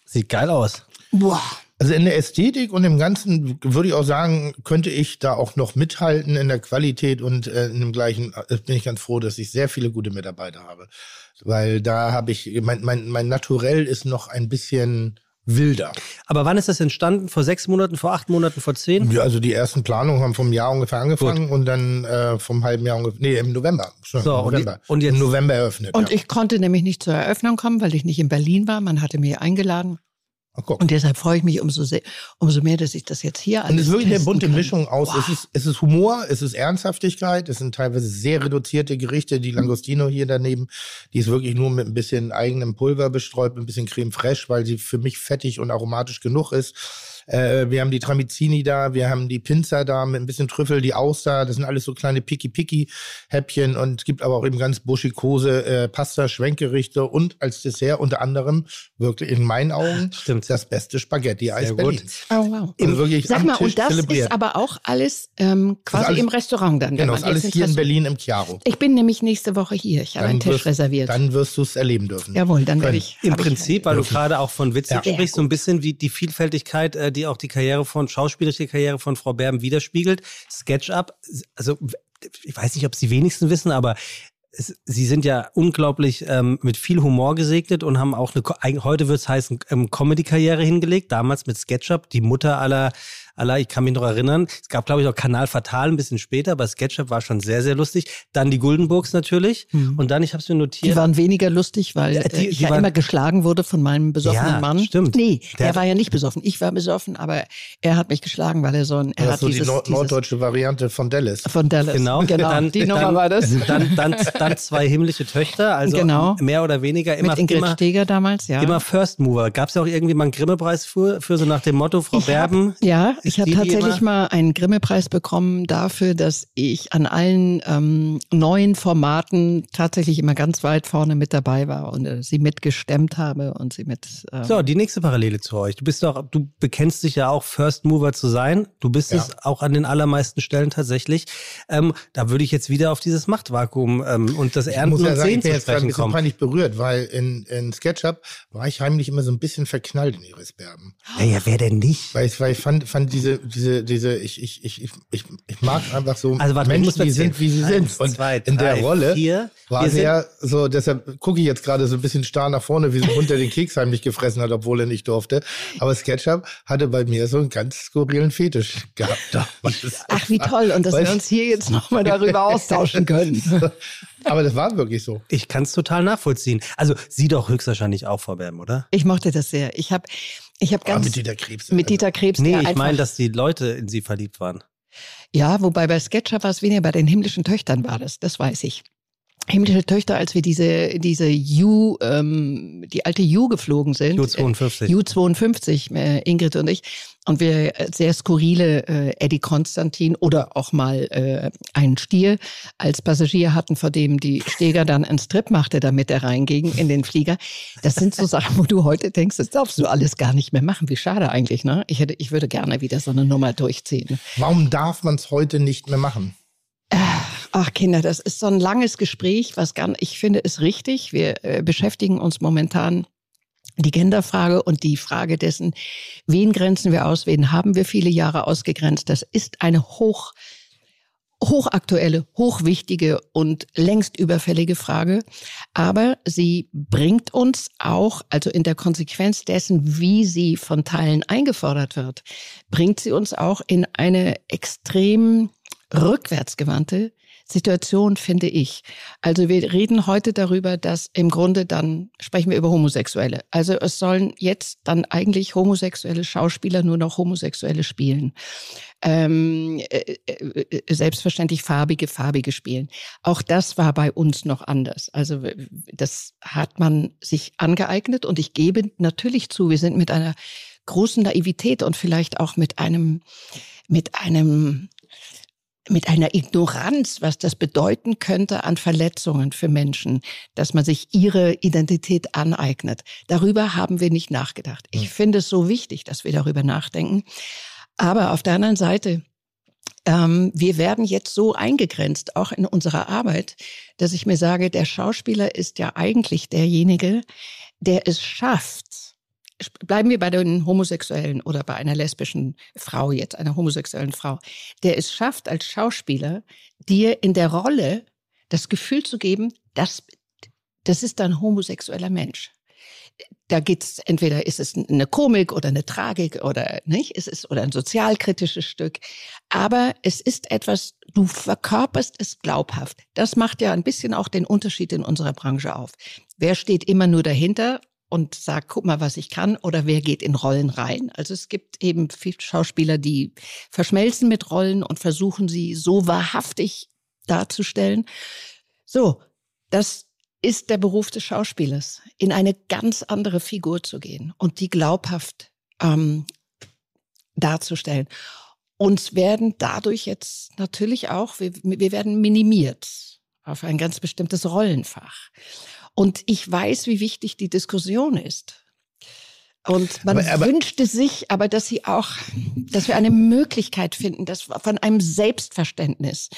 D: Sieht geil aus.
E: wow.
C: Also in der Ästhetik und im Ganzen würde ich auch sagen, könnte ich da auch noch mithalten in der Qualität und äh, in dem gleichen äh, bin ich ganz froh, dass ich sehr viele gute Mitarbeiter habe. Weil da habe ich, mein, mein, mein Naturell ist noch ein bisschen wilder.
D: Aber wann ist das entstanden? Vor sechs Monaten, vor acht Monaten, vor zehn?
C: Ja, also die ersten Planungen haben vom Jahr ungefähr angefangen und dann äh, vom halben Jahr ungefähr, nee, im November. Schon,
D: So,
C: im
D: und
C: November.
D: die- und jetzt-
C: Im November eröffnet.
E: Und
C: ja.
E: ich konnte nämlich nicht zur Eröffnung kommen, weil ich nicht in Berlin war. Man hatte mich eingeladen.
C: Ach, guck.
E: Und deshalb freue ich mich umso, sehr, umso mehr, dass ich das jetzt hier alles
C: Und es ist wirklich eine
E: testen
C: bunte
E: kann.
C: Mischung aus. Es, ist, es ist Humor, es ist Ernsthaftigkeit, es sind teilweise sehr reduzierte Gerichte. Die Langostino hier daneben, die ist wirklich nur mit ein bisschen eigenem Pulver bestreut, mit ein bisschen Creme fraiche, weil sie für mich fettig und aromatisch genug ist. Äh, wir haben die Tramizini da, wir haben die Pinza da mit ein bisschen Trüffel, die Auster. Das sind alles so kleine Picky-Picky-Häppchen und es gibt aber auch eben ganz buschikose äh, Pasta-Schwenkgerichte und als Dessert unter anderem wirklich in meinen Augen
D: Stimmt.
C: das beste Spaghetti-Eis
D: Sehr gut.
C: Berlins.
E: Oh, wow.
C: Also wirklich
E: Sag
C: am
E: mal,
C: Tisch
E: und das
C: zelebriert.
E: ist aber auch alles ähm, quasi
C: alles-
E: im Restaurant dann. wenn
C: Genau,
E: man
C: ist
E: jetzt
C: alles
E: ins
C: hier in
E: Restaurant-
C: Berlin im Chiaro.
E: Ich bin nämlich nächste Woche hier. Ich habe einen Tisch
C: wirst,
E: reserviert.
C: Dann wirst du es erleben dürfen.
E: Jawohl, dann werde ich.
D: Im
E: hab ich-
D: Prinzip, weil du gerade auch von Witzig
C: Ja.
D: sprichst, so ein bisschen wie die Vielfältigkeit, äh, die auch die Karriere von, schauspielerische Karriere von Frau Berben widerspiegelt. Sketch-Up, also ich weiß nicht, ob es die wenigsten wissen, aber es, sie sind ja unglaublich ähm, mit viel Humor gesegnet und haben auch eine, Ko- eig- heute wird es heißen, ähm, Comedy-Karriere hingelegt, damals mit Sketch-Up, die Mutter aller, aller, ich kann mich noch erinnern, es gab glaube ich auch Kanal Fatal ein bisschen später, aber Sketch-Up war schon sehr, sehr lustig. Dann die Guldenburgs natürlich
E: Mhm.
D: und dann, ich habe es mir notiert,
E: Die waren weniger lustig, weil
D: Ja, die-
E: äh, ich
D: die
E: ja
D: waren-
E: immer geschlagen wurde von meinem besoffenen
D: Ja,
E: Mann.
D: stimmt.
E: Nee,
D: Der-
E: der, war ja nicht besoffen. Ich war besoffen, aber er hat mich geschlagen, weil er so ein.
C: Das
E: Er hat
C: ist so
E: dieses,
C: die Nord
E: dieses
C: norddeutsche Variante von Dallas.
E: von Dallas.
D: Genau,
E: genau.
D: Dann,
E: die Nummer
D: dann,
E: war das.
D: Dann, dann, dann zwei himmlische Töchter, also
E: Genau.
D: mehr oder weniger immer,
E: Mit Ingrid
D: immer,
E: Steger damals, ja.
D: immer First Mover. Gab es ja auch irgendwie mal einen Grimme-Preis für, für so nach dem Motto, Frau Berben.
E: Ja,
D: Ist
E: ich habe
D: die, die
E: tatsächlich
D: immer-
E: mal einen Grimme-Preis bekommen dafür, dass ich an allen ähm, neuen Formaten tatsächlich immer ganz weit vorne mit dabei war und äh, sie mitgestemmt habe und sie mit. Ähm,
D: So, die nächste Parallele zu euch. Du bist doch, du bekennst dich ja auch First Mover zu sein. Du bist es auch an den allermeisten Stellen tatsächlich. Ähm, da würde ich jetzt wieder auf dieses Machtvakuum ähm, und das
C: Ich muss
D: Ernten
C: ja
D: und
C: sagen, ich bin
D: Sehen zu
C: jetzt gerade ein
D: sprechen
C: bisschen
D: kommen.
C: peinlich berührt, weil in, in SketchUp war ich heimlich immer so ein bisschen verknallt in Iris Berben.
D: Ja, ja, wer denn nicht?
C: Weil ich, weil ich fand, fand diese, diese, diese, ich, ich, ich, ich, ich, ich mag einfach so
D: Also warte, ich muss
C: Menschen, die sind, wie sie sind.
D: Eins,
C: Und
D: zwei,
C: in der
D: drei,
C: Rolle
D: vier.
C: war
D: Wir
C: sie
D: sind-
C: ja so, deshalb gucke ich jetzt gerade so ein bisschen starr nach vorne, wie so ein Hund, der den Keks heimlich gefressen hat, obwohl er nicht durfte. Aber SketchUp hatte bei mir so einen ganz skurrilen Fetisch gehabt. damals.
E: Ach, wie toll. Und dass
C: Weil-
E: wir uns hier jetzt nochmal darüber austauschen können.
C: Aber das war wirklich so.
D: Ich kann es total nachvollziehen. Also sie doch höchstwahrscheinlich auch, Frau Berben, oder?
E: Ich mochte das sehr. Ich habe ich hab
C: Aber
E: ganz.
C: mit Dieter Krebs. also
E: mit Dieter Krebs,
D: Nee,
E: der
D: ich
E: einfach-
D: meine, dass die Leute in sie verliebt waren.
E: Ja, wobei bei SketchUp war es weniger, bei den himmlischen Töchtern war das, das weiß ich. Himmlische Töchter, als wir diese, diese U, ähm, die alte U geflogen sind.
D: U52.
E: Äh, U52, äh, Ingrid und ich. Und wir äh, sehr skurrile äh, Eddie Konstantin oder auch mal äh, einen Stier als Passagier hatten, vor dem die Steger dann einen Strip machte, damit er reinging in den Flieger. Das sind so Sachen, wo du heute denkst, das darfst du alles gar nicht mehr machen. Wie schade eigentlich, ne? Ich, hätte, ich würde gerne wieder so eine Nummer durchziehen.
C: Warum darf man es heute nicht mehr machen?
E: Ach Kinder, das ist so ein langes Gespräch, was gar ich finde ist richtig. Wir äh, beschäftigen uns momentan die Genderfrage und die Frage dessen, wen grenzen wir aus, wen haben wir viele Jahre ausgegrenzt. Das ist eine hoch hochaktuelle, hochwichtige und längst überfällige Frage. Aber sie bringt uns auch, also in der Konsequenz dessen, wie sie von Teilen eingefordert wird, bringt sie uns auch in eine extrem rückwärtsgewandte Situation, finde ich. Also wir reden heute darüber, dass im Grunde dann sprechen wir über Homosexuelle. Also es sollen jetzt dann eigentlich homosexuelle Schauspieler nur noch Homosexuelle spielen ähm, äh, äh, äh, selbstverständlich farbige, farbige spielen. Auch das war bei uns noch anders. Also w- w- das hat man sich angeeignet und ich gebe natürlich zu, wir sind mit einer großen Naivität und vielleicht auch mit einem, mit einem, mit einer Ignoranz, was das bedeuten könnte an Verletzungen für Menschen, dass man sich ihre Identität aneignet. Darüber haben wir nicht nachgedacht. Ich finde es so wichtig, dass wir darüber nachdenken. Aber auf der anderen Seite, ähm, wir werden jetzt so eingegrenzt, auch in unserer Arbeit, dass ich mir sage, der Schauspieler ist ja eigentlich derjenige, der es schafft. Sp- Bleiben wir bei den Homosexuellen oder bei einer lesbischen Frau jetzt, einer homosexuellen Frau, der es schafft, als Schauspieler dir in der Rolle das Gefühl zu geben, dass das ist ein homosexueller Mensch da geht's entweder ist es eine Komik oder eine Tragik oder nicht, es ist oder ein sozialkritisches Stück, aber es ist etwas, du verkörperst es glaubhaft. Das macht ja ein bisschen auch den Unterschied in unserer Branche auf. Wer steht immer nur dahinter und sagt, guck mal, was ich kann, oder wer geht in Rollen rein. Also es gibt eben viele Schauspieler, die verschmelzen mit Rollen und versuchen sie so wahrhaftig darzustellen. So, das ist der Beruf des Schauspielers, in eine ganz andere Figur zu gehen und die glaubhaft ähm, darzustellen. Uns werden dadurch jetzt natürlich auch, wir, wir werden minimiert auf ein ganz bestimmtes Rollenfach. Und ich weiß, wie wichtig die Diskussion ist. Und man
C: Aber- aber-
E: wünschte sich aber, dass sie auch, dass wir eine Möglichkeit finden, dass von einem Selbstverständnis,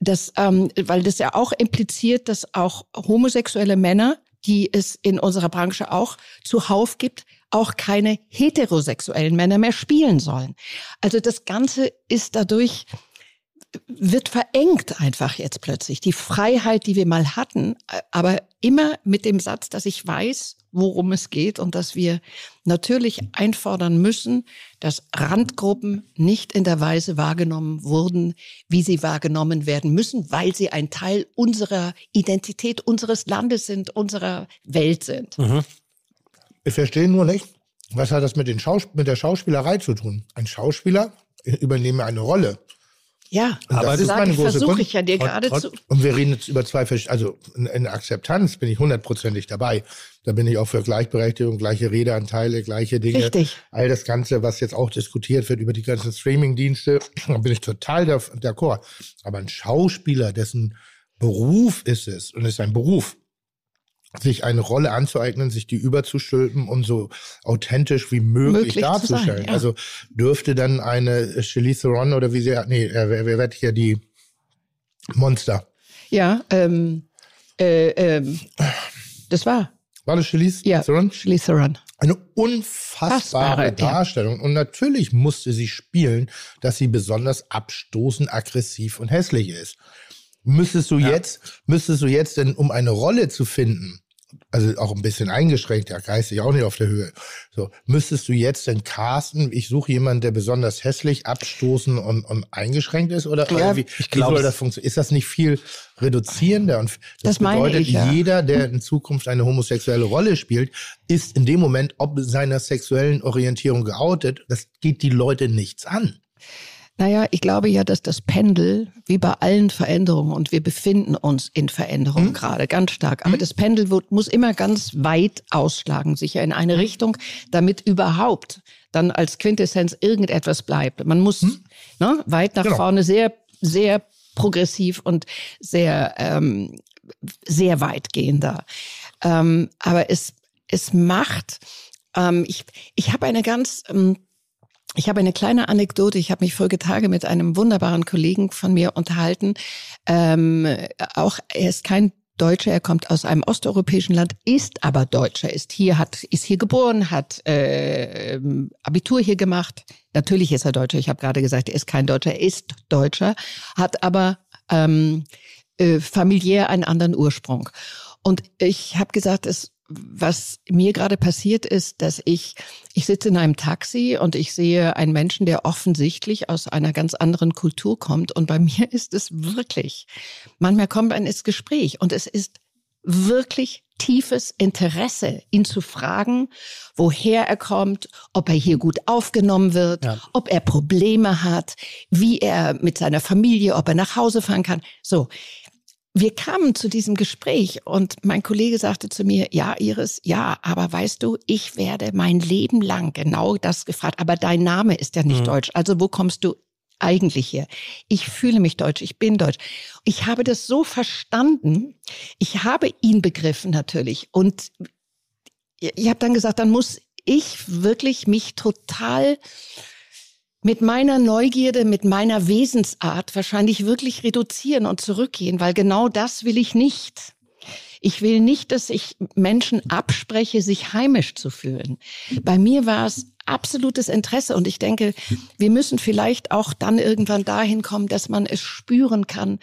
E: dass, ähm, weil das ja auch impliziert, dass auch homosexuelle Männer, die es in unserer Branche auch zuhauf gibt, auch keine heterosexuellen Männer mehr spielen sollen. Also das Ganze ist dadurch wird verengt einfach jetzt plötzlich. Die Freiheit, die wir mal hatten, äh, aber immer mit dem Satz, dass ich weiß, worum es geht und dass wir natürlich einfordern müssen, dass Randgruppen nicht in der Weise wahrgenommen wurden, wie sie wahrgenommen werden müssen, weil sie ein Teil unserer Identität, unseres Landes sind, unserer Welt sind.
C: Mhm. Ich verstehe nur nicht, was hat das mit, den Schaus mit der Schauspielerei zu tun? Ein Schauspieler übernehme eine Rolle.
E: Ja,
C: Und
D: Aber
C: das ist
E: sag
C: meine
E: ich,
C: große
E: versuche
C: Kunst.
E: ich ja dir
C: Trot-
E: gerade
C: trot-
E: zu.
C: Und wir reden jetzt über zwei verschiedene, also in, in Akzeptanz bin ich hundertprozentig dabei. Da bin ich auch für Gleichberechtigung, gleiche Redeanteile, gleiche Dinge.
E: Richtig.
C: All das Ganze, was jetzt auch diskutiert wird über die ganzen Streaming-Dienste, da bin ich total da- d'accord. Aber ein Schauspieler, dessen Beruf ist es, und es ist ein Beruf, sich eine Rolle anzueignen, sich die überzustülpen und so authentisch wie möglich,
E: Möglich zu
C: darzustellen.
E: sein, ja.
C: Also dürfte dann eine Shelley Theron oder wie sie, nee, äh, wer, wer wird hier die Monster?
E: Ja, ähm, äh, ähm, das war.
C: War das Shelley
E: Ja,
C: Theron?
E: Charlize Theron.
C: Eine unfassbare
E: Fassbare, ja.
C: Darstellung. Und natürlich musste sie spielen, dass sie besonders abstoßend, aggressiv und hässlich ist. Müsstest du jetzt, müsstest du jetzt denn, um eine Rolle zu finden, also auch ein bisschen eingeschränkt, ja, geistig auch nicht auf der Höhe. So, müsstest du jetzt denn casten, ich suche jemanden, der besonders hässlich, abstoßend und, und eingeschränkt ist? Oder, oder wie,
D: ich
C: wie soll
D: glaub's.
C: das funktionieren? Ist das nicht viel reduzierender? Und
E: Das meine
C: bedeutet,
E: ich, ja. Hm.
C: jeder, der in Zukunft eine homosexuelle Rolle spielt, ist in dem Moment ob seiner sexuellen Orientierung geoutet. Das geht die Leute nichts an.
E: Naja, ich glaube ja, dass das Pendel, wie bei allen Veränderungen, und wir befinden uns in Veränderung gerade ganz stark, aber das Pendel wird, muss immer ganz weit ausschlagen, sicher in eine Richtung, damit überhaupt dann als Quintessenz irgendetwas bleibt. Man muss ne, weit nach
C: Genau.
E: vorne sehr, sehr progressiv und sehr, ähm, sehr weitgehender. Ähm, aber es, es macht, ähm, ich, ich habe eine ganz, ähm, ich habe eine kleine Anekdote. Ich habe mich vorige Tage mit einem wunderbaren Kollegen von mir unterhalten. Ähm, auch er ist kein Deutscher, er kommt aus einem osteuropäischen Land, ist aber Deutscher, ist hier, hat, ist hier geboren, hat äh, ähm, Abitur hier gemacht. Natürlich ist er Deutscher. Ich habe gerade gesagt, er ist kein Deutscher, er ist Deutscher, hat aber ähm, äh, familiär einen anderen Ursprung. Und ich habe gesagt, es, was mir gerade passiert ist, dass ich, ich sitze in einem Taxi und ich sehe einen Menschen, der offensichtlich aus einer ganz anderen Kultur kommt. Und bei mir ist es wirklich, manchmal kommt ein ins Gespräch und es ist wirklich tiefes Interesse, ihn zu fragen, woher er kommt, ob er hier gut aufgenommen wird, ob er Probleme hat, wie er mit seiner Familie, ob er nach Hause fahren kann. So, wir kamen zu diesem Gespräch und mein Kollege sagte zu mir, ja, Iris, ja, aber weißt du, ich werde mein Leben lang genau das gefragt, aber dein Name ist ja nicht deutsch, also wo kommst du eigentlich her? Ich fühle mich deutsch, ich bin deutsch. Ich habe das so verstanden, ich habe ihn begriffen natürlich und ich habe dann gesagt, dann muss ich wirklich mich total mit meiner Neugierde, mit meiner Wesensart wahrscheinlich wirklich reduzieren und zurückgehen, weil genau das will ich nicht. Ich will nicht, dass ich Menschen abspreche, sich heimisch zu fühlen. Bei mir war es absolutes Interesse und ich denke, wir müssen vielleicht auch dann irgendwann dahin
D: Mhm.
E: kommen, dass man es spüren kann.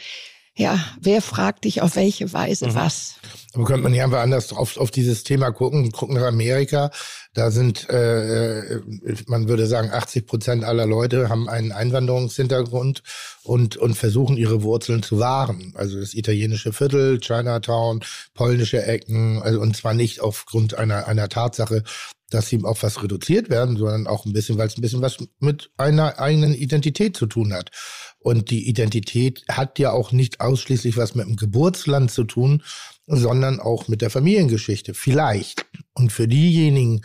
E: Ja, wer fragt dich auf welche Weise was?
C: Aber könnte man nicht einfach anders auf, auf dieses Thema gucken, gucken nach Amerika. Da sind, äh, man würde sagen, 80 Prozent aller Leute haben einen Einwanderungshintergrund und, und versuchen, ihre Wurzeln zu wahren. Also das italienische Viertel, Chinatown, polnische Ecken, also und zwar nicht aufgrund einer, einer Tatsache, dass sie auf was reduziert werden, sondern auch ein bisschen, weil es ein bisschen was mit einer eigenen Identität zu tun hat. Und die Identität hat ja auch nicht ausschließlich was mit dem Geburtsland zu tun, sondern auch mit der Familiengeschichte. Vielleicht. Und für diejenigen,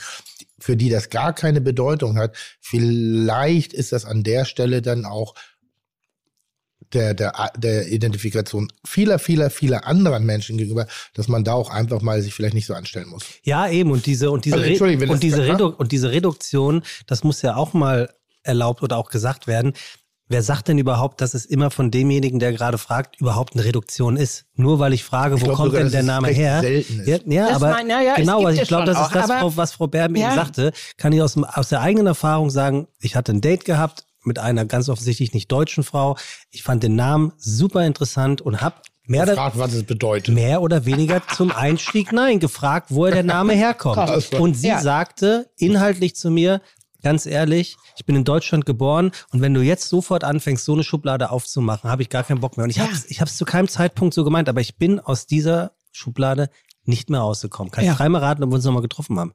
C: für die das gar keine Bedeutung hat, vielleicht ist das an der Stelle dann auch der, der, der Identifikation vieler, vieler, vieler anderen Menschen gegenüber, dass man da auch einfach mal sich vielleicht nicht so anstellen muss.
D: Ja, eben. Und diese, und diese,
C: Also,
D: Re
C: Entschuldigung, wenn
D: und
C: das-
D: diese,
C: ja?
D: Redu und diese Reduktion, das muss ja auch mal erlaubt oder auch gesagt werden. Wer sagt denn überhaupt, dass es immer von demjenigen, der gerade fragt, überhaupt eine Reduktion ist? Nur weil ich frage, wo
C: glaub
D: kommt
C: sogar,
D: denn
C: dass
D: der
C: es
D: Name
C: recht
D: her?
C: selten ist.
D: Ja, ja
E: Das
D: aber
E: mein- na ja, es
D: genau,
E: gibt
D: was
E: es
D: ich glaube,
E: schon
D: das ist
E: auch,
D: das,
E: aber-
D: Frau- was Frau Berben eben
E: Ja.
D: sagte, kann ich aus, dem, aus der eigenen Erfahrung sagen, ich hatte ein Date gehabt mit einer ganz offensichtlich nicht deutschen Frau. Ich fand den Namen super interessant und habe mehr oder
C: Fragt, was es bedeutet.
D: mehr oder weniger zum Einstieg nein gefragt, woher der Name herkommt. Und sie
E: Also, Ja.
D: sagte inhaltlich zu mir, ganz ehrlich, ich bin in Deutschland geboren und wenn du jetzt sofort anfängst, so eine Schublade aufzumachen, habe ich gar keinen Bock mehr. Und ich
E: Ja.
D: hab's, ich habe es zu keinem Zeitpunkt so gemeint, aber ich bin aus dieser Schublade nicht mehr rausgekommen. Kann
E: Ja.
D: ich dreimal raten, ob wir uns nochmal getroffen haben?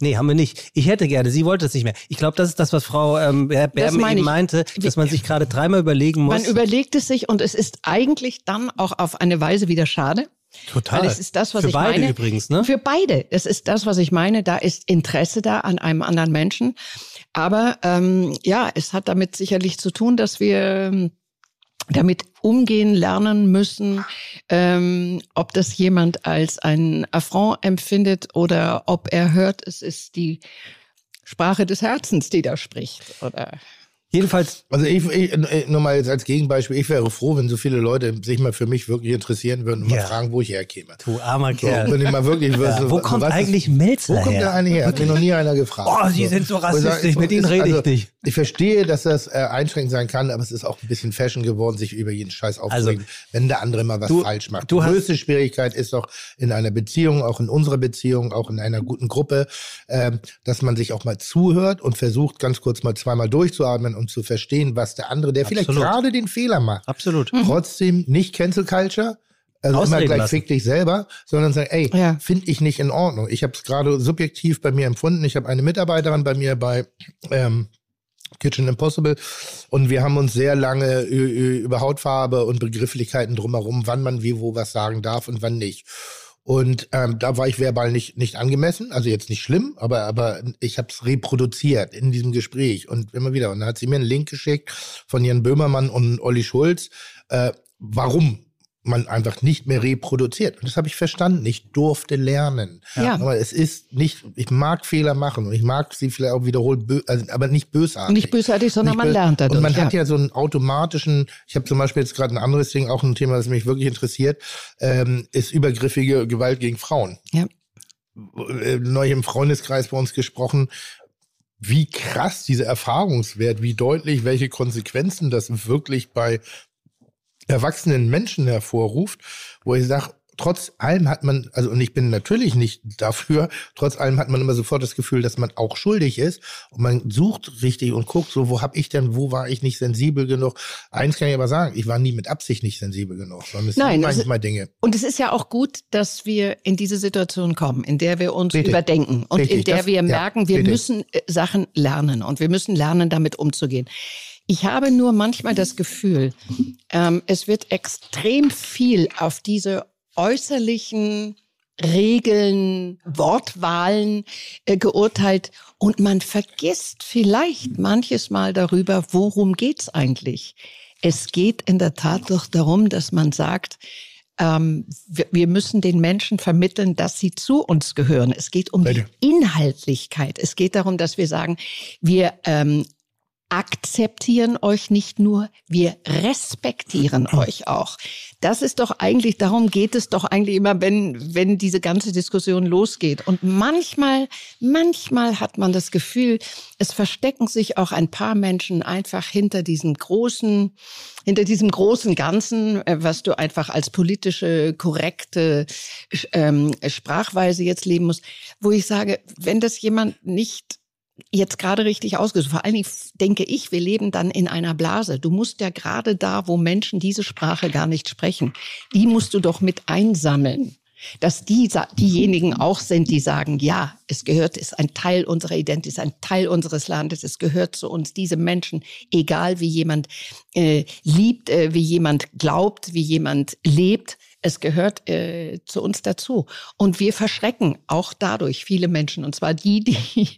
D: Nee, haben wir nicht. Ich hätte gerne, sie wollte es nicht mehr. Ich glaube, das ist das, was Frau ähm, Ber- Berben
E: meine
D: eben
E: ich.
D: meinte, dass man sich gerade dreimal überlegen muss.
E: Man überlegt es sich und es ist eigentlich dann auch auf eine Weise wieder schade.
D: Total.
E: Weil es ist das, was
D: Ah, Für
E: ich
D: beide
E: meine.
D: übrigens, ne?
E: Für beide. Es ist das, was ich meine. Da ist Interesse da an einem anderen Menschen. Aber ähm, ja, es hat damit sicherlich zu tun, dass wir ähm, damit umgehen lernen müssen, ähm, ob das jemand als einen Affront empfindet oder ob er hört, es ist die Sprache des Herzens, die da spricht. Oder
D: Jedenfalls
C: Also ich, ich äh, nur mal jetzt als Gegenbeispiel, ich wäre froh, wenn so viele Leute sich mal für mich wirklich interessieren würden und
D: Ja.
C: mal fragen, wo ich herkäme.
D: Du armer
C: So,
D: Kerl.
C: Wenn ich mal wirklich
D: Ja,
C: wüsste,
D: wo
C: was-
D: kommt
C: was ist-
D: eigentlich Melzer
C: Wo kommt der
D: her?
C: eine her? Hat mir noch nie einer gefragt.
D: Oh, Sie sind so
C: Wo ich sage,
D: rassistisch, mit
C: es
D: Ihnen
C: ist- also,
D: rede ich nicht.
C: Ich verstehe, dass das äh, einschränkend sein kann, aber es ist auch ein bisschen Fashion geworden, sich über jeden Scheiß aufzuregen, wenn der andere mal was
D: Also, du-
C: falsch macht.
D: du
C: Die
D: hast-
C: größte Schwierigkeit ist doch in einer Beziehung, auch in unserer Beziehung, auch in einer guten Gruppe, ähm, dass man sich auch mal zuhört und versucht, ganz kurz mal zweimal durchzuatmen und zu verstehen, was der andere, der vielleicht
D: Absolut.
C: gerade den Fehler macht,
D: Absolut.
C: Hm. trotzdem nicht Cancel Culture. Also
D: Mhm. Ausreden
C: immer gleich
D: lassen.
C: fick dich selber, sondern sagen, ey,
E: Ja.
C: finde ich nicht in Ordnung. Ich habe es gerade subjektiv bei mir empfunden. Ich habe eine Mitarbeiterin bei mir bei ähm, Kitchen Impossible und wir haben uns sehr lange ü- ü- über Hautfarbe und Begrifflichkeiten drumherum, wann man wie wo was sagen darf und wann nicht. Und ähm, da war ich verbal nicht, nicht angemessen, also jetzt nicht schlimm, aber, aber ich habe es reproduziert in diesem Gespräch und immer wieder. Und dann hat sie mir einen Link geschickt von Jan Böhmermann und Olli Schulz, äh, warum man einfach nicht mehr reproduziert. Und das habe ich verstanden. Ich durfte lernen.
E: Ja.
C: Aber es ist nicht, ich mag Fehler machen und ich mag sie vielleicht auch wiederholt, bö- also, aber nicht bösartig.
E: Nicht bösartig, sondern man
C: böse.
E: lernt dadurch,
C: Und man
E: ja.
C: hat ja so einen automatischen, ich habe zum Beispiel jetzt gerade ein anderes Ding, auch ein Thema, das mich wirklich interessiert, ähm, ist übergriffige Gewalt gegen Frauen.
E: Ja.
C: Äh, Neu im Freundeskreis bei uns gesprochen, wie krass dieser Erfahrungswert, wie deutlich, welche Konsequenzen das wirklich bei erwachsenen Menschen hervorruft, wo ich sage, trotz allem hat man, also und ich bin natürlich nicht dafür, trotz allem hat man immer sofort das Gefühl, dass man auch schuldig ist und man sucht richtig und guckt so, wo habe ich denn, wo war ich nicht sensibel genug? Eins kann ich aber sagen, ich war nie mit Absicht nicht sensibel genug, sondern es
E: Nein,
C: sind
E: das-
C: manchmal Dinge.
E: Und es ist ja auch gut, dass wir in diese Situation kommen, in der wir uns
C: Richtig.
E: überdenken und
C: Richtig,
E: in der
C: das- ja,
E: wir merken, wir
C: richtig.
E: müssen äh, Sachen lernen und wir müssen lernen, damit umzugehen. Ich habe nur manchmal das Gefühl, ähm, es wird extrem viel auf diese äußerlichen Regeln, Wortwahlen äh, geurteilt und man vergisst vielleicht manches Mal darüber, worum geht's eigentlich? Es geht in der Tat doch darum, dass man sagt, ähm, wir, wir müssen den Menschen vermitteln, dass sie zu uns gehören. Es geht um die Inhaltlichkeit. Es geht darum, dass wir sagen, wir ähm, akzeptieren euch nicht nur, wir respektieren euch auch. Das ist doch eigentlich, darum geht es doch eigentlich immer, wenn, wenn diese ganze Diskussion losgeht. Und manchmal, manchmal hat man das Gefühl, es verstecken sich auch ein paar Menschen einfach hinter diesem großen, hinter diesem großen Ganzen, äh, was du einfach als politische, korrekte ähm, Sprachweise jetzt leben musst, wo ich sage, wenn das jemand nicht jetzt gerade richtig ausgesucht. Vor allen Dingen denke ich, wir leben dann in einer Blase. Du musst ja gerade da, wo Menschen diese Sprache gar nicht sprechen, die musst du doch mit einsammeln. Dass die, diejenigen auch sind, die sagen, ja, es gehört, ist ein Teil unserer Identität, ist ein Teil unseres Landes, es gehört zu uns, diese Menschen, egal wie jemand äh, liebt, äh, wie jemand glaubt, wie jemand lebt, es gehört äh, zu uns dazu. Und wir verschrecken auch dadurch viele Menschen, und zwar die, die,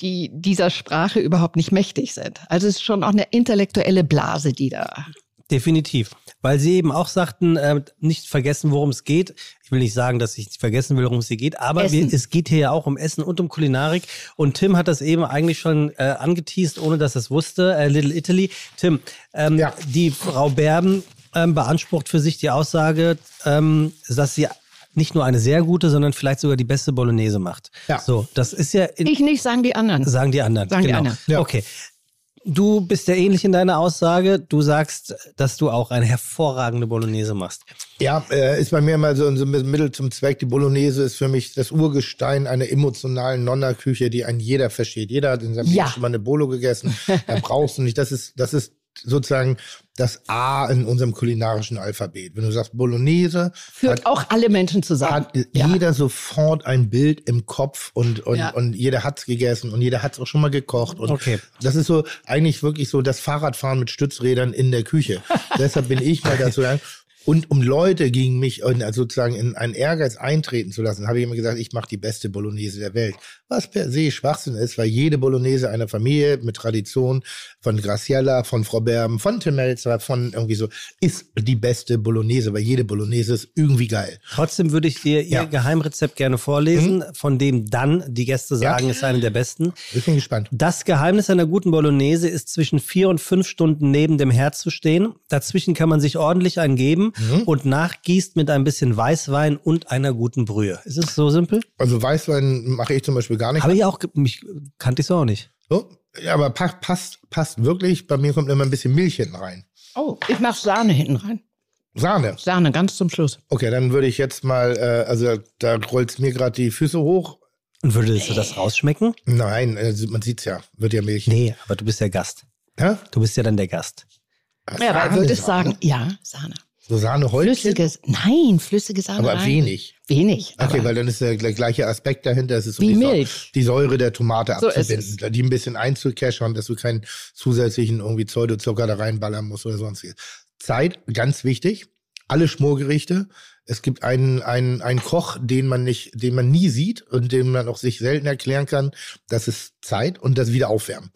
E: die dieser Sprache überhaupt nicht mächtig sind. Also es ist schon auch eine intellektuelle Blase, die da.
D: Definitiv. Weil Sie eben auch sagten, äh, nicht vergessen, worum es geht. Ich will nicht sagen, dass ich nicht vergessen will, worum es hier geht, aber wir, es geht hier ja auch um Essen und um Kulinarik. Und Tim hat das eben eigentlich schon äh, angeteased, ohne dass er es wusste. Äh, Little Italy. Tim, ähm, ja. die Frau Berben ähm, beansprucht für sich die Aussage, ähm, dass sie nicht nur eine sehr gute, sondern vielleicht sogar die beste Bolognese macht. Ja. So, das ist ja.
E: ich nicht, sagen die anderen.
D: Sagen die anderen.
E: Sagen
D: genau.
E: die anderen. Ja.
D: Okay. Du bist ja ähnlich in deiner Aussage. Du sagst, dass du auch eine hervorragende Bolognese machst.
C: Ja, äh, ist bei mir immer so, so ein Mittel zum Zweck. Die Bolognese ist für mich das Urgestein einer emotionalen Nonnerküche, die ein jeder versteht. Jeder hat in seinem
E: Ja.
C: Leben schon mal eine Bolo gegessen. da brauchst du nicht. Das ist, das ist sozusagen das A in unserem kulinarischen Alphabet. Wenn du sagst Bolognese,
E: Führt auch alle Menschen zusammen.
C: hat jeder sofort ein Bild im Kopf und, und,
E: Ja.
C: und jeder hat's gegessen und jeder hat's auch schon mal gekocht. Und
D: Okay.
C: Das ist so eigentlich wirklich so das Fahrradfahren mit Stützrädern in der Küche. Deshalb bin ich mal dazu lang. Und um Leute gegen mich und also sozusagen in einen Ehrgeiz eintreten zu lassen, habe ich immer gesagt, ich mache die beste Bolognese der Welt. Was per se Schwachsinn ist, weil jede Bolognese einer Familie mit Tradition von Graciella, von Frau Berben, von Tim Melzer, von irgendwie so, ist die beste Bolognese, weil jede Bolognese ist irgendwie geil.
D: Trotzdem würde ich dir ihr
C: Ja.
D: Geheimrezept gerne vorlesen, von dem dann die Gäste sagen, ist eine der besten.
C: Ich bin gespannt.
D: Das Geheimnis einer guten Bolognese ist, zwischen vier und fünf Stunden neben dem Herd zu stehen. Dazwischen kann man sich ordentlich einen geben und nachgießt mit ein bisschen Weißwein und einer guten Brühe. Ist es so simpel?
C: Also Weißwein mache ich zum Beispiel gar nicht.
D: Habe ich auch, ge- mich kannte ich so auch nicht.
C: So, ja, aber pa passt, passt wirklich. Bei mir kommt immer ein bisschen Milch hinten rein.
E: Oh, ich mache Sahne hinten rein.
C: Sahne.
E: Sahne, ganz zum Schluss.
C: Okay, dann würde ich jetzt mal, äh, also da rollt's mir gerade die Füße hoch.
D: Und würdest du das rausschmecken?
C: Nein, äh, man sieht's ja, wird ja Milch.
D: Nee, aber du bist ja Gast.
C: Hä?
D: Du bist ja dann der Gast.
E: Ja, aber würde ich
C: Sahne.
E: sagen, ja, Sahne.
C: So Sahnehäubchen,
E: Flüssiges, nein, flüssige Sahne
C: aber
E: rein.
C: wenig.
E: Wenig.
C: Okay,
E: aber-
C: weil dann ist der gl- gleiche Aspekt dahinter. Es ist um
E: Wie
C: die, Sau-
E: Milch.
C: die Säure der Tomate
E: So ist
C: abzubinden, die ein bisschen einzukeschern, dass du keinen zusätzlichen irgendwie Pseudozucker da reinballern musst oder sonstiges. Zeit, ganz wichtig. Alle Schmorgerichte. Es gibt einen, einen, einen Koch, den man nicht, den man nie sieht und den man auch sich selten erklären kann. Das ist Zeit und das wieder aufwärmen.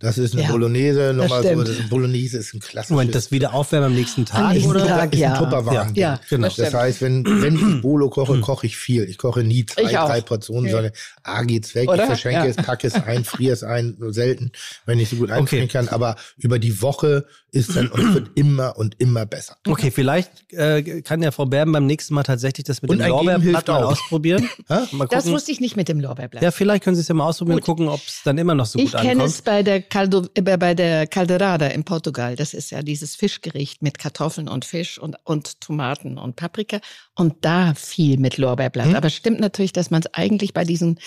C: Das ist eine
E: Ja,
C: Bolognese, nochmal so.
E: stimmt.
C: Das ist, Bolognese ist ein klassisches.
D: Moment, das wieder aufwärmen am nächsten Tag
E: nächsten
D: oder?
E: Tag,
C: ist ein
E: ja.
C: Tupperwaren.
E: Ja, ja,
D: genau.
E: das
C: Das
E: stimmt.
C: heißt, wenn, wenn ich Bolo koche, koche ich viel. Ich koche nie zwei,
E: Ich auch.
C: drei Portionen,
E: Okay.
C: sondern A geht's weg,
E: Oder?
C: ich verschenke
E: Ja.
C: es, packe es ein, friere es ein, nur selten, wenn ich so gut einfrieren
D: Okay.
C: kann. Aber über die Woche ist dann und wird immer und immer besser.
D: Okay, vielleicht äh, kann ja Frau Berben beim nächsten Mal tatsächlich das mit
C: Und
D: dem
C: ein Geben
D: Lorbeerblatt
C: hilft
D: mal
C: auch.
D: ausprobieren.
C: Hä?
D: Mal
E: Das
D: gucken.
E: wusste ich nicht mit dem Lorbeerblatt.
D: ja, vielleicht können Sie es ja mal ausprobieren und
E: Gut.
D: gucken, ob es dann immer noch so
E: ich
D: gut
E: kenne
D: ankommt.
E: es bei der, Caldo, äh, bei der Calderada in Portugal. Das ist ja dieses Fischgericht mit Kartoffeln und Fisch und, und Tomaten und Paprika. Und da viel mit Lorbeerblatt.
C: Hm?
E: Aber stimmt natürlich, dass man es eigentlich bei diesen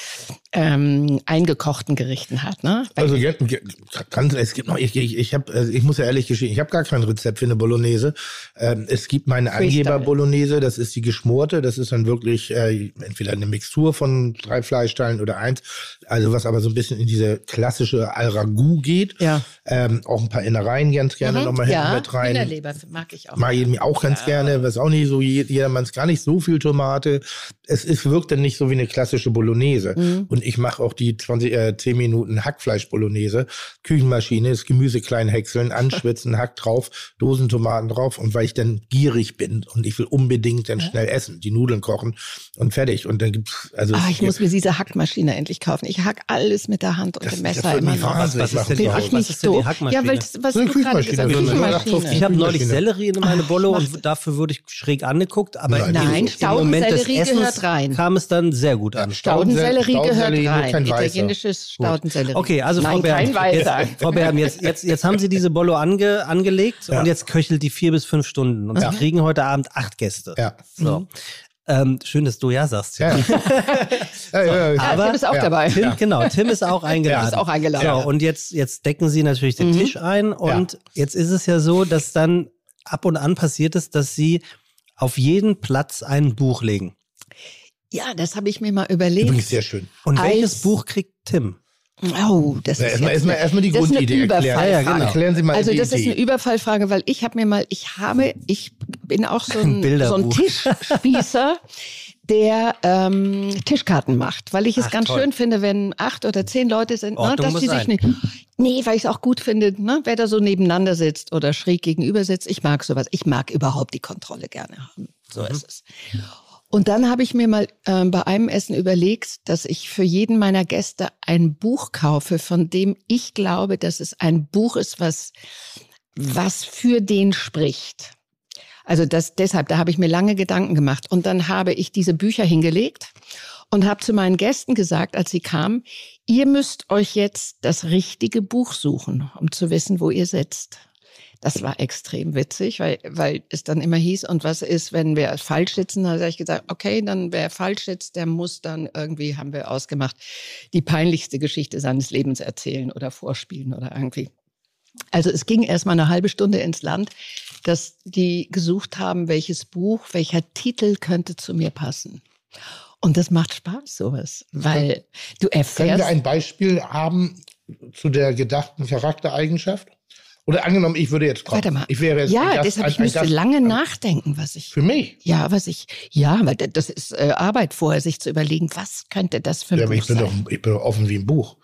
E: ähm, eingekochten Gerichten hat. Ne? Bei-
C: Also ge- ge- ganz, es gibt noch, ich, ich, ich habe, ich muss ja ehrlich gestehen, ich habe gar kein Rezept für eine Bolognese. Ähm, es gibt meine
E: Freestyle.
C: Angeber-Bolognese, das ist die geschmorte, das ist dann wirklich äh, entweder eine Mixtur von drei Fleischteilen oder eins, also was aber so ein bisschen in diese klassische Al Ragout geht.
E: Ja.
C: Ähm, auch ein paar Innereien ganz gerne
E: Mhm,
C: nochmal hinten
E: ja,
C: mit rein.
E: Hühnerleber mag ich auch.
C: Mag ich mir auch ganz gerne, was auch nicht so
E: Mhm.
C: je- jedermanns, gar nicht so viel Tomate. Es ist, wirkt dann nicht so wie eine klassische Bolognese. Und Und ich mache auch die 20, äh, 10 Minuten Hackfleisch-Bolognese. Küchenmaschine, das Gemüse klein häckseln, anschwitzen, Hack drauf, Dosentomaten drauf. Und weil ich dann gierig bin und ich will unbedingt dann schnell essen, die Nudeln kochen und fertig. Und dann gibt's, also.
E: Ah,
C: es
E: ich
C: gibt-
E: muss mir diese Hackmaschine endlich kaufen. Ich hack alles mit der Hand und
C: Das-
E: dem
C: das
E: Messer
C: wird Also,
E: immer
C: mich
E: noch.
C: wahnsinnig
D: Was ist
C: machen
D: denn die
C: zu
E: Bin
C: Hause.
E: ich nicht
D: ist denn die
E: doof. Ja,
D: Hackmaschine?
E: weil das, was
C: So eine
E: du gerade
C: Küchenmaschine,
E: gesagt hast,
C: so eine
E: Küchenmaschine.
C: 0815.
D: Ich habe neulich
C: Küchenmaschine.
D: Sellerie in meine Bolle
E: ich
D: und dafür wurde ich schräg angeguckt, aber
C: Nein,
D: im
E: Nein,
D: Moment des
E: Staudensellerie
D: Essens
E: gehört rein.
D: kam es dann sehr gut an.
E: Staudensellerie gehört
C: Staudensellerie, nur
E: rein.
C: kein weißer.
E: Italienisches
C: Gut.
E: Staudensellerie.
D: Okay, also Frau
E: Nein,
D: Berm,
E: kein Weißer.
D: jetzt, Frau Berm jetzt, jetzt, jetzt haben Sie diese Bollo ange, angelegt und jetzt köchelt die vier bis fünf Stunden und Sie kriegen heute Abend acht Gäste.
C: Ja.
E: Mhm.
D: So. Ähm, schön, dass du ja sagst.
C: Ja. Ja, ja, ja.
E: Ah, Tim ist auch
C: ja.
E: dabei.
D: Tim, genau, Tim ist auch eingeladen.
E: ist auch eingeladen. Mhm.
D: So, und jetzt, jetzt decken sie natürlich den Tisch ein und jetzt ist es ja so, dass dann ab und an passiert ist, dass sie auf jeden Platz ein Buch legen.
E: Ja, das habe ich mir mal überlegt.
C: Übrigens sehr schön.
D: Und
E: Als-
D: welches Buch kriegt Tim?
E: Oh, das
C: Ja, erstmal-
E: ist jetzt
C: erstmal-
E: eine-
C: erstmal die
E: das ist eine
C: Grundidee erklären.
E: Überfallfrage.
D: Ja, ja, genau.
C: Erklären Sie mal
E: Also
C: die
E: das ist
C: Idee.
E: eine Überfallfrage, weil ich habe mir mal, ich habe, ich bin auch so ein, so ein
D: Bilderbuch.
E: Tischspießer, der ähm, Tischkarten macht, weil ich es
D: Ach,
E: ganz
D: toll.
E: schön finde, wenn acht oder zehn Leute sind, ne,
D: Ordnung
E: dass die
D: muss sein.
E: sich nicht. Nee, weil ich es auch gut finde, ne, wer da so nebeneinander sitzt oder schräg gegenüber sitzt. Ich mag sowas. Ich mag überhaupt die Kontrolle gerne haben. So ist es. Und dann habe ich mir mal ähm, bei einem Essen überlegt, dass ich für jeden meiner Gäste ein Buch kaufe, von dem ich glaube, dass es ein Buch ist, was, was für den spricht. Also das, deshalb, da habe ich mir lange Gedanken gemacht. Und dann habe ich diese Bücher hingelegt und habe zu meinen Gästen gesagt, als sie kamen, ihr müsst euch jetzt das richtige Buch suchen, um zu wissen, wo ihr sitzt. Das war extrem witzig, weil, weil es dann immer hieß, und was ist, wenn wir falsch sitzen? Da habe ich gesagt, okay, dann wer falsch sitzt, der muss dann irgendwie, haben wir ausgemacht, die peinlichste Geschichte seines Lebens erzählen oder vorspielen oder irgendwie. Also es ging erstmal eine halbe Stunde ins Land, dass die gesucht haben, welches Buch, welcher Titel könnte zu mir passen. Und das macht Spaß, sowas, weil du
C: Können wir
E: erfährst.
C: ein Beispiel haben zu der gedachten Charaktereigenschaft? Oder angenommen, ich würde jetzt kochen.
E: Warte mal.
C: Ich wäre jetzt ein
E: ja,
C: Gast,
E: deshalb,
C: ein-
E: ich
C: ein
E: müsste
C: Gast-
E: lange nachdenken, was ich
C: Für mich.
E: Ja, was ich, ja, weil d- das ist äh, Arbeit vorher, sich zu überlegen, was könnte das für ein
C: Ja, aber
E: Buch
C: ich bin,
E: sein.
C: doch, ich bin doch offen wie ein Buch.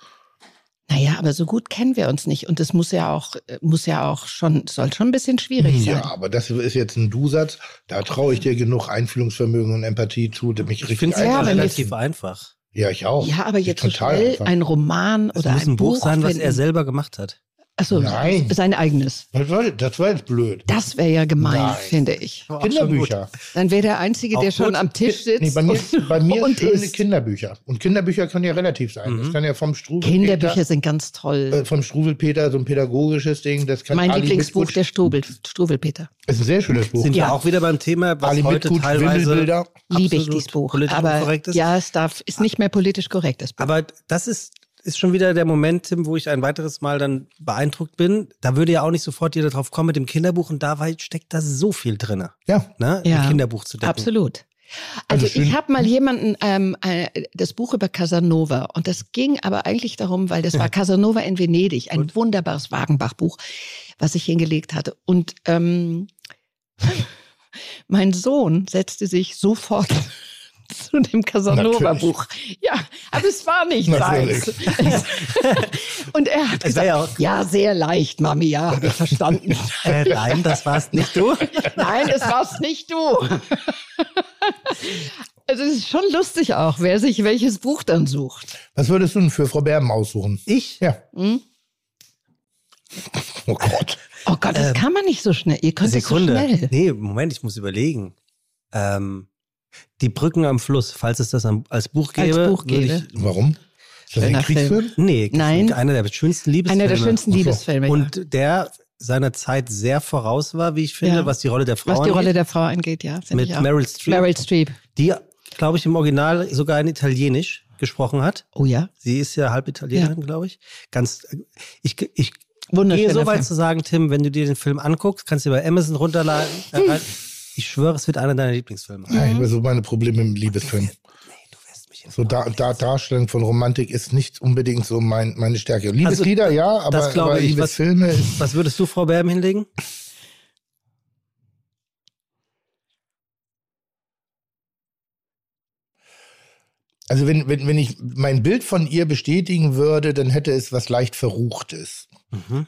E: Naja, aber so gut kennen wir uns nicht und das muss ja auch, äh, muss ja auch schon, soll schon ein bisschen schwierig
C: Ja,
E: sein.
C: aber das ist jetzt ein Du-Satz. Da traue ich dir genug Einfühlungsvermögen und Empathie zu, der mich
D: Ich
C: richtig
D: finde es
E: Ja,
D: ja,
E: aber
D: relativ einfach.
C: Ja, ich auch.
E: Ja, aber
C: Ich
E: jetzt so schnell
C: einfach.
E: ein Roman
D: Es
E: oder
D: muss ein Buch, sein, was
E: finden.
D: er selber gemacht hat.
E: Achso,
C: Nein.
E: sein eigenes.
C: Was soll das? Das war jetzt blöd.
E: Das wäre ja gemein,
C: Nein.
E: finde ich.
C: Kinderbücher.
E: Dann wäre der Einzige,
D: Auch
E: der schon
D: gut.
E: am Tisch sitzt.
C: Nee, bei mir,
E: und,
C: bei mir
E: und
C: schöne
E: isst.
C: Kinderbücher. Und Kinderbücher können ja relativ sein.
D: Mhm.
C: Das kann ja vom Struwelpeter,
E: Kinderbücher sind ganz
C: äh,
E: toll.
C: vom Struwelpeter so ein pädagogisches Ding. Das kann
E: mein
C: Ali
E: Lieblingsbuch,
C: Mitwitsch-
E: der Strubel, Struwelpeter.
C: ist ein sehr schönes Buch.
D: Sind
E: Ja.
D: wir auch wieder beim Thema, was
C: Ali
D: heute
C: Mitgut,
D: teilweise
C: Windelbilder.
E: Liebe ich
D: absolut
E: dieses Buch.
D: politisch
E: aber
D: unkorrekt ist.
E: ja, es darf, ist nicht mehr politisch korrekt, das Buch.
D: Aber das ist, ist schon wieder der Moment, Tim, wo ich ein weiteres Mal dann beeindruckt bin. Da würde ja auch nicht sofort jeder drauf kommen mit dem Kinderbuch und dabei steckt da so viel drin.
C: Ja.
D: Ne? Im Kinderbuch zu decken.
E: Absolut.
C: Also
E: Also, ich
C: schön-
E: habe mal
D: Mhm.
E: jemanden ähm, äh, das Buch über Casanova und das ging aber eigentlich darum, weil das war Casanova in Venedig, ein wunderbares Wagenbach-Buch, was ich hingelegt hatte. Und ähm, mein Sohn setzte sich sofort zu dem Casanova-Buch. Ja, aber es war nicht seins. und er hat
D: Es war
E: gesagt,
D: ja
E: ja, sehr leicht, Mami, ja, habe ich verstanden.
D: Äh, nein, das warst nicht du.
E: Nein, das warst nicht du. Also es ist schon lustig auch, wer sich welches Buch dann sucht.
C: Was würdest du denn für Frau Berben aussuchen?
D: Ich?
C: Ja.
E: Hm?
C: Oh Gott.
E: Oh Gott, das kann man nicht so schnell. Ihr könnt
D: Sekunde.
E: es so schnell.
D: nee, Moment, ich muss überlegen. Ähm, die Brücken am Fluss, falls es das am, als Buch
E: Als
D: gäbe.
E: Buch
D: würde
E: gäbe.
D: Ich,
C: Warum? Ist das ein
E: Schöner Film.
C: Kriegsfilm?
D: nee,
E: Nein.
D: einer der schönsten Liebesfilme.
E: Einer der schönsten Liebesfilme. ja.
D: Und der seiner Zeit sehr voraus war, wie ich finde,
E: Ja.
D: was die Rolle der Frau
E: Was die
D: angeht.
E: Rolle der Frau angeht, ja. finde
D: Mit
E: ich auch.
D: Meryl Streep.
E: Meryl Streep.
D: die, glaube ich, im Original sogar in Italienisch gesprochen hat.
E: Oh ja.
D: Sie ist ja halb Italienerin, glaube ich. Ganz, äh, ich, ich gehe
E: Wunderschöner
D: so weit
E: Film.
D: zu sagen, Tim, wenn du dir den Film anguckst, kannst du dir bei Amazon runterladen. Äh, ich schwöre, es wird einer deiner Lieblingsfilme.
E: Mhm.
C: Ja, ich habe so meine Probleme im Liebesfilm. So da, da, Darstellung von Romantik ist nicht unbedingt so mein, meine Stärke. Liebeslieder, ja, aber,
D: Also, das glaube
C: aber
D: ich, was-
C: Liebesfilme ist
D: Was würdest du, Frau Berben, hinlegen?
C: Also wenn, wenn, wenn ich mein Bild von ihr bestätigen würde, dann hätte es was leicht Verruchtes.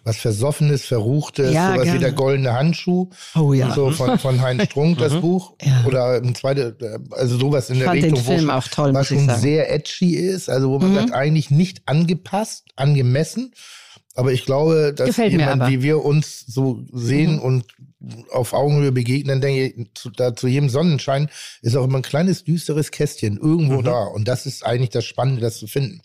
C: Was Versoffenes, Verruchtes,
E: Ja,
C: sowas wie
E: gerne.
C: der goldene Handschuh.
E: Oh ja.
C: So von, von Heinz Strunk, das Buch.
E: Ja.
C: Oder ein zweite, äh, also sowas in der
E: Fand den
C: Richtung,
E: Film
C: schon,
E: auch toll,
C: was
E: muss ich
C: schon
E: sagen. Mhm.
C: sehr edgy ist. Also wo man sagt, eigentlich nicht angepasst, angemessen. Aber ich glaube, dass
E: Gefällt mir
C: jemand,
E: aber.
C: wie wir uns so sehen
E: Mhm.
C: und auf Augenhöhe begegnen, denke ich, zu, da zu jedem Sonnenschein ist auch immer ein kleines düsteres Kästchen
E: Mhm.
C: irgendwo da. Und das ist eigentlich das Spannende, das zu finden.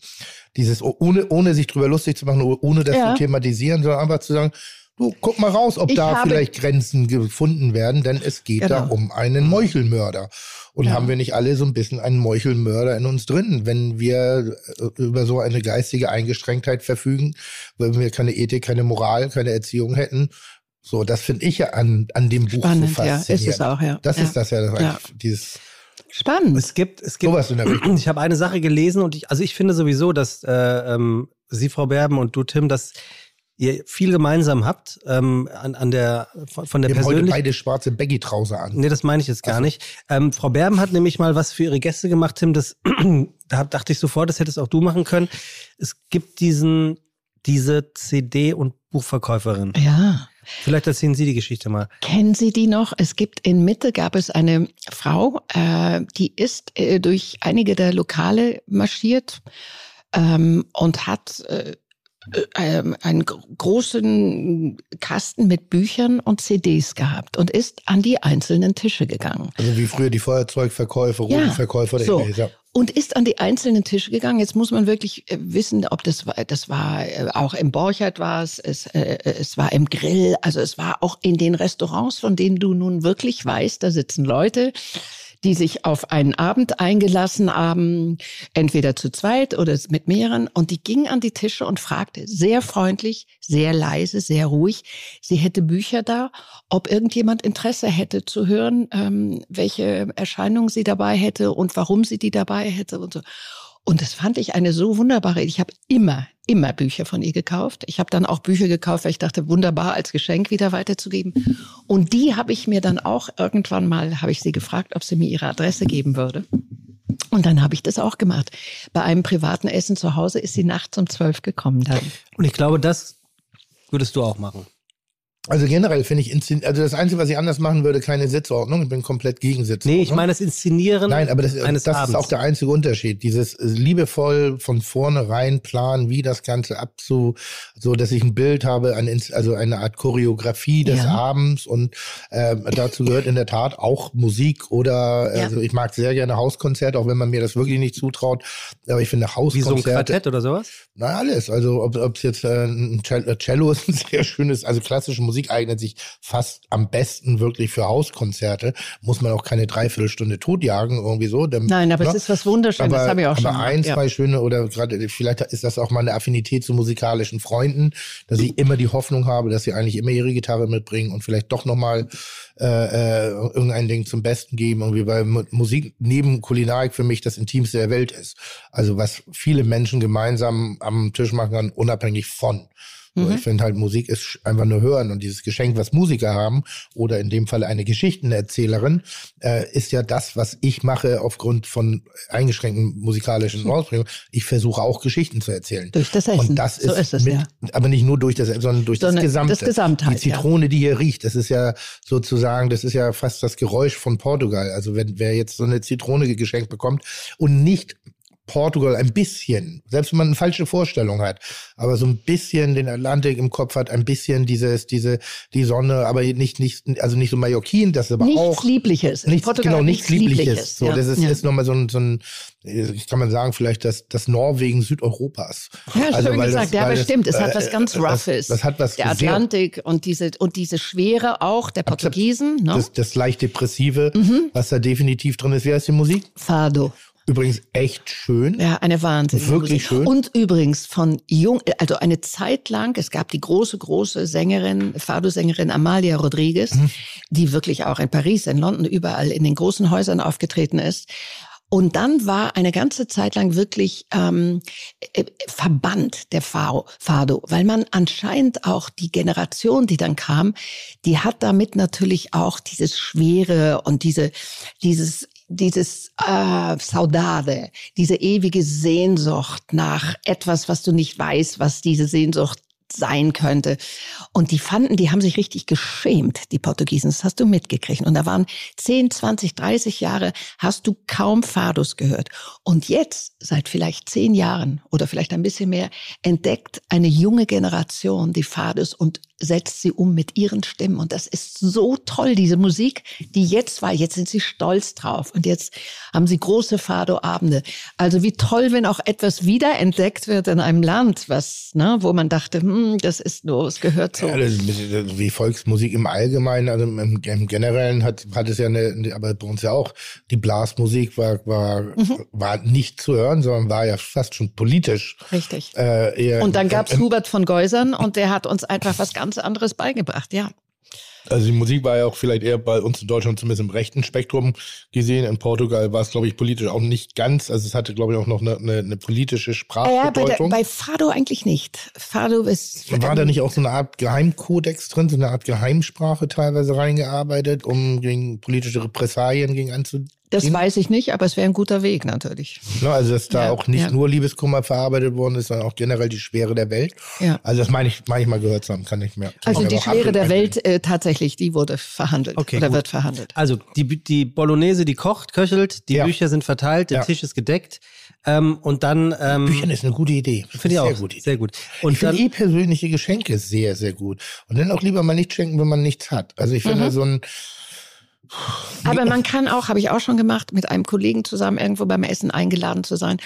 C: Dieses, oh- ohne, ohne sich drüber lustig zu machen, oh- ohne das
E: Ja.
C: zu thematisieren, sondern einfach zu sagen, du, guck mal raus, ob
E: Ich
C: da
E: habe-
C: vielleicht Grenzen gefunden werden, denn es geht da
E: Genau.
C: um einen Meuchelmörder. Und
E: Ja.
C: haben wir nicht alle so ein bisschen einen Meuchelmörder in uns drin, wenn wir äh, über so eine geistige Eingeschränktheit verfügen, wenn wir keine Ethik, keine Moral, keine Erziehung hätten? So, das finde ich ja an, an dem Buch so
E: Spannend, ja.
C: faszinierend.
E: Ist es auch, ja.
C: Das
E: ja.
C: ist das ja, das
E: Ja.
C: eigentlich, dieses,
E: Spannend.
D: Es gibt, es gibt
C: sowas in der Richtung.
D: Ich habe eine Sache gelesen und ich, also ich finde sowieso, dass äh, ähm, Sie, Frau Berben und du, Tim, dass ihr viel gemeinsam habt ähm, an, an der von, von der
C: Wir haben heute
D: persönlichen.
C: beide schwarze Baggy-Trauser an.
D: Nee, das meine ich jetzt gar nicht. Ähm, Frau Berben hat nämlich mal was für ihre Gäste gemacht, Tim. Das da dachte ich sofort, das hättest auch du machen können. Es gibt diesen diese CD und Buchverkäuferin.
E: Ja.
D: Vielleicht erzählen Sie die Geschichte mal.
E: Kennen Sie die noch? Es gibt in Mitte gab es eine Frau, äh, die ist äh, durch einige der Lokale marschiert ähm, und hat äh, äh, ähm, einen gro- großen Kasten mit Büchern und CDs gehabt und ist an die einzelnen Tische gegangen.
C: Also wie früher die Feuerzeugverkäufer,
E: Ja,
C: Rotenverkäufer, der
E: so.
C: Imbäser.
E: Und ist an die einzelnen Tische gegangen. Jetzt muss man wirklich äh, wissen, ob das war, das war äh, auch im Borchert war es, es, äh, es war im Grill, also es war auch in den Restaurants, von denen du nun wirklich weißt, da sitzen Leute, die sich auf einen Abend eingelassen haben, entweder zu zweit oder mit mehreren. Und die ging an die Tische und fragte sehr freundlich, sehr leise, sehr ruhig, sie hätte Bücher da, ob irgendjemand Interesse hätte zu hören, ähm, welche Erscheinungen sie dabei hätte und warum sie die dabei hätte und so. Und das fand ich eine so wunderbare. Ich habe immer, immer Bücher von ihr gekauft. Ich habe dann auch Bücher gekauft, weil ich dachte, wunderbar als Geschenk wieder weiterzugeben. Und die habe ich mir dann auch irgendwann mal, habe ich sie gefragt, ob sie mir ihre Adresse geben würde. Und dann habe ich das auch gemacht. Bei einem privaten Essen zu Hause ist sie nachts um zwölf gekommen dann.
D: Und ich glaube, das würdest du auch machen.
C: Also generell finde ich, inszen- also das Einzige, was ich anders machen würde, keine Sitzordnung. Ich bin komplett gegen Sitzordnung.
D: Nee, ich meine das Inszenieren
C: Nein, aber das,
D: eines
C: das
D: Abends.
C: ist auch der einzige Unterschied. Dieses äh, liebevoll von vornherein planen, wie das Ganze abzu, so dass ich ein Bild habe, ein, Ins- also eine Art Choreografie des
E: Ja.
C: Abends und ähm, dazu gehört in der Tat auch Musik oder
E: Ja.
C: also ich mag sehr gerne Hauskonzerte, auch wenn man mir das wirklich nicht zutraut. Aber ich finde
D: Wie so ein
C: Hauskonzerte
D: Quartett oder sowas?
C: Na, alles. Also, ob es jetzt äh, ein Cell- äh, Cello ist, ein sehr schönes, also klassische Musik eignet sich fast am besten wirklich für Hauskonzerte. Muss man auch keine Dreiviertelstunde totjagen, irgendwie so. Dann,
E: Nein, aber es
C: ne?
E: ist was Wunderschönes,
C: aber,
E: das habe ich auch
C: aber
E: schon
C: ein,
E: gemacht, ja.
C: zwei schöne ne, oder gerade vielleicht ist das auch mal eine Affinität zu musikalischen Freunden, dass ich immer die Hoffnung habe, dass sie eigentlich immer ihre Gitarre mitbringen und vielleicht doch noch mal äh, äh, irgendein Ding zum Besten geben, irgendwie weil Mu- Musik neben Kulinarik für mich das intimste der Welt ist. Also was viele Menschen gemeinsam am Tisch machen können, unabhängig von. So, Ich finde halt, Musik ist sch- einfach nur hören und dieses Geschenk, was Musiker haben oder in dem Fall eine Geschichtenerzählerin, äh, ist ja das, was ich mache aufgrund von eingeschränkten musikalischen Ausprägungen. Ich versuche auch Geschichten zu erzählen.
E: Durch das Essen.
C: Und das ist,
E: So ist es,
C: mit,
E: ja.
C: aber nicht nur durch das, Essen, sondern durch das
E: Sondern
C: Gesamte.
E: das Gesamtheit,
C: Die Zitrone, die hier riecht, das ist ja sozusagen, das ist ja fast das Geräusch von Portugal. Also wenn wer jetzt so eine Zitrone geschenkt bekommt und nicht Portugal ein bisschen, selbst wenn man eine falsche Vorstellung hat, aber so ein bisschen den Atlantik im Kopf hat, ein bisschen dieses, diese, die Sonne, aber nicht, nicht, also nicht so Mallorquin, das aber
E: nichts
C: auch.
E: Liebliches. In
C: Nichts,
E: Portugal
C: genau, nichts Liebliches. So,
E: ja.
C: Das ist,
E: ja.
C: ist nochmal so ein, so ein, äh, kann man sagen, vielleicht das, das Norwegen Südeuropas.
E: Ja, schön
C: Also, weil das-
E: gesagt. ja,
C: weil
E: aber
C: das,
E: stimmt. Es hat was
C: äh,
E: ganz
C: äh,
E: Roughes.
C: Das, das hat was
E: Der
C: sehr-
E: Atlantik und diese, und diese Schwere auch der Portugiesen. Ne? Mhm.
C: Das, das leicht depressive, was da definitiv drin ist. Wie heißt die Musik?
E: Fado.
C: Übrigens echt schön.
E: Ja, eine wahnsinnige
C: Wirklich
E: Musik.
C: schön.
E: Und übrigens von jung, also eine Zeit lang, es gab die große, große Sängerin, Fado-Sängerin Amalia Rodriguez,
C: Mhm.
E: die wirklich auch in Paris, in London, überall in den großen Häusern aufgetreten ist. Und dann war eine ganze Zeit lang wirklich ähm, äh, verbannt der Fado, Fado, weil man anscheinend auch die Generation, die dann kam, die hat damit natürlich auch dieses Schwere und diese, dieses dieses äh, Saudade, diese ewige Sehnsucht nach etwas, was du nicht weißt, was diese Sehnsucht sein könnte. Und die fanden, die haben sich richtig geschämt, die Portugiesen. Das hast du mitgekriegt. Und da waren 10, 20, 30 Jahre, hast du kaum Fadus gehört. Und jetzt, seit vielleicht zehn Jahren oder vielleicht ein bisschen mehr, entdeckt eine junge Generation die Fadus und setzt sie um mit ihren Stimmen. Und das ist so toll, diese Musik, die jetzt war. Jetzt sind sie stolz drauf. Und jetzt haben sie große Fado-Abende. Also wie toll, wenn auch etwas wiederentdeckt wird in einem Land, was, ne, wo man dachte, hm, das ist nur, es gehört so.
C: Ja, das, das- wie Volksmusik im Allgemeinen, also im, im, im Generellen hat, hat es ja eine, aber bei uns ja auch, die Blasmusik war, war,
E: Mhm.
C: war nicht zu hören, sondern war ja fast schon politisch.
E: Richtig.
C: Äh, eher
E: Und dann
C: im-
E: gab's
C: im-
E: Hubert von Geusern und der hat uns einfach was ganz anderes beigebracht, ja.
C: Also die Musik war ja auch vielleicht eher bei uns in Deutschland zumindest im rechten Spektrum gesehen. In Portugal war es, glaube ich, politisch auch nicht ganz. Also es hatte, glaube ich, auch noch eine, eine, eine politische
E: Ah Ja, bei, der,
C: Sprachbedeutung.
E: bei Fado eigentlich nicht. Fado ist.
C: war da nicht auch so eine Art Geheimkodex drin, so eine Art Geheimsprache teilweise reingearbeitet, um gegen politische Repressalien gegen anzu
E: Das weiß ich nicht, aber es wäre ein guter Weg natürlich.
C: Ne, also dass da
E: Ja,
C: auch nicht
E: ja.
C: nur Liebeskummer verarbeitet worden ist, sondern auch generell die Schwere der Welt.
E: Ja.
C: Also das meine ich manchmal gehört zu haben, kann ich mir.
E: Also
C: kann ich
E: die
C: mir auch
E: Schwere
C: abge-
E: der Welt äh, tatsächlich, die wurde verhandelt
D: Okay,
E: oder
D: gut.
E: wird verhandelt.
D: Also die, die Bolognese, die kocht, köchelt, die
C: Ja.
D: Bücher sind verteilt, der
C: Ja.
D: Tisch ist gedeckt ähm, und dann ähm,
C: Büchern ist eine gute Idee.
D: finde ich
C: sehr
D: auch
C: Gute Idee.
D: sehr gut. Und
C: ich finde
D: dann
C: eh persönliche Geschenke sehr, sehr gut. Und dann auch lieber mal nicht schenken, wenn man nichts hat. Also ich
E: Mhm.
C: finde so ein,
E: Aber man kann auch, habe ich auch schon gemacht, mit einem Kollegen zusammen irgendwo beim Essen eingeladen zu sein.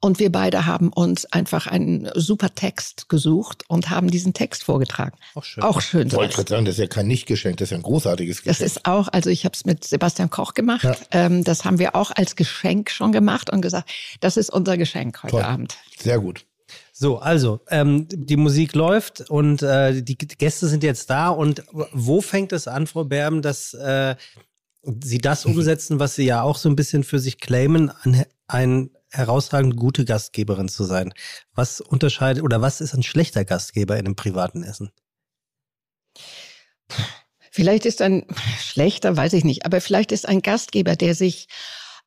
E: Und wir beide haben uns einfach einen super Text gesucht und haben diesen Text vorgetragen. Auch schön. Auch schön.
C: wollte
E: sowas.
C: ich gerade sagen, das ist ja kein Nicht-Geschenk, das ist ja ein großartiges
E: Das
C: Geschenk.
E: ist auch, also ich habe es mit Sebastian Koch gemacht.
C: Ja.
E: Ähm, das haben wir auch als Geschenk schon gemacht und gesagt, das ist unser Geschenk heute
C: Toll.
E: Abend.
C: sehr gut.
D: so, also ähm, die Musik läuft und äh, die Gäste sind jetzt da und wo fängt es an, Frau Berben, dass äh, Sie das
C: Mhm.
D: umsetzen, was Sie ja auch so ein bisschen für sich claimen, ein, ein herausragend gute Gastgeberin zu sein? Was unterscheidet oder was ist ein schlechter Gastgeber in einem privaten Essen?
E: Vielleicht ist ein schlechter, weiß ich nicht, aber vielleicht ist ein Gastgeber, der sich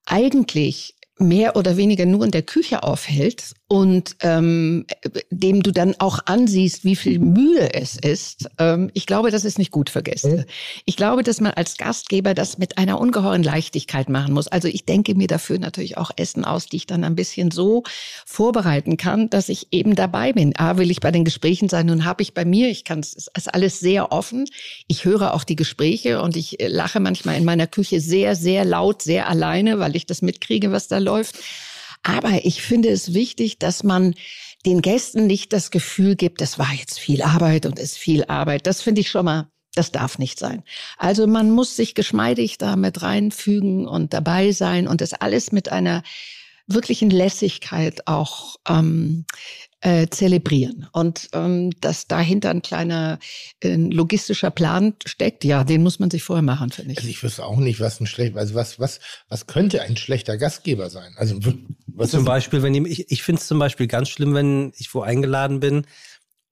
E: eigentlich mehr oder weniger nur in der Küche aufhält und ähm, dem du dann auch ansiehst, wie viel Mühe es ist. Ähm, ich glaube, das ist nicht gut für Gäste. Ich glaube, dass man als Gastgeber das mit einer ungeheuren Leichtigkeit machen muss. Also ich denke mir dafür natürlich auch Essen aus, die ich dann ein bisschen so vorbereiten kann, dass ich eben dabei bin. A, will ich bei den Gesprächen sein, nun habe ich bei mir, ich kann es ist alles sehr offen. Ich höre auch die Gespräche und ich äh, lache manchmal in meiner Küche sehr, sehr laut, sehr alleine, weil ich das mitkriege, was da läuft. Aber ich finde es wichtig, dass man den Gästen nicht das Gefühl gibt, das war jetzt viel Arbeit und ist viel Arbeit. Das finde ich schon mal, das darf nicht sein. Also man muss sich geschmeidig damit reinfügen und dabei sein und das alles mit einer wirklichen Lässigkeit auch ähm, äh, zelebrieren. Und ähm, dass dahinter ein kleiner äh, logistischer Plan steckt, ja, den muss man sich vorher machen, finde
C: Also
E: ich.
C: ich wüsste auch nicht, was ein schlecht, also was, was, was könnte ein schlechter Gastgeber sein? Also w- was
D: Zum
C: ist,
D: Beispiel, wenn ich, ich- ich finde es zum Beispiel ganz schlimm, wenn ich wo eingeladen bin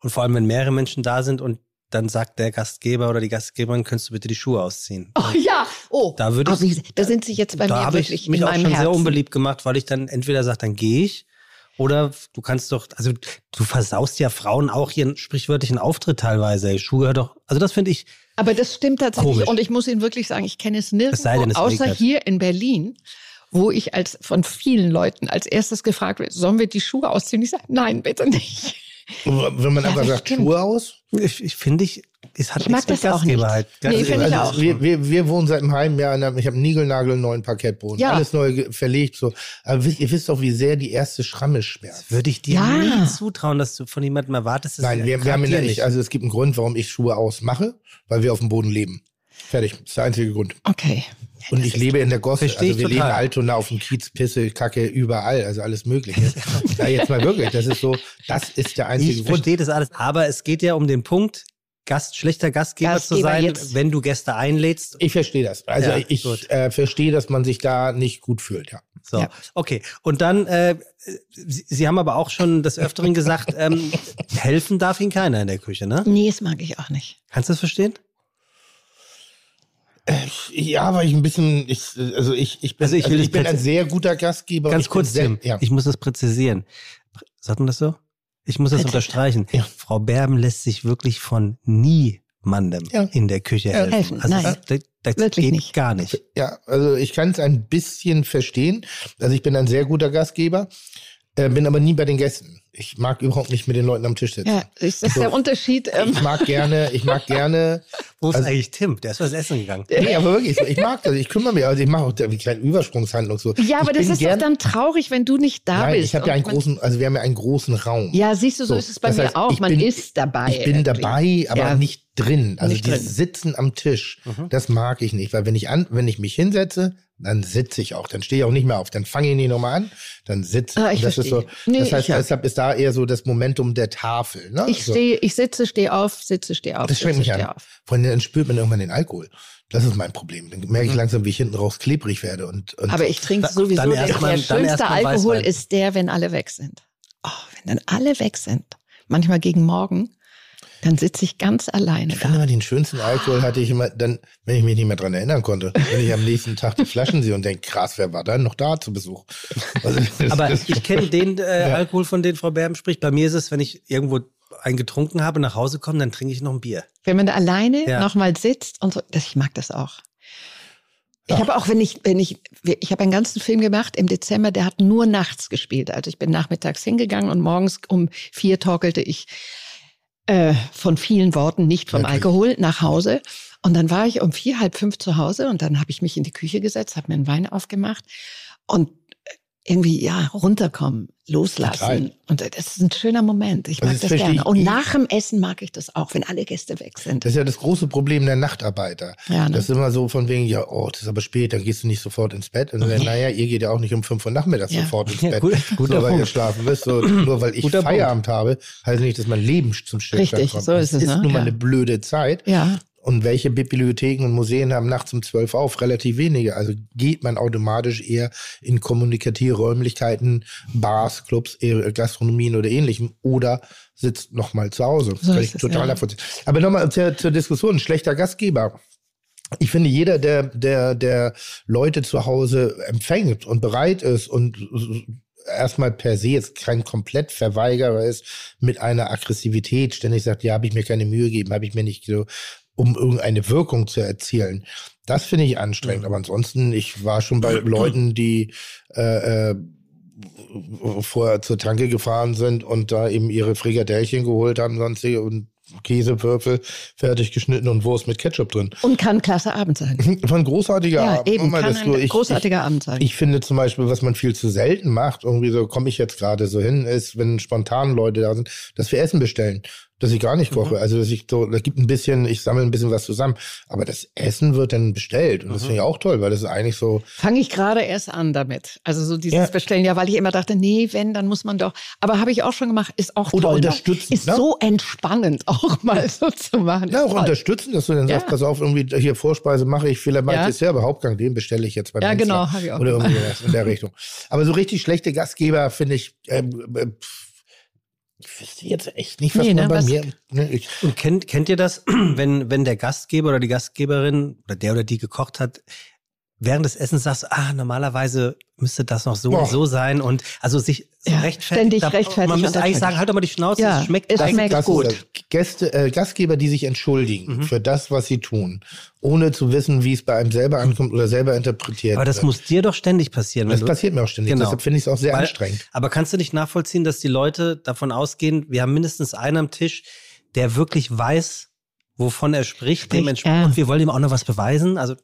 D: und vor allem, wenn mehrere Menschen da sind und dann sagt der Gastgeber oder die Gastgeberin, könntest du bitte die Schuhe ausziehen.
E: Oh ja, oh,
D: Da würde ich-
E: oh, wie- da sind Sie jetzt bei
D: da
E: mir
D: habe
E: wirklich
D: ich mich
E: in
D: auch
E: meinem
D: schon
E: Herzen.
D: sehr unbeliebt gemacht, weil ich dann entweder sage, dann gehe ich oder du kannst doch, also du versaust ja Frauen auch ihren sprichwörtlichen Auftritt teilweise. Ey, Schuhe hört doch, also das finde ich,
E: Aber das stimmt tatsächlich.
D: Komisch.
E: Und ich muss Ihnen wirklich sagen, ich kenne es
D: Es sei denn,
E: nirgendwo,
D: es
E: außer
D: regnet.
E: hier in Berlin, wo ich als von vielen Leuten als erstes gefragt werde, sollen wir die Schuhe ausziehen? Ich sage, nein, bitte nicht.
C: wenn man
E: Ja,
C: einfach
E: das
C: sagt,
E: stimmt.
C: Schuhe aus?
D: ich, ich finde ich, es hat
E: Ich mag
D: nichts mit
E: das auch
D: Gastgeber
E: nicht.
D: halt.
E: Nee, finde ich
D: also,
E: auch.
D: es-
C: Wir, wir, wir wohnen seit einem halben Jahr in einem, ich habe einen Niegelnagel neuen Parkettboden,
E: Ja.
C: alles neu ge- verlegt. So. Aber wisst- ihr wisst doch, wie sehr die erste Schramme schmerzt.
D: Würde ich dir
E: Ja.
D: nie zutrauen, dass du von jemandem erwartest, dass
C: Nein,
D: er-
C: wir, wir haben ihn ja
D: Garantier
C: nicht. Also es gibt einen Grund, warum ich Schuhe ausmache, weil wir auf dem Boden leben. Fertig. Das ist der einzige Grund.
E: Okay.
C: Und ich lebe in der Gosse.
D: Versteh ich
C: Also wir leben in
D: total.
C: Altona auf dem Kiez, Pisse, Kacke, überall. Also alles Mögliche. ja, jetzt mal wirklich. Das ist so, das ist der einzige
D: Ich
C: Grund.
D: verstehe das alles, aber es geht ja um den Punkt, Gast, schlechter Gastgeber, zu
E: Gastgeber
D: sein,
E: jetzt.
D: wenn du Gäste einlädst.
C: Ich verstehe das. Also
D: Ja, gut.
C: ich äh, verstehe, dass man sich da nicht gut fühlt, ja.
D: So,
E: Ja.
D: okay. Und dann, äh, Sie, Sie haben aber auch schon des Öfteren gesagt, ähm, helfen darf Ihnen keiner in der Küche, ne?
E: Nee, das mag ich auch nicht.
D: Kannst du das verstehen?
C: Ja, weil ich ein bisschen, ich, also ich, ich bin,
D: Also
C: also
D: ich
C: ich
D: will es
C: bin
D: präzis-
C: ein sehr guter Gastgeber.
D: Ganz
C: ich bin
D: kurz,
C: sehr,
D: Tim,
C: ja.
D: ich muss das präzisieren. Pr- Sagt man das so? Ich muss das
E: Bitte.
D: unterstreichen.
C: Ja.
D: Frau Berben lässt sich wirklich von niemandem
C: Ja.
D: in der Küche
C: Ja.
D: helfen. Also
E: Helfen, nein.
D: Das, das
E: Wirklich
D: geht
E: nicht.
D: gar nicht.
C: Ja, also ich kann es ein bisschen verstehen. Also ich bin ein sehr guter Gastgeber, äh, bin aber nie bei den Gästen. Ich mag überhaupt nicht mit den Leuten am Tisch sitzen.
E: Ja, ist das der Unterschied? Ähm,
C: Ich mag gerne, ich mag gerne.
D: Wo ist
C: Also-
D: eigentlich Tim? Der ist was essen gegangen.
C: Nee, aber wirklich, ich mag das. Ich kümmere mich, also ich mache auch da- wie kleine Übersprungshandlung so.
E: ja, aber
C: ich
E: das
C: bin
E: ist doch
C: gern-
E: dann traurig, wenn du nicht da
C: Nein,
E: bist.
C: ich habe ja einen
E: und man-
C: großen, also wir haben ja einen großen Raum.
E: Ja, siehst du, so,
C: So,
E: ist es bei
C: das
E: mir
C: heißt,
E: auch.
C: ich
E: Man
C: bin-
E: ist dabei.
C: Ich bin dabei, aber
E: Ja.
C: nicht drin. Also
E: Nicht
C: dieses
E: drin. Mhm.
C: Sitzen am Tisch, das mag ich nicht, weil wenn ich an, wenn ich mich hinsetze, dann sitze ich auch, dann stehe ich auch nicht mehr auf, dann fange ich nicht nochmal an, dann sitze
E: Ah, ich
C: Und das ist so.
E: verstehe. Nee,
C: das heißt,
E: ich hab-
C: deshalb ist da eher so das Momentum der Tafel. Ne?
E: Ich
C: so.
E: stehe, ich sitze, stehe auf, sitze, stehe auf.
C: das
E: sitze,
C: schreckt mich
E: stehe
C: an.
E: auf.
C: Von dann spürt man irgendwann den Alkohol. Das ist mein Problem. Dann merke ich langsam, wie ich hinten raus klebrig werde. Und, und
E: Mhm. Aber ich trinke
D: Dann-
E: sowieso.
D: dann
E: Der,
D: erst mal- dann
E: der
D: erst halt-
E: schönste
D: mal
E: Alkohol
D: Weißwein.
E: ist der, wenn alle weg sind. Oh, wenn dann alle weg sind, manchmal gegen morgen, dann sitze ich ganz alleine
C: Ich finde
E: da.
C: immer, den schönsten Alkohol hatte ich immer dann, wenn ich mich nicht mehr dran erinnern konnte. Wenn ich am nächsten Tag die Flaschen sehe und denke, krass, wer war dann noch da zu Besuch? Also, das-
D: Aber
C: das-
D: ich kenne den äh, Alkohol, von dem Frau Berben spricht. Bei mir ist es, wenn ich irgendwo einen getrunken habe, nach Hause komme, dann trinke ich noch ein Bier.
E: Wenn man da alleine
D: Ja.
E: nochmal sitzt und so, das, ich mag das auch. Ich habe auch, wenn ich, wenn ich, ich habe einen ganzen Film gemacht im Dezember, der hat nur nachts gespielt. Also ich bin nachmittags hingegangen und morgens um vier torkelte ich äh, von vielen Worten, nicht vom
C: Natürlich.
E: Alkohol, nach Hause. Und dann war ich um vier, halb fünf zu Hause und dann habe ich mich in die Küche gesetzt, habe mir einen Wein aufgemacht und äh, irgendwie, ja, runterkommen, loslassen.
C: Total.
E: Und äh, das ist ein schöner Moment. Ich
C: Also
E: mag
C: das
E: das
C: verstehe
E: gerne.
C: ich
E: Und
C: eh.
E: nach dem Essen mag ich das auch, wenn alle Gäste weg sind.
C: das ist ja das große Problem der Nachtarbeiter.
E: Ja, ne?
C: Das ist immer so von wegen, ja, oh, das ist aber spät, dann gehst du nicht sofort ins Bett. Und dann, naja, ihr geht ja auch nicht um 5 Uhr nachmittags
E: Ja.
C: sofort ins
D: Ja,
C: Bett.
D: gut- guter
C: nur weil ihr
D: Punkt.
C: schlafen müsst. So, nur weil ich
D: Guter Punkt.
C: Feierabend habe, heißt nicht, dass mein Leben zum Stillstand
E: Richtig,
C: kommt.
E: so ist es,
C: ist
E: ne?
C: nun mal
E: Ja.
C: eine blöde Zeit.
E: Ja,
C: Und welche Bibliotheken und Museen haben nachts um 12 auf? Relativ wenige. Also geht man automatisch eher in kommunikative Räumlichkeiten, Bars, Clubs, eher Gastronomien oder ähnlichem oder sitzt nochmal zu Hause. Das
E: So
C: kann
E: ist
C: ich
E: es,
C: total
E: ja.
C: nachvollziehen. Aber nochmal zur, zur Diskussion, schlechter Gastgeber. Ich finde, jeder, der, der, der Leute zu Hause empfängt und bereit ist und erstmal per se jetzt kein komplett Verweigerer ist mit einer Aggressivität, ständig sagt, ja, habe ich mir keine Mühe gegeben, habe ich mir nicht so, um irgendeine Wirkung zu erzielen. Das finde ich anstrengend. Aber ansonsten, ich war schon bei Leuten, die äh, äh, vorher zur Tanke gefahren sind und da eben ihre Frikadellchen geholt haben, sonstige und Käsewürfel fertig geschnitten und Wurst mit Ketchup drin.
E: und kann ein klasse Abend sein.
C: War ein großartiger
E: Ja,
C: Abend.
E: eben,
C: Nochmal,
E: kann
C: dass
E: ein
C: du- ich-
E: großartiger Abend sein.
C: Ich finde zum Beispiel, was man viel zu selten macht, irgendwie so komme ich jetzt gerade so hin, ist, wenn spontan Leute da sind, dass wir Essen bestellen. Dass ich gar nicht
E: Mhm.
C: koche. Also, dass ich so, da gibt ein bisschen, ich sammle ein bisschen was zusammen. Aber das Essen wird dann bestellt. Und das
E: Mhm.
C: finde ich auch toll, weil das ist eigentlich so,
E: Fange ich gerade erst an damit. Also so dieses
C: Ja.
E: Bestellen, ja, weil ich immer dachte, nee, wenn, dann muss man doch. Aber habe ich auch schon gemacht, ist auch
C: Oder
E: toll. ne?
C: unterstützend,
E: Ist
C: ne?
E: so entspannend, auch mal so zu machen.
C: Ja,
E: Ist
C: auch
E: toll.
C: unterstützen, dass du dann sagst,
E: Ja.
C: pass auf, irgendwie hier Vorspeise mache ich, vielleicht mache
E: Ja.
C: ich Dessert, aber Hauptgang, den bestelle ich jetzt bei
E: Ja,
C: Mensa.
E: genau, habe ich auch
C: Oder irgendwie was in der Richtung. Aber so richtig schlechte Gastgeber finde ich, ähm, äh, pff, ich wüsste jetzt echt nicht, was
E: Nee,
C: man
E: ne,
C: bei
E: was-
C: mir, ne, ich,
D: Und kennt, kennt ihr das, wenn, wenn der Gastgeber oder die Gastgeberin oder der oder die gekocht hat, während des Essens sagst, ah, normalerweise müsste das noch so
C: Boah.
D: und so sein und also sich so
E: Ja,
D: rechtfertigt.
E: ständig rechtfertigt
D: Man
E: und
D: müsste eigentlich
E: rechtfertigt.
D: sagen, halt doch mal die Schnauze,
E: Ja,
D: es schmeckt
E: es
D: eigentlich
E: schmeckt
C: das
E: gut. Mhm.
C: Ist das. Gäste, äh, Gastgeber, die sich entschuldigen für das, was sie tun, ohne zu wissen, wie es bei einem selber ankommt oder selber interpretiert
D: Aber das
C: wird.
D: muss dir doch ständig passieren.
C: das
D: wenn du-
C: passiert mir auch ständig.
D: Genau.
C: Deshalb finde ich es auch sehr
D: Weil-
C: anstrengend.
D: Aber kannst du nicht nachvollziehen, dass die Leute davon ausgehen, wir haben mindestens einen am Tisch, der wirklich weiß, wovon er spricht, dementsprechend.
E: ja.
D: Und wir wollen ihm auch noch was beweisen. Also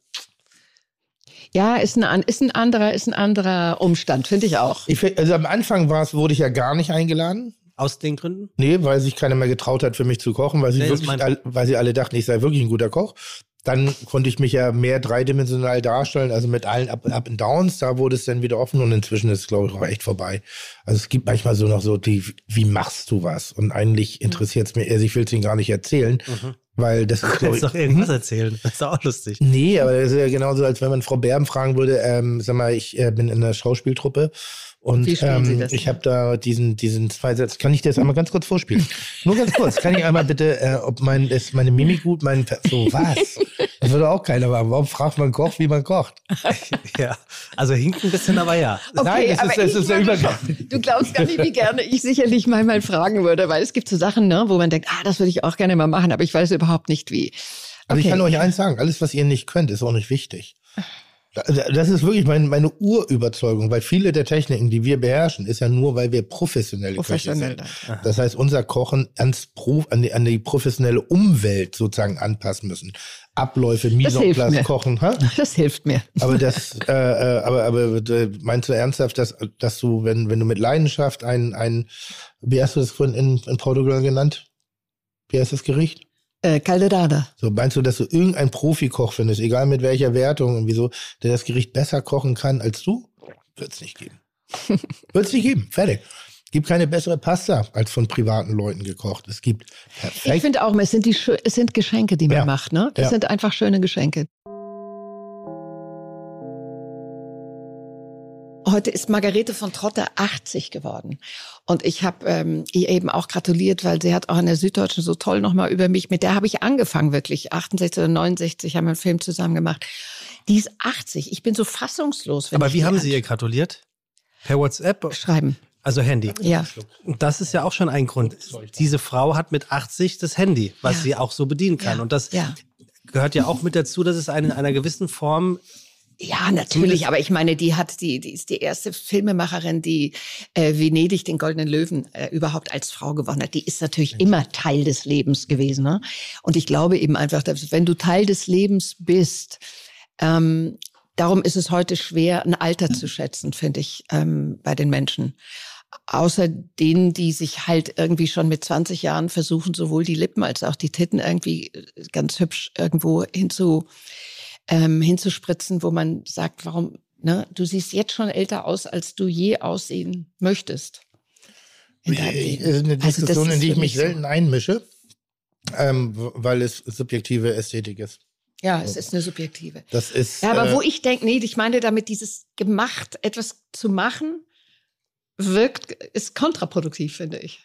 E: Ja, ist ein, an- ist ein anderer, ist ein anderer Umstand, finde ich auch.
C: Ich, fi- also am Anfang war es, wurde ich ja gar nicht eingeladen.
D: aus den Gründen.
C: Nee, weil sich keiner mehr getraut hat, für mich zu kochen, weil sie,
D: Nee, das
C: wirklich,
D: mein-
C: all, weil sie alle dachten, ich sei wirklich ein guter Koch. Dann konnte ich mich ja mehr dreidimensional darstellen, also mit allen Up, Up and Downs. Da wurde es dann wieder offen und inzwischen ist es, glaube ich, auch echt vorbei. Also es gibt manchmal so noch so die, wie machst du was? Und
D: Mhm.
C: eigentlich interessiert es mir, also ich will es ihnen gar nicht erzählen, weil das ist,
D: Du
C: glaube ich,
D: kannst Mhm. doch irgendwas
E: Mhm.
D: erzählen. Das ist doch auch lustig.
C: Nee, aber das ist ja genauso, als wenn man Frau Berben fragen würde, ähm, sag mal, ich äh, bin in der Schauspieltruppe und
E: Wie spielen Sie
C: ähm,
E: das?
C: ich habe da diesen, diesen zwei Sätze. Kann ich dir das einmal ganz kurz vorspielen? Nur ganz kurz. Kann ich einmal bitte, äh, ob mein, ist meine Mimik gut, mein, Ver- so was? Das würde auch keiner machen. Warum fragt man einen Koch, wie man kocht?
D: ja. Also hinkt ein bisschen, aber ja.
E: Oh,
C: Nein, es
E: aber
C: ist, es
E: ich
C: ist der
E: würde
C: Übergang.
E: schon- Du glaubst gar nicht, wie gerne ich sicherlich manchmal fragen würde, weil es gibt so Sachen, ne, wo man denkt, ah, das würde ich auch gerne mal machen, aber ich weiß überhaupt nicht wie.
C: Aber Also ich
E: Okay.
C: kann euch eins sagen, alles, was ihr nicht könnt, ist auch nicht wichtig. Da- Das ist wirklich mein, meine Urüberzeugung, weil viele der Techniken, die wir beherrschen, ist ja nur, weil wir professionelle
E: Professionell.
C: Köche sind. Das heißt, unser Kochen ans Pro, an, die, an die professionelle Umwelt sozusagen anpassen müssen. Abläufe, Mise en
E: hilft
C: place
E: mir.
C: kochen. Hä?
E: Das hilft mir.
C: Aber das, äh, äh, aber, aber äh, meinst du ernsthaft, dass, dass du, wenn, wenn du mit Leidenschaft ein, ein, wie hast du das vorhin in, in Portugal genannt? Wie heißt das Gericht?
E: Äh, Calderada.
C: So, meinst du, dass du irgendeinen Profikoch findest, egal mit welcher Wertung und wieso, der das Gericht besser kochen kann als du? Wird es nicht geben. Wird es nicht geben. Fertig. Gibt keine bessere Pasta als von privaten Leuten gekocht. Es gibt
E: Ich
C: perfekt.
E: finde auch, es sind, die, schö- es sind Geschenke, die man
C: Ja.
E: macht. Ne? Das
C: Ja.
E: sind einfach schöne Geschenke. Heute ist Margarete von Trotter 80 geworden. Und ich habe ähm, ihr eben auch gratuliert, weil sie hat auch in der Süddeutschen so toll nochmal über mich. Mit der habe ich angefangen, wirklich. 68 oder 69 haben wir einen Film zusammen gemacht. Die ist 80. Ich bin so fassungslos. Wenn
D: Aber
E: ich
D: wie
E: die
D: haben Sie
E: ansch-
D: ihr gratuliert? Per WhatsApp,
E: Schreiben.
D: also Handy.
E: Ja.
D: Und das ist ja auch schon ein Grund. Diese Frau hat mit 80 das Handy, was
E: Ja.
D: sie auch so bedienen kann.
E: Ja.
D: Und das
E: Ja.
D: gehört ja auch mit dazu, dass es einen in einer gewissen Form
E: Ja, natürlich, aber ich meine, die hat die, die ist die erste Filmemacherin, die äh, Venedig den Goldenen Löwen äh, überhaupt als Frau gewonnen hat. Die ist natürlich immer Teil des Lebens gewesen. Ne? Und ich glaube eben einfach, dass wenn du Teil des Lebens bist, ähm, darum ist es heute schwer, ein Alter zu schätzen, finde ich, ähm, bei den Menschen. Außer denen, die sich halt irgendwie schon mit 20 Jahren versuchen, sowohl die Lippen als auch die Titten irgendwie äh, ganz hübsch irgendwo hinzu, ähm, hinzuspritzen, wo man sagt, warum, ne, du siehst jetzt schon älter aus, als du je aussehen möchtest. in deinem
C: Ich-
E: Leben.
C: ist äh, eine
E: Also das
C: Diskussion,
E: ist
C: in die ich
E: für
C: mich
E: so.
C: selten einmische, ähm, w- weil es subjektive Ästhetik ist.
E: Ja, es ist eine subjektive.
C: Das ist.
E: Ja, aber
C: äh,
E: wo ich denke, nee, ich meine damit, dieses gemacht, etwas zu machen, wirkt, ist kontraproduktiv, finde ich.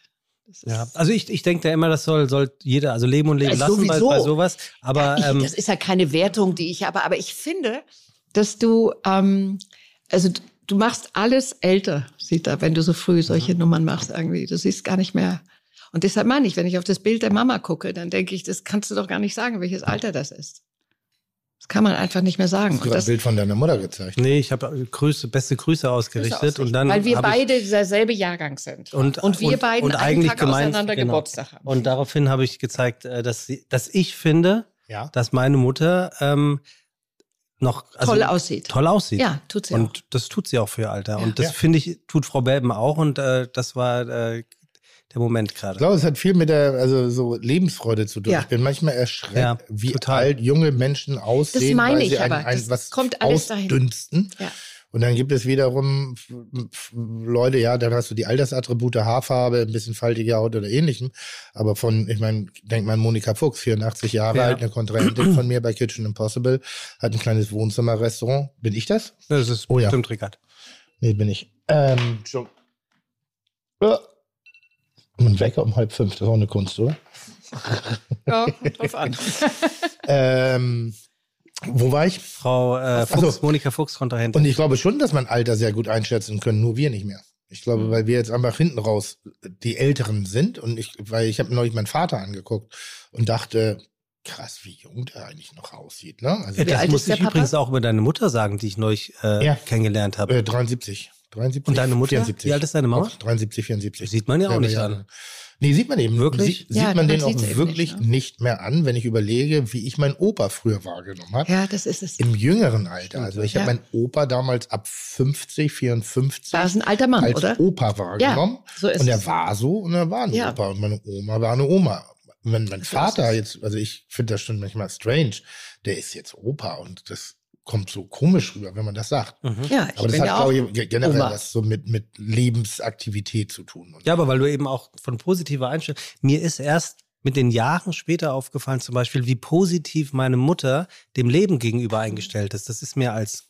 E: Das ist-
D: Ja, also ich, ich denke da immer, das soll, soll jeder, also leben und leben
E: Ja,
D: lassen bei,
E: sowieso.
D: bei sowas. Aber
E: ich,
D: ähm,
E: das ist ja keine Wertung, die ich habe, aber ich finde, dass du, ähm, also du- du machst alles älter, sieht da, wenn du so früh solche
D: Mhm.
E: Nummern machst irgendwie. Du siehst gar nicht mehr. Und deshalb meine ich, wenn ich auf das Bild der Mama gucke, dann denke ich, das kannst du doch gar nicht sagen, welches Alter das ist. Das kann man einfach nicht mehr sagen.
C: hast du
E: Und
C: gerade ein
E: das,
C: Bild von deiner Mutter gezeigt.
D: nee, ich habe Grüße, beste Grüße ausgerichtet und dann
E: weil wir
D: hab ich-
E: beide derselbe Jahrgang sind.
D: und,
E: und wir beiden
D: und
E: einen
D: eigentlich
E: Tag
D: gemeint,
E: auseinander
D: genau.
E: Geburtstag haben.
D: Und daraufhin habe ich gezeigt, äh, dass, sie, dass ich finde,
C: Ja.
D: dass meine Mutter ähm, noch also,
E: toll aussieht.
D: toll aussieht.
E: Ja, tut sie auch.
D: Und das tut sie auch für ihr Alter.
E: Ja.
D: Und das
C: Ja.
D: finde ich, tut Frau Belben auch. Und äh, das war äh, der Moment
C: Ich
D: gerade.
C: glaube, es hat viel mit der also so Lebensfreude zu tun.
E: Ja.
C: Ich bin manchmal erschreckt,
D: Ja,
C: wie
D: total.
C: alt junge Menschen aussehen,
E: meine
C: weil
E: ich
C: sie ein,
E: aber.
C: ein,
E: Das
C: was
E: kommt alles dahin.
C: ausdünsten.
E: Ja.
C: Und dann gibt es wiederum f- f- Leute, ja, dann hast du die Altersattribute, Haarfarbe, ein bisschen faltige Haut oder ähnlichem. Aber von, ich meine, denk mal an Monika Fuchs, 84 Jahre
D: Ja.
C: alt, eine Kontrahentin von mir bei Kitchen Impossible, hat ein kleines Wohnzimmerrestaurant. Bin ich das?
D: Das ist
C: Oh ja.
D: bestimmt Rickard.
C: Nee, bin ich. Ähm, schon. Ja. Ein Wecker um halb fünf, das ist auch eine Kunst, oder?
E: Ja, kommt drauf an.
C: Ähm, wo war ich?
D: Frau äh,
C: Ach so.
D: Fuchs, Monika Fuchs, Kontrahentin.
C: Und ich glaube schon, dass man Alter sehr gut einschätzen können, nur wir nicht mehr. Ich
E: Mhm.
C: glaube, weil wir jetzt einfach hinten raus die Älteren sind und ich, weil ich habe neulich meinen Vater angeguckt und dachte, krass, wie jung der eigentlich noch aussieht, ne? Also
D: Ja,
E: Wie
D: das
E: alt
D: muss
E: ist der
D: ich
E: Papa?
D: übrigens auch über deine Mutter sagen, die ich neulich äh,
C: Ja.
D: kennengelernt habe.
C: äh, 73, 73.
D: Und deine Mutter?
C: 74.
D: Wie alt ist deine Mama?
C: Auch 73, 74.
D: Sieht man ja auch
C: Selber
D: nicht
C: Jahre.
D: an.
C: Nee, sieht man eben.
D: Wirklich?
C: Sie, sieht
E: Ja,
C: man
E: man
C: den auch
E: sieht's eben
C: wirklich
E: nicht,
C: nicht,
E: ne?
C: mehr an, wenn ich überlege, wie ich meinen Opa früher wahrgenommen habe.
E: Ja, das ist es.
C: Im jüngeren Alter. Also ich habe
E: ja.
C: meinen Opa damals ab 50, 54
E: Da ist ein alter Mann,
C: als
E: oder?
C: Opa wahrgenommen.
E: Ja, so ist
C: und er
E: es.
C: war so und er war ein
E: Ja.
C: Opa und meine Oma war eine Oma. Und Wenn mein
E: So
C: Vater
E: ist es.
C: jetzt, also ich finde das schon manchmal strange, der ist jetzt Opa und das kommt so komisch rüber, wenn man das sagt.
D: Mhm.
E: Ja, ich
C: Aber das
E: bin
C: hat,
E: ja auch.
C: glaube ich, ge- generell
E: Oma.
C: was so mit, mit Lebensaktivität zu tun. Und
D: Ja, aber weil du eben auch von positiver Einstellung. Mir ist erst mit den Jahren später aufgefallen, zum Beispiel, wie positiv meine Mutter dem Leben gegenüber eingestellt ist. Das ist mir als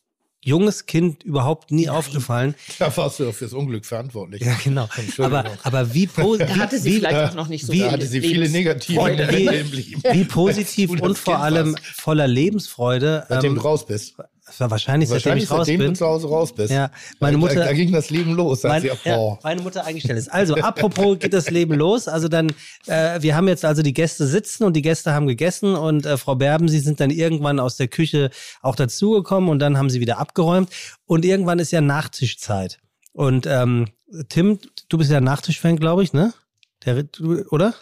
D: junges Kind überhaupt nie aufgefallen.
C: Da warst du doch fürs Unglück verantwortlich.
D: Ja, genau.
C: Entschuldigung.
D: Aber, aber wie, po
G: Da hatte sie
D: wie,
G: vielleicht auch noch nicht so
D: wie-
C: da
G: viel
C: hatte sie viele
G: Lebens-
C: negative
G: Freude.
C: Momente im Leben.
D: wie positiv
C: Als du
D: und
C: das
D: vor
C: Kind
D: allem
C: warst.
D: voller Lebensfreude.
C: Seitdem
D: ähm,
C: du raus bist.
D: das war wahrscheinlich, seitdem
C: Wahrscheinlich
D: ich raus
C: seitdem du
D: bin.
C: zu Hause raus bist.
D: Ja, meine
C: Da, da
D: Mutter,
C: ging das Leben los. Da hat
D: mein,
C: sie,
D: ja,
C: boah,
D: meine Mutter eingestellt ist. Also, apropos geht das Leben los. Also dann, äh, wir haben jetzt also die Gäste sitzen und die Gäste haben gegessen und äh, Frau Berben, Sie sind dann irgendwann aus der Küche auch dazugekommen und dann haben Sie wieder abgeräumt und irgendwann ist ja Nachtischzeit. Und ähm, Tim, du bist ja Nachtischfan, glaube ich, ne? Der, du, oder?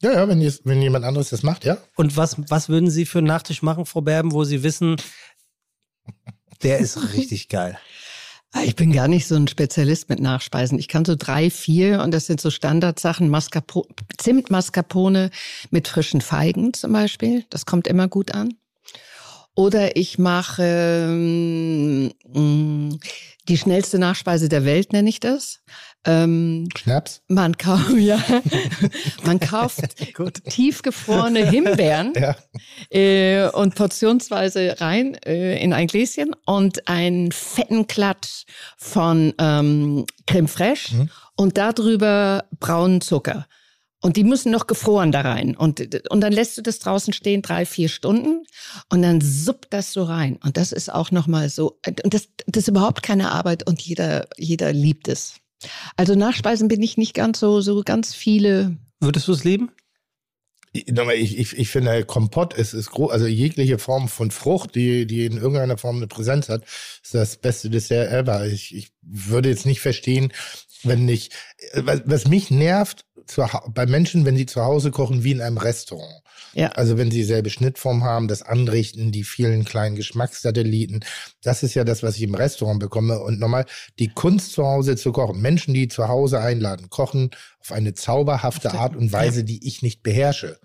C: ja, ja, wenn, jetzt- wenn jemand anderes das macht, ja.
D: Und was, was würden Sie für einen Nachtisch machen, Frau Berben, wo Sie wissen, der ist richtig geil.
E: Ah, Ich bin gar nicht so ein Spezialist mit Nachspeisen. Ich kann so drei, vier und das sind so Standardsachen. Mascarpo Zimtmascarpone mit frischen Feigen zum Beispiel. Das kommt immer gut an. Oder ich mache ähm, mh, die schnellste Nachspeise der Welt, nenne ich das. Ähm,
C: Schnaps.
E: man kauft, ja, man kauft tiefgefrorene Himbeeren
C: Ja.
E: äh, und portionsweise rein äh, in ein Gläschen und einen fetten Klatsch von ähm, Creme Fraiche und darüber braunen Zucker. Und die müssen noch gefroren da rein. Und, und dann lässt du das draußen stehen, drei, vier Stunden. Und dann suppt das so rein. Und das ist auch nochmal so. Und das, das ist überhaupt keine Arbeit und jeder, jeder liebt es. Also Nachspeisen bin ich nicht ganz so, so ganz viele.
D: Würdest du es lieben?
C: Ich, nochmal, ich, ich, ich finde, halt, Kompott ist, ist groß, also jegliche Form von Frucht, die, die in irgendeiner Form eine Präsenz hat, ist das beste Dessert ever. Ich, ich würde jetzt nicht verstehen, wenn ich, was, was mich nervt zu, Hau- bei Menschen, wenn sie zu Hause kochen, wie in einem Restaurant.
E: Ja.
C: Also wenn sie dieselbe Schnittform haben, das Anrichten, die vielen kleinen Geschmackssatelliten, das ist ja das, was ich im Restaurant bekomme. Und nochmal, die Kunst zu Hause zu kochen, Menschen, die zu Hause einladen, kochen auf eine zauberhafte Art und Weise, die ich nicht beherrsche.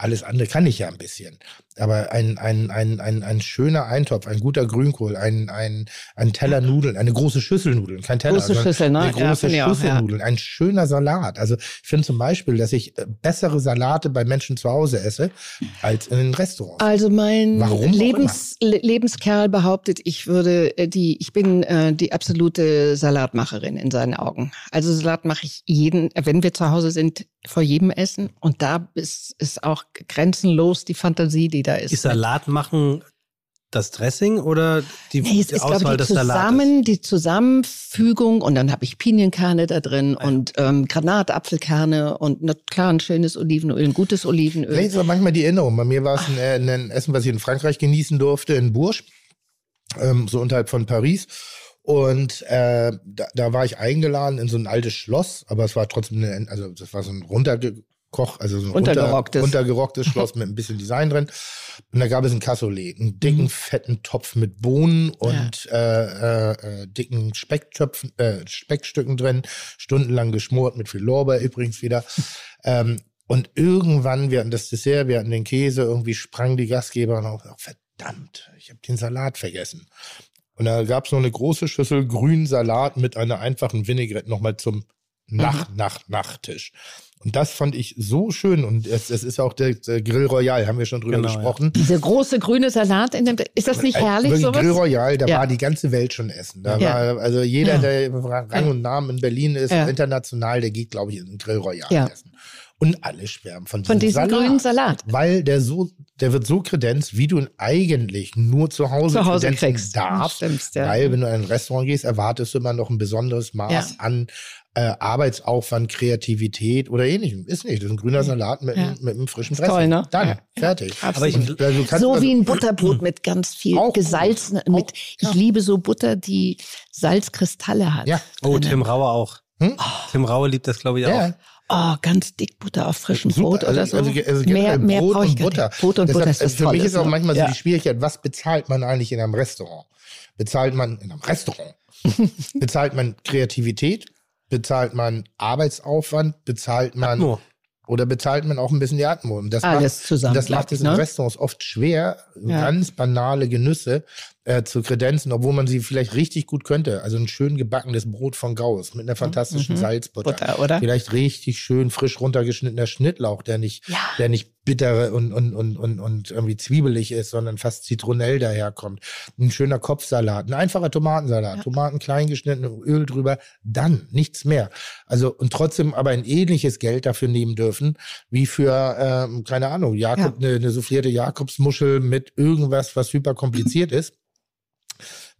C: Alles andere kann ich ja ein bisschen. Aber ein, ein, ein, ein, ein schöner Eintopf, ein guter Grünkohl, ein, ein, ein Teller Nudeln, eine große Schüssel Nudeln, kein Teller.
E: Mhm. Große
C: sondern
E: Schüssel, ne?
C: Eine
E: Ja,
C: große
E: finde ich auch,
C: Schüssel
E: ja.
C: Nudeln, ein schöner Salat. Also ich finde zum Beispiel, dass ich äh, bessere Salate bei Menschen zu Hause esse, als in den Restaurants.
E: Also mein
C: Warum auch immer.
E: Lebens, Le- Lebenskerl behauptet, ich würde äh, die, ich bin äh, die absolute Salatmacherin in seinen Augen. Also Salat mache ich jeden, äh, wenn wir zu Hause sind, vor jedem Essen. Und da ist, ist auch grenzenlos die Fantasie, die da ist.
D: Ist halt Salat machen das Dressing oder die,
E: Nee, es
D: die
E: ist,
D: Auswahl
E: glaube ich,
D: des
E: die,
D: Salates?
E: zusammen, die Zusammenfügung und dann habe ich Pinienkerne da drin und ähm, Granatapfelkerne und na, klar ein schönes Olivenöl, ein gutes Olivenöl.
C: Vielleicht ist aber manchmal die Erinnerung. Bei mir war es ein, äh, ein Essen, was ich in Frankreich genießen durfte, in Bourges, ähm, so unterhalb von Paris. Und äh, da, da war ich eingeladen in so ein altes Schloss, aber es war trotzdem, eine, also das war so ein runtergekocht, also so ein runter-
E: Runtergerocktes.
C: runtergerocktes Schloss mit ein bisschen Design drin. Und da gab es ein Cassoulet, einen dicken,
D: Mhm.
C: fetten Topf mit Bohnen und äh, äh, äh, dicken Specktöpfen, äh, Speckstücken drin, stundenlang geschmort mit viel Lorbeer übrigens wieder. Ähm, und irgendwann, wir hatten das Dessert, wir hatten den Käse, irgendwie sprang die Gastgeberin auf, oh, verdammt, ich habe den Salat vergessen. Und da gab es noch eine große Schüssel grünen Salat mit einer einfachen Vinaigrette nochmal zum
D: Mhm.
C: Nach, Nach, Nachtisch. Und das fand ich so schön. Und es, es ist auch der, der Grill Royal, haben wir schon drüber
D: Genau, ja.
C: gesprochen.
E: Diese große grüne Salat in dem, ist das nicht
C: Ein-
E: herrlich
C: wirklich
E: sowas?
C: Grill Royal, da
E: Ja.
C: war die ganze Welt schon essen. Da
E: Ja.
C: war, also jeder,
E: Ja.
C: der Rang und Namen in Berlin ist,
E: Ja.
C: international, der geht, glaube ich, in den Grill Royal
E: Ja.
C: essen. Und alle schwärmen von diesem,
E: Von diesem
C: Salat.
E: grünen Salat.
C: Weil der so, der wird so kredenzt, wie du ihn eigentlich nur zu Hause,
E: Zu Hause
C: kredenzen
E: kriegst.
C: darfst.
E: Stimmst, ja.
C: Weil wenn du in ein Restaurant gehst, erwartest du immer noch ein besonderes Maß
E: Ja.
C: an äh, Arbeitsaufwand, Kreativität oder ähnlichem. Ist nicht. Das ist ein grüner Salat mit,
E: Hm. Ja.
C: mit einem frischen
E: Ist toll,
C: Dressing.
E: ne?
C: Dann,
E: Ja.
C: fertig.
E: Aber ich-
C: Und, äh, du kannst
E: so
C: also-
E: wie ein Butterbrot mit ganz viel
C: Auch gut.
E: gesalzen.
C: Auch-
E: Mit, ich liebe so Butter, die Salzkristalle hat.
C: Ja.
D: Oh, Tim Raue auch.
C: Hm?
D: Tim Raue liebt das, glaube ich,
C: ja,
D: auch.
E: Oh, ganz dick Butter auf frischem Brot
C: also,
E: oder so.
C: Also, ge- also
E: mehr
C: generell
E: mehr
C: Brot
E: brauche ich
C: und
E: gar nicht.
C: Butter.
E: Brot und
C: Deshalb, also
E: Butter ist das
C: Für mich ist auch
E: ne?
C: manchmal
E: ja.
C: so die Schwierigkeit, was bezahlt man eigentlich in einem Restaurant? Bezahlt man in einem Restaurant? bezahlt man Kreativität? Bezahlt man Arbeitsaufwand? Bezahlt man
D: Nur.
C: oder bezahlt man auch ein bisschen die Atmung? Und Das
E: Alles
C: macht,
E: zusammen,
C: Das
E: glaub
C: macht
E: ich,
C: es in
E: ne?
C: Restaurants oft schwer,
E: Ja.
C: ganz banale Genüsse äh, zu kredenzen, obwohl man sie vielleicht richtig gut könnte. Also ein schön gebackenes Brot von Gauss mit einer fantastischen
E: Mhm.
C: Salzbutter.
E: Butter, oder?
C: Vielleicht richtig schön frisch runtergeschnittener Schnittlauch, der nicht,
E: Ja.
C: der nicht bittere und, und, und, und, und irgendwie zwiebelig ist, sondern fast zitronell daherkommt. Ein schöner Kopfsalat, ein einfacher Tomatensalat, Tomaten klein geschnitten, Öl drüber, dann nichts mehr. Also und trotzdem aber ein ähnliches Geld dafür nehmen dürfen, wie für, ähm, keine Ahnung, Jakob, eine, eine soufflierte Jakobsmuschel mit irgendwas, was hyper kompliziert ist.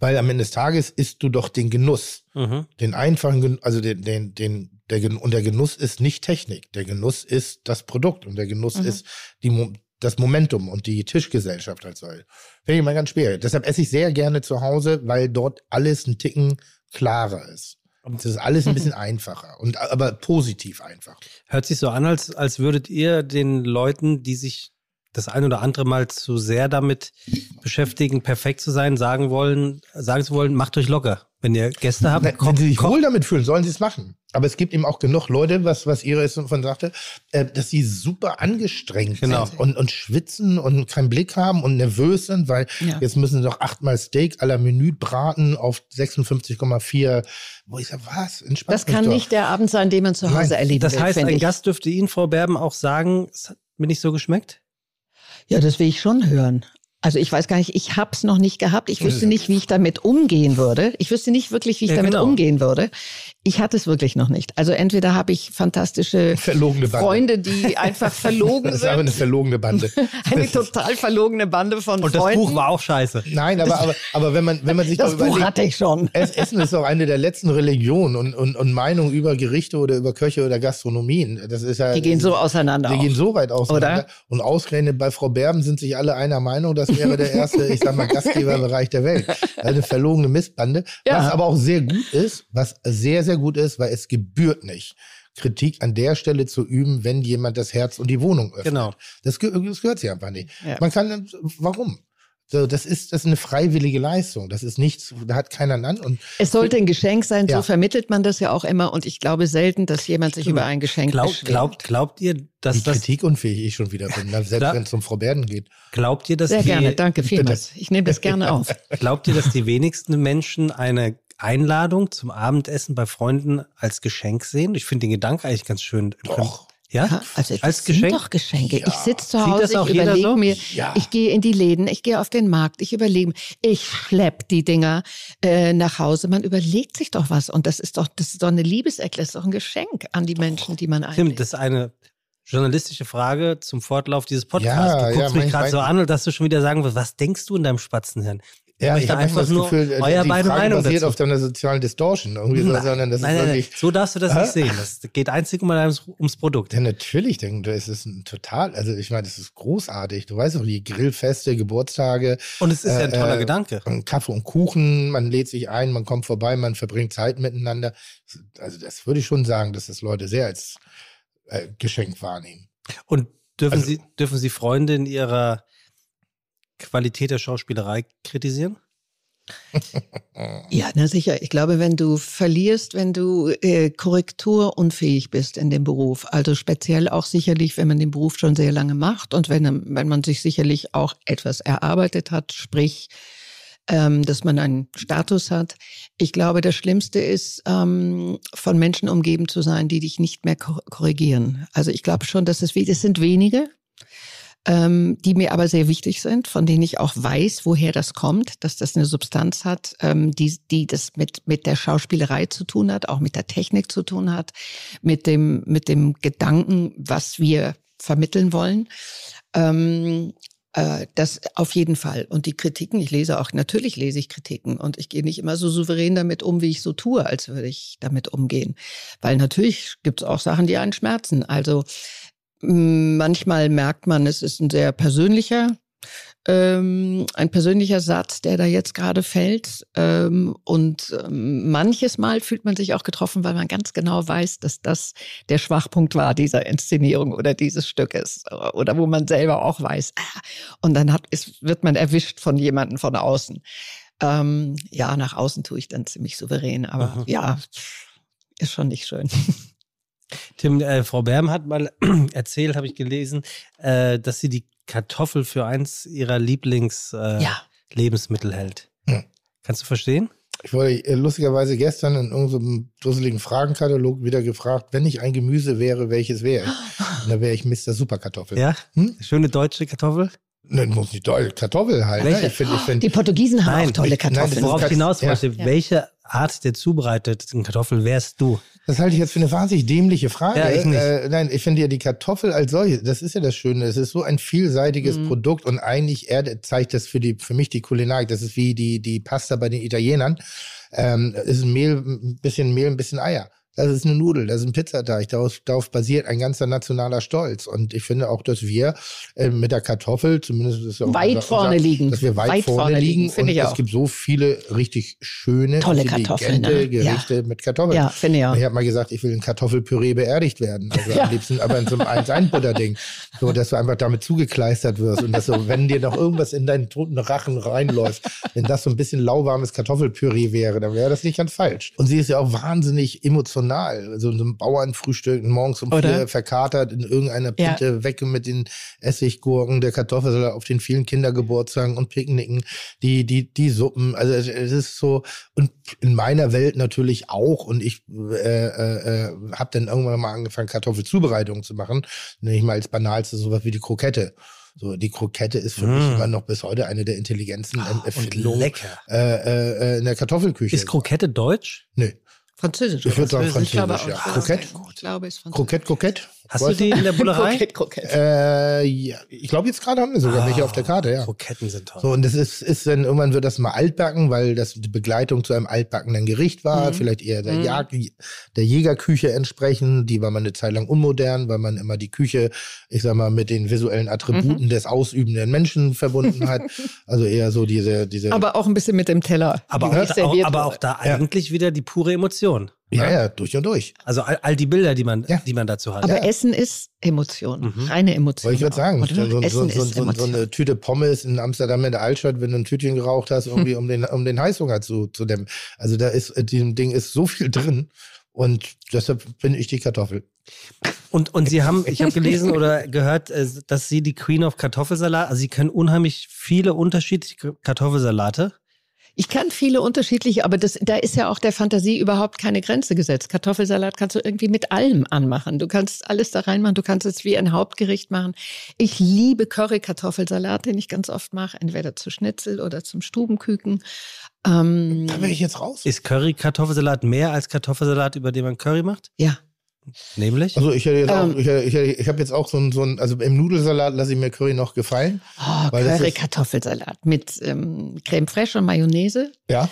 C: Weil am Ende des Tages isst du doch den Genuss
D: Mhm.
C: den einfachen, Gen- also den, den, den, der, Gen- und der Genuss ist nicht Technik. Der Genuss ist das Produkt und der Genuss ist die, Mo- das Momentum und die Tischgesellschaft als solche. Finde ich mal ganz schwer. Deshalb esse ich sehr gerne zu Hause, weil dort alles ein Ticken klarer ist. Es ist alles ein bisschen einfacher und aber positiv einfach.
D: Hört sich so an, als, als würdet ihr den Leuten, die sich das ein oder andere Mal zu sehr damit beschäftigen, perfekt zu sein, sagen wollen, sagen zu wollen, macht euch locker. Wenn ihr Gäste habt,
C: Wenn sie sich wohl damit fühlen, sollen sie es machen. Aber es gibt eben auch genug Leute, was, was Iris von sagte, äh, dass sie super angestrengt
D: Genau.
C: sind und, und schwitzen und keinen Blick haben und nervös sind, weil
E: Ja.
C: jetzt müssen sie noch achtmal Steak à la Menü braten auf 56,4. Wo ich sage, was? Entspannt
E: Das kann
C: mich doch.
E: nicht der Abend sein, den man zu
C: Nein,
E: Hause erleben
D: das
E: will,
D: heißt,
E: finde
D: ein
E: ich.
D: Gast dürfte Ihnen, Frau Berben, auch sagen, es hat mir nicht so geschmeckt.
E: Ja, das will ich schon hören. Also ich weiß gar nicht, ich hab's noch nicht gehabt. Ich wüsste nicht, wie ich damit umgehen würde. Ich wüsste nicht wirklich, wie ich
D: Ja,
E: damit
D: genau.
E: umgehen würde. Ich hatte es wirklich noch nicht. Also entweder habe ich fantastische
C: Verlogene Bande.
E: Freunde, die einfach verlogen
C: Das ist aber
E: sind.
C: eine verlogene Bande.
E: Eine total verlogene Bande von
D: Und das
E: Freunden.
D: Buch war auch scheiße.
C: Nein, aber, aber, aber wenn, man, wenn man sich
E: das
C: mal
E: Buch
C: überlegt,
E: hatte ich schon.
C: Es- Essen ist auch eine der letzten Religionen und, und, und Meinungen über Gerichte oder über Köche oder Gastronomien. Das ist ja,
E: Die gehen so auseinander.
C: Die
E: auch.
C: gehen so weit auseinander.
E: Oder?
C: Und ausgerechnet bei Frau Berben sind sich alle einer Meinung, das wäre der erste, ich sag mal, Gastgeberbereich der Welt. Eine verlogene Missbande.
E: Ja.
C: Was aber auch sehr gut ist, was sehr, sehr gut ist, weil es gebührt nicht. Kritik an der Stelle zu üben, wenn jemand das Herz und die Wohnung öffnet.
D: Genau.
C: Das, ge das gehört sich einfach nicht.
E: Ja.
C: Man kann, warum? So, das ist, das ist eine freiwillige Leistung. Das ist nichts, da hat keiner einen an. Und
E: Es sollte ein Geschenk sein,
C: Ja.
E: so vermittelt man das ja auch immer. Und ich glaube selten, dass jemand sich über ein Geschenk
D: Glaub,
E: beschwert.
D: glaubt, glaubt ihr,
C: wie
D: dass das,
C: kritikunfähig ich schon wieder bin, selbst
D: Da-
C: wenn es um Frau Berben geht.
D: glaubt ihr, dass
E: Sehr
D: die,
E: gerne, danke vielmals. Ich nehme das gerne auf.
D: glaubt ihr, dass die wenigsten Menschen eine Einladung zum Abendessen bei Freunden als Geschenk sehen? Ich finde den Gedanken eigentlich ganz schön.
C: Doch.
D: Ja?
E: Also das
D: als
E: sind
D: Geschenk?
E: doch Geschenke. Ich sitze zu
D: Sieht
E: Hause,
D: das auch
E: ich
D: jeder
E: überlege
D: so?
E: mir,
C: Ja.
E: ich gehe in die Läden, ich gehe auf den Markt, ich überlege, mir, ich schlepp die Dinger äh, nach Hause. Man überlegt sich doch was und das ist doch, das ist doch eine Liebeserklärung, das ist doch ein Geschenk an die Menschen, die man
D: Tim,
E: einlädt.
D: das ist eine journalistische Frage zum Fortlauf dieses Podcasts.
C: Ja,
D: du
C: ja,
D: guckst mich
C: mein-
D: gerade so
C: mein-
D: an, dass du schon wieder sagen wirst, was denkst du in deinem Spatzenhirn?
C: Ja,
D: Aber
C: ich,
D: ich
C: habe
D: einfach
C: einfach das
D: nur
C: Gefühl, äh,
D: euer
C: die
D: beide
C: Frage
D: Meinung
C: basiert
D: dazu.
C: auf deiner sozialen Distortion. Irgendwie so, sondern das
D: nein,
C: ist
D: nein, nein.
C: wirklich,
D: So darfst du das
C: Hä?
D: nicht sehen. Das geht einzig um ums, ums Produkt.
C: Ja, natürlich, denn es ist ein total, also ich meine, das ist großartig. Du weißt doch, die Grillfeste, Geburtstage,
D: Und es ist ja ein
C: Äh,
D: toller
C: äh,
D: Gedanke.
C: und Kaffee und Kuchen, man lädt sich ein, man kommt vorbei, man verbringt Zeit miteinander. Also das würde ich schon sagen, dass das Leute sehr als äh, Geschenk wahrnehmen.
D: Und dürfen,
C: Also-
D: Sie, dürfen Sie Freunde in ihrer Qualität der Schauspielerei kritisieren?
E: Ja, na sicher. Ich glaube, wenn du verlierst, wenn du äh, korrekturunfähig bist in dem Beruf, also speziell auch sicherlich, wenn man den Beruf schon sehr lange macht und wenn, wenn man sich sicherlich auch etwas erarbeitet hat, sprich, ähm, dass man einen Status hat. Ich glaube, das Schlimmste ist, ähm, von Menschen umgeben zu sein, die dich nicht mehr kor- korrigieren. Also ich glaube schon, dass es, we- es sind wenige, ähm, die mir aber sehr wichtig sind, von denen ich auch weiß, woher das kommt, dass das eine Substanz hat, ähm, die, die das mit, mit der Schauspielerei zu tun hat, auch mit der Technik zu tun hat, mit dem, mit dem Gedanken, was wir vermitteln wollen. Ähm, äh, das auf jeden Fall. Und die Kritiken, ich lese auch, natürlich lese ich Kritiken und ich gehe nicht immer so souverän damit um, wie ich so tue, als würde ich damit umgehen. Weil natürlich gibt es auch Sachen, die einen schmerzen. Also Mm, Manchmal merkt man, es ist ein sehr persönlicher, ähm, ein persönlicher Satz, der da jetzt gerade fällt. Ähm, und ähm, manches Mal fühlt man sich auch getroffen, weil man ganz genau weiß, dass das der Schwachpunkt war dieser Inszenierung oder dieses Stückes. äh, Oder wo man selber auch weiß. ah, Und dann hat, ist, wird man erwischt von jemandem von außen. Ähm, ja, nach außen tue ich dann ziemlich souverän, aber
D: Aha.
E: ja, ist schon nicht schön.
D: Tim, äh, Frau Berm hat mal erzählt, habe ich gelesen, äh, dass sie die Kartoffel für eins ihrer Lieblings äh,
E: Ja.
D: Lebensmittel hält. Kannst du verstehen?
C: Ich wurde äh, lustigerweise gestern in irgendeinem dusseligen Fragenkatalog wieder gefragt, wenn ich ein Gemüse wäre, welches wäre ich? Und da wäre ich Mr. Superkartoffel.
D: Ja?
C: Hm?
D: Schöne deutsche Kartoffel?
C: Nein, muss nicht doll. Kartoffel halt. Ne?
D: Welche?
C: Ich finde, ich
G: Die
C: finde,
G: Portugiesen haben
D: Nein,
G: auch tolle
D: ich-
C: nein, das
G: Kartoffeln.
C: ist
D: Worauf ich
C: ganz-
D: hinaus
C: ja.
D: möchte, welche Art der zubereiteten Kartoffel wärst du?
C: das halte ich jetzt für eine wahnsinnig dämliche Frage.
D: Ja, ich nicht.
C: Äh, nein, ich finde ja die Kartoffel als solche, das ist ja das Schöne. Es ist so ein vielseitiges Produkt und eigentlich er, zeigt das für, die, für mich die Kulinarik. Das ist wie die, die Pasta bei den Italienern. Ähm, es ist ein Mehl, ein bisschen Mehl, ein bisschen Eier. Das ist eine Nudel, das ist ein Pizzateig. Darauf, darauf basiert ein ganzer nationaler Stolz. Und ich finde auch, dass wir äh, mit der Kartoffel, zumindest ist ja auch
G: Weit vorne liegen.
C: dass wir weit, vorne, liegen.
G: finde
C: und
G: ich
C: es
G: auch.
C: gibt so viele richtig schöne,
G: Tolle
C: intelligente
G: Kartoffeln, ne? Ja.
C: Gerichte mit Kartoffeln.
E: Ja, finde ich auch.
C: Ich habe mal gesagt, ich will in Kartoffelpüree beerdigt werden. Also
G: Ja.
C: am liebsten aber in so einem 1 1 butter ding So, dass du einfach damit zugekleistert wirst und dass so, wenn dir noch irgendwas in deinen toten Rachen reinläuft, wenn das so ein bisschen lauwarmes Kartoffelpüree wäre, dann wäre das nicht ganz falsch. Und sie ist ja auch wahnsinnig emotional. Also in so einem Bauernfrühstück morgens um
E: Oder?
C: vier verkatert in irgendeiner
E: Ja.
C: Pinte weg mit den Essiggurken, der Kartoffelsalat auf den vielen Kindergeburtstagen und Picknicken, die, die, die Suppen. Also es, es ist so, und in meiner Welt natürlich auch. Und ich äh, äh, habe dann irgendwann mal angefangen, Kartoffelzubereitungen zu machen. Nenne ich mal als banalste sowas wie die Krokette. So, die Krokette ist für
D: Mm.
C: mich immer noch bis heute eine der intelligentesten ähm, Erfindungen
D: lecker.
C: äh, äh, äh, in der Kartoffelküche.
D: Ah, Ist Krokette deutsch?
C: Nö,
E: Französisch.
C: Ich würd sagen
E: Ich glaube,
C: Französisch,
E: auch
C: ja.
E: Französisch.
C: Krokett?
E: Ich glaube, es ist Französisch.
C: Krokett, Krokett.
D: Hast du die in der Bullerei?
G: Krokett, Krokett.
C: Äh, ja. Ich glaube, jetzt gerade haben wir sogar welche auf der Karte, ja.
D: Kroketten sind toll.
C: So, und das ist, ist dann, irgendwann wird das mal altbacken, weil das die Begleitung zu einem altbackenen Gericht war, vielleicht eher der, Jagd, der Jägerküche entsprechend, die war mal eine Zeit lang unmodern, weil man immer die Küche, ich sag mal, mit den visuellen Attributen des ausübenden Menschen verbunden hat. also eher so diese, diese,
G: Aber auch ein bisschen mit dem Teller.
D: aber,
G: wie
D: auch
G: es
D: da, auch,
G: serviert
D: aber
G: wurde.
D: auch da eigentlich wieder die pure Emotion.
C: ja, ja, durch und durch.
D: Also all, all die Bilder, die man,
C: Ja.
D: die man dazu hat.
G: Aber
C: Ja. Mhm.
G: Essen ist Emotion, reine Emotion.
C: Wollte ich gerade sagen,
G: Oder?
C: so, so,
G: Essen
C: so, so,
G: ist
C: so, so
G: Emotion.
C: eine Tüte Pommes in Amsterdam in der Altstadt, wenn du ein Tütchen geraucht hast, irgendwie um den, um den Heißhunger zu, zu dämmen. Also da ist, in diesem Ding ist so viel drin und deshalb bin ich die Kartoffel.
D: Und, und sie haben, ich habe gelesen oder gehört, äh, dass sie die Queen of Kartoffelsalat, also sie können unheimlich viele unterschiedliche Kartoffelsalate.
E: Ich kann viele unterschiedliche, aber das, da ist ja auch der Fantasie überhaupt keine Grenze gesetzt. Kartoffelsalat kannst du irgendwie mit allem anmachen. Du kannst alles da reinmachen. Du kannst es wie ein Hauptgericht machen. Ich liebe Curry-Kartoffelsalat, den ich ganz oft mache, entweder zu Schnitzel oder zum Stubenküken. Ähm,
C: Da will ich jetzt raus.
D: Ist Curry-Kartoffelsalat mehr als Kartoffelsalat, über den man Curry macht?
E: ja,
D: Nämlich?
C: Also ich hätte jetzt
E: Ähm.
C: auch, ich, hätte, ich, hätte, ich habe jetzt auch so ein, so ein, also im Nudelsalat lasse ich mir Curry noch gefallen.
E: oh,
C: Weil das ist-
E: Curry-Kartoffelsalat mit ähm, Creme fraiche und Mayonnaise
C: Ja,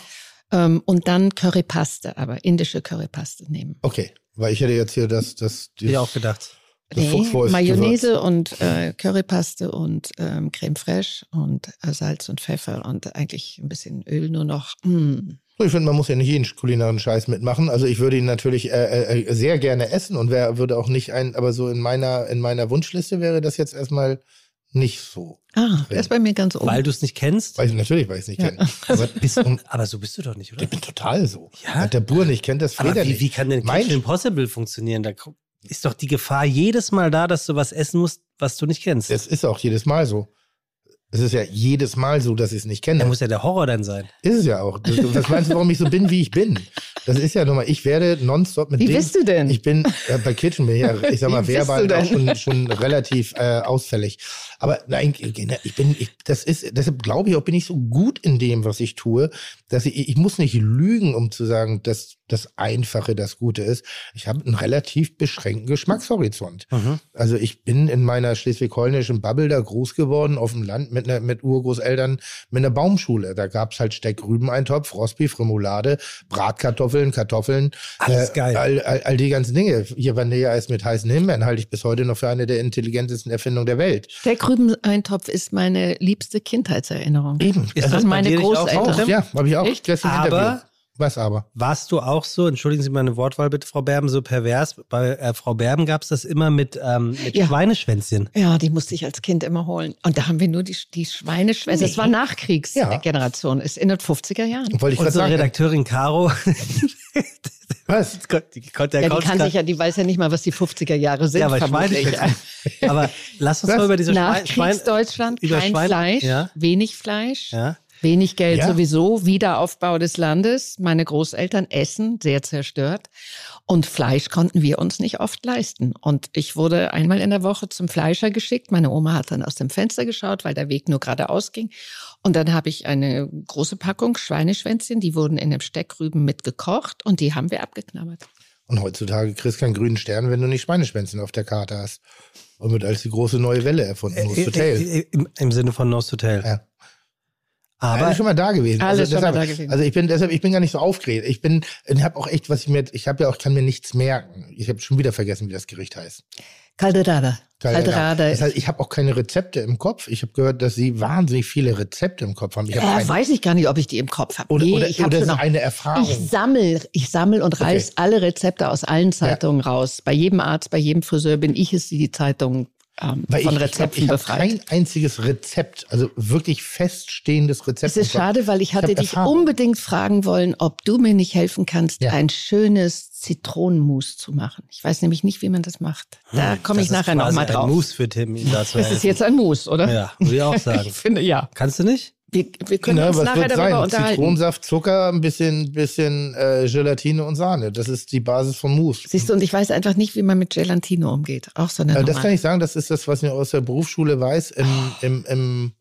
E: ähm, und dann Currypaste, aber indische Currypaste nehmen.
C: okay. Weil ich hätte jetzt hier das, das,
D: Hätte ich
C: dieses,
D: auch gedacht.
C: das Fuchswolf
E: Mayonnaise und äh, Currypaste und ähm, Creme fraiche und äh, Salz und Pfeffer und eigentlich ein bisschen Öl nur noch. Mm.
C: Ich finde, man muss ja nicht jeden kulinarischen Scheiß mitmachen. Also ich würde ihn natürlich äh, äh, sehr gerne essen und wer würde auch nicht ein, aber so in meiner, in meiner Wunschliste wäre das jetzt erstmal nicht so.
E: Ah, das ist bei mir ganz oben.
D: Weil du es nicht kennst?
C: Weil ich, natürlich, weil ich es nicht kenne. Aber um,
D: Bist, aber so bist du doch nicht, oder?
C: ich bin total so.
D: Ja?
C: Hat Der Bur nicht kennt das
D: Aber
C: Feder
D: wie,
C: nicht.
D: wie kann denn
C: Mein-
D: Kitchen Impossible funktionieren? Da ko- ist doch die Gefahr jedes Mal da, dass du was essen musst, was du nicht kennst.
C: Das ist auch jedes Mal so. Es ist ja jedes Mal so, dass ich es nicht kenne.
D: Da muss ja der Horror dann sein.
C: ist es ja auch. Das, was meinst du, warum ich so bin, wie ich bin? Das ist ja nun mal, ich werde nonstop mit
G: Wie
C: dem...
G: bist du denn?
C: Ich bin äh, bei Kitchen bin ich ja, ich sag mal,
G: Wie bist
C: verbal
G: du
C: auch
G: denn?
C: schon, schon relativ äh, ausfällig. Aber nein, ich bin, ich, das ist, deshalb glaube ich auch, bin ich so gut in dem, was ich tue, dass ich, ich muss nicht lügen, um zu sagen, dass das Einfache das Gute ist. Ich habe einen relativ beschränkten Geschmackshorizont.
D: Mhm.
C: Also ich bin in meiner schleswig-holländischen Bubble da groß geworden, auf dem Land mit, einer, mit Urgroßeltern, mit einer Baumschule. Da gab's halt Steckrübeneintopf, Rostbeef, Remoulade, Bratkartoffeln, Kartoffeln. Äh,
D: Alles geil.
C: All, all, all die ganzen Dinge. Hier Vanilleeis mit heißen Himbeeren halte ich bis heute noch für eine der intelligentesten Erfindungen der Welt.
E: Steckrübeneintopf ist meine liebste Kindheitserinnerung.
C: Eben.
D: Ist
E: Das
D: das
E: sind
D: bei
E: meine
D: dir nicht auch
E: Großeltern.
D: so,
C: Auch,
D: Tim?
C: ja, habe ich auch.
E: Ähm, Echt?
C: letztens
D: Aber-
C: Was aber?
D: Warst du auch so, entschuldigen Sie meine Wortwahl bitte, Frau Berben, so pervers? Bei äh, Frau Berben gab es das immer mit, ähm, mit
E: Ja.
D: Schweineschwänzchen.
E: Ja, die musste ich als Kind immer holen. Und da haben wir nur die, die Schweineschwänze. Das war
C: Ja.
E: Nachkriegsgeneration, ist in den 50er Jahren.
C: Wollte ich gerade
D: Unsere
C: sagen.
D: Redakteurin Caro,
C: Was?
D: die konnte
E: Ja,
D: ja,
E: die
D: kaum
E: kann sich
D: ja,
E: ja, die weiß ja nicht mal, was die 50er Jahre sind.
D: ja, aber
E: vermutlich.
D: Schweineschwänzchen. aber lass uns mal über diese Schwein, Schwein,
E: Nach Kriegsdeutschland
D: über
E: kein
D: Schwein-
E: Fleisch,
D: Ja.
E: wenig Fleisch,
D: Ja.
E: Wenig Geld
C: Ja.
E: sowieso, Wiederaufbau des Landes. Meine Großeltern essen sehr zerstört. Und Fleisch konnten wir uns nicht oft leisten. Und ich wurde einmal in der Woche zum Fleischer geschickt. Meine Oma hat dann aus dem Fenster geschaut, weil der Weg nur geradeaus ging. Und dann habe ich eine große Packung Schweineschwänzchen, die wurden in dem Steckrüben mitgekocht und die haben wir abgeknabbert.
C: Und heutzutage kriegst du keinen grünen Stern, wenn du nicht Schweineschwänzen auf der Karte hast. Und wird als die große neue Welle erfunden. Äh, Hotel.
D: Äh, äh, Im, Im Sinne von Nost Hotel.
C: Ja.
D: Aber
C: Alle Also schon mal da gewesen.
E: Alle schon mal
C: deshalb,
E: da gewesen.
C: Also ich bin deshalb, ich bin gar nicht so aufgeregt. Ich bin, ich habe auch echt, was ich mir, ich habe ja auch, kann mir nichts merken. Ich habe schon wieder vergessen, wie das Gericht heißt.
E: Calderada. Calderada.
C: genau. Das heißt, ich habe auch keine Rezepte im Kopf. Ich habe gehört, dass sie wahnsinnig viele Rezepte im Kopf haben. Ich habe
E: Äh,
C: keine-
E: weiß ich gar nicht, ob ich die im Kopf habe.
C: oder
E: Nee,
C: oder,
E: ich hab
C: oder
E: schon
C: so
E: noch-
C: eine Erfahrung.
E: Ich sammel, ich sammel und reiß alle Rezepte aus allen Zeitungen raus. Bei jedem Arzt, bei jedem Friseur bin ich es, die die Zeitung ähm,
C: Weil
E: von
C: ich,
E: Rezepten
C: ich hab, ich hab
E: befreit.
C: kein einziges Rezept, also wirklich feststehendes Rezept.
E: Es ist schade, weil ich hatte
C: hab
E: dich
C: Erfahrung.
E: unbedingt fragen wollen, ob du mir nicht helfen kannst,
C: Ja.
E: ein schönes Zitronenmus zu machen. Ich weiß nämlich nicht, wie man das macht. Da komme ich
D: Hm, das
E: nachher
D: ist quasi
E: nochmal
D: Ein
E: drauf.
D: Moves für Tim, ihm dazu
E: Das ist jetzt ein Mus, oder?
D: Ja, würde ich auch sagen.
E: Ich finde, ja.
D: Kannst du nicht?
E: Wir, wir können
C: Ne,
E: uns
C: was
E: nachher
C: wird
E: darüber
C: sein?
E: unterhalten.
C: Zitronensaft, Zucker, ein bisschen, bisschen äh, Gelatine und Sahne. Das ist die Basis von Mousse.
E: Siehst du, und ich weiß einfach nicht, wie man mit Gelatine umgeht. Auch so eine
C: Äh,
E: Nummer.
C: das kann ich sagen, das ist das, was ich aus der Berufsschule weiß. Im, im, im,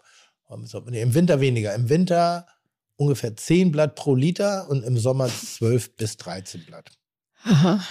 C: oh, was soll man- nee, Im Winter weniger. Im Winter ungefähr 10 Blatt pro Liter und im Sommer 12 bis 13 Blatt.
E: Aha.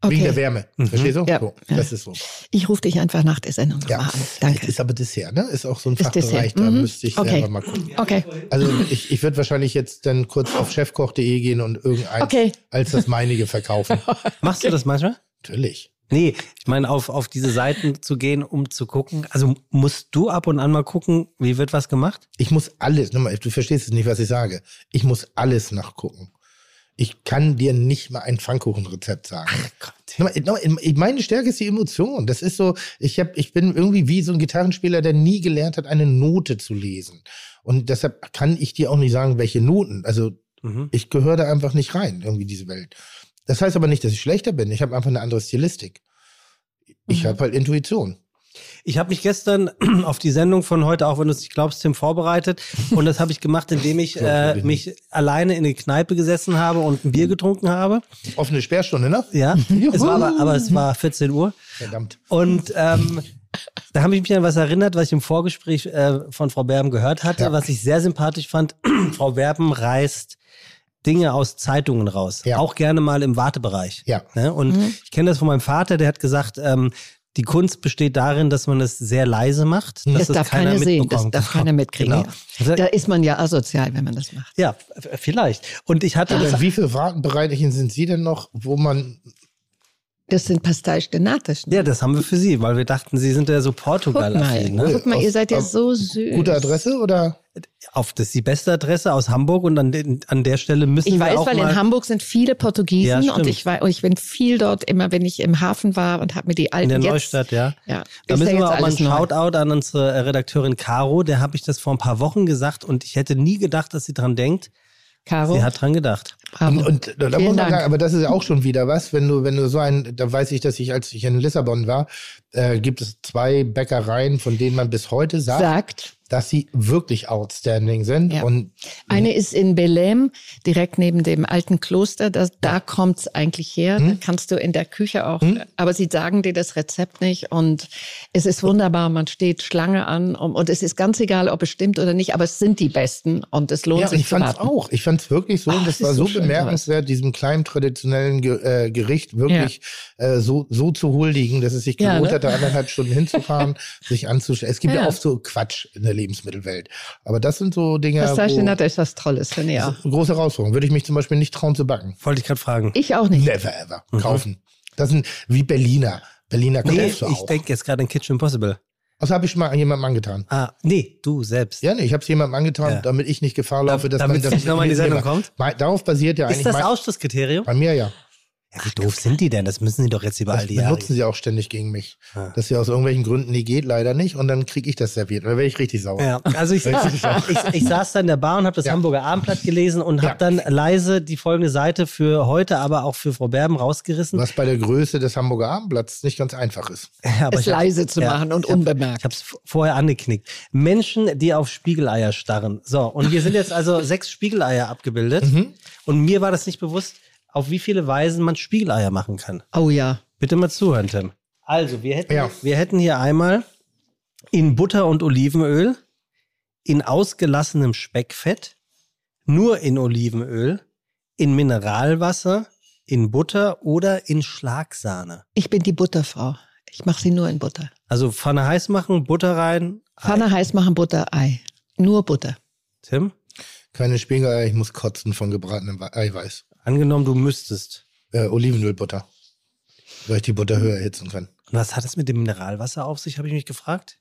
E: Okay. Mhm.
C: Wegen der Wärme. Verstehst du?
E: Ja.
C: So,
E: Ja.
C: das ist so.
E: Ich rufe dich einfach nach der Sendung
C: Ja.
E: nochmal an. Danke.
C: Ist aber Dessert, ne? Ist auch so ein
E: Ist
C: Fachbereich,
E: Dessert.
C: da
E: Mhm.
C: müsste ich
E: Okay.
C: selber mal gucken.
E: Okay.
C: Also ich, ich würde wahrscheinlich jetzt dann kurz auf chefkoch.de gehen und irgendein
E: Okay.
C: als das meinige verkaufen.
D: Machst du das manchmal?
C: Natürlich.
D: Nee, ich meine, auf, auf diese Seiten zu gehen, um zu gucken. Also musst du ab und an mal gucken, wie wird was gemacht?
C: Ich muss alles, nochmal, du verstehst es nicht, was ich sage. Ich muss alles nachgucken. Ich kann dir nicht mal ein Pfannkuchenrezept sagen. Nochmal, nochmal, meine Stärke ist die Emotion. Das ist so, ich, hab, ich bin irgendwie wie so ein Gitarrenspieler, der nie gelernt hat, eine Note zu lesen. Und deshalb kann ich dir auch nicht sagen, welche Noten. Also
D: Mhm.
C: ich gehöre da einfach nicht rein, irgendwie in diese Welt. Das heißt aber nicht, dass ich schlechter bin. Ich habe einfach eine andere Stilistik. Ich
D: Mhm.
C: habe halt Intuition.
D: Ich habe mich gestern auf die Sendung von heute, auch wenn du es nicht glaubst, Tim, vorbereitet. Und das habe ich gemacht, indem ich äh, mich alleine in die Kneipe gesessen habe und ein Bier getrunken habe.
C: Offene Sperrstunde, ne?
D: Ja, es war aber, aber es war 14 Uhr.
C: Verdammt.
D: Und ähm, da habe ich mich an was erinnert, was ich im Vorgespräch äh, von Frau Berben gehört hatte,
C: Ja.
D: was ich sehr sympathisch fand. Frau Berben reißt Dinge aus Zeitungen raus,
C: Ja.
D: auch gerne mal im Wartebereich.
C: Ja.
D: Ne? Und
E: Mhm.
D: ich kenne das von meinem Vater, der hat gesagt, ähm, die Kunst besteht darin, dass man es sehr leise macht.
C: Mhm.
D: Dass
E: Das
D: es
E: darf keiner sehen, das
D: mitbekommt.
E: darf keiner mitkriegen.
D: Genau. Also,
E: Da ist man ja asozial, wenn man das macht.
D: ja, f- vielleicht. Und ich hatte das
E: Also,
C: In wie viele Wartenbereichen sind Sie denn noch, wo man.
E: Das sind Pastéis de Natas. Ne?
D: Ja, das haben wir für Sie, weil wir dachten, Sie sind ja so Portugal-affin. Ne?
E: Guck mal, ihr seid ja
C: aus-
E: so süß.
C: Gute Adresse oder?
D: Auf das ist die beste Adresse aus Hamburg und an, den, an der Stelle müssen
E: Ich
D: wir
E: weiß,
D: auch
E: weil
D: mal
E: in Hamburg sind viele
D: Ja,
E: Portugiesen
D: stimmt.
E: und ich, war, und ich bin viel dort immer, wenn ich im Hafen war und habe mir die alten
D: in der
E: jetzt,
D: Neustadt, ja.
E: Ja,
D: Da
E: ist
D: müssen
E: ja
D: wir
E: jetzt
D: auch mal
E: alles
D: einen
E: neu.
D: Shoutout an unsere äh, Redakteurin Caro, der habe ich das vor ein paar Wochen gesagt und ich hätte nie gedacht, dass sie dran denkt.
E: Caro,
D: Sie hat dran gedacht.
E: Bravo.
C: Und, und da
E: Vielen
C: muss man
E: Dank.
C: sagen, aber das ist ja auch schon wieder was, wenn du, wenn du so ein, da weiß ich, dass ich, als ich in Lissabon war, äh, gibt es zwei Bäckereien, von denen man bis heute sagt,
E: sagt,
C: dass sie wirklich outstanding sind.
E: Ja.
C: Und
E: eine ist in Belém, direkt neben dem alten Kloster, das, da kommt's eigentlich her,
C: Hm?
E: da kannst du in der Küche auch, aber sie sagen dir das Rezept nicht und es ist wunderbar, man steht Schlange an um, und es ist ganz egal, ob es stimmt oder nicht, aber es sind die Besten und es lohnt
C: Ja,
E: sich
C: ich
E: zu
C: fand's
E: warten.
C: auch. Ich fand's wirklich so.
E: Ach,
C: und das
E: das ist
C: war so,
E: so schön,
C: bemerkenswert, diesem kleinen traditionellen Ge äh, Gericht wirklich äh, so, so zu huldigen, dass es sich
E: Ja,
C: gelohnt
E: ne?
C: hatte, anderthalb Stunden hinzufahren, sich anzuschauen. Es gibt ja.
E: Ja.
C: oft so Quatsch in der Lebensmittelwelt. Aber das sind so Dinge,
E: Das heißt,
C: wo, Also,
E: das ist was Tolles, finde ich auch.
C: große Herausforderung. Würde ich mich zum Beispiel nicht trauen zu backen.
D: Wollte ich gerade fragen.
E: Ich auch nicht.
C: Never ever. Kaufen. Das sind wie Berliner. Berliner
D: Mhm. Nee,
C: kaufst du
D: ich
C: auch.
D: denke jetzt gerade an Kitchen Impossible.
C: Das habe ich schon mal an jemandem angetan.
D: Ah, nee, du selbst.
C: Ja, nee, ich habe es jemandem angetan,
D: Ja.
C: damit ich nicht Gefahr laufe, dass
D: damit
C: man
D: es nicht nochmal in die Sendung
C: Darauf basiert ja eigentlich
D: Ist das
C: mein,
D: Ausschlusskriterium?
C: bei mir ja.
D: Ja, wie doof sind die denn? Das müssen sie doch jetzt über all
C: Das
D: die Jahre.
C: benutzen sie auch ständig gegen mich.
D: Ja.
C: Dass sie aus irgendwelchen Gründen, die geht leider nicht. Und dann kriege ich das serviert. Da wäre ich richtig sauer.
D: Ja, also ich, ich, ich saß da in der Bar und habe das
C: Ja.
D: Hamburger Abendblatt gelesen und habe
C: Ja.
D: dann leise die folgende Seite für heute, aber auch für Frau Berben rausgerissen.
C: Was bei der Größe des Hamburger Abendblatts nicht ganz einfach ist.
D: Ja, aber
E: es
D: ich hab-
E: leise zu
D: ja,
E: machen und
D: ich hab-
E: unbemerkt.
D: Ich habe es vorher angeknickt. Menschen, die auf Spiegeleier starren. So, und hier sind jetzt also sechs Spiegeleier abgebildet.
E: Mhm.
D: Und mir war das nicht bewusst, auf wie viele Weisen man Spiegeleier machen kann.
E: oh ja.
D: Bitte mal zuhören, Tim. Also, wir hätten,
C: Ja.
D: wir hätten hier einmal in Butter und Olivenöl, in ausgelassenem Speckfett, nur in Olivenöl, in Mineralwasser, in Butter oder in Schlagsahne.
E: Ich bin die Butterfrau. Ich mache sie nur in Butter.
D: Also Pfanne heiß machen, Butter rein.
E: Pfanne heiß machen, Butter, Ei. Nur Butter.
D: Tim,
C: Keine Spiegeleier, ich muss kotzen von gebratenem Wa- Eiweiß.
D: angenommen, du müsstest.
C: Äh, Olivenölbutter. Weil ich die
E: Hm.
C: Butter höher erhitzen kann.
D: Und was hat es mit dem Mineralwasser auf sich, habe ich mich gefragt.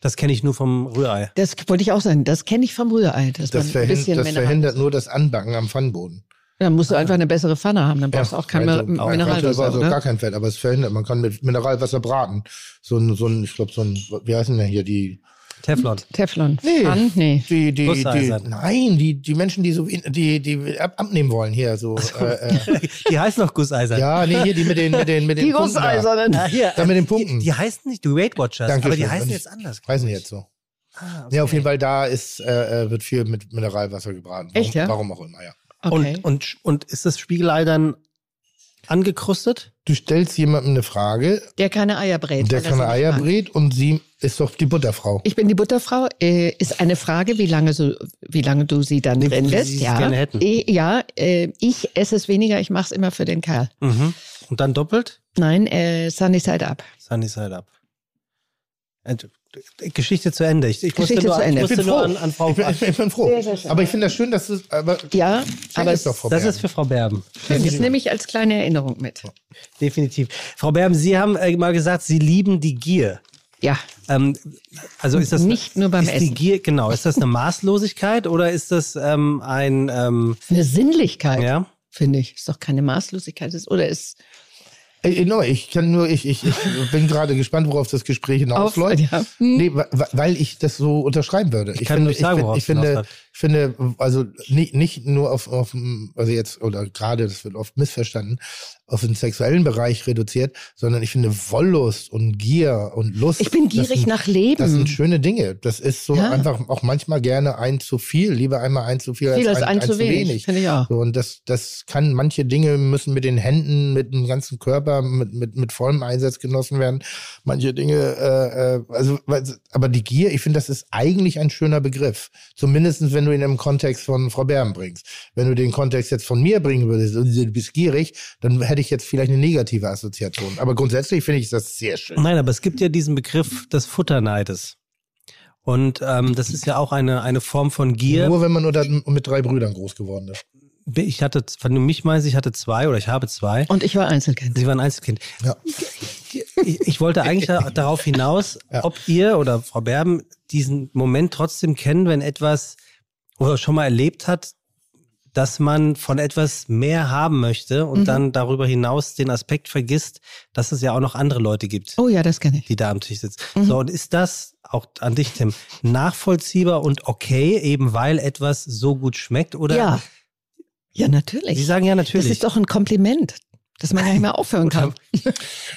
D: Das kenne ich nur vom Rührei.
E: Das wollte ich auch sagen. Das kenne ich vom Rührei. Dass
C: Das,
E: man ein
C: verhin
E: bisschen
C: das
E: Mineral-
C: verhindert nur das Anbacken am Pfannenboden.
E: Dann musst du einfach eine bessere Pfanne haben. Dann brauchst du auch kein
C: also,
E: Mi-
C: auch
E: Mineralwasser. ne?
C: Also
E: oder?
C: gar kein Fett, aber es verhindert. Man kann mit Mineralwasser braten. So ein, so ein ich glaube, so ein, wie heißen denn hier die?
D: Teflon.
E: Teflon.
C: Nee.
E: Pfann? Nee.
C: Die, die, die,
D: Gusseisen.
C: nein, die, die Menschen, die so, wie- die, die ab, abnehmen wollen hier, so, äh, äh,
D: Die heißt noch Gusseisern.
C: ja, nee, hier, die mit den, mit den, mit den
E: Die
C: Pumpen da.
E: Gusseisernen.
D: Ah, hier,
C: Da mit den Punkten.
D: Die, die heißen nicht die Weight Watchers,
C: Dankeschön.
D: aber die heißen
C: Und
D: jetzt anders. glaub
C: Heißen
D: ich.
C: jetzt so.
D: Ah, okay.
C: Ja, auf jeden Fall, da ist, äh, äh, wird viel mit Mineralwasser gebraten. Warum,
E: Echt, ja?
C: Warum auch immer, ja.
E: Okay.
D: Und, und, und ist das Spiegelei dann angekrustet?
C: Du stellst jemandem eine Frage,
E: der keine Eier brät.
C: der
E: weil er
C: kann
E: sie nicht
C: Eier
E: mag.
C: brät und sie ist doch die Butterfrau.
E: Ich bin die Butterfrau. Äh, ist eine Frage, wie lange, so, wie lange du sie dann
D: Nee, wie
E: drin
D: Sie
E: lässt.
D: es
E: Ja,
D: gerne hätten.
E: Äh, ja äh, ich esse es weniger. Ich mache es immer für den Kerl.
D: Hm. Und dann doppelt?
E: Nein, äh, Sunny Side Up.
D: Sunny Side Up. Und- Geschichte zu Ende. Ich, ich musste
E: Geschichte
D: nur,
E: zu Ende.
D: Ich musste nur an, an Frau.
C: ich, bin, ich, bin, ich bin froh. aber ich finde das schön, dass es. Aber
E: Ja, aber
C: es doch
D: das
C: vorbei.
D: ist für Frau Berben.
E: Schön, das nehme ich als kleine Erinnerung mit.
D: Definitiv. Frau Berben, Sie haben äh, mal gesagt, Sie lieben die Gier.
E: Ja,
D: Ähm, also ist das
E: Nicht nur beim
D: ist Die
E: Essen.
D: Gier, genau. Ist das eine Maßlosigkeit oder ist das ähm, ein ähm,
E: eine Sinnlichkeit,
D: ja?
E: finde ich. Ist doch keine Maßlosigkeit. Ist, oder ist
C: Ey, ey, Äh, no, ich kann nur, ich, ich, ich bin gerade gespannt, worauf das Gespräch hinausläuft.
E: Auf- ja. Hm.
C: Nee, wa- wa- weil ich das so unterschreiben würde. Ich,
D: kann nicht sagen, worauf
C: ich, find- ich
D: es
C: finde, ich finde, also nicht, nicht nur auf, auf, dem- also jetzt, oder gerade, das wird oft missverstanden, auf den sexuellen Bereich reduziert, sondern ich finde Wollust und Gier und Lust.
E: Ich bin
C: das
E: gierig
C: sind-
E: nach Leben.
C: Das sind schöne Dinge. Das ist so
E: Ja.
C: einfach auch manchmal gerne ein zu viel, lieber einmal ein zu viel,
E: Viel als ein zu wenig, finde ich auch.
C: So, und das, das kann, manche Dinge müssen mit den Händen, mit dem ganzen Körper, mit, mit, mit vollem Einsatz genossen werden. Manche Dinge, äh, äh, also, weil- aber die Gier, ich finde, das ist eigentlich ein schöner Begriff. Zumindest, wenn du ihn im Kontext von Frau Berben bringst. Wenn du den Kontext jetzt von mir bringen würdest, und du bist gierig, dann hätte ich jetzt vielleicht eine negative Assoziation. Aber grundsätzlich finde ich das sehr schön.
D: Nein, aber es gibt ja diesen Begriff des Futterneides. Und ähm, das ist ja auch eine, eine Form von Gier.
C: Nur wenn man unter, mit drei Brüdern groß geworden ist.
D: Ich hatte, wenn du mich meinst, ich hatte zwei oder ich habe zwei.
E: Und ich war Einzelkind.
D: Sie waren Einzelkind.
C: Ja.
D: Ich, ich wollte eigentlich da- darauf hinaus, ob ihr oder Frau Berben diesen Moment trotzdem kennen, wenn etwas oder schon mal erlebt hat, dass man von etwas mehr haben möchte und
E: Mhm.
D: dann darüber hinaus den Aspekt vergisst, dass es ja auch noch andere Leute gibt.
E: Oh Mhm. ja, das kenne ich.
D: die da am Tisch sitzt. So, und ist das auch an dich, Tim, nachvollziehbar und okay, eben weil etwas so gut schmeckt? Oder
E: ja. Ja, natürlich.
D: Sie sagen ja natürlich.
E: Das ist doch ein Kompliment, dass man gar nicht mehr aufhören kann.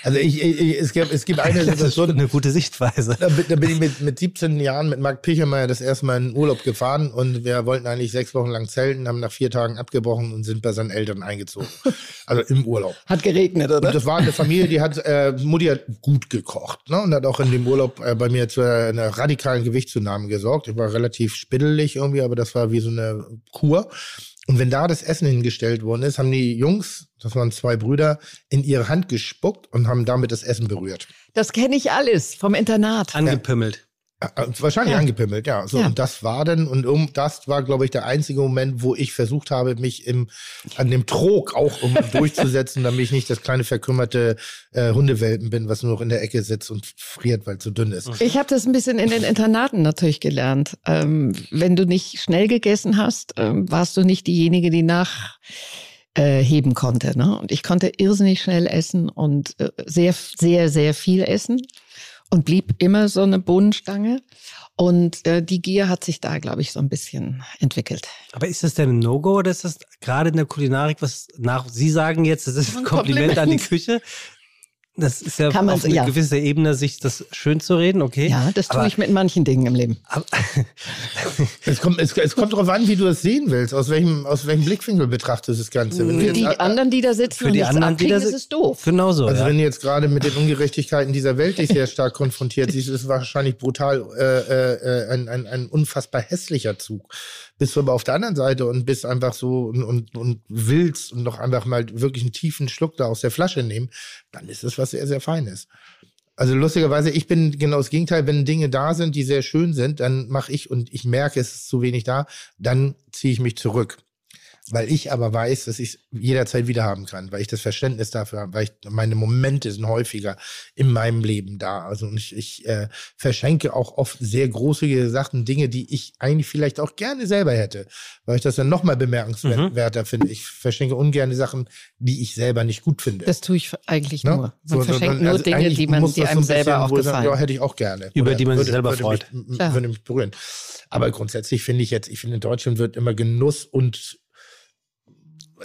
C: Also ich, ich, ich es, gibt, es gibt eine
D: das ist schon
C: Situation,
D: eine gute Sichtweise.
C: da bin, da bin ich mit, mit 17 Jahren mit Marc Pichemeyer das erste Mal in Urlaub gefahren und wir wollten eigentlich sechs Wochen lang zelten, haben nach vier Tagen abgebrochen und sind bei seinen Eltern eingezogen. Also im Urlaub.
E: Hat geregnet,
C: Und
E: oder?
C: das war eine Familie, die hat, äh, Mutti hat gut gekocht ne? und hat auch in dem Urlaub äh, bei mir zu einer radikalen Gewichtszunahme gesorgt. Ich war relativ spiddelig irgendwie, aber das war wie so eine Kur. Und wenn da das Essen hingestellt worden ist, haben die Jungs, das waren zwei Brüder, in ihre Hand gespuckt und haben damit das Essen berührt.
E: Das kenne ich alles vom Internat.
D: Angepimmelt.
C: Äh, Wahrscheinlich angepimmelt, ja. So,
E: Ja.
C: Und das war dann, und um, das war, glaube ich, der einzige Moment, wo ich versucht habe, mich im, an dem Trog auch um durchzusetzen, damit ich nicht das kleine verkümmerte äh, Hundewelpen bin, was nur noch in der Ecke sitzt und friert, weil es so dünn ist.
E: Ich habe das ein bisschen in den Internaten natürlich gelernt. Ähm, wenn du nicht schnell gegessen hast, ähm, warst du nicht diejenige, die nach äh, heben konnte. Ne? Und ich konnte irrsinnig schnell essen und äh, sehr, sehr, sehr viel essen und blieb immer so eine Bohnenstange. Und äh, die Gier hat sich da, glaube ich, so ein bisschen entwickelt.
D: Aber ist das denn ein No-Go oder ist das gerade in der Kulinarik, was nach Sie sagen jetzt, das ist ein Kompliment an die Küche? Das ist ja
E: Kann man
D: auf
E: so-
D: eine
E: ja.
D: gewisse Ebene, sich das schön zu reden, okay?
E: Ja, das tue
D: aber,
E: ich mit manchen Dingen im Leben.
D: Aber,
C: Es kommt, es, es kommt drauf an, wie du das sehen willst, aus welchem, aus welchem Blickwinkel betrachtest du das Ganze. Wenn du
E: Für
C: jetzt,
E: die anderen, die da sitzen
D: für
E: und
D: die
E: nichts
D: anderen, die
E: abkriegen,
D: da
E: ist
D: sind-
E: es doof.
D: Genau so.
C: also
D: ja.
C: wenn du jetzt gerade mit den Ungerechtigkeiten dieser Welt dich sehr stark konfrontiert siehst, ist es wahrscheinlich brutal äh, äh, äh, ein, ein, ein unfassbar hässlicher Zug. Bist du aber auf der anderen Seite und bist einfach so und, und, und willst und noch einfach mal wirklich einen tiefen Schluck da aus der Flasche nehmen, dann ist es was sehr, sehr Feines. Also lustigerweise, ich bin genau das Gegenteil. Wenn Dinge da sind, die sehr schön sind, dann mache ich und ich merke, es ist zu wenig da, dann ziehe ich mich zurück. Weil ich aber weiß, dass ich es jederzeit wieder haben kann, weil ich das Verständnis dafür habe, weil ich, meine Momente sind häufiger in meinem Leben da. Also und ich, ich äh, verschenke auch oft sehr großzügige Sachen, Dinge, die ich eigentlich vielleicht auch gerne selber hätte, weil ich das dann nochmal bemerkenswerter finde. Ich verschenke ungerne Sachen, die ich selber nicht gut finde.
E: Das tue ich eigentlich
C: Ne?
E: nur. Man
C: So, so,
E: verschenkt
C: dann-
E: nur
C: also
E: Dinge,
C: eigentlich
E: die, man,
C: muss
E: die
C: das so
E: einem
C: ein bisschen,
E: selber auch
C: wo ich sage,
E: gefallen.
C: Ja, hätte ich auch gerne.
D: Über
C: Oder
D: die man sich selber
C: würde
D: freut.
C: Mich, m-
E: Klar.
C: würde mich berühren. Aber grundsätzlich finde ich jetzt, ich finde, in Deutschland wird immer Genuss und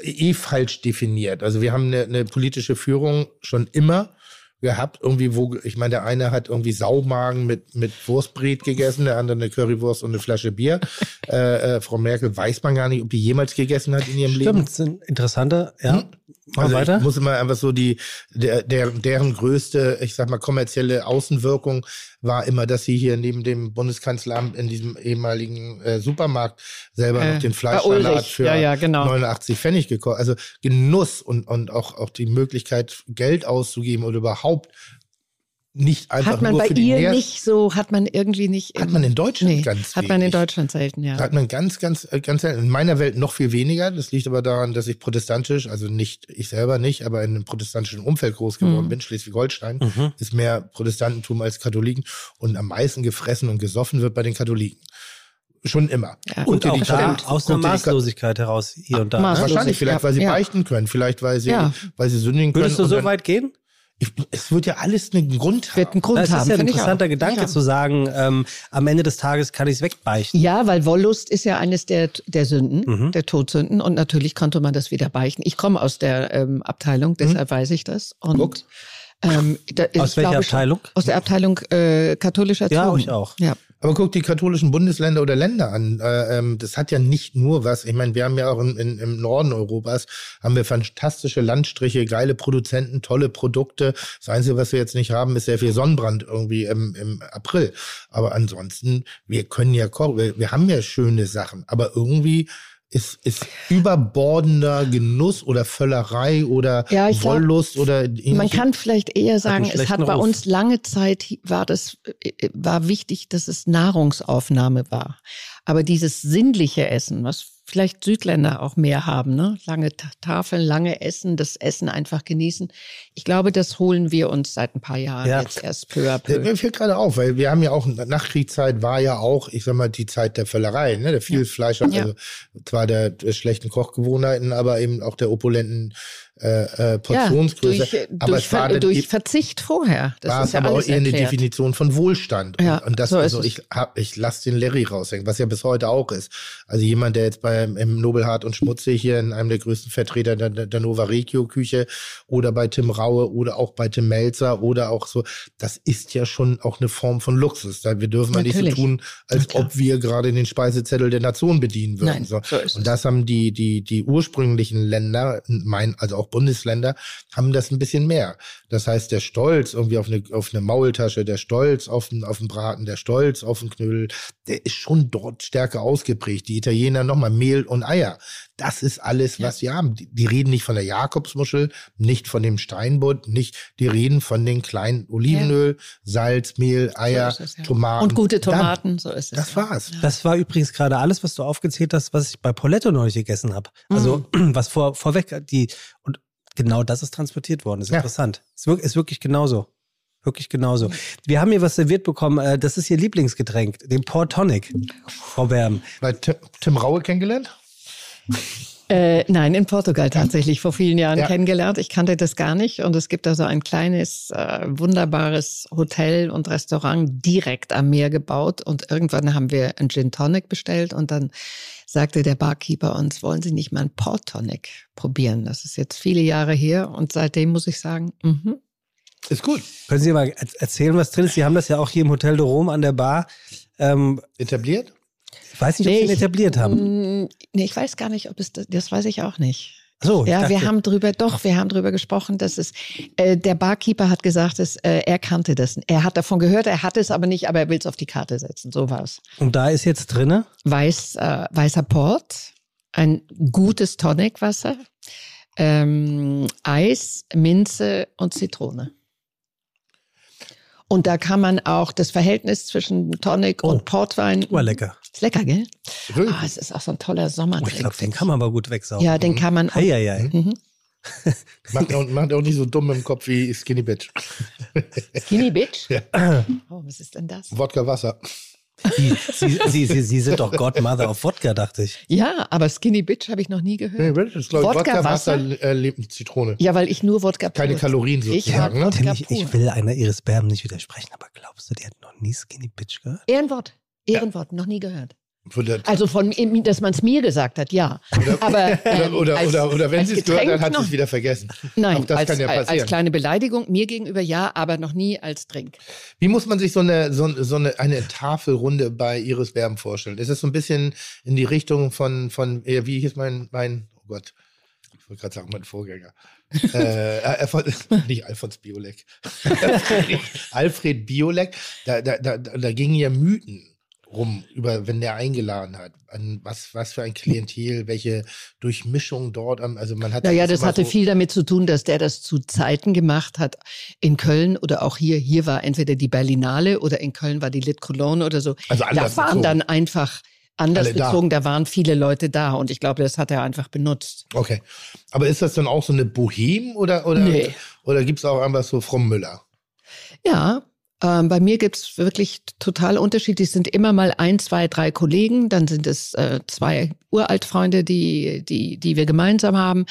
C: eh falsch definiert. Also wir haben eine, eine politische Führung schon immer gehabt, irgendwie wo, ich meine, der eine hat irgendwie Saumagen mit, mit Wurstbret gegessen, der andere eine Currywurst und eine Flasche Bier. äh, äh, Frau Merkel weiß man gar nicht, ob die jemals gegessen hat in ihrem Leben.
D: Stimmt, sind interessante, ja.
C: Hm?
D: Mal
C: Also
D: weiter.
C: Ich muss immer einfach so die, der, der, deren größte, ich sag mal, kommerzielle Außenwirkung war immer, dass sie hier neben dem Bundeskanzleramt in diesem ehemaligen äh, Supermarkt selber
E: Äh,
C: noch den
E: bei
C: Fleischsalat
E: Ulrich.
C: für
E: Ja, ja, genau.
C: 89 Pfennig gekauft. Also Genuss und, und auch, auch die Möglichkeit, Geld auszugeben oder überhaupt nicht einfach
E: Hat man
C: nur
E: bei
C: für die
E: ihr
C: Nähr-
E: nicht so, hat man irgendwie nicht.
C: Hat
E: im-
C: man in Deutschland
E: nee,
C: ganz
E: Hat man in
C: wenig.
E: Deutschland selten, ja.
C: Da hat man ganz, ganz, äh, ganz selten. In meiner Welt noch viel weniger. Das liegt aber daran, dass ich protestantisch, also nicht ich selber nicht, aber in einem protestantischen Umfeld groß geworden
E: Mhm.
C: bin. Schleswig-Holstein
D: Mhm.
C: ist mehr Protestantentum als Katholiken und am meisten gefressen und gesoffen wird bei den Katholiken. Schon immer.
D: Und
E: Ja.
C: Guck dir
D: auch
C: die
D: da
C: Katholiken-
D: aus
C: guck dir
D: einer
C: die Ka-
D: Maßlosigkeit heraus hier und da.
E: Maß-
D: ne?
C: Wahrscheinlich, vielleicht, weil sie
E: Ja.
C: beichten können, vielleicht, weil sie,
E: Ja.
C: weil sie sündigen können.
D: Würdest du
C: und
D: so
C: dann-
D: weit gehen?
C: Ich, es wird ja alles einen Grund
E: Wird
C: haben.
E: einen Grund
D: Das ist
E: haben.
D: ja ein
E: finde ich auch.
D: interessanter Gedanke zu sagen, ähm, am Ende des Tages kann ich es wegbeichten.
E: Ja, weil Wollust ist ja eines der, der Sünden,
D: Mhm.
E: der Todsünden. Und natürlich konnte man das wieder beichten. Ich komme aus der ähm, Abteilung, deshalb weiß ich das.
C: Mhm. Guck.
E: Und ähm, da, ich
D: Aus welcher
E: glaube schon-
D: Abteilung?
E: Aus der Abteilung äh, katholischer
D: Ja,
E: Erziehung.
D: ich auch.
E: Ja.
C: Aber guck die katholischen Bundesländer oder Länder an. Äh, ähm, das hat ja nicht nur was. Ich meine, wir haben ja auch in, in, im Norden Europas haben wir fantastische Landstriche, geile Produzenten, tolle Produkte. Das Einzige, was wir jetzt nicht haben, ist sehr viel Sonnenbrand irgendwie im, im April. Aber ansonsten, wir können ja kochen. Wir, wir haben ja schöne Sachen. Aber irgendwie ist, ist überbordender Genuss oder Völlerei oder
E: Ja, ich glaub,
C: Wollust oder
E: Man
C: ähnliche-
E: kann vielleicht eher sagen, es hat
D: schlechten
E: bei
D: Ruf.
E: uns lange Zeit war das äh, war wichtig, dass es Nahrungsaufnahme war. Aber dieses sinnliche Essen, was vielleicht Südländer auch mehr haben, ne? lange Ta- Tafeln, lange Essen, das Essen einfach genießen. Ich glaube, das holen wir uns seit ein paar Jahren
D: Ja.
E: jetzt erst peu à
C: Ja,
E: peu.
C: Mir fällt gerade auf, weil wir haben ja auch, Nachkriegszeit war ja auch, ich sag mal, die Zeit der Völlerei, ne? der Vielfleischer,
E: Ja.
C: also zwar der, der schlechten Kochgewohnheiten, aber eben auch der opulenten äh, äh, Portionsgröße.
E: durch, äh,
C: aber
E: durch,
C: es war
E: Ver-
C: dann
E: durch
C: eben-
E: Verzicht vorher. Das
C: war
E: ist
C: es
E: ja
C: aber auch
E: alles
C: eher eine
E: erklärt.
C: Definition von Wohlstand.
E: Ja,
C: und, und das,
E: so ist
C: also
E: es.
C: ich, hab, ich lasse den Larry raushängen, was ja bis heute auch ist. Also jemand, der jetzt beim im Nobelhart und Schmutzig hier in einem der größten Vertreter der, der der Nova Regio Küche oder bei Tim Raue oder auch bei Tim Melzer oder auch so, das ist ja schon auch eine Form von Luxus. Da- Wir dürfen ja nicht so
E: Natürlich.
C: tun,
E: Na
C: als
E: klar.
C: ob wir gerade den Speisezettel der Nation bedienen würden.
E: Nein,
C: so.
E: so ist es.
C: und das haben die, die, die ursprünglichen Länder, mein, also auch Bundesländer, haben das ein bisschen mehr. Das heißt, der Stolz irgendwie auf eine, auf eine Maultasche, der Stolz auf den, auf den Braten, der Stolz auf den Knödel, der ist schon dort stärker ausgeprägt. Die Italiener nochmal Mehl und Eier. Das ist alles, was sie haben. Die, die reden nicht von der Jakobsmuschel, nicht von dem Steinbutt, nicht, die reden von den kleinen Olivenöl, Salz, Mehl, Eier,
E: ist es, ja.
C: Tomaten.
E: Und gute
C: Dann-
E: Tomaten, so ist es.
C: Das war's.
D: Das war übrigens gerade alles, was du aufgezählt hast, was ich bei Poletto neulich gegessen habe. Also
E: Mhm.
D: was vor, vorweg die und genau das ist transportiert worden. Ist
C: Ja.
D: interessant. Ist wirklich, ist wirklich genauso. Wirklich genauso.
E: Mhm.
D: Wir haben hier was serviert bekommen, äh, das ist ihr Lieblingsgetränk, den Port Tonic, Frau Berben.
C: Bei Tim, Tim Raue kennengelernt?
E: Äh, nein, in Portugal tatsächlich vor vielen Jahren
C: Ja.
E: kennengelernt. Ich kannte das gar nicht. Und es gibt da so ein kleines, äh, wunderbares Hotel und Restaurant direkt am Meer gebaut. Und irgendwann haben wir einen Gin Tonic bestellt. Und dann sagte der Barkeeper uns, wollen Sie nicht mal einen Port Tonic probieren? Das ist jetzt viele Jahre her. Und seitdem muss ich sagen, mhm.
C: Ist gut.
D: Können Sie mal er- erzählen, was drin ist? Sie haben das ja auch hier im Hotel de Rome an der Bar. Ähm,
C: Etabliert?
D: ich weiß nicht, ob Sie ihn
E: Nee, ich-
D: etabliert haben.
E: Mm, Nee, ich weiß gar nicht, ob es das, das weiß ich auch nicht.
D: Ach So, Oh, ich
E: Ja, wir
D: dachte-
E: haben drüber, doch, wir haben drüber gesprochen, dass es, äh, der Barkeeper hat gesagt, dass, äh, er kannte das. Er hat davon gehört, er hat es aber nicht, aber er will es auf die Karte setzen. So war es.
D: Und da ist jetzt drinne.
E: Weiß, äh, weißer Port, ein gutes Tonicwasser, ähm, Eis, Minze und Zitrone. Und da kann man auch das Verhältnis zwischen Tonic
D: Oh.
E: und Portwein.
D: War lecker.
E: Ist lecker, gell?
C: Wirklich?
E: Ah, es ist auch so ein toller
D: Oh,
E: Sommertrink.
D: ich glaube, den kann man aber gut wegsaugen.
E: Ja, den kann man.
D: Ei, ei, ei.
E: Mhm.
C: Macht auch, macht auch nicht so dumm im Kopf wie Skinny Bitch.
E: Skinny Bitch. Oh, was ist denn das?
C: Wodka Wasser.
D: Sie, Sie, Sie, Sie, Sie sind doch Godmother auf Wodka, dachte ich.
E: Ja, aber Skinny Bitch habe ich noch nie
C: Nee,
E: gehört.
C: das ist, glaub ich,
E: Wodka,
C: Wodka Wasser,
E: Wasser?
C: äh, Leb- Zitrone.
E: Ja, weil ich nur Wodka pur.
C: Keine Kalorien
E: Ich
C: sozusagen,
E: mag-
C: ne?
D: Tim,
E: Ja,
D: ich,
E: pur.
D: ich will einer Iris Berben nicht widersprechen, aber glaubst du, die hat noch nie Skinny Bitch gehört?
E: Ehrenwort. Ehrenwort, noch nie gehört.
C: Oder,
E: Also von ihm, dass man es mir gesagt hat, ja. Aber ähm,
C: oder, oder,
E: als,
C: oder, oder wenn
E: als
C: sie es gehört,
E: Getränk
C: dann hat sie
E: noch-
C: es wieder vergessen.
E: Nein,
C: auch das
E: als,
C: kann ja
E: als-
C: passieren.
E: als kleine Beleidigung mir gegenüber ja, aber noch nie als Drink.
C: Wie muss man sich so eine, so, so eine, eine Tafelrunde bei Iris Berben vorstellen? Ist das so ein bisschen in die Richtung von, von äh, wie hieß mein, mein, oh Gott, ich wollte gerade sagen, mein Vorgänger. äh, äh, von, nicht Alfons Biolek. Alfred Biolek, da, da, da, da gingen ja Mythen rum, über wenn der eingeladen hat. An was, was für ein Klientel, welche Durchmischung dort. am- Also man hat
E: Naja, das
C: immer
E: hatte
C: so-
E: viel damit zu tun, dass der das zu Zeiten gemacht hat in Köln oder auch hier. Hier war entweder die Berlinale oder in Köln war die Lit Cologne oder so.
C: Also
E: Da
C: anders
E: waren
C: bezogen.
E: dann einfach anders
C: Alle da.
E: bezogen, da waren viele Leute da und ich glaube, das hat er einfach benutzt.
C: Okay. Aber ist das dann auch so eine Bohem oder, oder,
E: Nee.
C: oder gibt es auch einfach so Frommmüller?
E: Ja, ähm, bei mir gibt's wirklich total unterschiedlich. Es sind immer mal ein, zwei, drei Kollegen, dann sind es äh, zwei Uraltfreunde, die, die, die wir gemeinsam haben.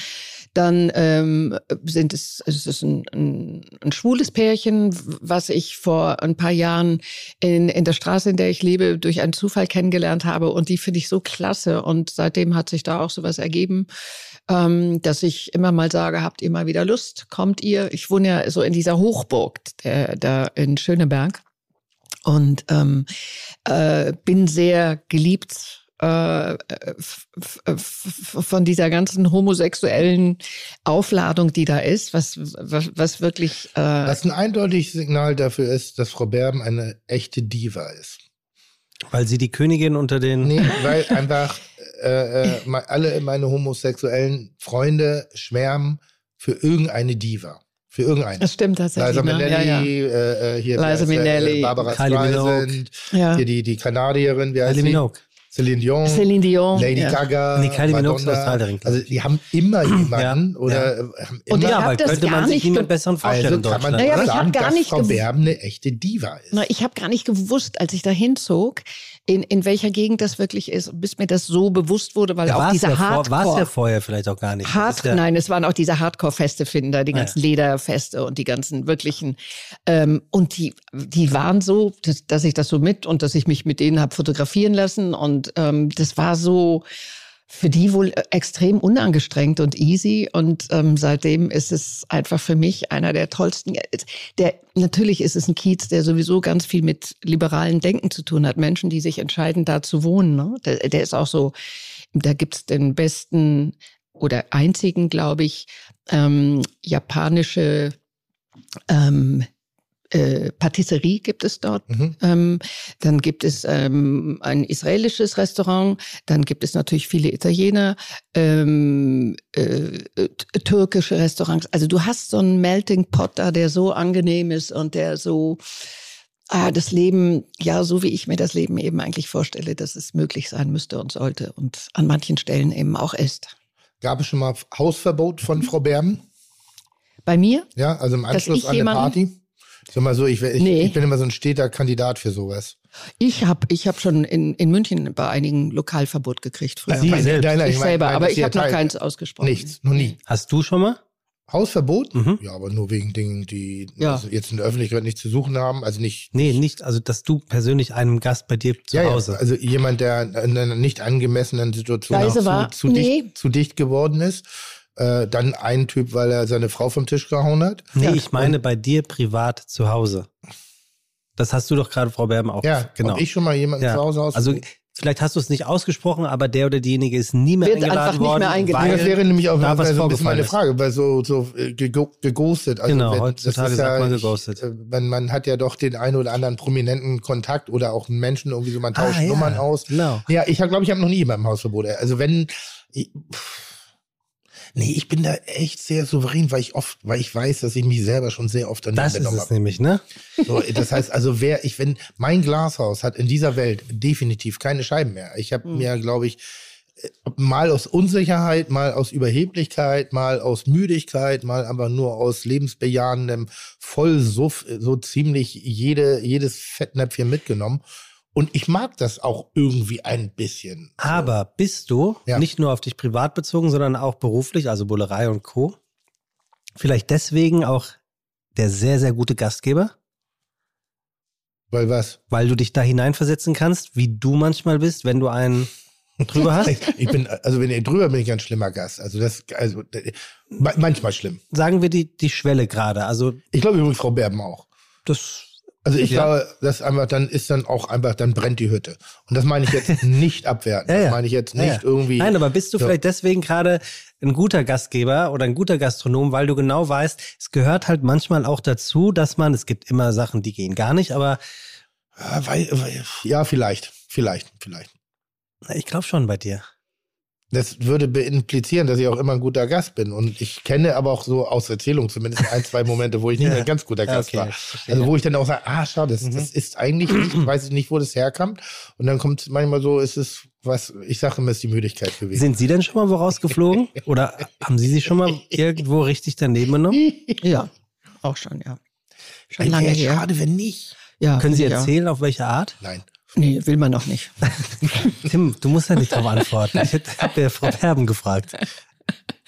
E: Dann ähm, sind es, es ist ein, ein, ein schwules Pärchen, was ich vor ein paar Jahren in, in der Straße, in der ich lebe, durch einen Zufall kennengelernt habe. Und die finde ich so klasse. Und seitdem hat sich da auch sowas ergeben, ähm, dass ich immer mal sage, habt ihr mal wieder Lust? Kommt ihr? Ich wohne ja so in dieser Hochburg der, da in Schöneberg und ähm, äh, bin sehr geliebt äh, f- f- f- von dieser ganzen homosexuellen Aufladung, die da ist, was, was, was wirklich äh,
C: Was ein eindeutiges Signal dafür ist, dass Frau Berben eine echte Diva ist.
D: Weil sie die Königin unter den.
C: Nee, weil einfach äh, äh, me- alle meine homosexuellen Freunde schwärmen für irgendeine Diva. Für irgendeine.
E: Das stimmt tatsächlich.
C: Liza
E: ne? Ja, ja.
C: Minnelli, äh, äh, hier wie
E: Liza
C: heißt sie,
E: Minnelli.
C: äh, Barbara
D: Kylie
C: Streisand,
E: Ja.
C: hier die, die Kanadierin, wie heißt
D: Kylie
C: sie?
D: Minogue.
C: Celine Dion,
E: Celine Dion.
C: Lady
E: ja.
C: Gaga,
D: Nee, Kylie Minogue ist
C: Madonna.
D: Australierin, glaub
C: Also
D: ich.
C: die haben immer jemanden oder äh, haben immer
E: ich
D: ja,
E: hab
D: aber
E: das
D: könnte
E: gar
D: man sich
E: nicht
D: niemand
E: ge-
D: besseren vorstellen
C: Also
D: in
C: kann
D: Deutschland.
C: man
E: Naja, aber ich
C: sagen,
E: hab gar
C: dass
E: nicht
C: Frau
E: gew-
C: Berben eine echte Diva ist.
E: Na, ich habe gar nicht gewusst, als ich da hinzog, in, in welcher Gegend das wirklich ist, bis mir das so bewusst wurde, weil
D: Ja,
E: auch
D: war's
E: diese
D: ja, vor, war's ja
E: Hardcore.
D: vorher vielleicht auch gar nicht. Das
E: Hard,
D: ist ja,
E: Nein, es waren auch diese Hardcore-Feste finden da, die
D: Ah,
E: ganzen Lederfeste und die ganzen wirklichen. Ähm, und die, die waren so, dass, dass ich das so mit und dass ich mich mit denen habe fotografieren lassen. Und ähm, das war so für die wohl äh, extrem unangestrengt und easy. Und ähm, seitdem ist es einfach für mich einer der tollsten. Der, natürlich ist es ein Kiez, der sowieso ganz viel mit liberalen Denken zu tun hat. Menschen, die sich entscheiden, da zu wohnen. Ne? Der, der ist auch so, da gibt's den besten oder einzigen, glaube ich, ähm, japanische ähm, äh, Patisserie gibt es dort.
C: Mhm.
E: Ähm, dann gibt es ähm, ein israelisches Restaurant, dann gibt es natürlich viele Italiener, ähm, äh, äh, türkische Restaurants. Also du hast so einen Melting Pot da, der so angenehm ist und der so ah, das Leben, ja, so wie ich mir das Leben eben eigentlich vorstelle, dass es möglich sein müsste und sollte und an manchen Stellen eben auch ist.
C: Gab es schon mal Hausverbot von Frau Berben?
E: Bei mir?
C: Ja, also im
E: Dass
C: Anschluss
E: ich
C: an eine
E: jemanden-
C: Party? Ich Sag mal so, ich, wär- ich,
E: Nee.
C: ich bin immer so ein steter Kandidat für sowas.
E: Ich habe ich hab schon in, in München bei einigen Lokalverbot gekriegt früher.
C: Sie selbst. Nein, nein,
E: ich
C: ich mein-
E: selber,
C: nein,
E: aber
C: das
E: ich
C: hier
E: habe noch
C: Teil-
E: keins ausgesprochen.
C: Nichts, noch nie.
D: Hast du schon mal?
C: Hausverbot?
D: Mhm.
C: Ja, aber nur wegen Dingen, die
E: Ja.
C: also jetzt in der Öffentlichkeit nichts zu suchen haben. Also nicht
D: Nee, nicht. Also, dass du persönlich einem Gast bei dir zu
C: Ja, ja,
D: Hause.
C: also jemand, der in einer nicht angemessenen Situation
G: Leise
C: zu,
G: war.
C: zu,
G: Nee.
C: dicht, zu dicht geworden ist. Äh, dann ein Typ, weil er seine Frau vom Tisch gehauen hat.
D: Nee, ich meine bei dir privat zu Hause. Das hast du doch gerade, Frau Berben, auch.
C: Ja, genau.
D: genau.
C: Ob ich schon mal jemanden
D: Ja.
C: zu Hause aus.
D: Also vielleicht hast du es nicht ausgesprochen, aber der oder diejenige ist nie mehr
G: Wird
D: eingeladen
G: einfach nicht
D: worden.
G: mehr eingeladen.
C: Nee, das wäre nämlich auch
D: da was
C: so ein bisschen
D: vorgefallen
C: meine
D: ist.
C: Frage, weil so, so äh, gego- geghostet. Also
D: Genau,
C: wenn- das
D: heutzutage
C: ist
D: sagt man
C: ich-
D: geghostet.
C: äh, Man, man hat ja doch den einen oder anderen prominenten Kontakt oder auch einen Menschen irgendwie so, man tauscht
D: Ah, ja.
C: Nummern aus.
D: Genau.
C: Ja, ich glaube, ich habe noch nie beim Hausverbot. Also wenn. Ich, nee, ich bin da echt sehr souverän, weil ich oft, weil ich weiß, dass ich mich selber schon sehr oft daneben
D: Das ist
C: benommen
D: es
C: habe.
D: nämlich, ne?
C: So, das heißt also, wer ich, wenn mein Glashaus hat in dieser Welt definitiv keine Scheiben mehr. Ich habe mir, glaube ich, äh, mal aus Unsicherheit, mal aus Überheblichkeit, mal aus Müdigkeit, mal aber nur aus lebensbejahendem Vollsuff äh, so ziemlich jede, jedes Fettnäpfchen mitgenommen. Und ich mag das auch irgendwie ein bisschen.
D: Aber bist du
C: Ja.
D: nicht nur auf dich privat bezogen, sondern auch beruflich, also Bullerei und Co. Vielleicht deswegen auch der sehr, sehr gute Gastgeber,
C: Weil was?
D: weil du dich da hineinversetzen kannst, wie du manchmal bist, wenn du einen drüber hast.
C: Ich bin, also wenn ihr drüber bin ich ein schlimmer Gast. Also das, also äh, ma- manchmal schlimm.
D: Sagen wir die, die Schwelle gerade. Also
C: Ich glaube übrigens Frau Berben auch.
D: das
C: Also ich
D: Ja.
C: glaube, das einfach dann ist dann auch einfach, dann brennt die Hütte. Und das meine ich jetzt nicht abwerten.
D: Ja, ja.
C: Das meine ich jetzt nicht
D: Ja, ja.
C: irgendwie.
D: Nein, aber bist du
C: Ja.
D: vielleicht deswegen gerade ein guter Gastgeber oder ein guter Gastronom, weil du genau weißt, es gehört halt manchmal auch dazu, dass man, es gibt immer Sachen, die gehen gar nicht, aber
C: Ah, weil, weil, ja, vielleicht. Vielleicht, vielleicht.
D: ich glaube schon bei dir.
C: Das würde be- implizieren, dass ich auch immer ein guter Gast bin. Und ich kenne aber auch so aus Erzählung zumindest ein, zwei Momente, wo ich nicht
D: Ja.
C: mehr ein ganz guter
D: Ja,
C: Gast
D: okay.
C: war.
D: Verstehe.
C: Also wo ich dann auch sage, ah, schade, das,
D: Mhm.
C: das ist eigentlich nicht, ich weiß nicht, wo das herkommt. Und dann kommt manchmal so, es ist was, ich sage immer, es ist die Müdigkeit gewesen.
D: Sind Sie denn schon mal wo rausgeflogen? Oder haben Sie sich schon mal irgendwo richtig daneben genommen?
E: Ja, auch schon, ja. Schon
C: Ey,
E: lange
C: wär
E: her.
C: Schade, wenn nicht.
E: Ja,
D: Können Sie
E: ja.
D: erzählen, auf welche Art?
C: Nein.
E: Nee, will man noch nicht.
D: Tim, du musst ja nicht darauf antworten. Ich habe ja Frau Herben gefragt.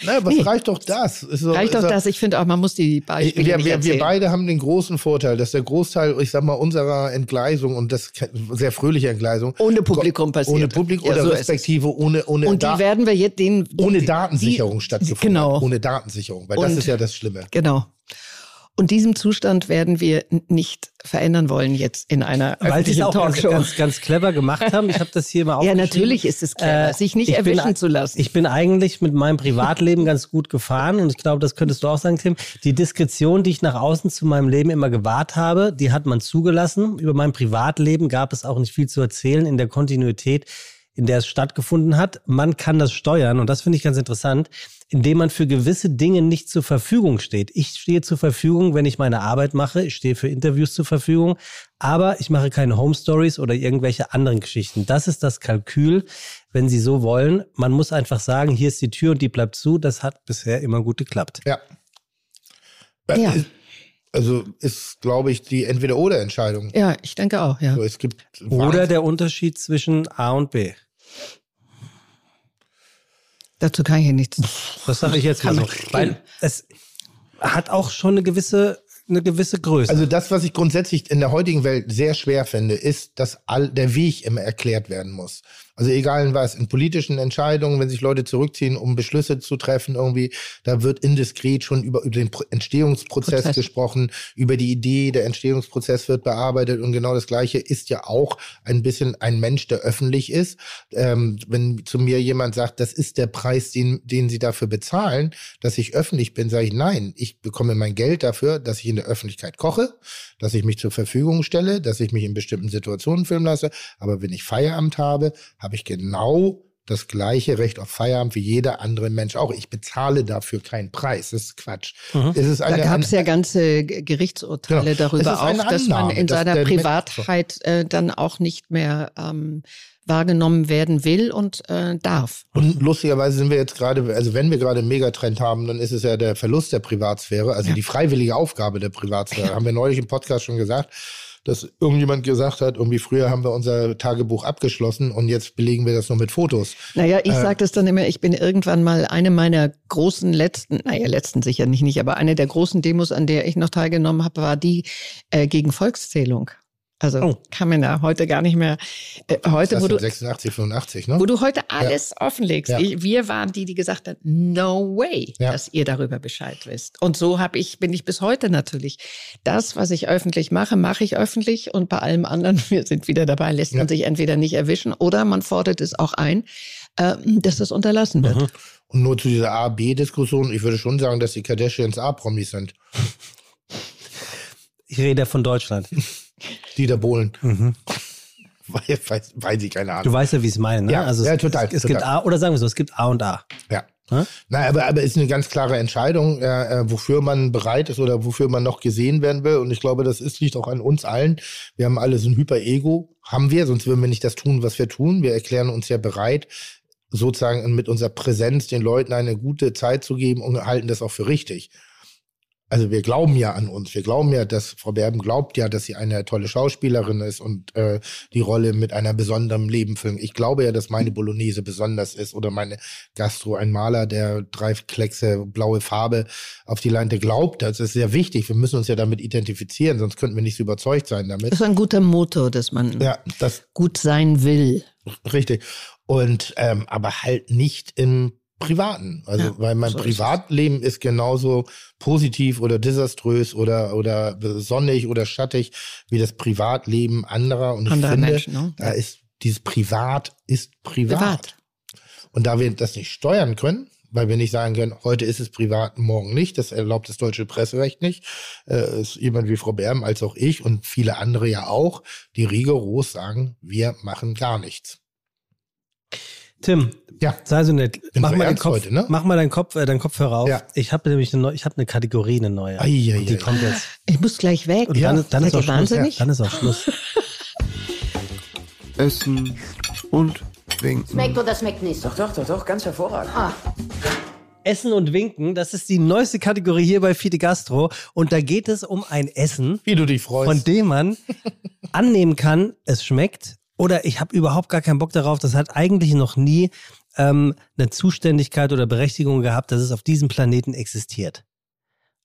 C: Na, aber
E: Nee.
C: es reicht doch das. Ist so-
E: Reicht
C: ist
E: doch
C: so-
E: das. Ich finde auch, man muss die Beispiele
C: wir, wir,
E: nicht
C: wir
E: erzählen.
C: beide haben den großen Vorteil, dass der Großteil, ich sag mal, unserer Entgleisung und das ke- sehr fröhliche Entgleisung
E: Ohne Publikum passiert.
C: ohne Publikum
E: Ja,
C: oder
E: so ist es.
C: respektive ohne ohne
E: Und die
C: Da-
E: werden wir jetzt den
C: ohne
E: die-
C: Datensicherung
E: die-
C: stattgefunden.
E: Genau.
C: hat. Ohne Datensicherung, weil das
E: Und-
C: ist ja das Schlimme.
E: Genau. Und diesem Zustand werden wir n- nicht verändern wollen jetzt in einer
D: Weil Sie es
E: öffentlichen
D: auch ganz,
E: Talkshow.
D: ganz, ganz clever gemacht haben. Ich habe das hier mal
E: ja,
D: aufgeschrieben.
E: natürlich ist es clever,
D: Äh,
E: sich nicht
D: ich bin
E: erwischen
D: ein-
E: zu lassen.
D: Ich bin eigentlich mit meinem Privatleben ganz gut gefahren und ich glaube, das könntest du auch sagen, Tim. Die Diskretion, die ich nach außen zu meinem Leben immer gewahrt habe, die hat man zugelassen. Über mein Privatleben gab es auch nicht viel zu erzählen in der Kontinuität, in der es stattgefunden hat. Man kann das steuern und das finde ich ganz interessant, indem man für gewisse Dinge nicht zur Verfügung steht. Ich stehe zur Verfügung, wenn ich meine Arbeit mache. Ich stehe für Interviews zur Verfügung. Aber ich mache keine Home Stories oder irgendwelche anderen Geschichten. Das ist das Kalkül, wenn Sie so wollen. Man muss einfach sagen, hier ist die Tür und die bleibt zu. Das hat bisher immer gut geklappt.
C: Ja. Äh,
E: Ja.
C: ist- Also ist, glaube ich, die Entweder-Oder-Entscheidung.
E: ja, ich denke auch, ja.
C: So, es gibt
D: Oder der Unterschied zwischen A und B.
E: Dazu kann ich nichts.
D: Das sage ich jetzt mal so. Weil es hat auch schon eine gewisse, eine gewisse Größe.
C: Also das, was ich grundsätzlich in der heutigen Welt sehr schwer finde, ist, dass all, der Weg immer erklärt werden muss. Also egal in was, in politischen Entscheidungen, wenn sich Leute zurückziehen, um Beschlüsse zu treffen, irgendwie, da wird indiskret schon über, über den Pro- Entstehungsprozess
E: Prozess.
C: gesprochen, über die Idee, der Entstehungsprozess wird bearbeitet und genau das Gleiche ist ja auch ein bisschen ein Mensch, der öffentlich ist. Ähm, wenn zu mir jemand sagt, das ist der Preis, den, den sie dafür bezahlen, dass ich öffentlich bin, sage ich nein. Ich bekomme mein Geld dafür, dass ich in der Öffentlichkeit koche, dass ich mich zur Verfügung stelle, dass ich mich in bestimmten Situationen filmen lasse. Aber wenn ich Feierabend habe, habe ich genau das gleiche Recht auf Feierabend wie jeder andere Mensch auch. Ich bezahle dafür keinen Preis. Das ist Quatsch. Es ist
E: Da
C: eine-
E: gab es
C: eine-
E: ja ganze G- Gerichtsurteile
C: Genau. Es
E: darüber
C: ist eine
E: auch, dass man
C: Annahme,
E: in
C: dass
E: seiner
C: der Mensch-
E: Privatheit äh, dann auch nicht mehr ähm, wahrgenommen werden will und äh, darf.
C: Und lustigerweise sind wir jetzt gerade, also wenn wir gerade einen Megatrend haben, dann ist es ja der Verlust der Privatsphäre, also die freiwillige Aufgabe der Privatsphäre. Haben wir neulich im Podcast schon gesagt. dass irgendjemand gesagt hat, irgendwie früher haben wir unser Tagebuch abgeschlossen und jetzt belegen wir das nur mit Fotos.
E: Naja,
C: Äh.
E: ich sage das dann immer, ich bin irgendwann mal eine meiner großen letzten, naja, letzten sicher nicht, nicht, aber eine der großen Demos, an der ich noch teilgenommen habe, war die äh, gegen Volkszählung. Also
D: Oh.
E: kann man da heute gar nicht mehr. Äh, heute,
C: Das
E: wo
C: sind
E: du,
C: 86, 85, ne?
E: wo du heute alles offenlegst.
C: Ja.
E: Ich, wir waren die, die gesagt haben, no way,
C: Ja.
E: dass ihr darüber Bescheid wisst. Und so hab ich, bin ich bis heute natürlich. Das, was ich öffentlich mache, mache ich öffentlich und bei allem anderen, wir sind wieder dabei, lässt
C: Ja.
E: man sich entweder nicht erwischen oder man fordert es auch ein, äh, dass das unterlassen wird.
D: Mhm.
C: Und nur zu dieser A-B-Diskussion, ich würde schon sagen, dass die Kardashians A-Promis sind.
D: Ich rede ja von Deutschland.
C: Dieter Bohlen.
E: Mhm.
C: Weil- Weiß, weiß ich keine
D: Du
C: Ahnung.
D: weißt ja, wie ich es meine. Ne?
C: Ja,
D: also es,
C: ja, total,
D: Es, es
C: total.
D: gibt A oder sagen wir so, es gibt A und A.
C: Ja.
D: Hm?
C: Na, aber, aber ist eine ganz klare Entscheidung, äh, äh, wofür man bereit ist oder wofür man noch gesehen werden will. Und ich glaube, das ist, liegt auch an uns allen. Wir haben alle so ein Hyper-Ego, haben wir, sonst würden wir nicht das tun, was wir tun. Wir erklären uns ja bereit, sozusagen mit unserer Präsenz den Leuten eine gute Zeit zu geben und halten das auch für richtig. Also wir glauben ja an uns. Wir glauben ja, dass Frau Berben glaubt ja, dass sie eine tolle Schauspielerin ist und äh, die Rolle mit einer besonderen Leben füllen. Ich glaube ja, dass meine Bolognese besonders ist oder meine Gastro ein Maler, der drei Kleckse blaue Farbe auf die Leinte glaubt. Das ist sehr wichtig. Wir müssen uns ja damit identifizieren, sonst könnten wir nicht so überzeugt sein damit.
E: Das ist ein guter Motor, dass man
C: Ja, das
E: gut sein will.
C: Richtig. Und ähm, aber halt nicht im Privaten. Also,
E: Ja,
C: weil mein
E: so ist es.
C: Privatleben ist genauso positiv oder desaströs oder, oder sonnig oder schattig wie das Privatleben anderer. Und ich
E: Anderer
C: finde,
E: Menschen, ne?
C: da ist dieses Privat ist privat.
E: Privat.
C: Und da wir das nicht steuern können, weil wir nicht sagen können, heute ist es privat, morgen nicht, das erlaubt das deutsche Presserecht nicht, äh, ist jemand wie Frau Berben als auch ich und viele andere ja auch, die rigoros sagen, wir machen gar nichts.
D: Tim,
C: Ja.
D: sei so nett.
C: Bin
D: Mach
C: so
D: mal, den
C: ernst
D: Kopf,
C: heute, ne?
D: mach mal deinen Kopf, äh, deinen Kopfhörer auf.
C: Ja.
D: Ich habe nämlich eine neue, ich habe eine Kategorie, eine neue.
C: Ei, ei,
D: Und die
C: ei.
D: kommt jetzt.
E: Ich muss gleich weg.
D: Und dann, dann,
E: Seid
D: ist auch
E: ihr
D: Schluss.
E: wahnsinnig?
D: dann ist auch Schluss.
B: Essen und Winken.
H: Schmeckt oder schmeckt nicht?
I: Doch, doch, doch, doch, ganz hervorragend.
D: Essen und Winken, das ist die neueste Kategorie hier bei Fide Gastro. Und da geht es um ein Essen,
C: Wie du dich freust.
D: von dem man annehmen kann, es schmeckt oder ich habe überhaupt gar keinen Bock darauf. Das hat eigentlich noch nie ähm, eine Zuständigkeit oder Berechtigung gehabt, dass es auf diesem Planeten existiert.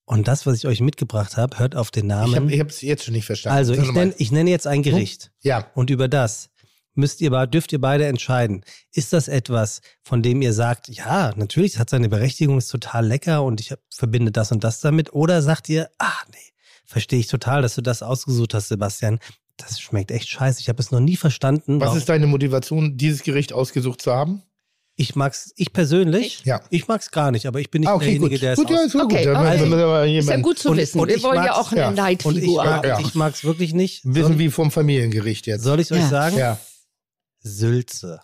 D: Und das, was ich euch mitgebracht habe, hört auf den
C: ich
D: Namen.
C: habe es jetzt schon nicht verstanden.
D: also,
C: Sag
D: ich
C: nochmal.
D: nenne ich nenn jetzt
C: Hm?
D: ein Gericht.
C: ja,
D: Und über das müsst ihr, be- dürft ihr beide entscheiden. Ist das etwas, von dem ihr sagt, ja, natürlich, es hat seine Berechtigung, ist total lecker und ich hab- verbinde das und das damit? Oder sagt ihr, ach nee, verstehe ich total, dass du das ausgesucht hast, Sebastian. Das schmeckt echt scheiße. Ich habe es noch nie verstanden.
C: was
D: warum-
C: ist deine Motivation, dieses Gericht ausgesucht zu haben?
D: ich mag's, ich persönlich,
C: Ja.
D: ich mag's gar nicht, aber ich bin nicht
C: Ah, okay,
D: derjenige,
C: gut.
D: der es
C: gut, ja,
D: aus-
C: ist ja
E: Okay,
C: gut. Dann
E: okay.
C: müssen wir aber
E: Ist ja
C: jemanden
E: gut zu
D: Und-
E: wissen.
D: und
E: wir
D: ich
E: wollen ja
D: mag's-
E: auch eine
C: ja.
D: Und ich,
E: Leitfigur
D: mag,
E: haben.
C: Ja.
D: ich mag's wirklich nicht.
C: Wissen wie vom Familiengericht jetzt.
D: Soll ich euch
E: Ja.
D: sagen?
C: ja.
D: Sülze.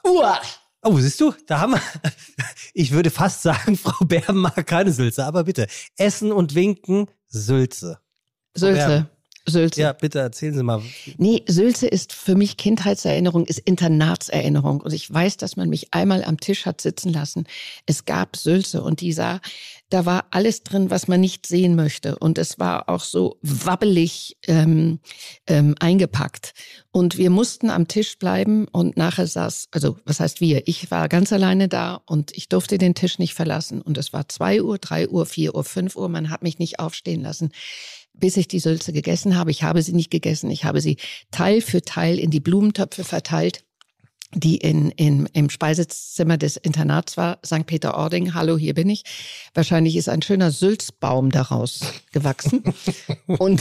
D: Oh, siehst du, da haben wir. Ich würde fast sagen, Frau Berben mag keine Sülze, aber bitte. Essen und winken, Sülze.
E: Sülze. Sülze.
D: Ja, bitte erzählen Sie mal.
E: Nee, Sülze ist für mich Kindheitserinnerung, ist Internatserinnerung. Und ich weiß, dass man mich einmal am Tisch hat sitzen lassen. Es gab Sülze und die sah, da war alles drin, was man nicht sehen möchte. Und es war auch so wabbelig ähm, ähm, eingepackt. Und wir mussten am Tisch bleiben und nachher saß, also was heißt wir? Ich war ganz alleine da und ich durfte den Tisch nicht verlassen. Und es war 2 Uhr, 3 Uhr, 4 Uhr, 5 Uhr. Man hat mich nicht aufstehen lassen bis ich die Sülze gegessen habe. Ich habe sie nicht gegessen. Ich habe sie Teil für Teil in die Blumentöpfe verteilt, die in, in, im Speisezimmer des Internats war. St. Peter-Ording. Hallo, hier bin ich. Wahrscheinlich ist ein schöner Sülzbaum daraus gewachsen. und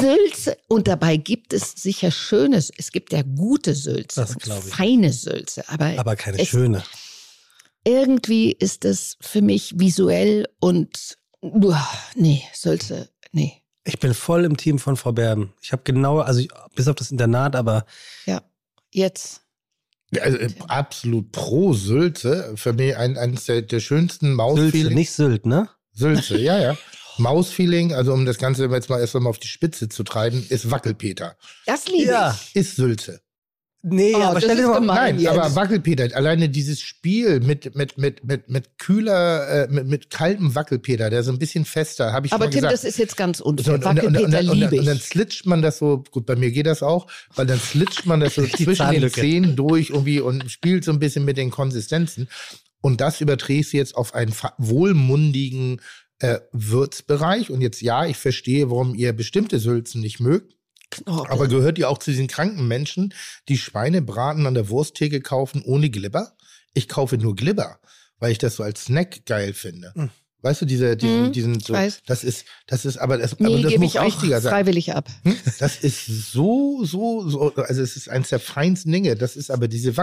E: Sülze. Und dabei gibt es sicher Schönes. Es gibt ja gute Sülze.
D: Das
E: und
D: glaube ich.
E: Feine Sülze. Aber,
D: Aber keine
E: es
D: schöne.
E: irgendwie ist das für mich visuell und uah, nee, sollte nee.
D: Ich bin voll im Team von Frau Berben. Ich habe genau, also ich, bis auf das Internat, aber
E: Ja, jetzt.
C: Also, äh, absolut pro Sülze. Für mich ein, eines der, der schönsten
D: Sülze,
C: Mausfeelings.
D: nicht Sylt, ne?
C: Sülze, ja, ja. Mausfeeling, also um das Ganze jetzt mal erstmal auf die Spitze zu treiben, ist Wackelpeter.
E: Das liebe
D: Ja.
E: ich.
C: Ist Sülze.
D: Nee,
J: Oh,
D: aber
J: das
D: stell dir
J: ist
D: mal
J: gemein.
C: Nein,
J: jetzt.
C: aber Wackelpeter, alleine dieses Spiel mit, mit, mit, mit, mit kühler, äh, mit, mit kaltem Wackelpeter, der so ein bisschen fester, habe ich
E: Aber
C: schon mal
E: Tim,
C: gesagt.
E: das ist jetzt ganz
C: So,
E: unfair.
C: und, und, und, und,
E: Wackelpeter
C: und, und,
E: liebe ich.
C: und dann slitscht man das so, gut, bei mir geht das auch, weil dann slitscht man das so zwischen den
D: Zahnlücke.
C: Zähnen durch irgendwie und spielt so ein bisschen mit den Konsistenzen. Und das überträgst du jetzt auf einen fa- wohlmundigen äh, Würzbereich. Und jetzt ja, ich verstehe, warum ihr bestimmte Sülzen nicht mögt.
E: Knorpel.
C: Aber gehört ihr auch zu diesen kranken Menschen, die Schweinebraten an der Wursttheke kaufen ohne Glibber? Ich kaufe nur Glibber, weil ich das so als Snack geil finde. Weißt du, diese, diesen,
E: Hm,
C: diesen so,
E: weiß.
C: das ist, das ist, aber das, aber
E: nee,
C: das
E: gebe
C: muss
E: ich auch
C: richtiger sein.
E: freiwillig ab.
C: Hm? Das ist so, so, so, also es ist eins der feinsten Dinge. Das ist aber diese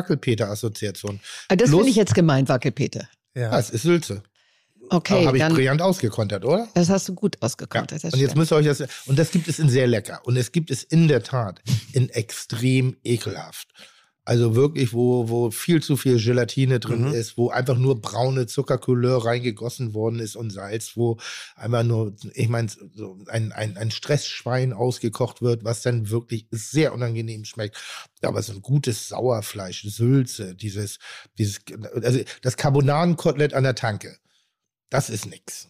C: Wackelpeter-Assoziation.
E: Ah, Das
C: Bloß-
E: finde ich jetzt gemeint, Wackelpeter.
C: Ja, es ist Sülze.
E: Okay,
C: habe ich
E: dann
C: brillant ausgekontert, oder?
E: das hast du gut
C: Ja.
E: ausgekommen.
C: Und jetzt müsst ihr euch das. Und das gibt es in sehr lecker. Und es gibt es in der Tat in extrem ekelhaft. Also wirklich, wo, wo viel zu viel Gelatine drin ist, wo einfach nur braune Zuckercouleur reingegossen worden ist und Salz, wo einfach nur, ich meine, so ein, ein, ein Stressschwein ausgekocht wird, was dann wirklich sehr unangenehm schmeckt. Aber so ein gutes Sauerfleisch, Sülze, dieses, dieses, also das Carbonadenkotelett an der Tanke, das ist nix.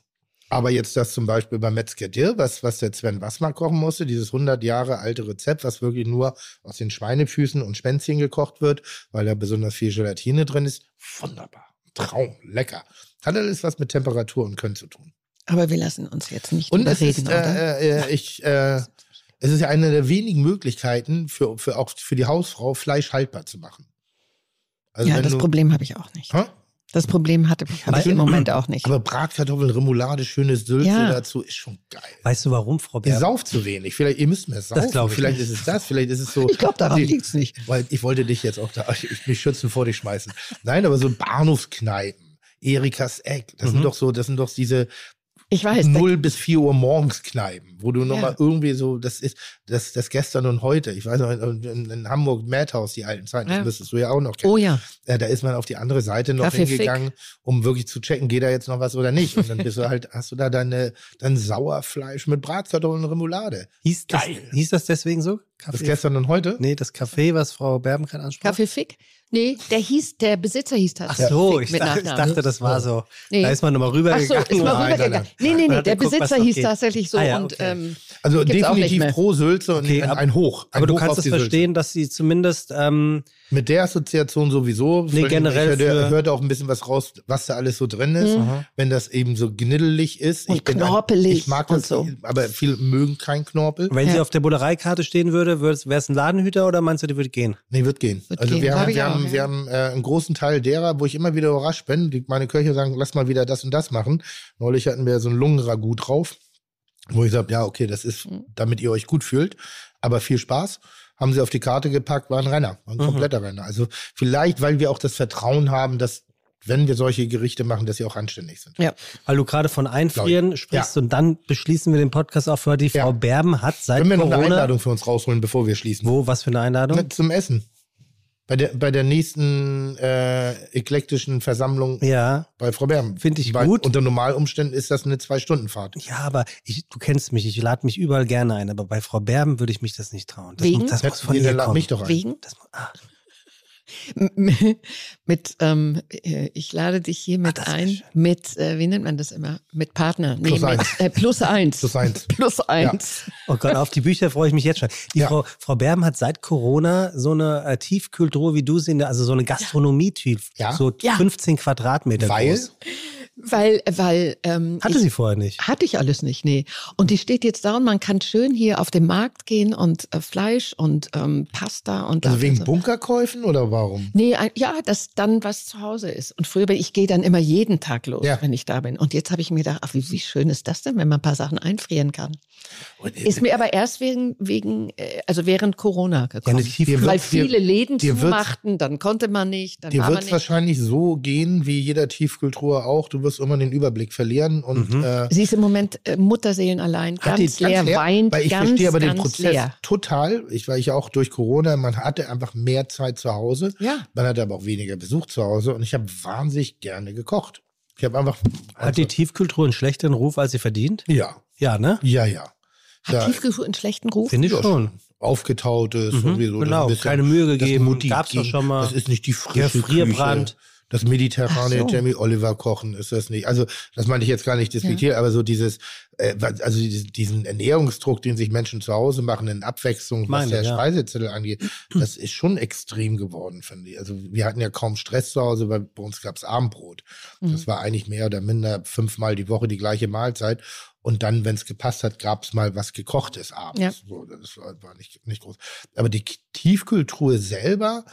C: Aber jetzt das zum Beispiel bei Metzger Dirr, was, was der Sven Wassmann kochen musste, dieses 100 Jahre alte Rezept, was wirklich nur aus den Schweinefüßen und Schwänzchen gekocht wird, weil da besonders viel Gelatine drin ist. Wunderbar. Traum. Lecker. Hat alles was mit Temperatur und Können zu tun.
E: Aber wir lassen uns jetzt nicht
C: Und es
E: überreden,
C: ist,
E: oder?
C: äh, äh, ich, äh, es ist ja eine der wenigen Möglichkeiten, für, für auch für die Hausfrau Fleisch haltbar zu machen. Also
E: ja,
C: wenn
E: das
C: du,
E: Problem habe ich auch nicht.
C: Hä?
E: Das Problem hatte ich, habe ich im Moment auch nicht.
C: Aber Bratkartoffeln, Remoulade, schönes Sülze
E: Ja.
C: dazu ist schon geil.
D: Weißt du warum, Frau
C: Ihr
D: Bär?
C: sauft zu wenig. Vielleicht, ihr müsst mehr saufen.
D: glaub ich
C: Vielleicht
D: nicht.
C: ist es das. Vielleicht ist es so.
E: ich glaube, daran
C: Sie-
E: liegt es nicht.
C: Weil ich wollte dich jetzt auch da, ich, mich schützen vor dich schmeißen. Nein, aber so Bahnhofskneipen, Erikas Eck, das
D: Mhm.
C: sind doch so, das sind doch diese
E: Ich weiß, da
C: 0 bis 4 Uhr morgens Kneipen, wo du nochmal
E: Ja.
C: irgendwie so, das ist, das, das gestern und heute. Ich weiß noch, in, in- in Hamburg Madhouse, die alten Zeiten,
E: Ja.
C: das müsstest du ja auch noch kennen.
E: Oh ja,
C: Ja, da ist man auf die andere Seite noch
E: Kaffee
C: hingegangen, um wirklich zu checken, geht da jetzt noch was oder nicht. Und dann bist du halt, hast du da deine, dein Sauerfleisch mit Bratkartoffeln und Remoulade.
D: Hieß das, hieß das deswegen so?
C: Das
D: Kaffee?
C: gestern und heute?
D: Nee, das Café, was Frau Berbenkamp ansprach.
E: Kaffee Fick? Nee, der hieß, der Besitzer hieß das.
D: Ach so,
E: Fick
D: ich,
E: mit
D: dachte- ich
E: Nachnamen. ne?
D: dachte, das war so.
E: Nee.
D: Da ist man nochmal
E: Ach so,
D: rübergegangen.
E: ist mal
C: Nein,
E: rübergegangen.
C: nein,
E: Nee, nee,
D: Man
E: nee,
D: hat
E: der
D: geguckt, was
E: Besitzer
D: noch
E: hieß
D: geht.
E: tatsächlich so.
D: Ah ja,
E: und,
D: okay.
E: ähm,
C: Also
E: Gibt's auch nicht
C: definitiv
E: mehr.
C: pro Sülze und
D: Okay,
C: ein,
D: ab-
C: ein Hoch. Ein
D: aber du
C: Hoch
D: kannst
C: auf
D: es
C: die Sülze.
D: verstehen, dass sie zumindest ähm,
C: Mit der Assoziation sowieso.
D: Nee, generell
C: Ich höre,
D: für-
C: hört auch ein bisschen was raus, was da alles so drin ist. Wenn das eben so gniddelig ist.
E: Mhm. Und
C: bin ein-
E: knorpelig
C: Ich mag
E: und
C: das,
E: so.
C: aber viele mögen kein Knorpel.
D: Wenn sie
E: Ja.
D: auf der Bullereikarte stehen würde, wäre es ein Ladenhüter oder meinst du, die würde gehen?
C: Nee, wird gehen.
E: Wird
C: also
E: gehen.
C: wir
E: Hab
C: haben,
E: ich
C: wir
E: auch,
C: haben,
E: ja.
C: wir haben äh, einen großen Teil derer, wo ich immer wieder überrascht bin, die, meine Köche sagen, lass mal wieder das und das machen. Neulich hatten wir so ein Lungenragout drauf, wo ich sage, ja, okay, das ist,
E: Mhm.
C: damit ihr euch gut fühlt, aber viel Spaß. Haben sie auf die Karte gepackt, war ein Renner, war ein
D: Mhm.
C: kompletter Renner. Also vielleicht, weil wir auch das Vertrauen haben, dass wenn wir solche Gerichte machen, dass sie auch anständig sind.
E: ja.
D: Weil du gerade von Einfrieren sprichst und dann beschließen wir den Podcast auch für heute. Die
C: Ja.
D: Frau Berben hat seit
C: Können wir noch eine
D: Corona.
C: Einladung für uns rausholen, bevor wir schließen?
D: Wo, was für eine Einladung?
C: Ne, Zum Essen. Bei der, bei der nächsten äh, eklektischen Versammlung
D: Ja.
C: bei Frau Berben.
D: Find ich
C: Weil
D: gut.
C: Unter Normalumständen ist das eine Zwei-Stunden-Fahrt.
D: Ja, aber ich, du kennst mich, ich lade mich überall gerne ein, aber bei Frau Berben würde ich mich das nicht trauen. Das,
E: Wegen?
D: muss- das muss von
C: Jeder
D: ihr
C: lad
D: kommen.
C: mich doch ein.
E: wegen?
D: Das, mu- ah,
E: M- mit, ähm, äh, ich lade dich hiermit
D: Ah, das wär
E: ein,
D: schön.
E: mit, äh, wie nennt man das immer? Mit Partner. Nee,
C: Plus
E: mit,
C: eins.
E: Äh, plus eins.
C: Plus eins.
E: Plus eins.
D: oh Gott, auf die Bücher freue ich mich jetzt schon. Die
C: Ja.
D: Frau, Frau Berben hat seit Corona so eine äh, Tiefkühltruhe, wie du sie, in der- also so eine Gastronomie-Tür,
C: Ja.
D: so
E: Ja.
D: 15 Quadratmeter
C: Weil?
D: groß.
E: Weil, weil, ähm,
D: Hatte sie vorher nicht.
E: Hatte ich alles nicht, nee. Und die steht jetzt da und man kann schön hier auf den Markt gehen und äh, Fleisch und ähm, Pasta und
C: Also
E: das
C: wegen
E: und so.
C: Bunkerkäufen oder warum?
E: Nee, ein, ja, dass dann was zu Hause ist. Und früher, bin- ich gehe dann immer jeden Tag los,
C: Ja.
E: wenn ich da bin. Und jetzt habe ich mir gedacht, ach, wie, wie schön ist das denn, wenn man ein paar Sachen einfrieren kann.
C: äh,
E: Ist mir aber erst wegen, wegen äh, also während Corona
D: Ja,
E: gekommen.
D: eine Tiefkühl
E: weil
C: wird's- dir-
E: viele Läden
C: dir wird's-
E: zumachten, dann konnte man nicht, dann
C: Dir
E: war
C: wird
E: man
C: es
E: nicht.
C: wahrscheinlich so gehen, wie jeder Tiefkultur auch. Du wirst immer den Überblick verlieren und äh,
E: Sie ist im Moment äh, Mutterseelen allein,
C: hat
E: ganz,
C: die
E: leer, weint,
C: Weil ich
E: ganz,
C: verstehe aber den
E: ganz
C: Prozess
E: leer.
C: total. Ich war ja auch durch Corona, man hatte einfach mehr Zeit zu Hause.
E: Ja.
C: Man hatte aber auch weniger Besuch zu Hause und ich habe wahnsinnig gerne gekocht. Ich habe einfach. also,
D: Hat die Tiefkühltruhe einen schlechteren Ruf, als sie verdient?
C: ja,
D: Ja, ne?
C: ja, ja.
E: Hat
C: Ja.
E: Tiefkühl einen schlechten Ruf?
D: Finde ich schon.
C: aufgetaut ist.
D: Mhm,
C: irgendwie so, das
D: genau,
C: ein bisschen-
D: keine Mühe gegeben,
C: das Mutti
D: gab's doch
C: ging.
D: schon mal.
C: Das ist nicht die frische
D: Gefrierbrand.
C: Küche. Das mediterrane
G: Ach so.
C: Jamie Oliver kochen ist das nicht. Also das meine ich jetzt gar nicht diskutieren, aber so dieses, äh, was- also dieses- diesen Ernährungsdruck, den sich Menschen zu Hause machen in Abwechslung, was
D: Meine,
C: der
D: ja.
C: Speisezettel angeht, das ist schon extrem geworden, finde ich. Also wir hatten ja kaum Stress zu Hause, weil bei uns gab's Abendbrot. Das war eigentlich mehr oder minder fünfmal die Woche die gleiche Mahlzeit. Und dann, wenn es gepasst hat, gab es mal was gekochtes abends.
G: Ja.
C: So, das war war nicht, nicht groß. Aber die K- Tiefkühltruhe selber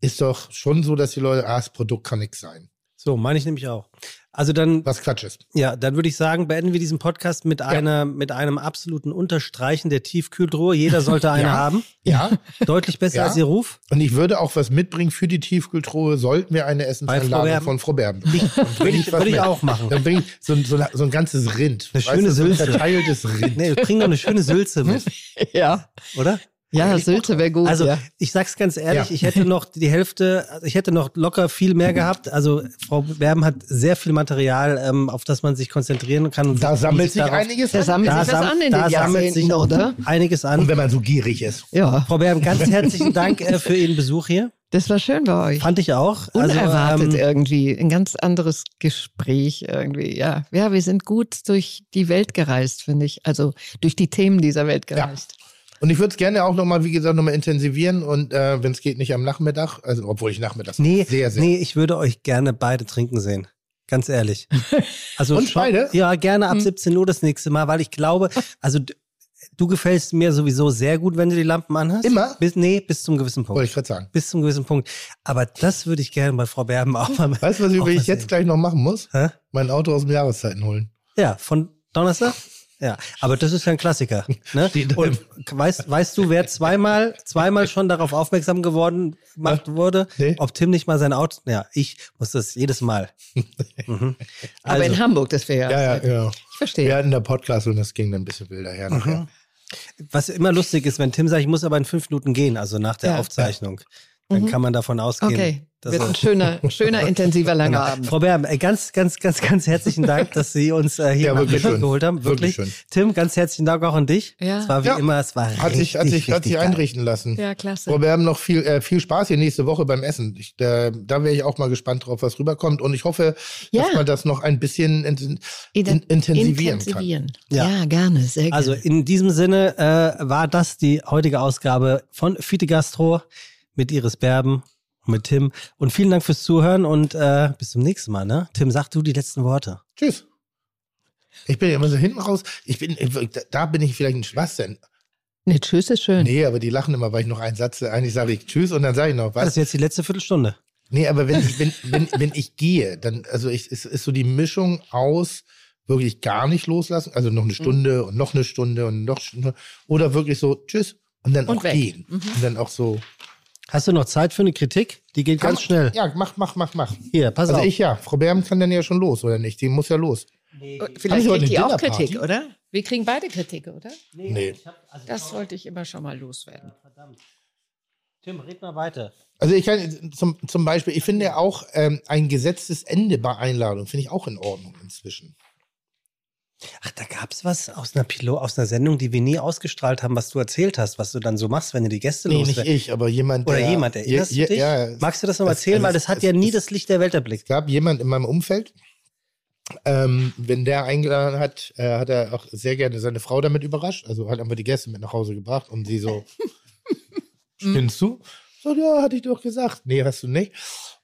C: ist doch schon so, dass die Leute, ah, das Produkt kann nix sein.
D: So, meine ich nämlich auch. Also dann,
C: Was Quatsch ist.
D: ja, dann würde ich sagen, beenden wir diesen Podcast mit einer, mit einem absoluten Unterstreichen der Tiefkühltruhe. Jeder sollte eine
C: Ja.
D: haben.
C: Ja.
D: Deutlich besser
C: Ja.
D: als ihr Ruf.
C: Und ich würde auch was mitbringen für die Tiefkühltruhe, sollten wir eine
D: Frau
C: Essensanlage
D: Berben.
C: von Frau Berben bekommen. Dann bring
D: Würde ich-
C: was
D: würde ich
C: mit.
D: auch machen.
C: Dann bringe ich so, ein- so, ein- so ein ganzes Rind.
D: Eine
C: Weißt
D: schöne
C: du, so ein
D: Sülze.
C: Verteiltes Rind.
D: Nee, bring doch eine schöne Sülze mit,
G: Ja,
D: oder?
G: ja Sülze wäre gut.
D: Also,
G: ja.
D: ich sag's ganz ehrlich,
C: Ja. Mhm.
D: ich hätte noch die Hälfte, also ich hätte noch locker viel mehr gehabt. Also, Frau Berben hat sehr viel Material, ähm, auf das man sich konzentrieren kann. Und
C: Da sammelt sich
D: darauf-
C: einiges
G: Da
C: an.
G: sammelt
D: Da,
G: sich was
D: sam
G: an in
D: da
G: den
D: sammelt sich
G: Jahrzehnten, oder?
D: einiges
C: Und
D: an.
C: wenn man so gierig ist.
G: Ja,
D: Frau Berben, ganz herzlichen Dank äh, für Ihren Besuch hier.
G: das war schön bei euch.
D: Fand ich auch. Also,
G: Unerwartet
D: ähm,
G: irgendwie, ein ganz anderes Gespräch irgendwie, ja. Ja, wir sind gut durch die Welt gereist, finde ich. Also durch die Themen dieser Welt gereist.
C: Und ich würde es gerne auch nochmal, wie gesagt, nochmal intensivieren und äh, wenn es geht, nicht am Nachmittag, also obwohl ich nachmittags
D: nee,
C: sehr, sehr.
D: nee, ich würde euch gerne beide trinken sehen. Ganz ehrlich. Also
C: Und
D: schau-
C: beide?
D: Ja, gerne ab 17 Uhr das nächste Mal, weil ich glaube, also d- du gefällst mir sowieso sehr gut, wenn du die Lampen anhast.
C: Immer?
D: Bis, nee, bis zum gewissen Punkt.
C: Wollte ich gerade sagen.
D: bis zum gewissen Punkt. Aber das würde ich gerne bei Frau Berben auch mal machen.
C: Weißt du, was ich
D: Auch
C: übrigens
D: mal
C: jetzt
D: sehen.
C: gleich noch machen muss?
D: Hä?
C: Mein Auto aus dem Jahreszeiten holen.
D: Ja, von Donnerstag? Ja, aber das ist ja ein Klassiker. Ne?
C: Steht da
D: Und weißt, weißt du, wer zweimal, zweimal schon darauf aufmerksam geworden gemacht wurde,
C: Nee.
D: ob Tim nicht mal sein Auto. Ja, ich muss das jedes Mal. Mhm.
G: Aber in
D: Also,
G: Hamburg, das wäre ja.
C: Ja, ja, ja.
G: Ich verstehe.
C: Wir hatten da Podcast und das ging dann ein bisschen wilder her.
D: Mhm.
C: nachher.
D: was immer lustig ist, wenn Tim sagt, ich muss aber in fünf Minuten gehen, also nach der
G: Ja. Mhm.
D: Aufzeichnung, dann kann man davon ausgehen.
G: Okay,
D: dass
G: wird
D: er-
G: ein schöner, schöner, intensiver, langer Abend.
D: Frau Berben, äh, ganz, ganz, ganz, ganz herzlichen Dank, dass Sie uns äh, hier
C: Ja,
D: nach
C: wirklich
D: Mittag
C: schön.
D: geholt haben. Wirklich.
C: Wirklich schön.
D: Tim, ganz herzlichen Dank auch an dich.
G: Ja.
D: Es war wie
C: Ja.
D: immer, es war
C: Hat
D: richtig,
C: sich, hat sich,
D: richtig
C: hat sich
D: geil.
C: einrichten lassen.
G: Ja, klasse.
C: Aber wir haben noch viel, äh, viel Spaß hier nächste Woche beim Essen. Ich, da da wäre ich auch mal gespannt drauf, was rüberkommt. Und ich hoffe,
G: Ja.
C: dass man das noch ein bisschen inten in intensivieren kann.
G: Intensivieren.
D: Ja.
G: Ja. gerne, sehr gerne.
D: Also in diesem Sinne äh, war das die heutige Ausgabe von Fiete Gastro mit Iris Berben und mit Tim. Und vielen Dank fürs Zuhören und äh, bis zum nächsten Mal. Ne? Tim, sag du die letzten Worte.
C: Tschüss. Ich bin ja immer so hinten raus. Ich bin, da bin ich vielleicht ein Schwachsinn.
G: nee, tschüss ist schön.
C: Nee, aber die lachen immer, weil ich noch einen Satz, eigentlich sage ich Tschüss und dann sage ich noch
D: Das ist
C: was.
D: jetzt die letzte Viertelstunde.
C: Nee, aber wenn ich, wenn, wenn, wenn ich gehe, dann, also ich, es ist so die Mischung aus wirklich gar nicht loslassen, also noch eine Stunde und noch eine Stunde und noch Stunde, oder wirklich so Tschüss und dann
G: Und
C: auch
G: weg.
C: gehen. Und dann auch so.
D: Hast du noch Zeit für eine Kritik? Die geht ganz schnell.
C: Ja, mach, mach, mach, mach.
D: Hier, pass
C: Also
D: auf.
C: ich ja, Frau Berben kann dann ja schon los, oder nicht? Die muss ja los. Haben
G: Vielleicht
C: Sie heute
G: kriegt ihr
C: eine
G: auch
C: Dinnerparty?
G: Kritik, oder? Wir kriegen beide Kritik, oder?
C: Nee.
G: Das wollte ich immer schon mal loswerden.
D: Tim, red mal weiter.
C: Also ich kann zum, zum Beispiel, ich finde ja auch ähm, ein gesetztes Ende bei Einladung, finde ich auch in Ordnung inzwischen.
D: Ach, da gab's was aus einer Pilot, aus einer Sendung, die wir nie ausgestrahlt haben, was du erzählt hast, was du dann so machst, wenn du die Gäste
C: Nee, nicht
D: loswerden.
C: ich, aber jemand,
D: Oder
C: der...
D: jemand, erinnerst
C: Ja,
D: du dich?
C: ja, ja.
D: Magst du das nochmal
C: Es-
D: erzählen?
C: es-
D: Weil das hat
C: es-
D: ja nie
C: es-
D: das Licht der Welt erblickt.
C: Es gab jemand in meinem Umfeld, ähm, wenn der eingeladen hat, äh, hat er auch sehr gerne seine Frau damit überrascht. Also hat einfach die Gäste mit nach Hause gebracht und sie so,
G: Mhm.
C: spinnst du? So, ja, hatte ich doch gesagt. Nee, hast du nicht.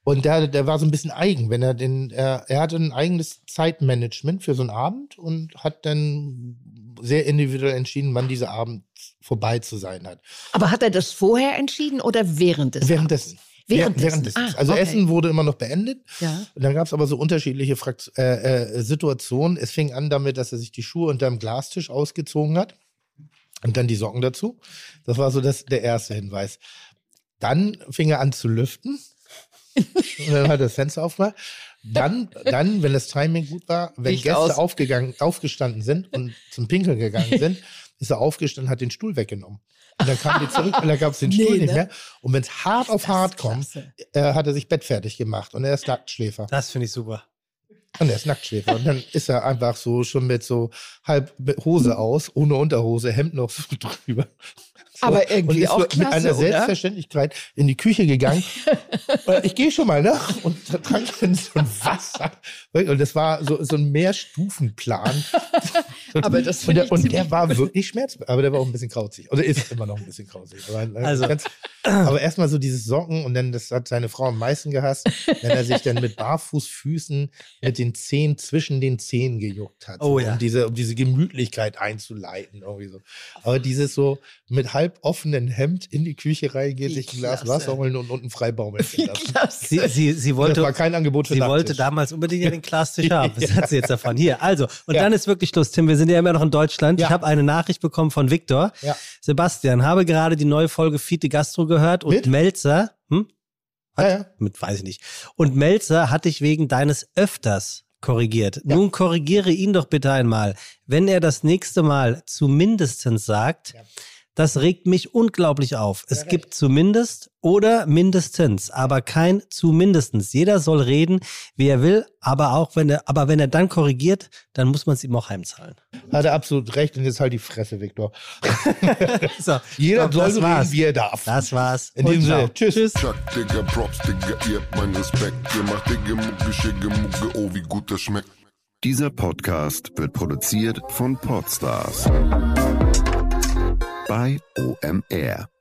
C: Und der, der war so ein bisschen eigen, wenn er den, äh, er hatte ein eigenes Zeitmanagement für so einen Abend und hat dann sehr individuell entschieden, wann dieser Abend vorbei zu sein hat.
G: Aber hat er das vorher entschieden oder während des?
C: Währenddessen.
G: Währenddessen.
C: Währenddessen.
G: Ah,
C: also
G: okay.
C: Essen wurde immer noch beendet.
G: Ja.
C: Und dann gab es aber so unterschiedliche Frakt äh, äh, Situationen. Es fing an damit, dass er sich die Schuhe unterm Glastisch ausgezogen hat und dann die Socken dazu. Das war so das, der erste Hinweis. Dann fing er an zu lüften. und dann hat er das Fenster aufgemacht. Dann, dann, wenn das Timing gut war, wenn
G: Licht aus.
C: Gäste aufgegangen, aufgestanden sind und zum Pinkeln gegangen sind, ist er aufgestanden, hat den Stuhl weggenommen. Und dann kam die zurück und dann gab es den Stuhl
G: Nee,
C: nicht
G: ne?
C: mehr. Und wenn es hart auf hart kommt,
G: klasse.
C: äh, hat er sich bettfertig gemacht und er ist Nacktschläfer.
D: Das finde ich super.
C: Und er ist Nacktschläfer. Und dann ist er einfach so schon mit so halb Hose aus, ohne Unterhose, Hemd noch so drüber.
G: Aber irgendwie
C: und ist
G: auch
C: mit
G: klasse,
C: einer
G: oder?
C: Selbstverständlichkeit in die Küche gegangen. Äh, ich gehe schon mal nach und da trank dann so ein Wasser. Und das war so, so ein Mehrstufenplan.
G: Aber das
C: und
G: finde
C: der,
G: ich
C: und
G: ziemlich
C: der war wirklich schmerzhaft, aber der war auch ein bisschen krauzig. Oder ist immer noch ein bisschen krauzig. Aber, äh,
D: Also.
C: ganz, aber erstmal so dieses Socken und dann, das hat seine Frau am meisten gehasst, wenn er sich dann mit Barfußfüßen mit den Zehen zwischen den Zehen gejuckt hat.
D: Oh ja.
C: Um diese, um diese Gemütlichkeit einzuleiten. Irgendwie so. Aber dieses so mit halb offenen Hemd in die Küche reingeht,
G: Wie
C: sich ein Glas
G: klasse.
C: Wasser holen und unten frei baumeln
G: Wie
C: lassen.
G: klasse.
D: Sie, sie, sie
C: Das war
D: wollte,
C: kein Angebot für
D: sie wollte
C: Nachtisch.
D: damals unbedingt ja den Glastisch haben. Das hat sie jetzt davon. Hier, also. Und dann ist wirklich Schluss, Tim. Wir sind ja immer noch in Deutschland.
C: Ja.
D: Ich habe eine Nachricht bekommen von Viktor.
C: Ja.
D: Sebastian, habe gerade die neue Folge Fiete Gastro gehört und
C: Mit?
D: Melzer, hm?
C: Ja, ja.
D: mit weiß ich nicht. Und Melzer hat dich wegen deines öfters korrigiert.
C: Ja.
D: Nun korrigiere ihn doch bitte einmal. Wenn er das nächste Mal zumindestens sagt,
C: Ja.
D: das regt mich unglaublich auf. Es gibt zumindest oder mindestens, aber kein zumindestens. Jeder soll reden, wie er will, aber auch wenn er, aber wenn er dann korrigiert, dann muss man es ihm auch heimzahlen.
C: Hat er absolut recht und jetzt halt die Fresse, Viktor.
D: So,
C: Jeder
D: ich glaub,
C: soll
D: das
C: so
D: war's.
C: reden, wie er darf.
D: Das war's.
C: In
D: Und
C: diesem
D: ciao.
C: Sinne, tschüss.
F: Chuck, Digga, Props, Digga, ihr habt meinen Respekt. Ihr macht Digga, Mucke, Schicke, Mucke, oh, wie gut das schmeckt.
H: Dieser Podcast wird produziert von Podstars bei OMR.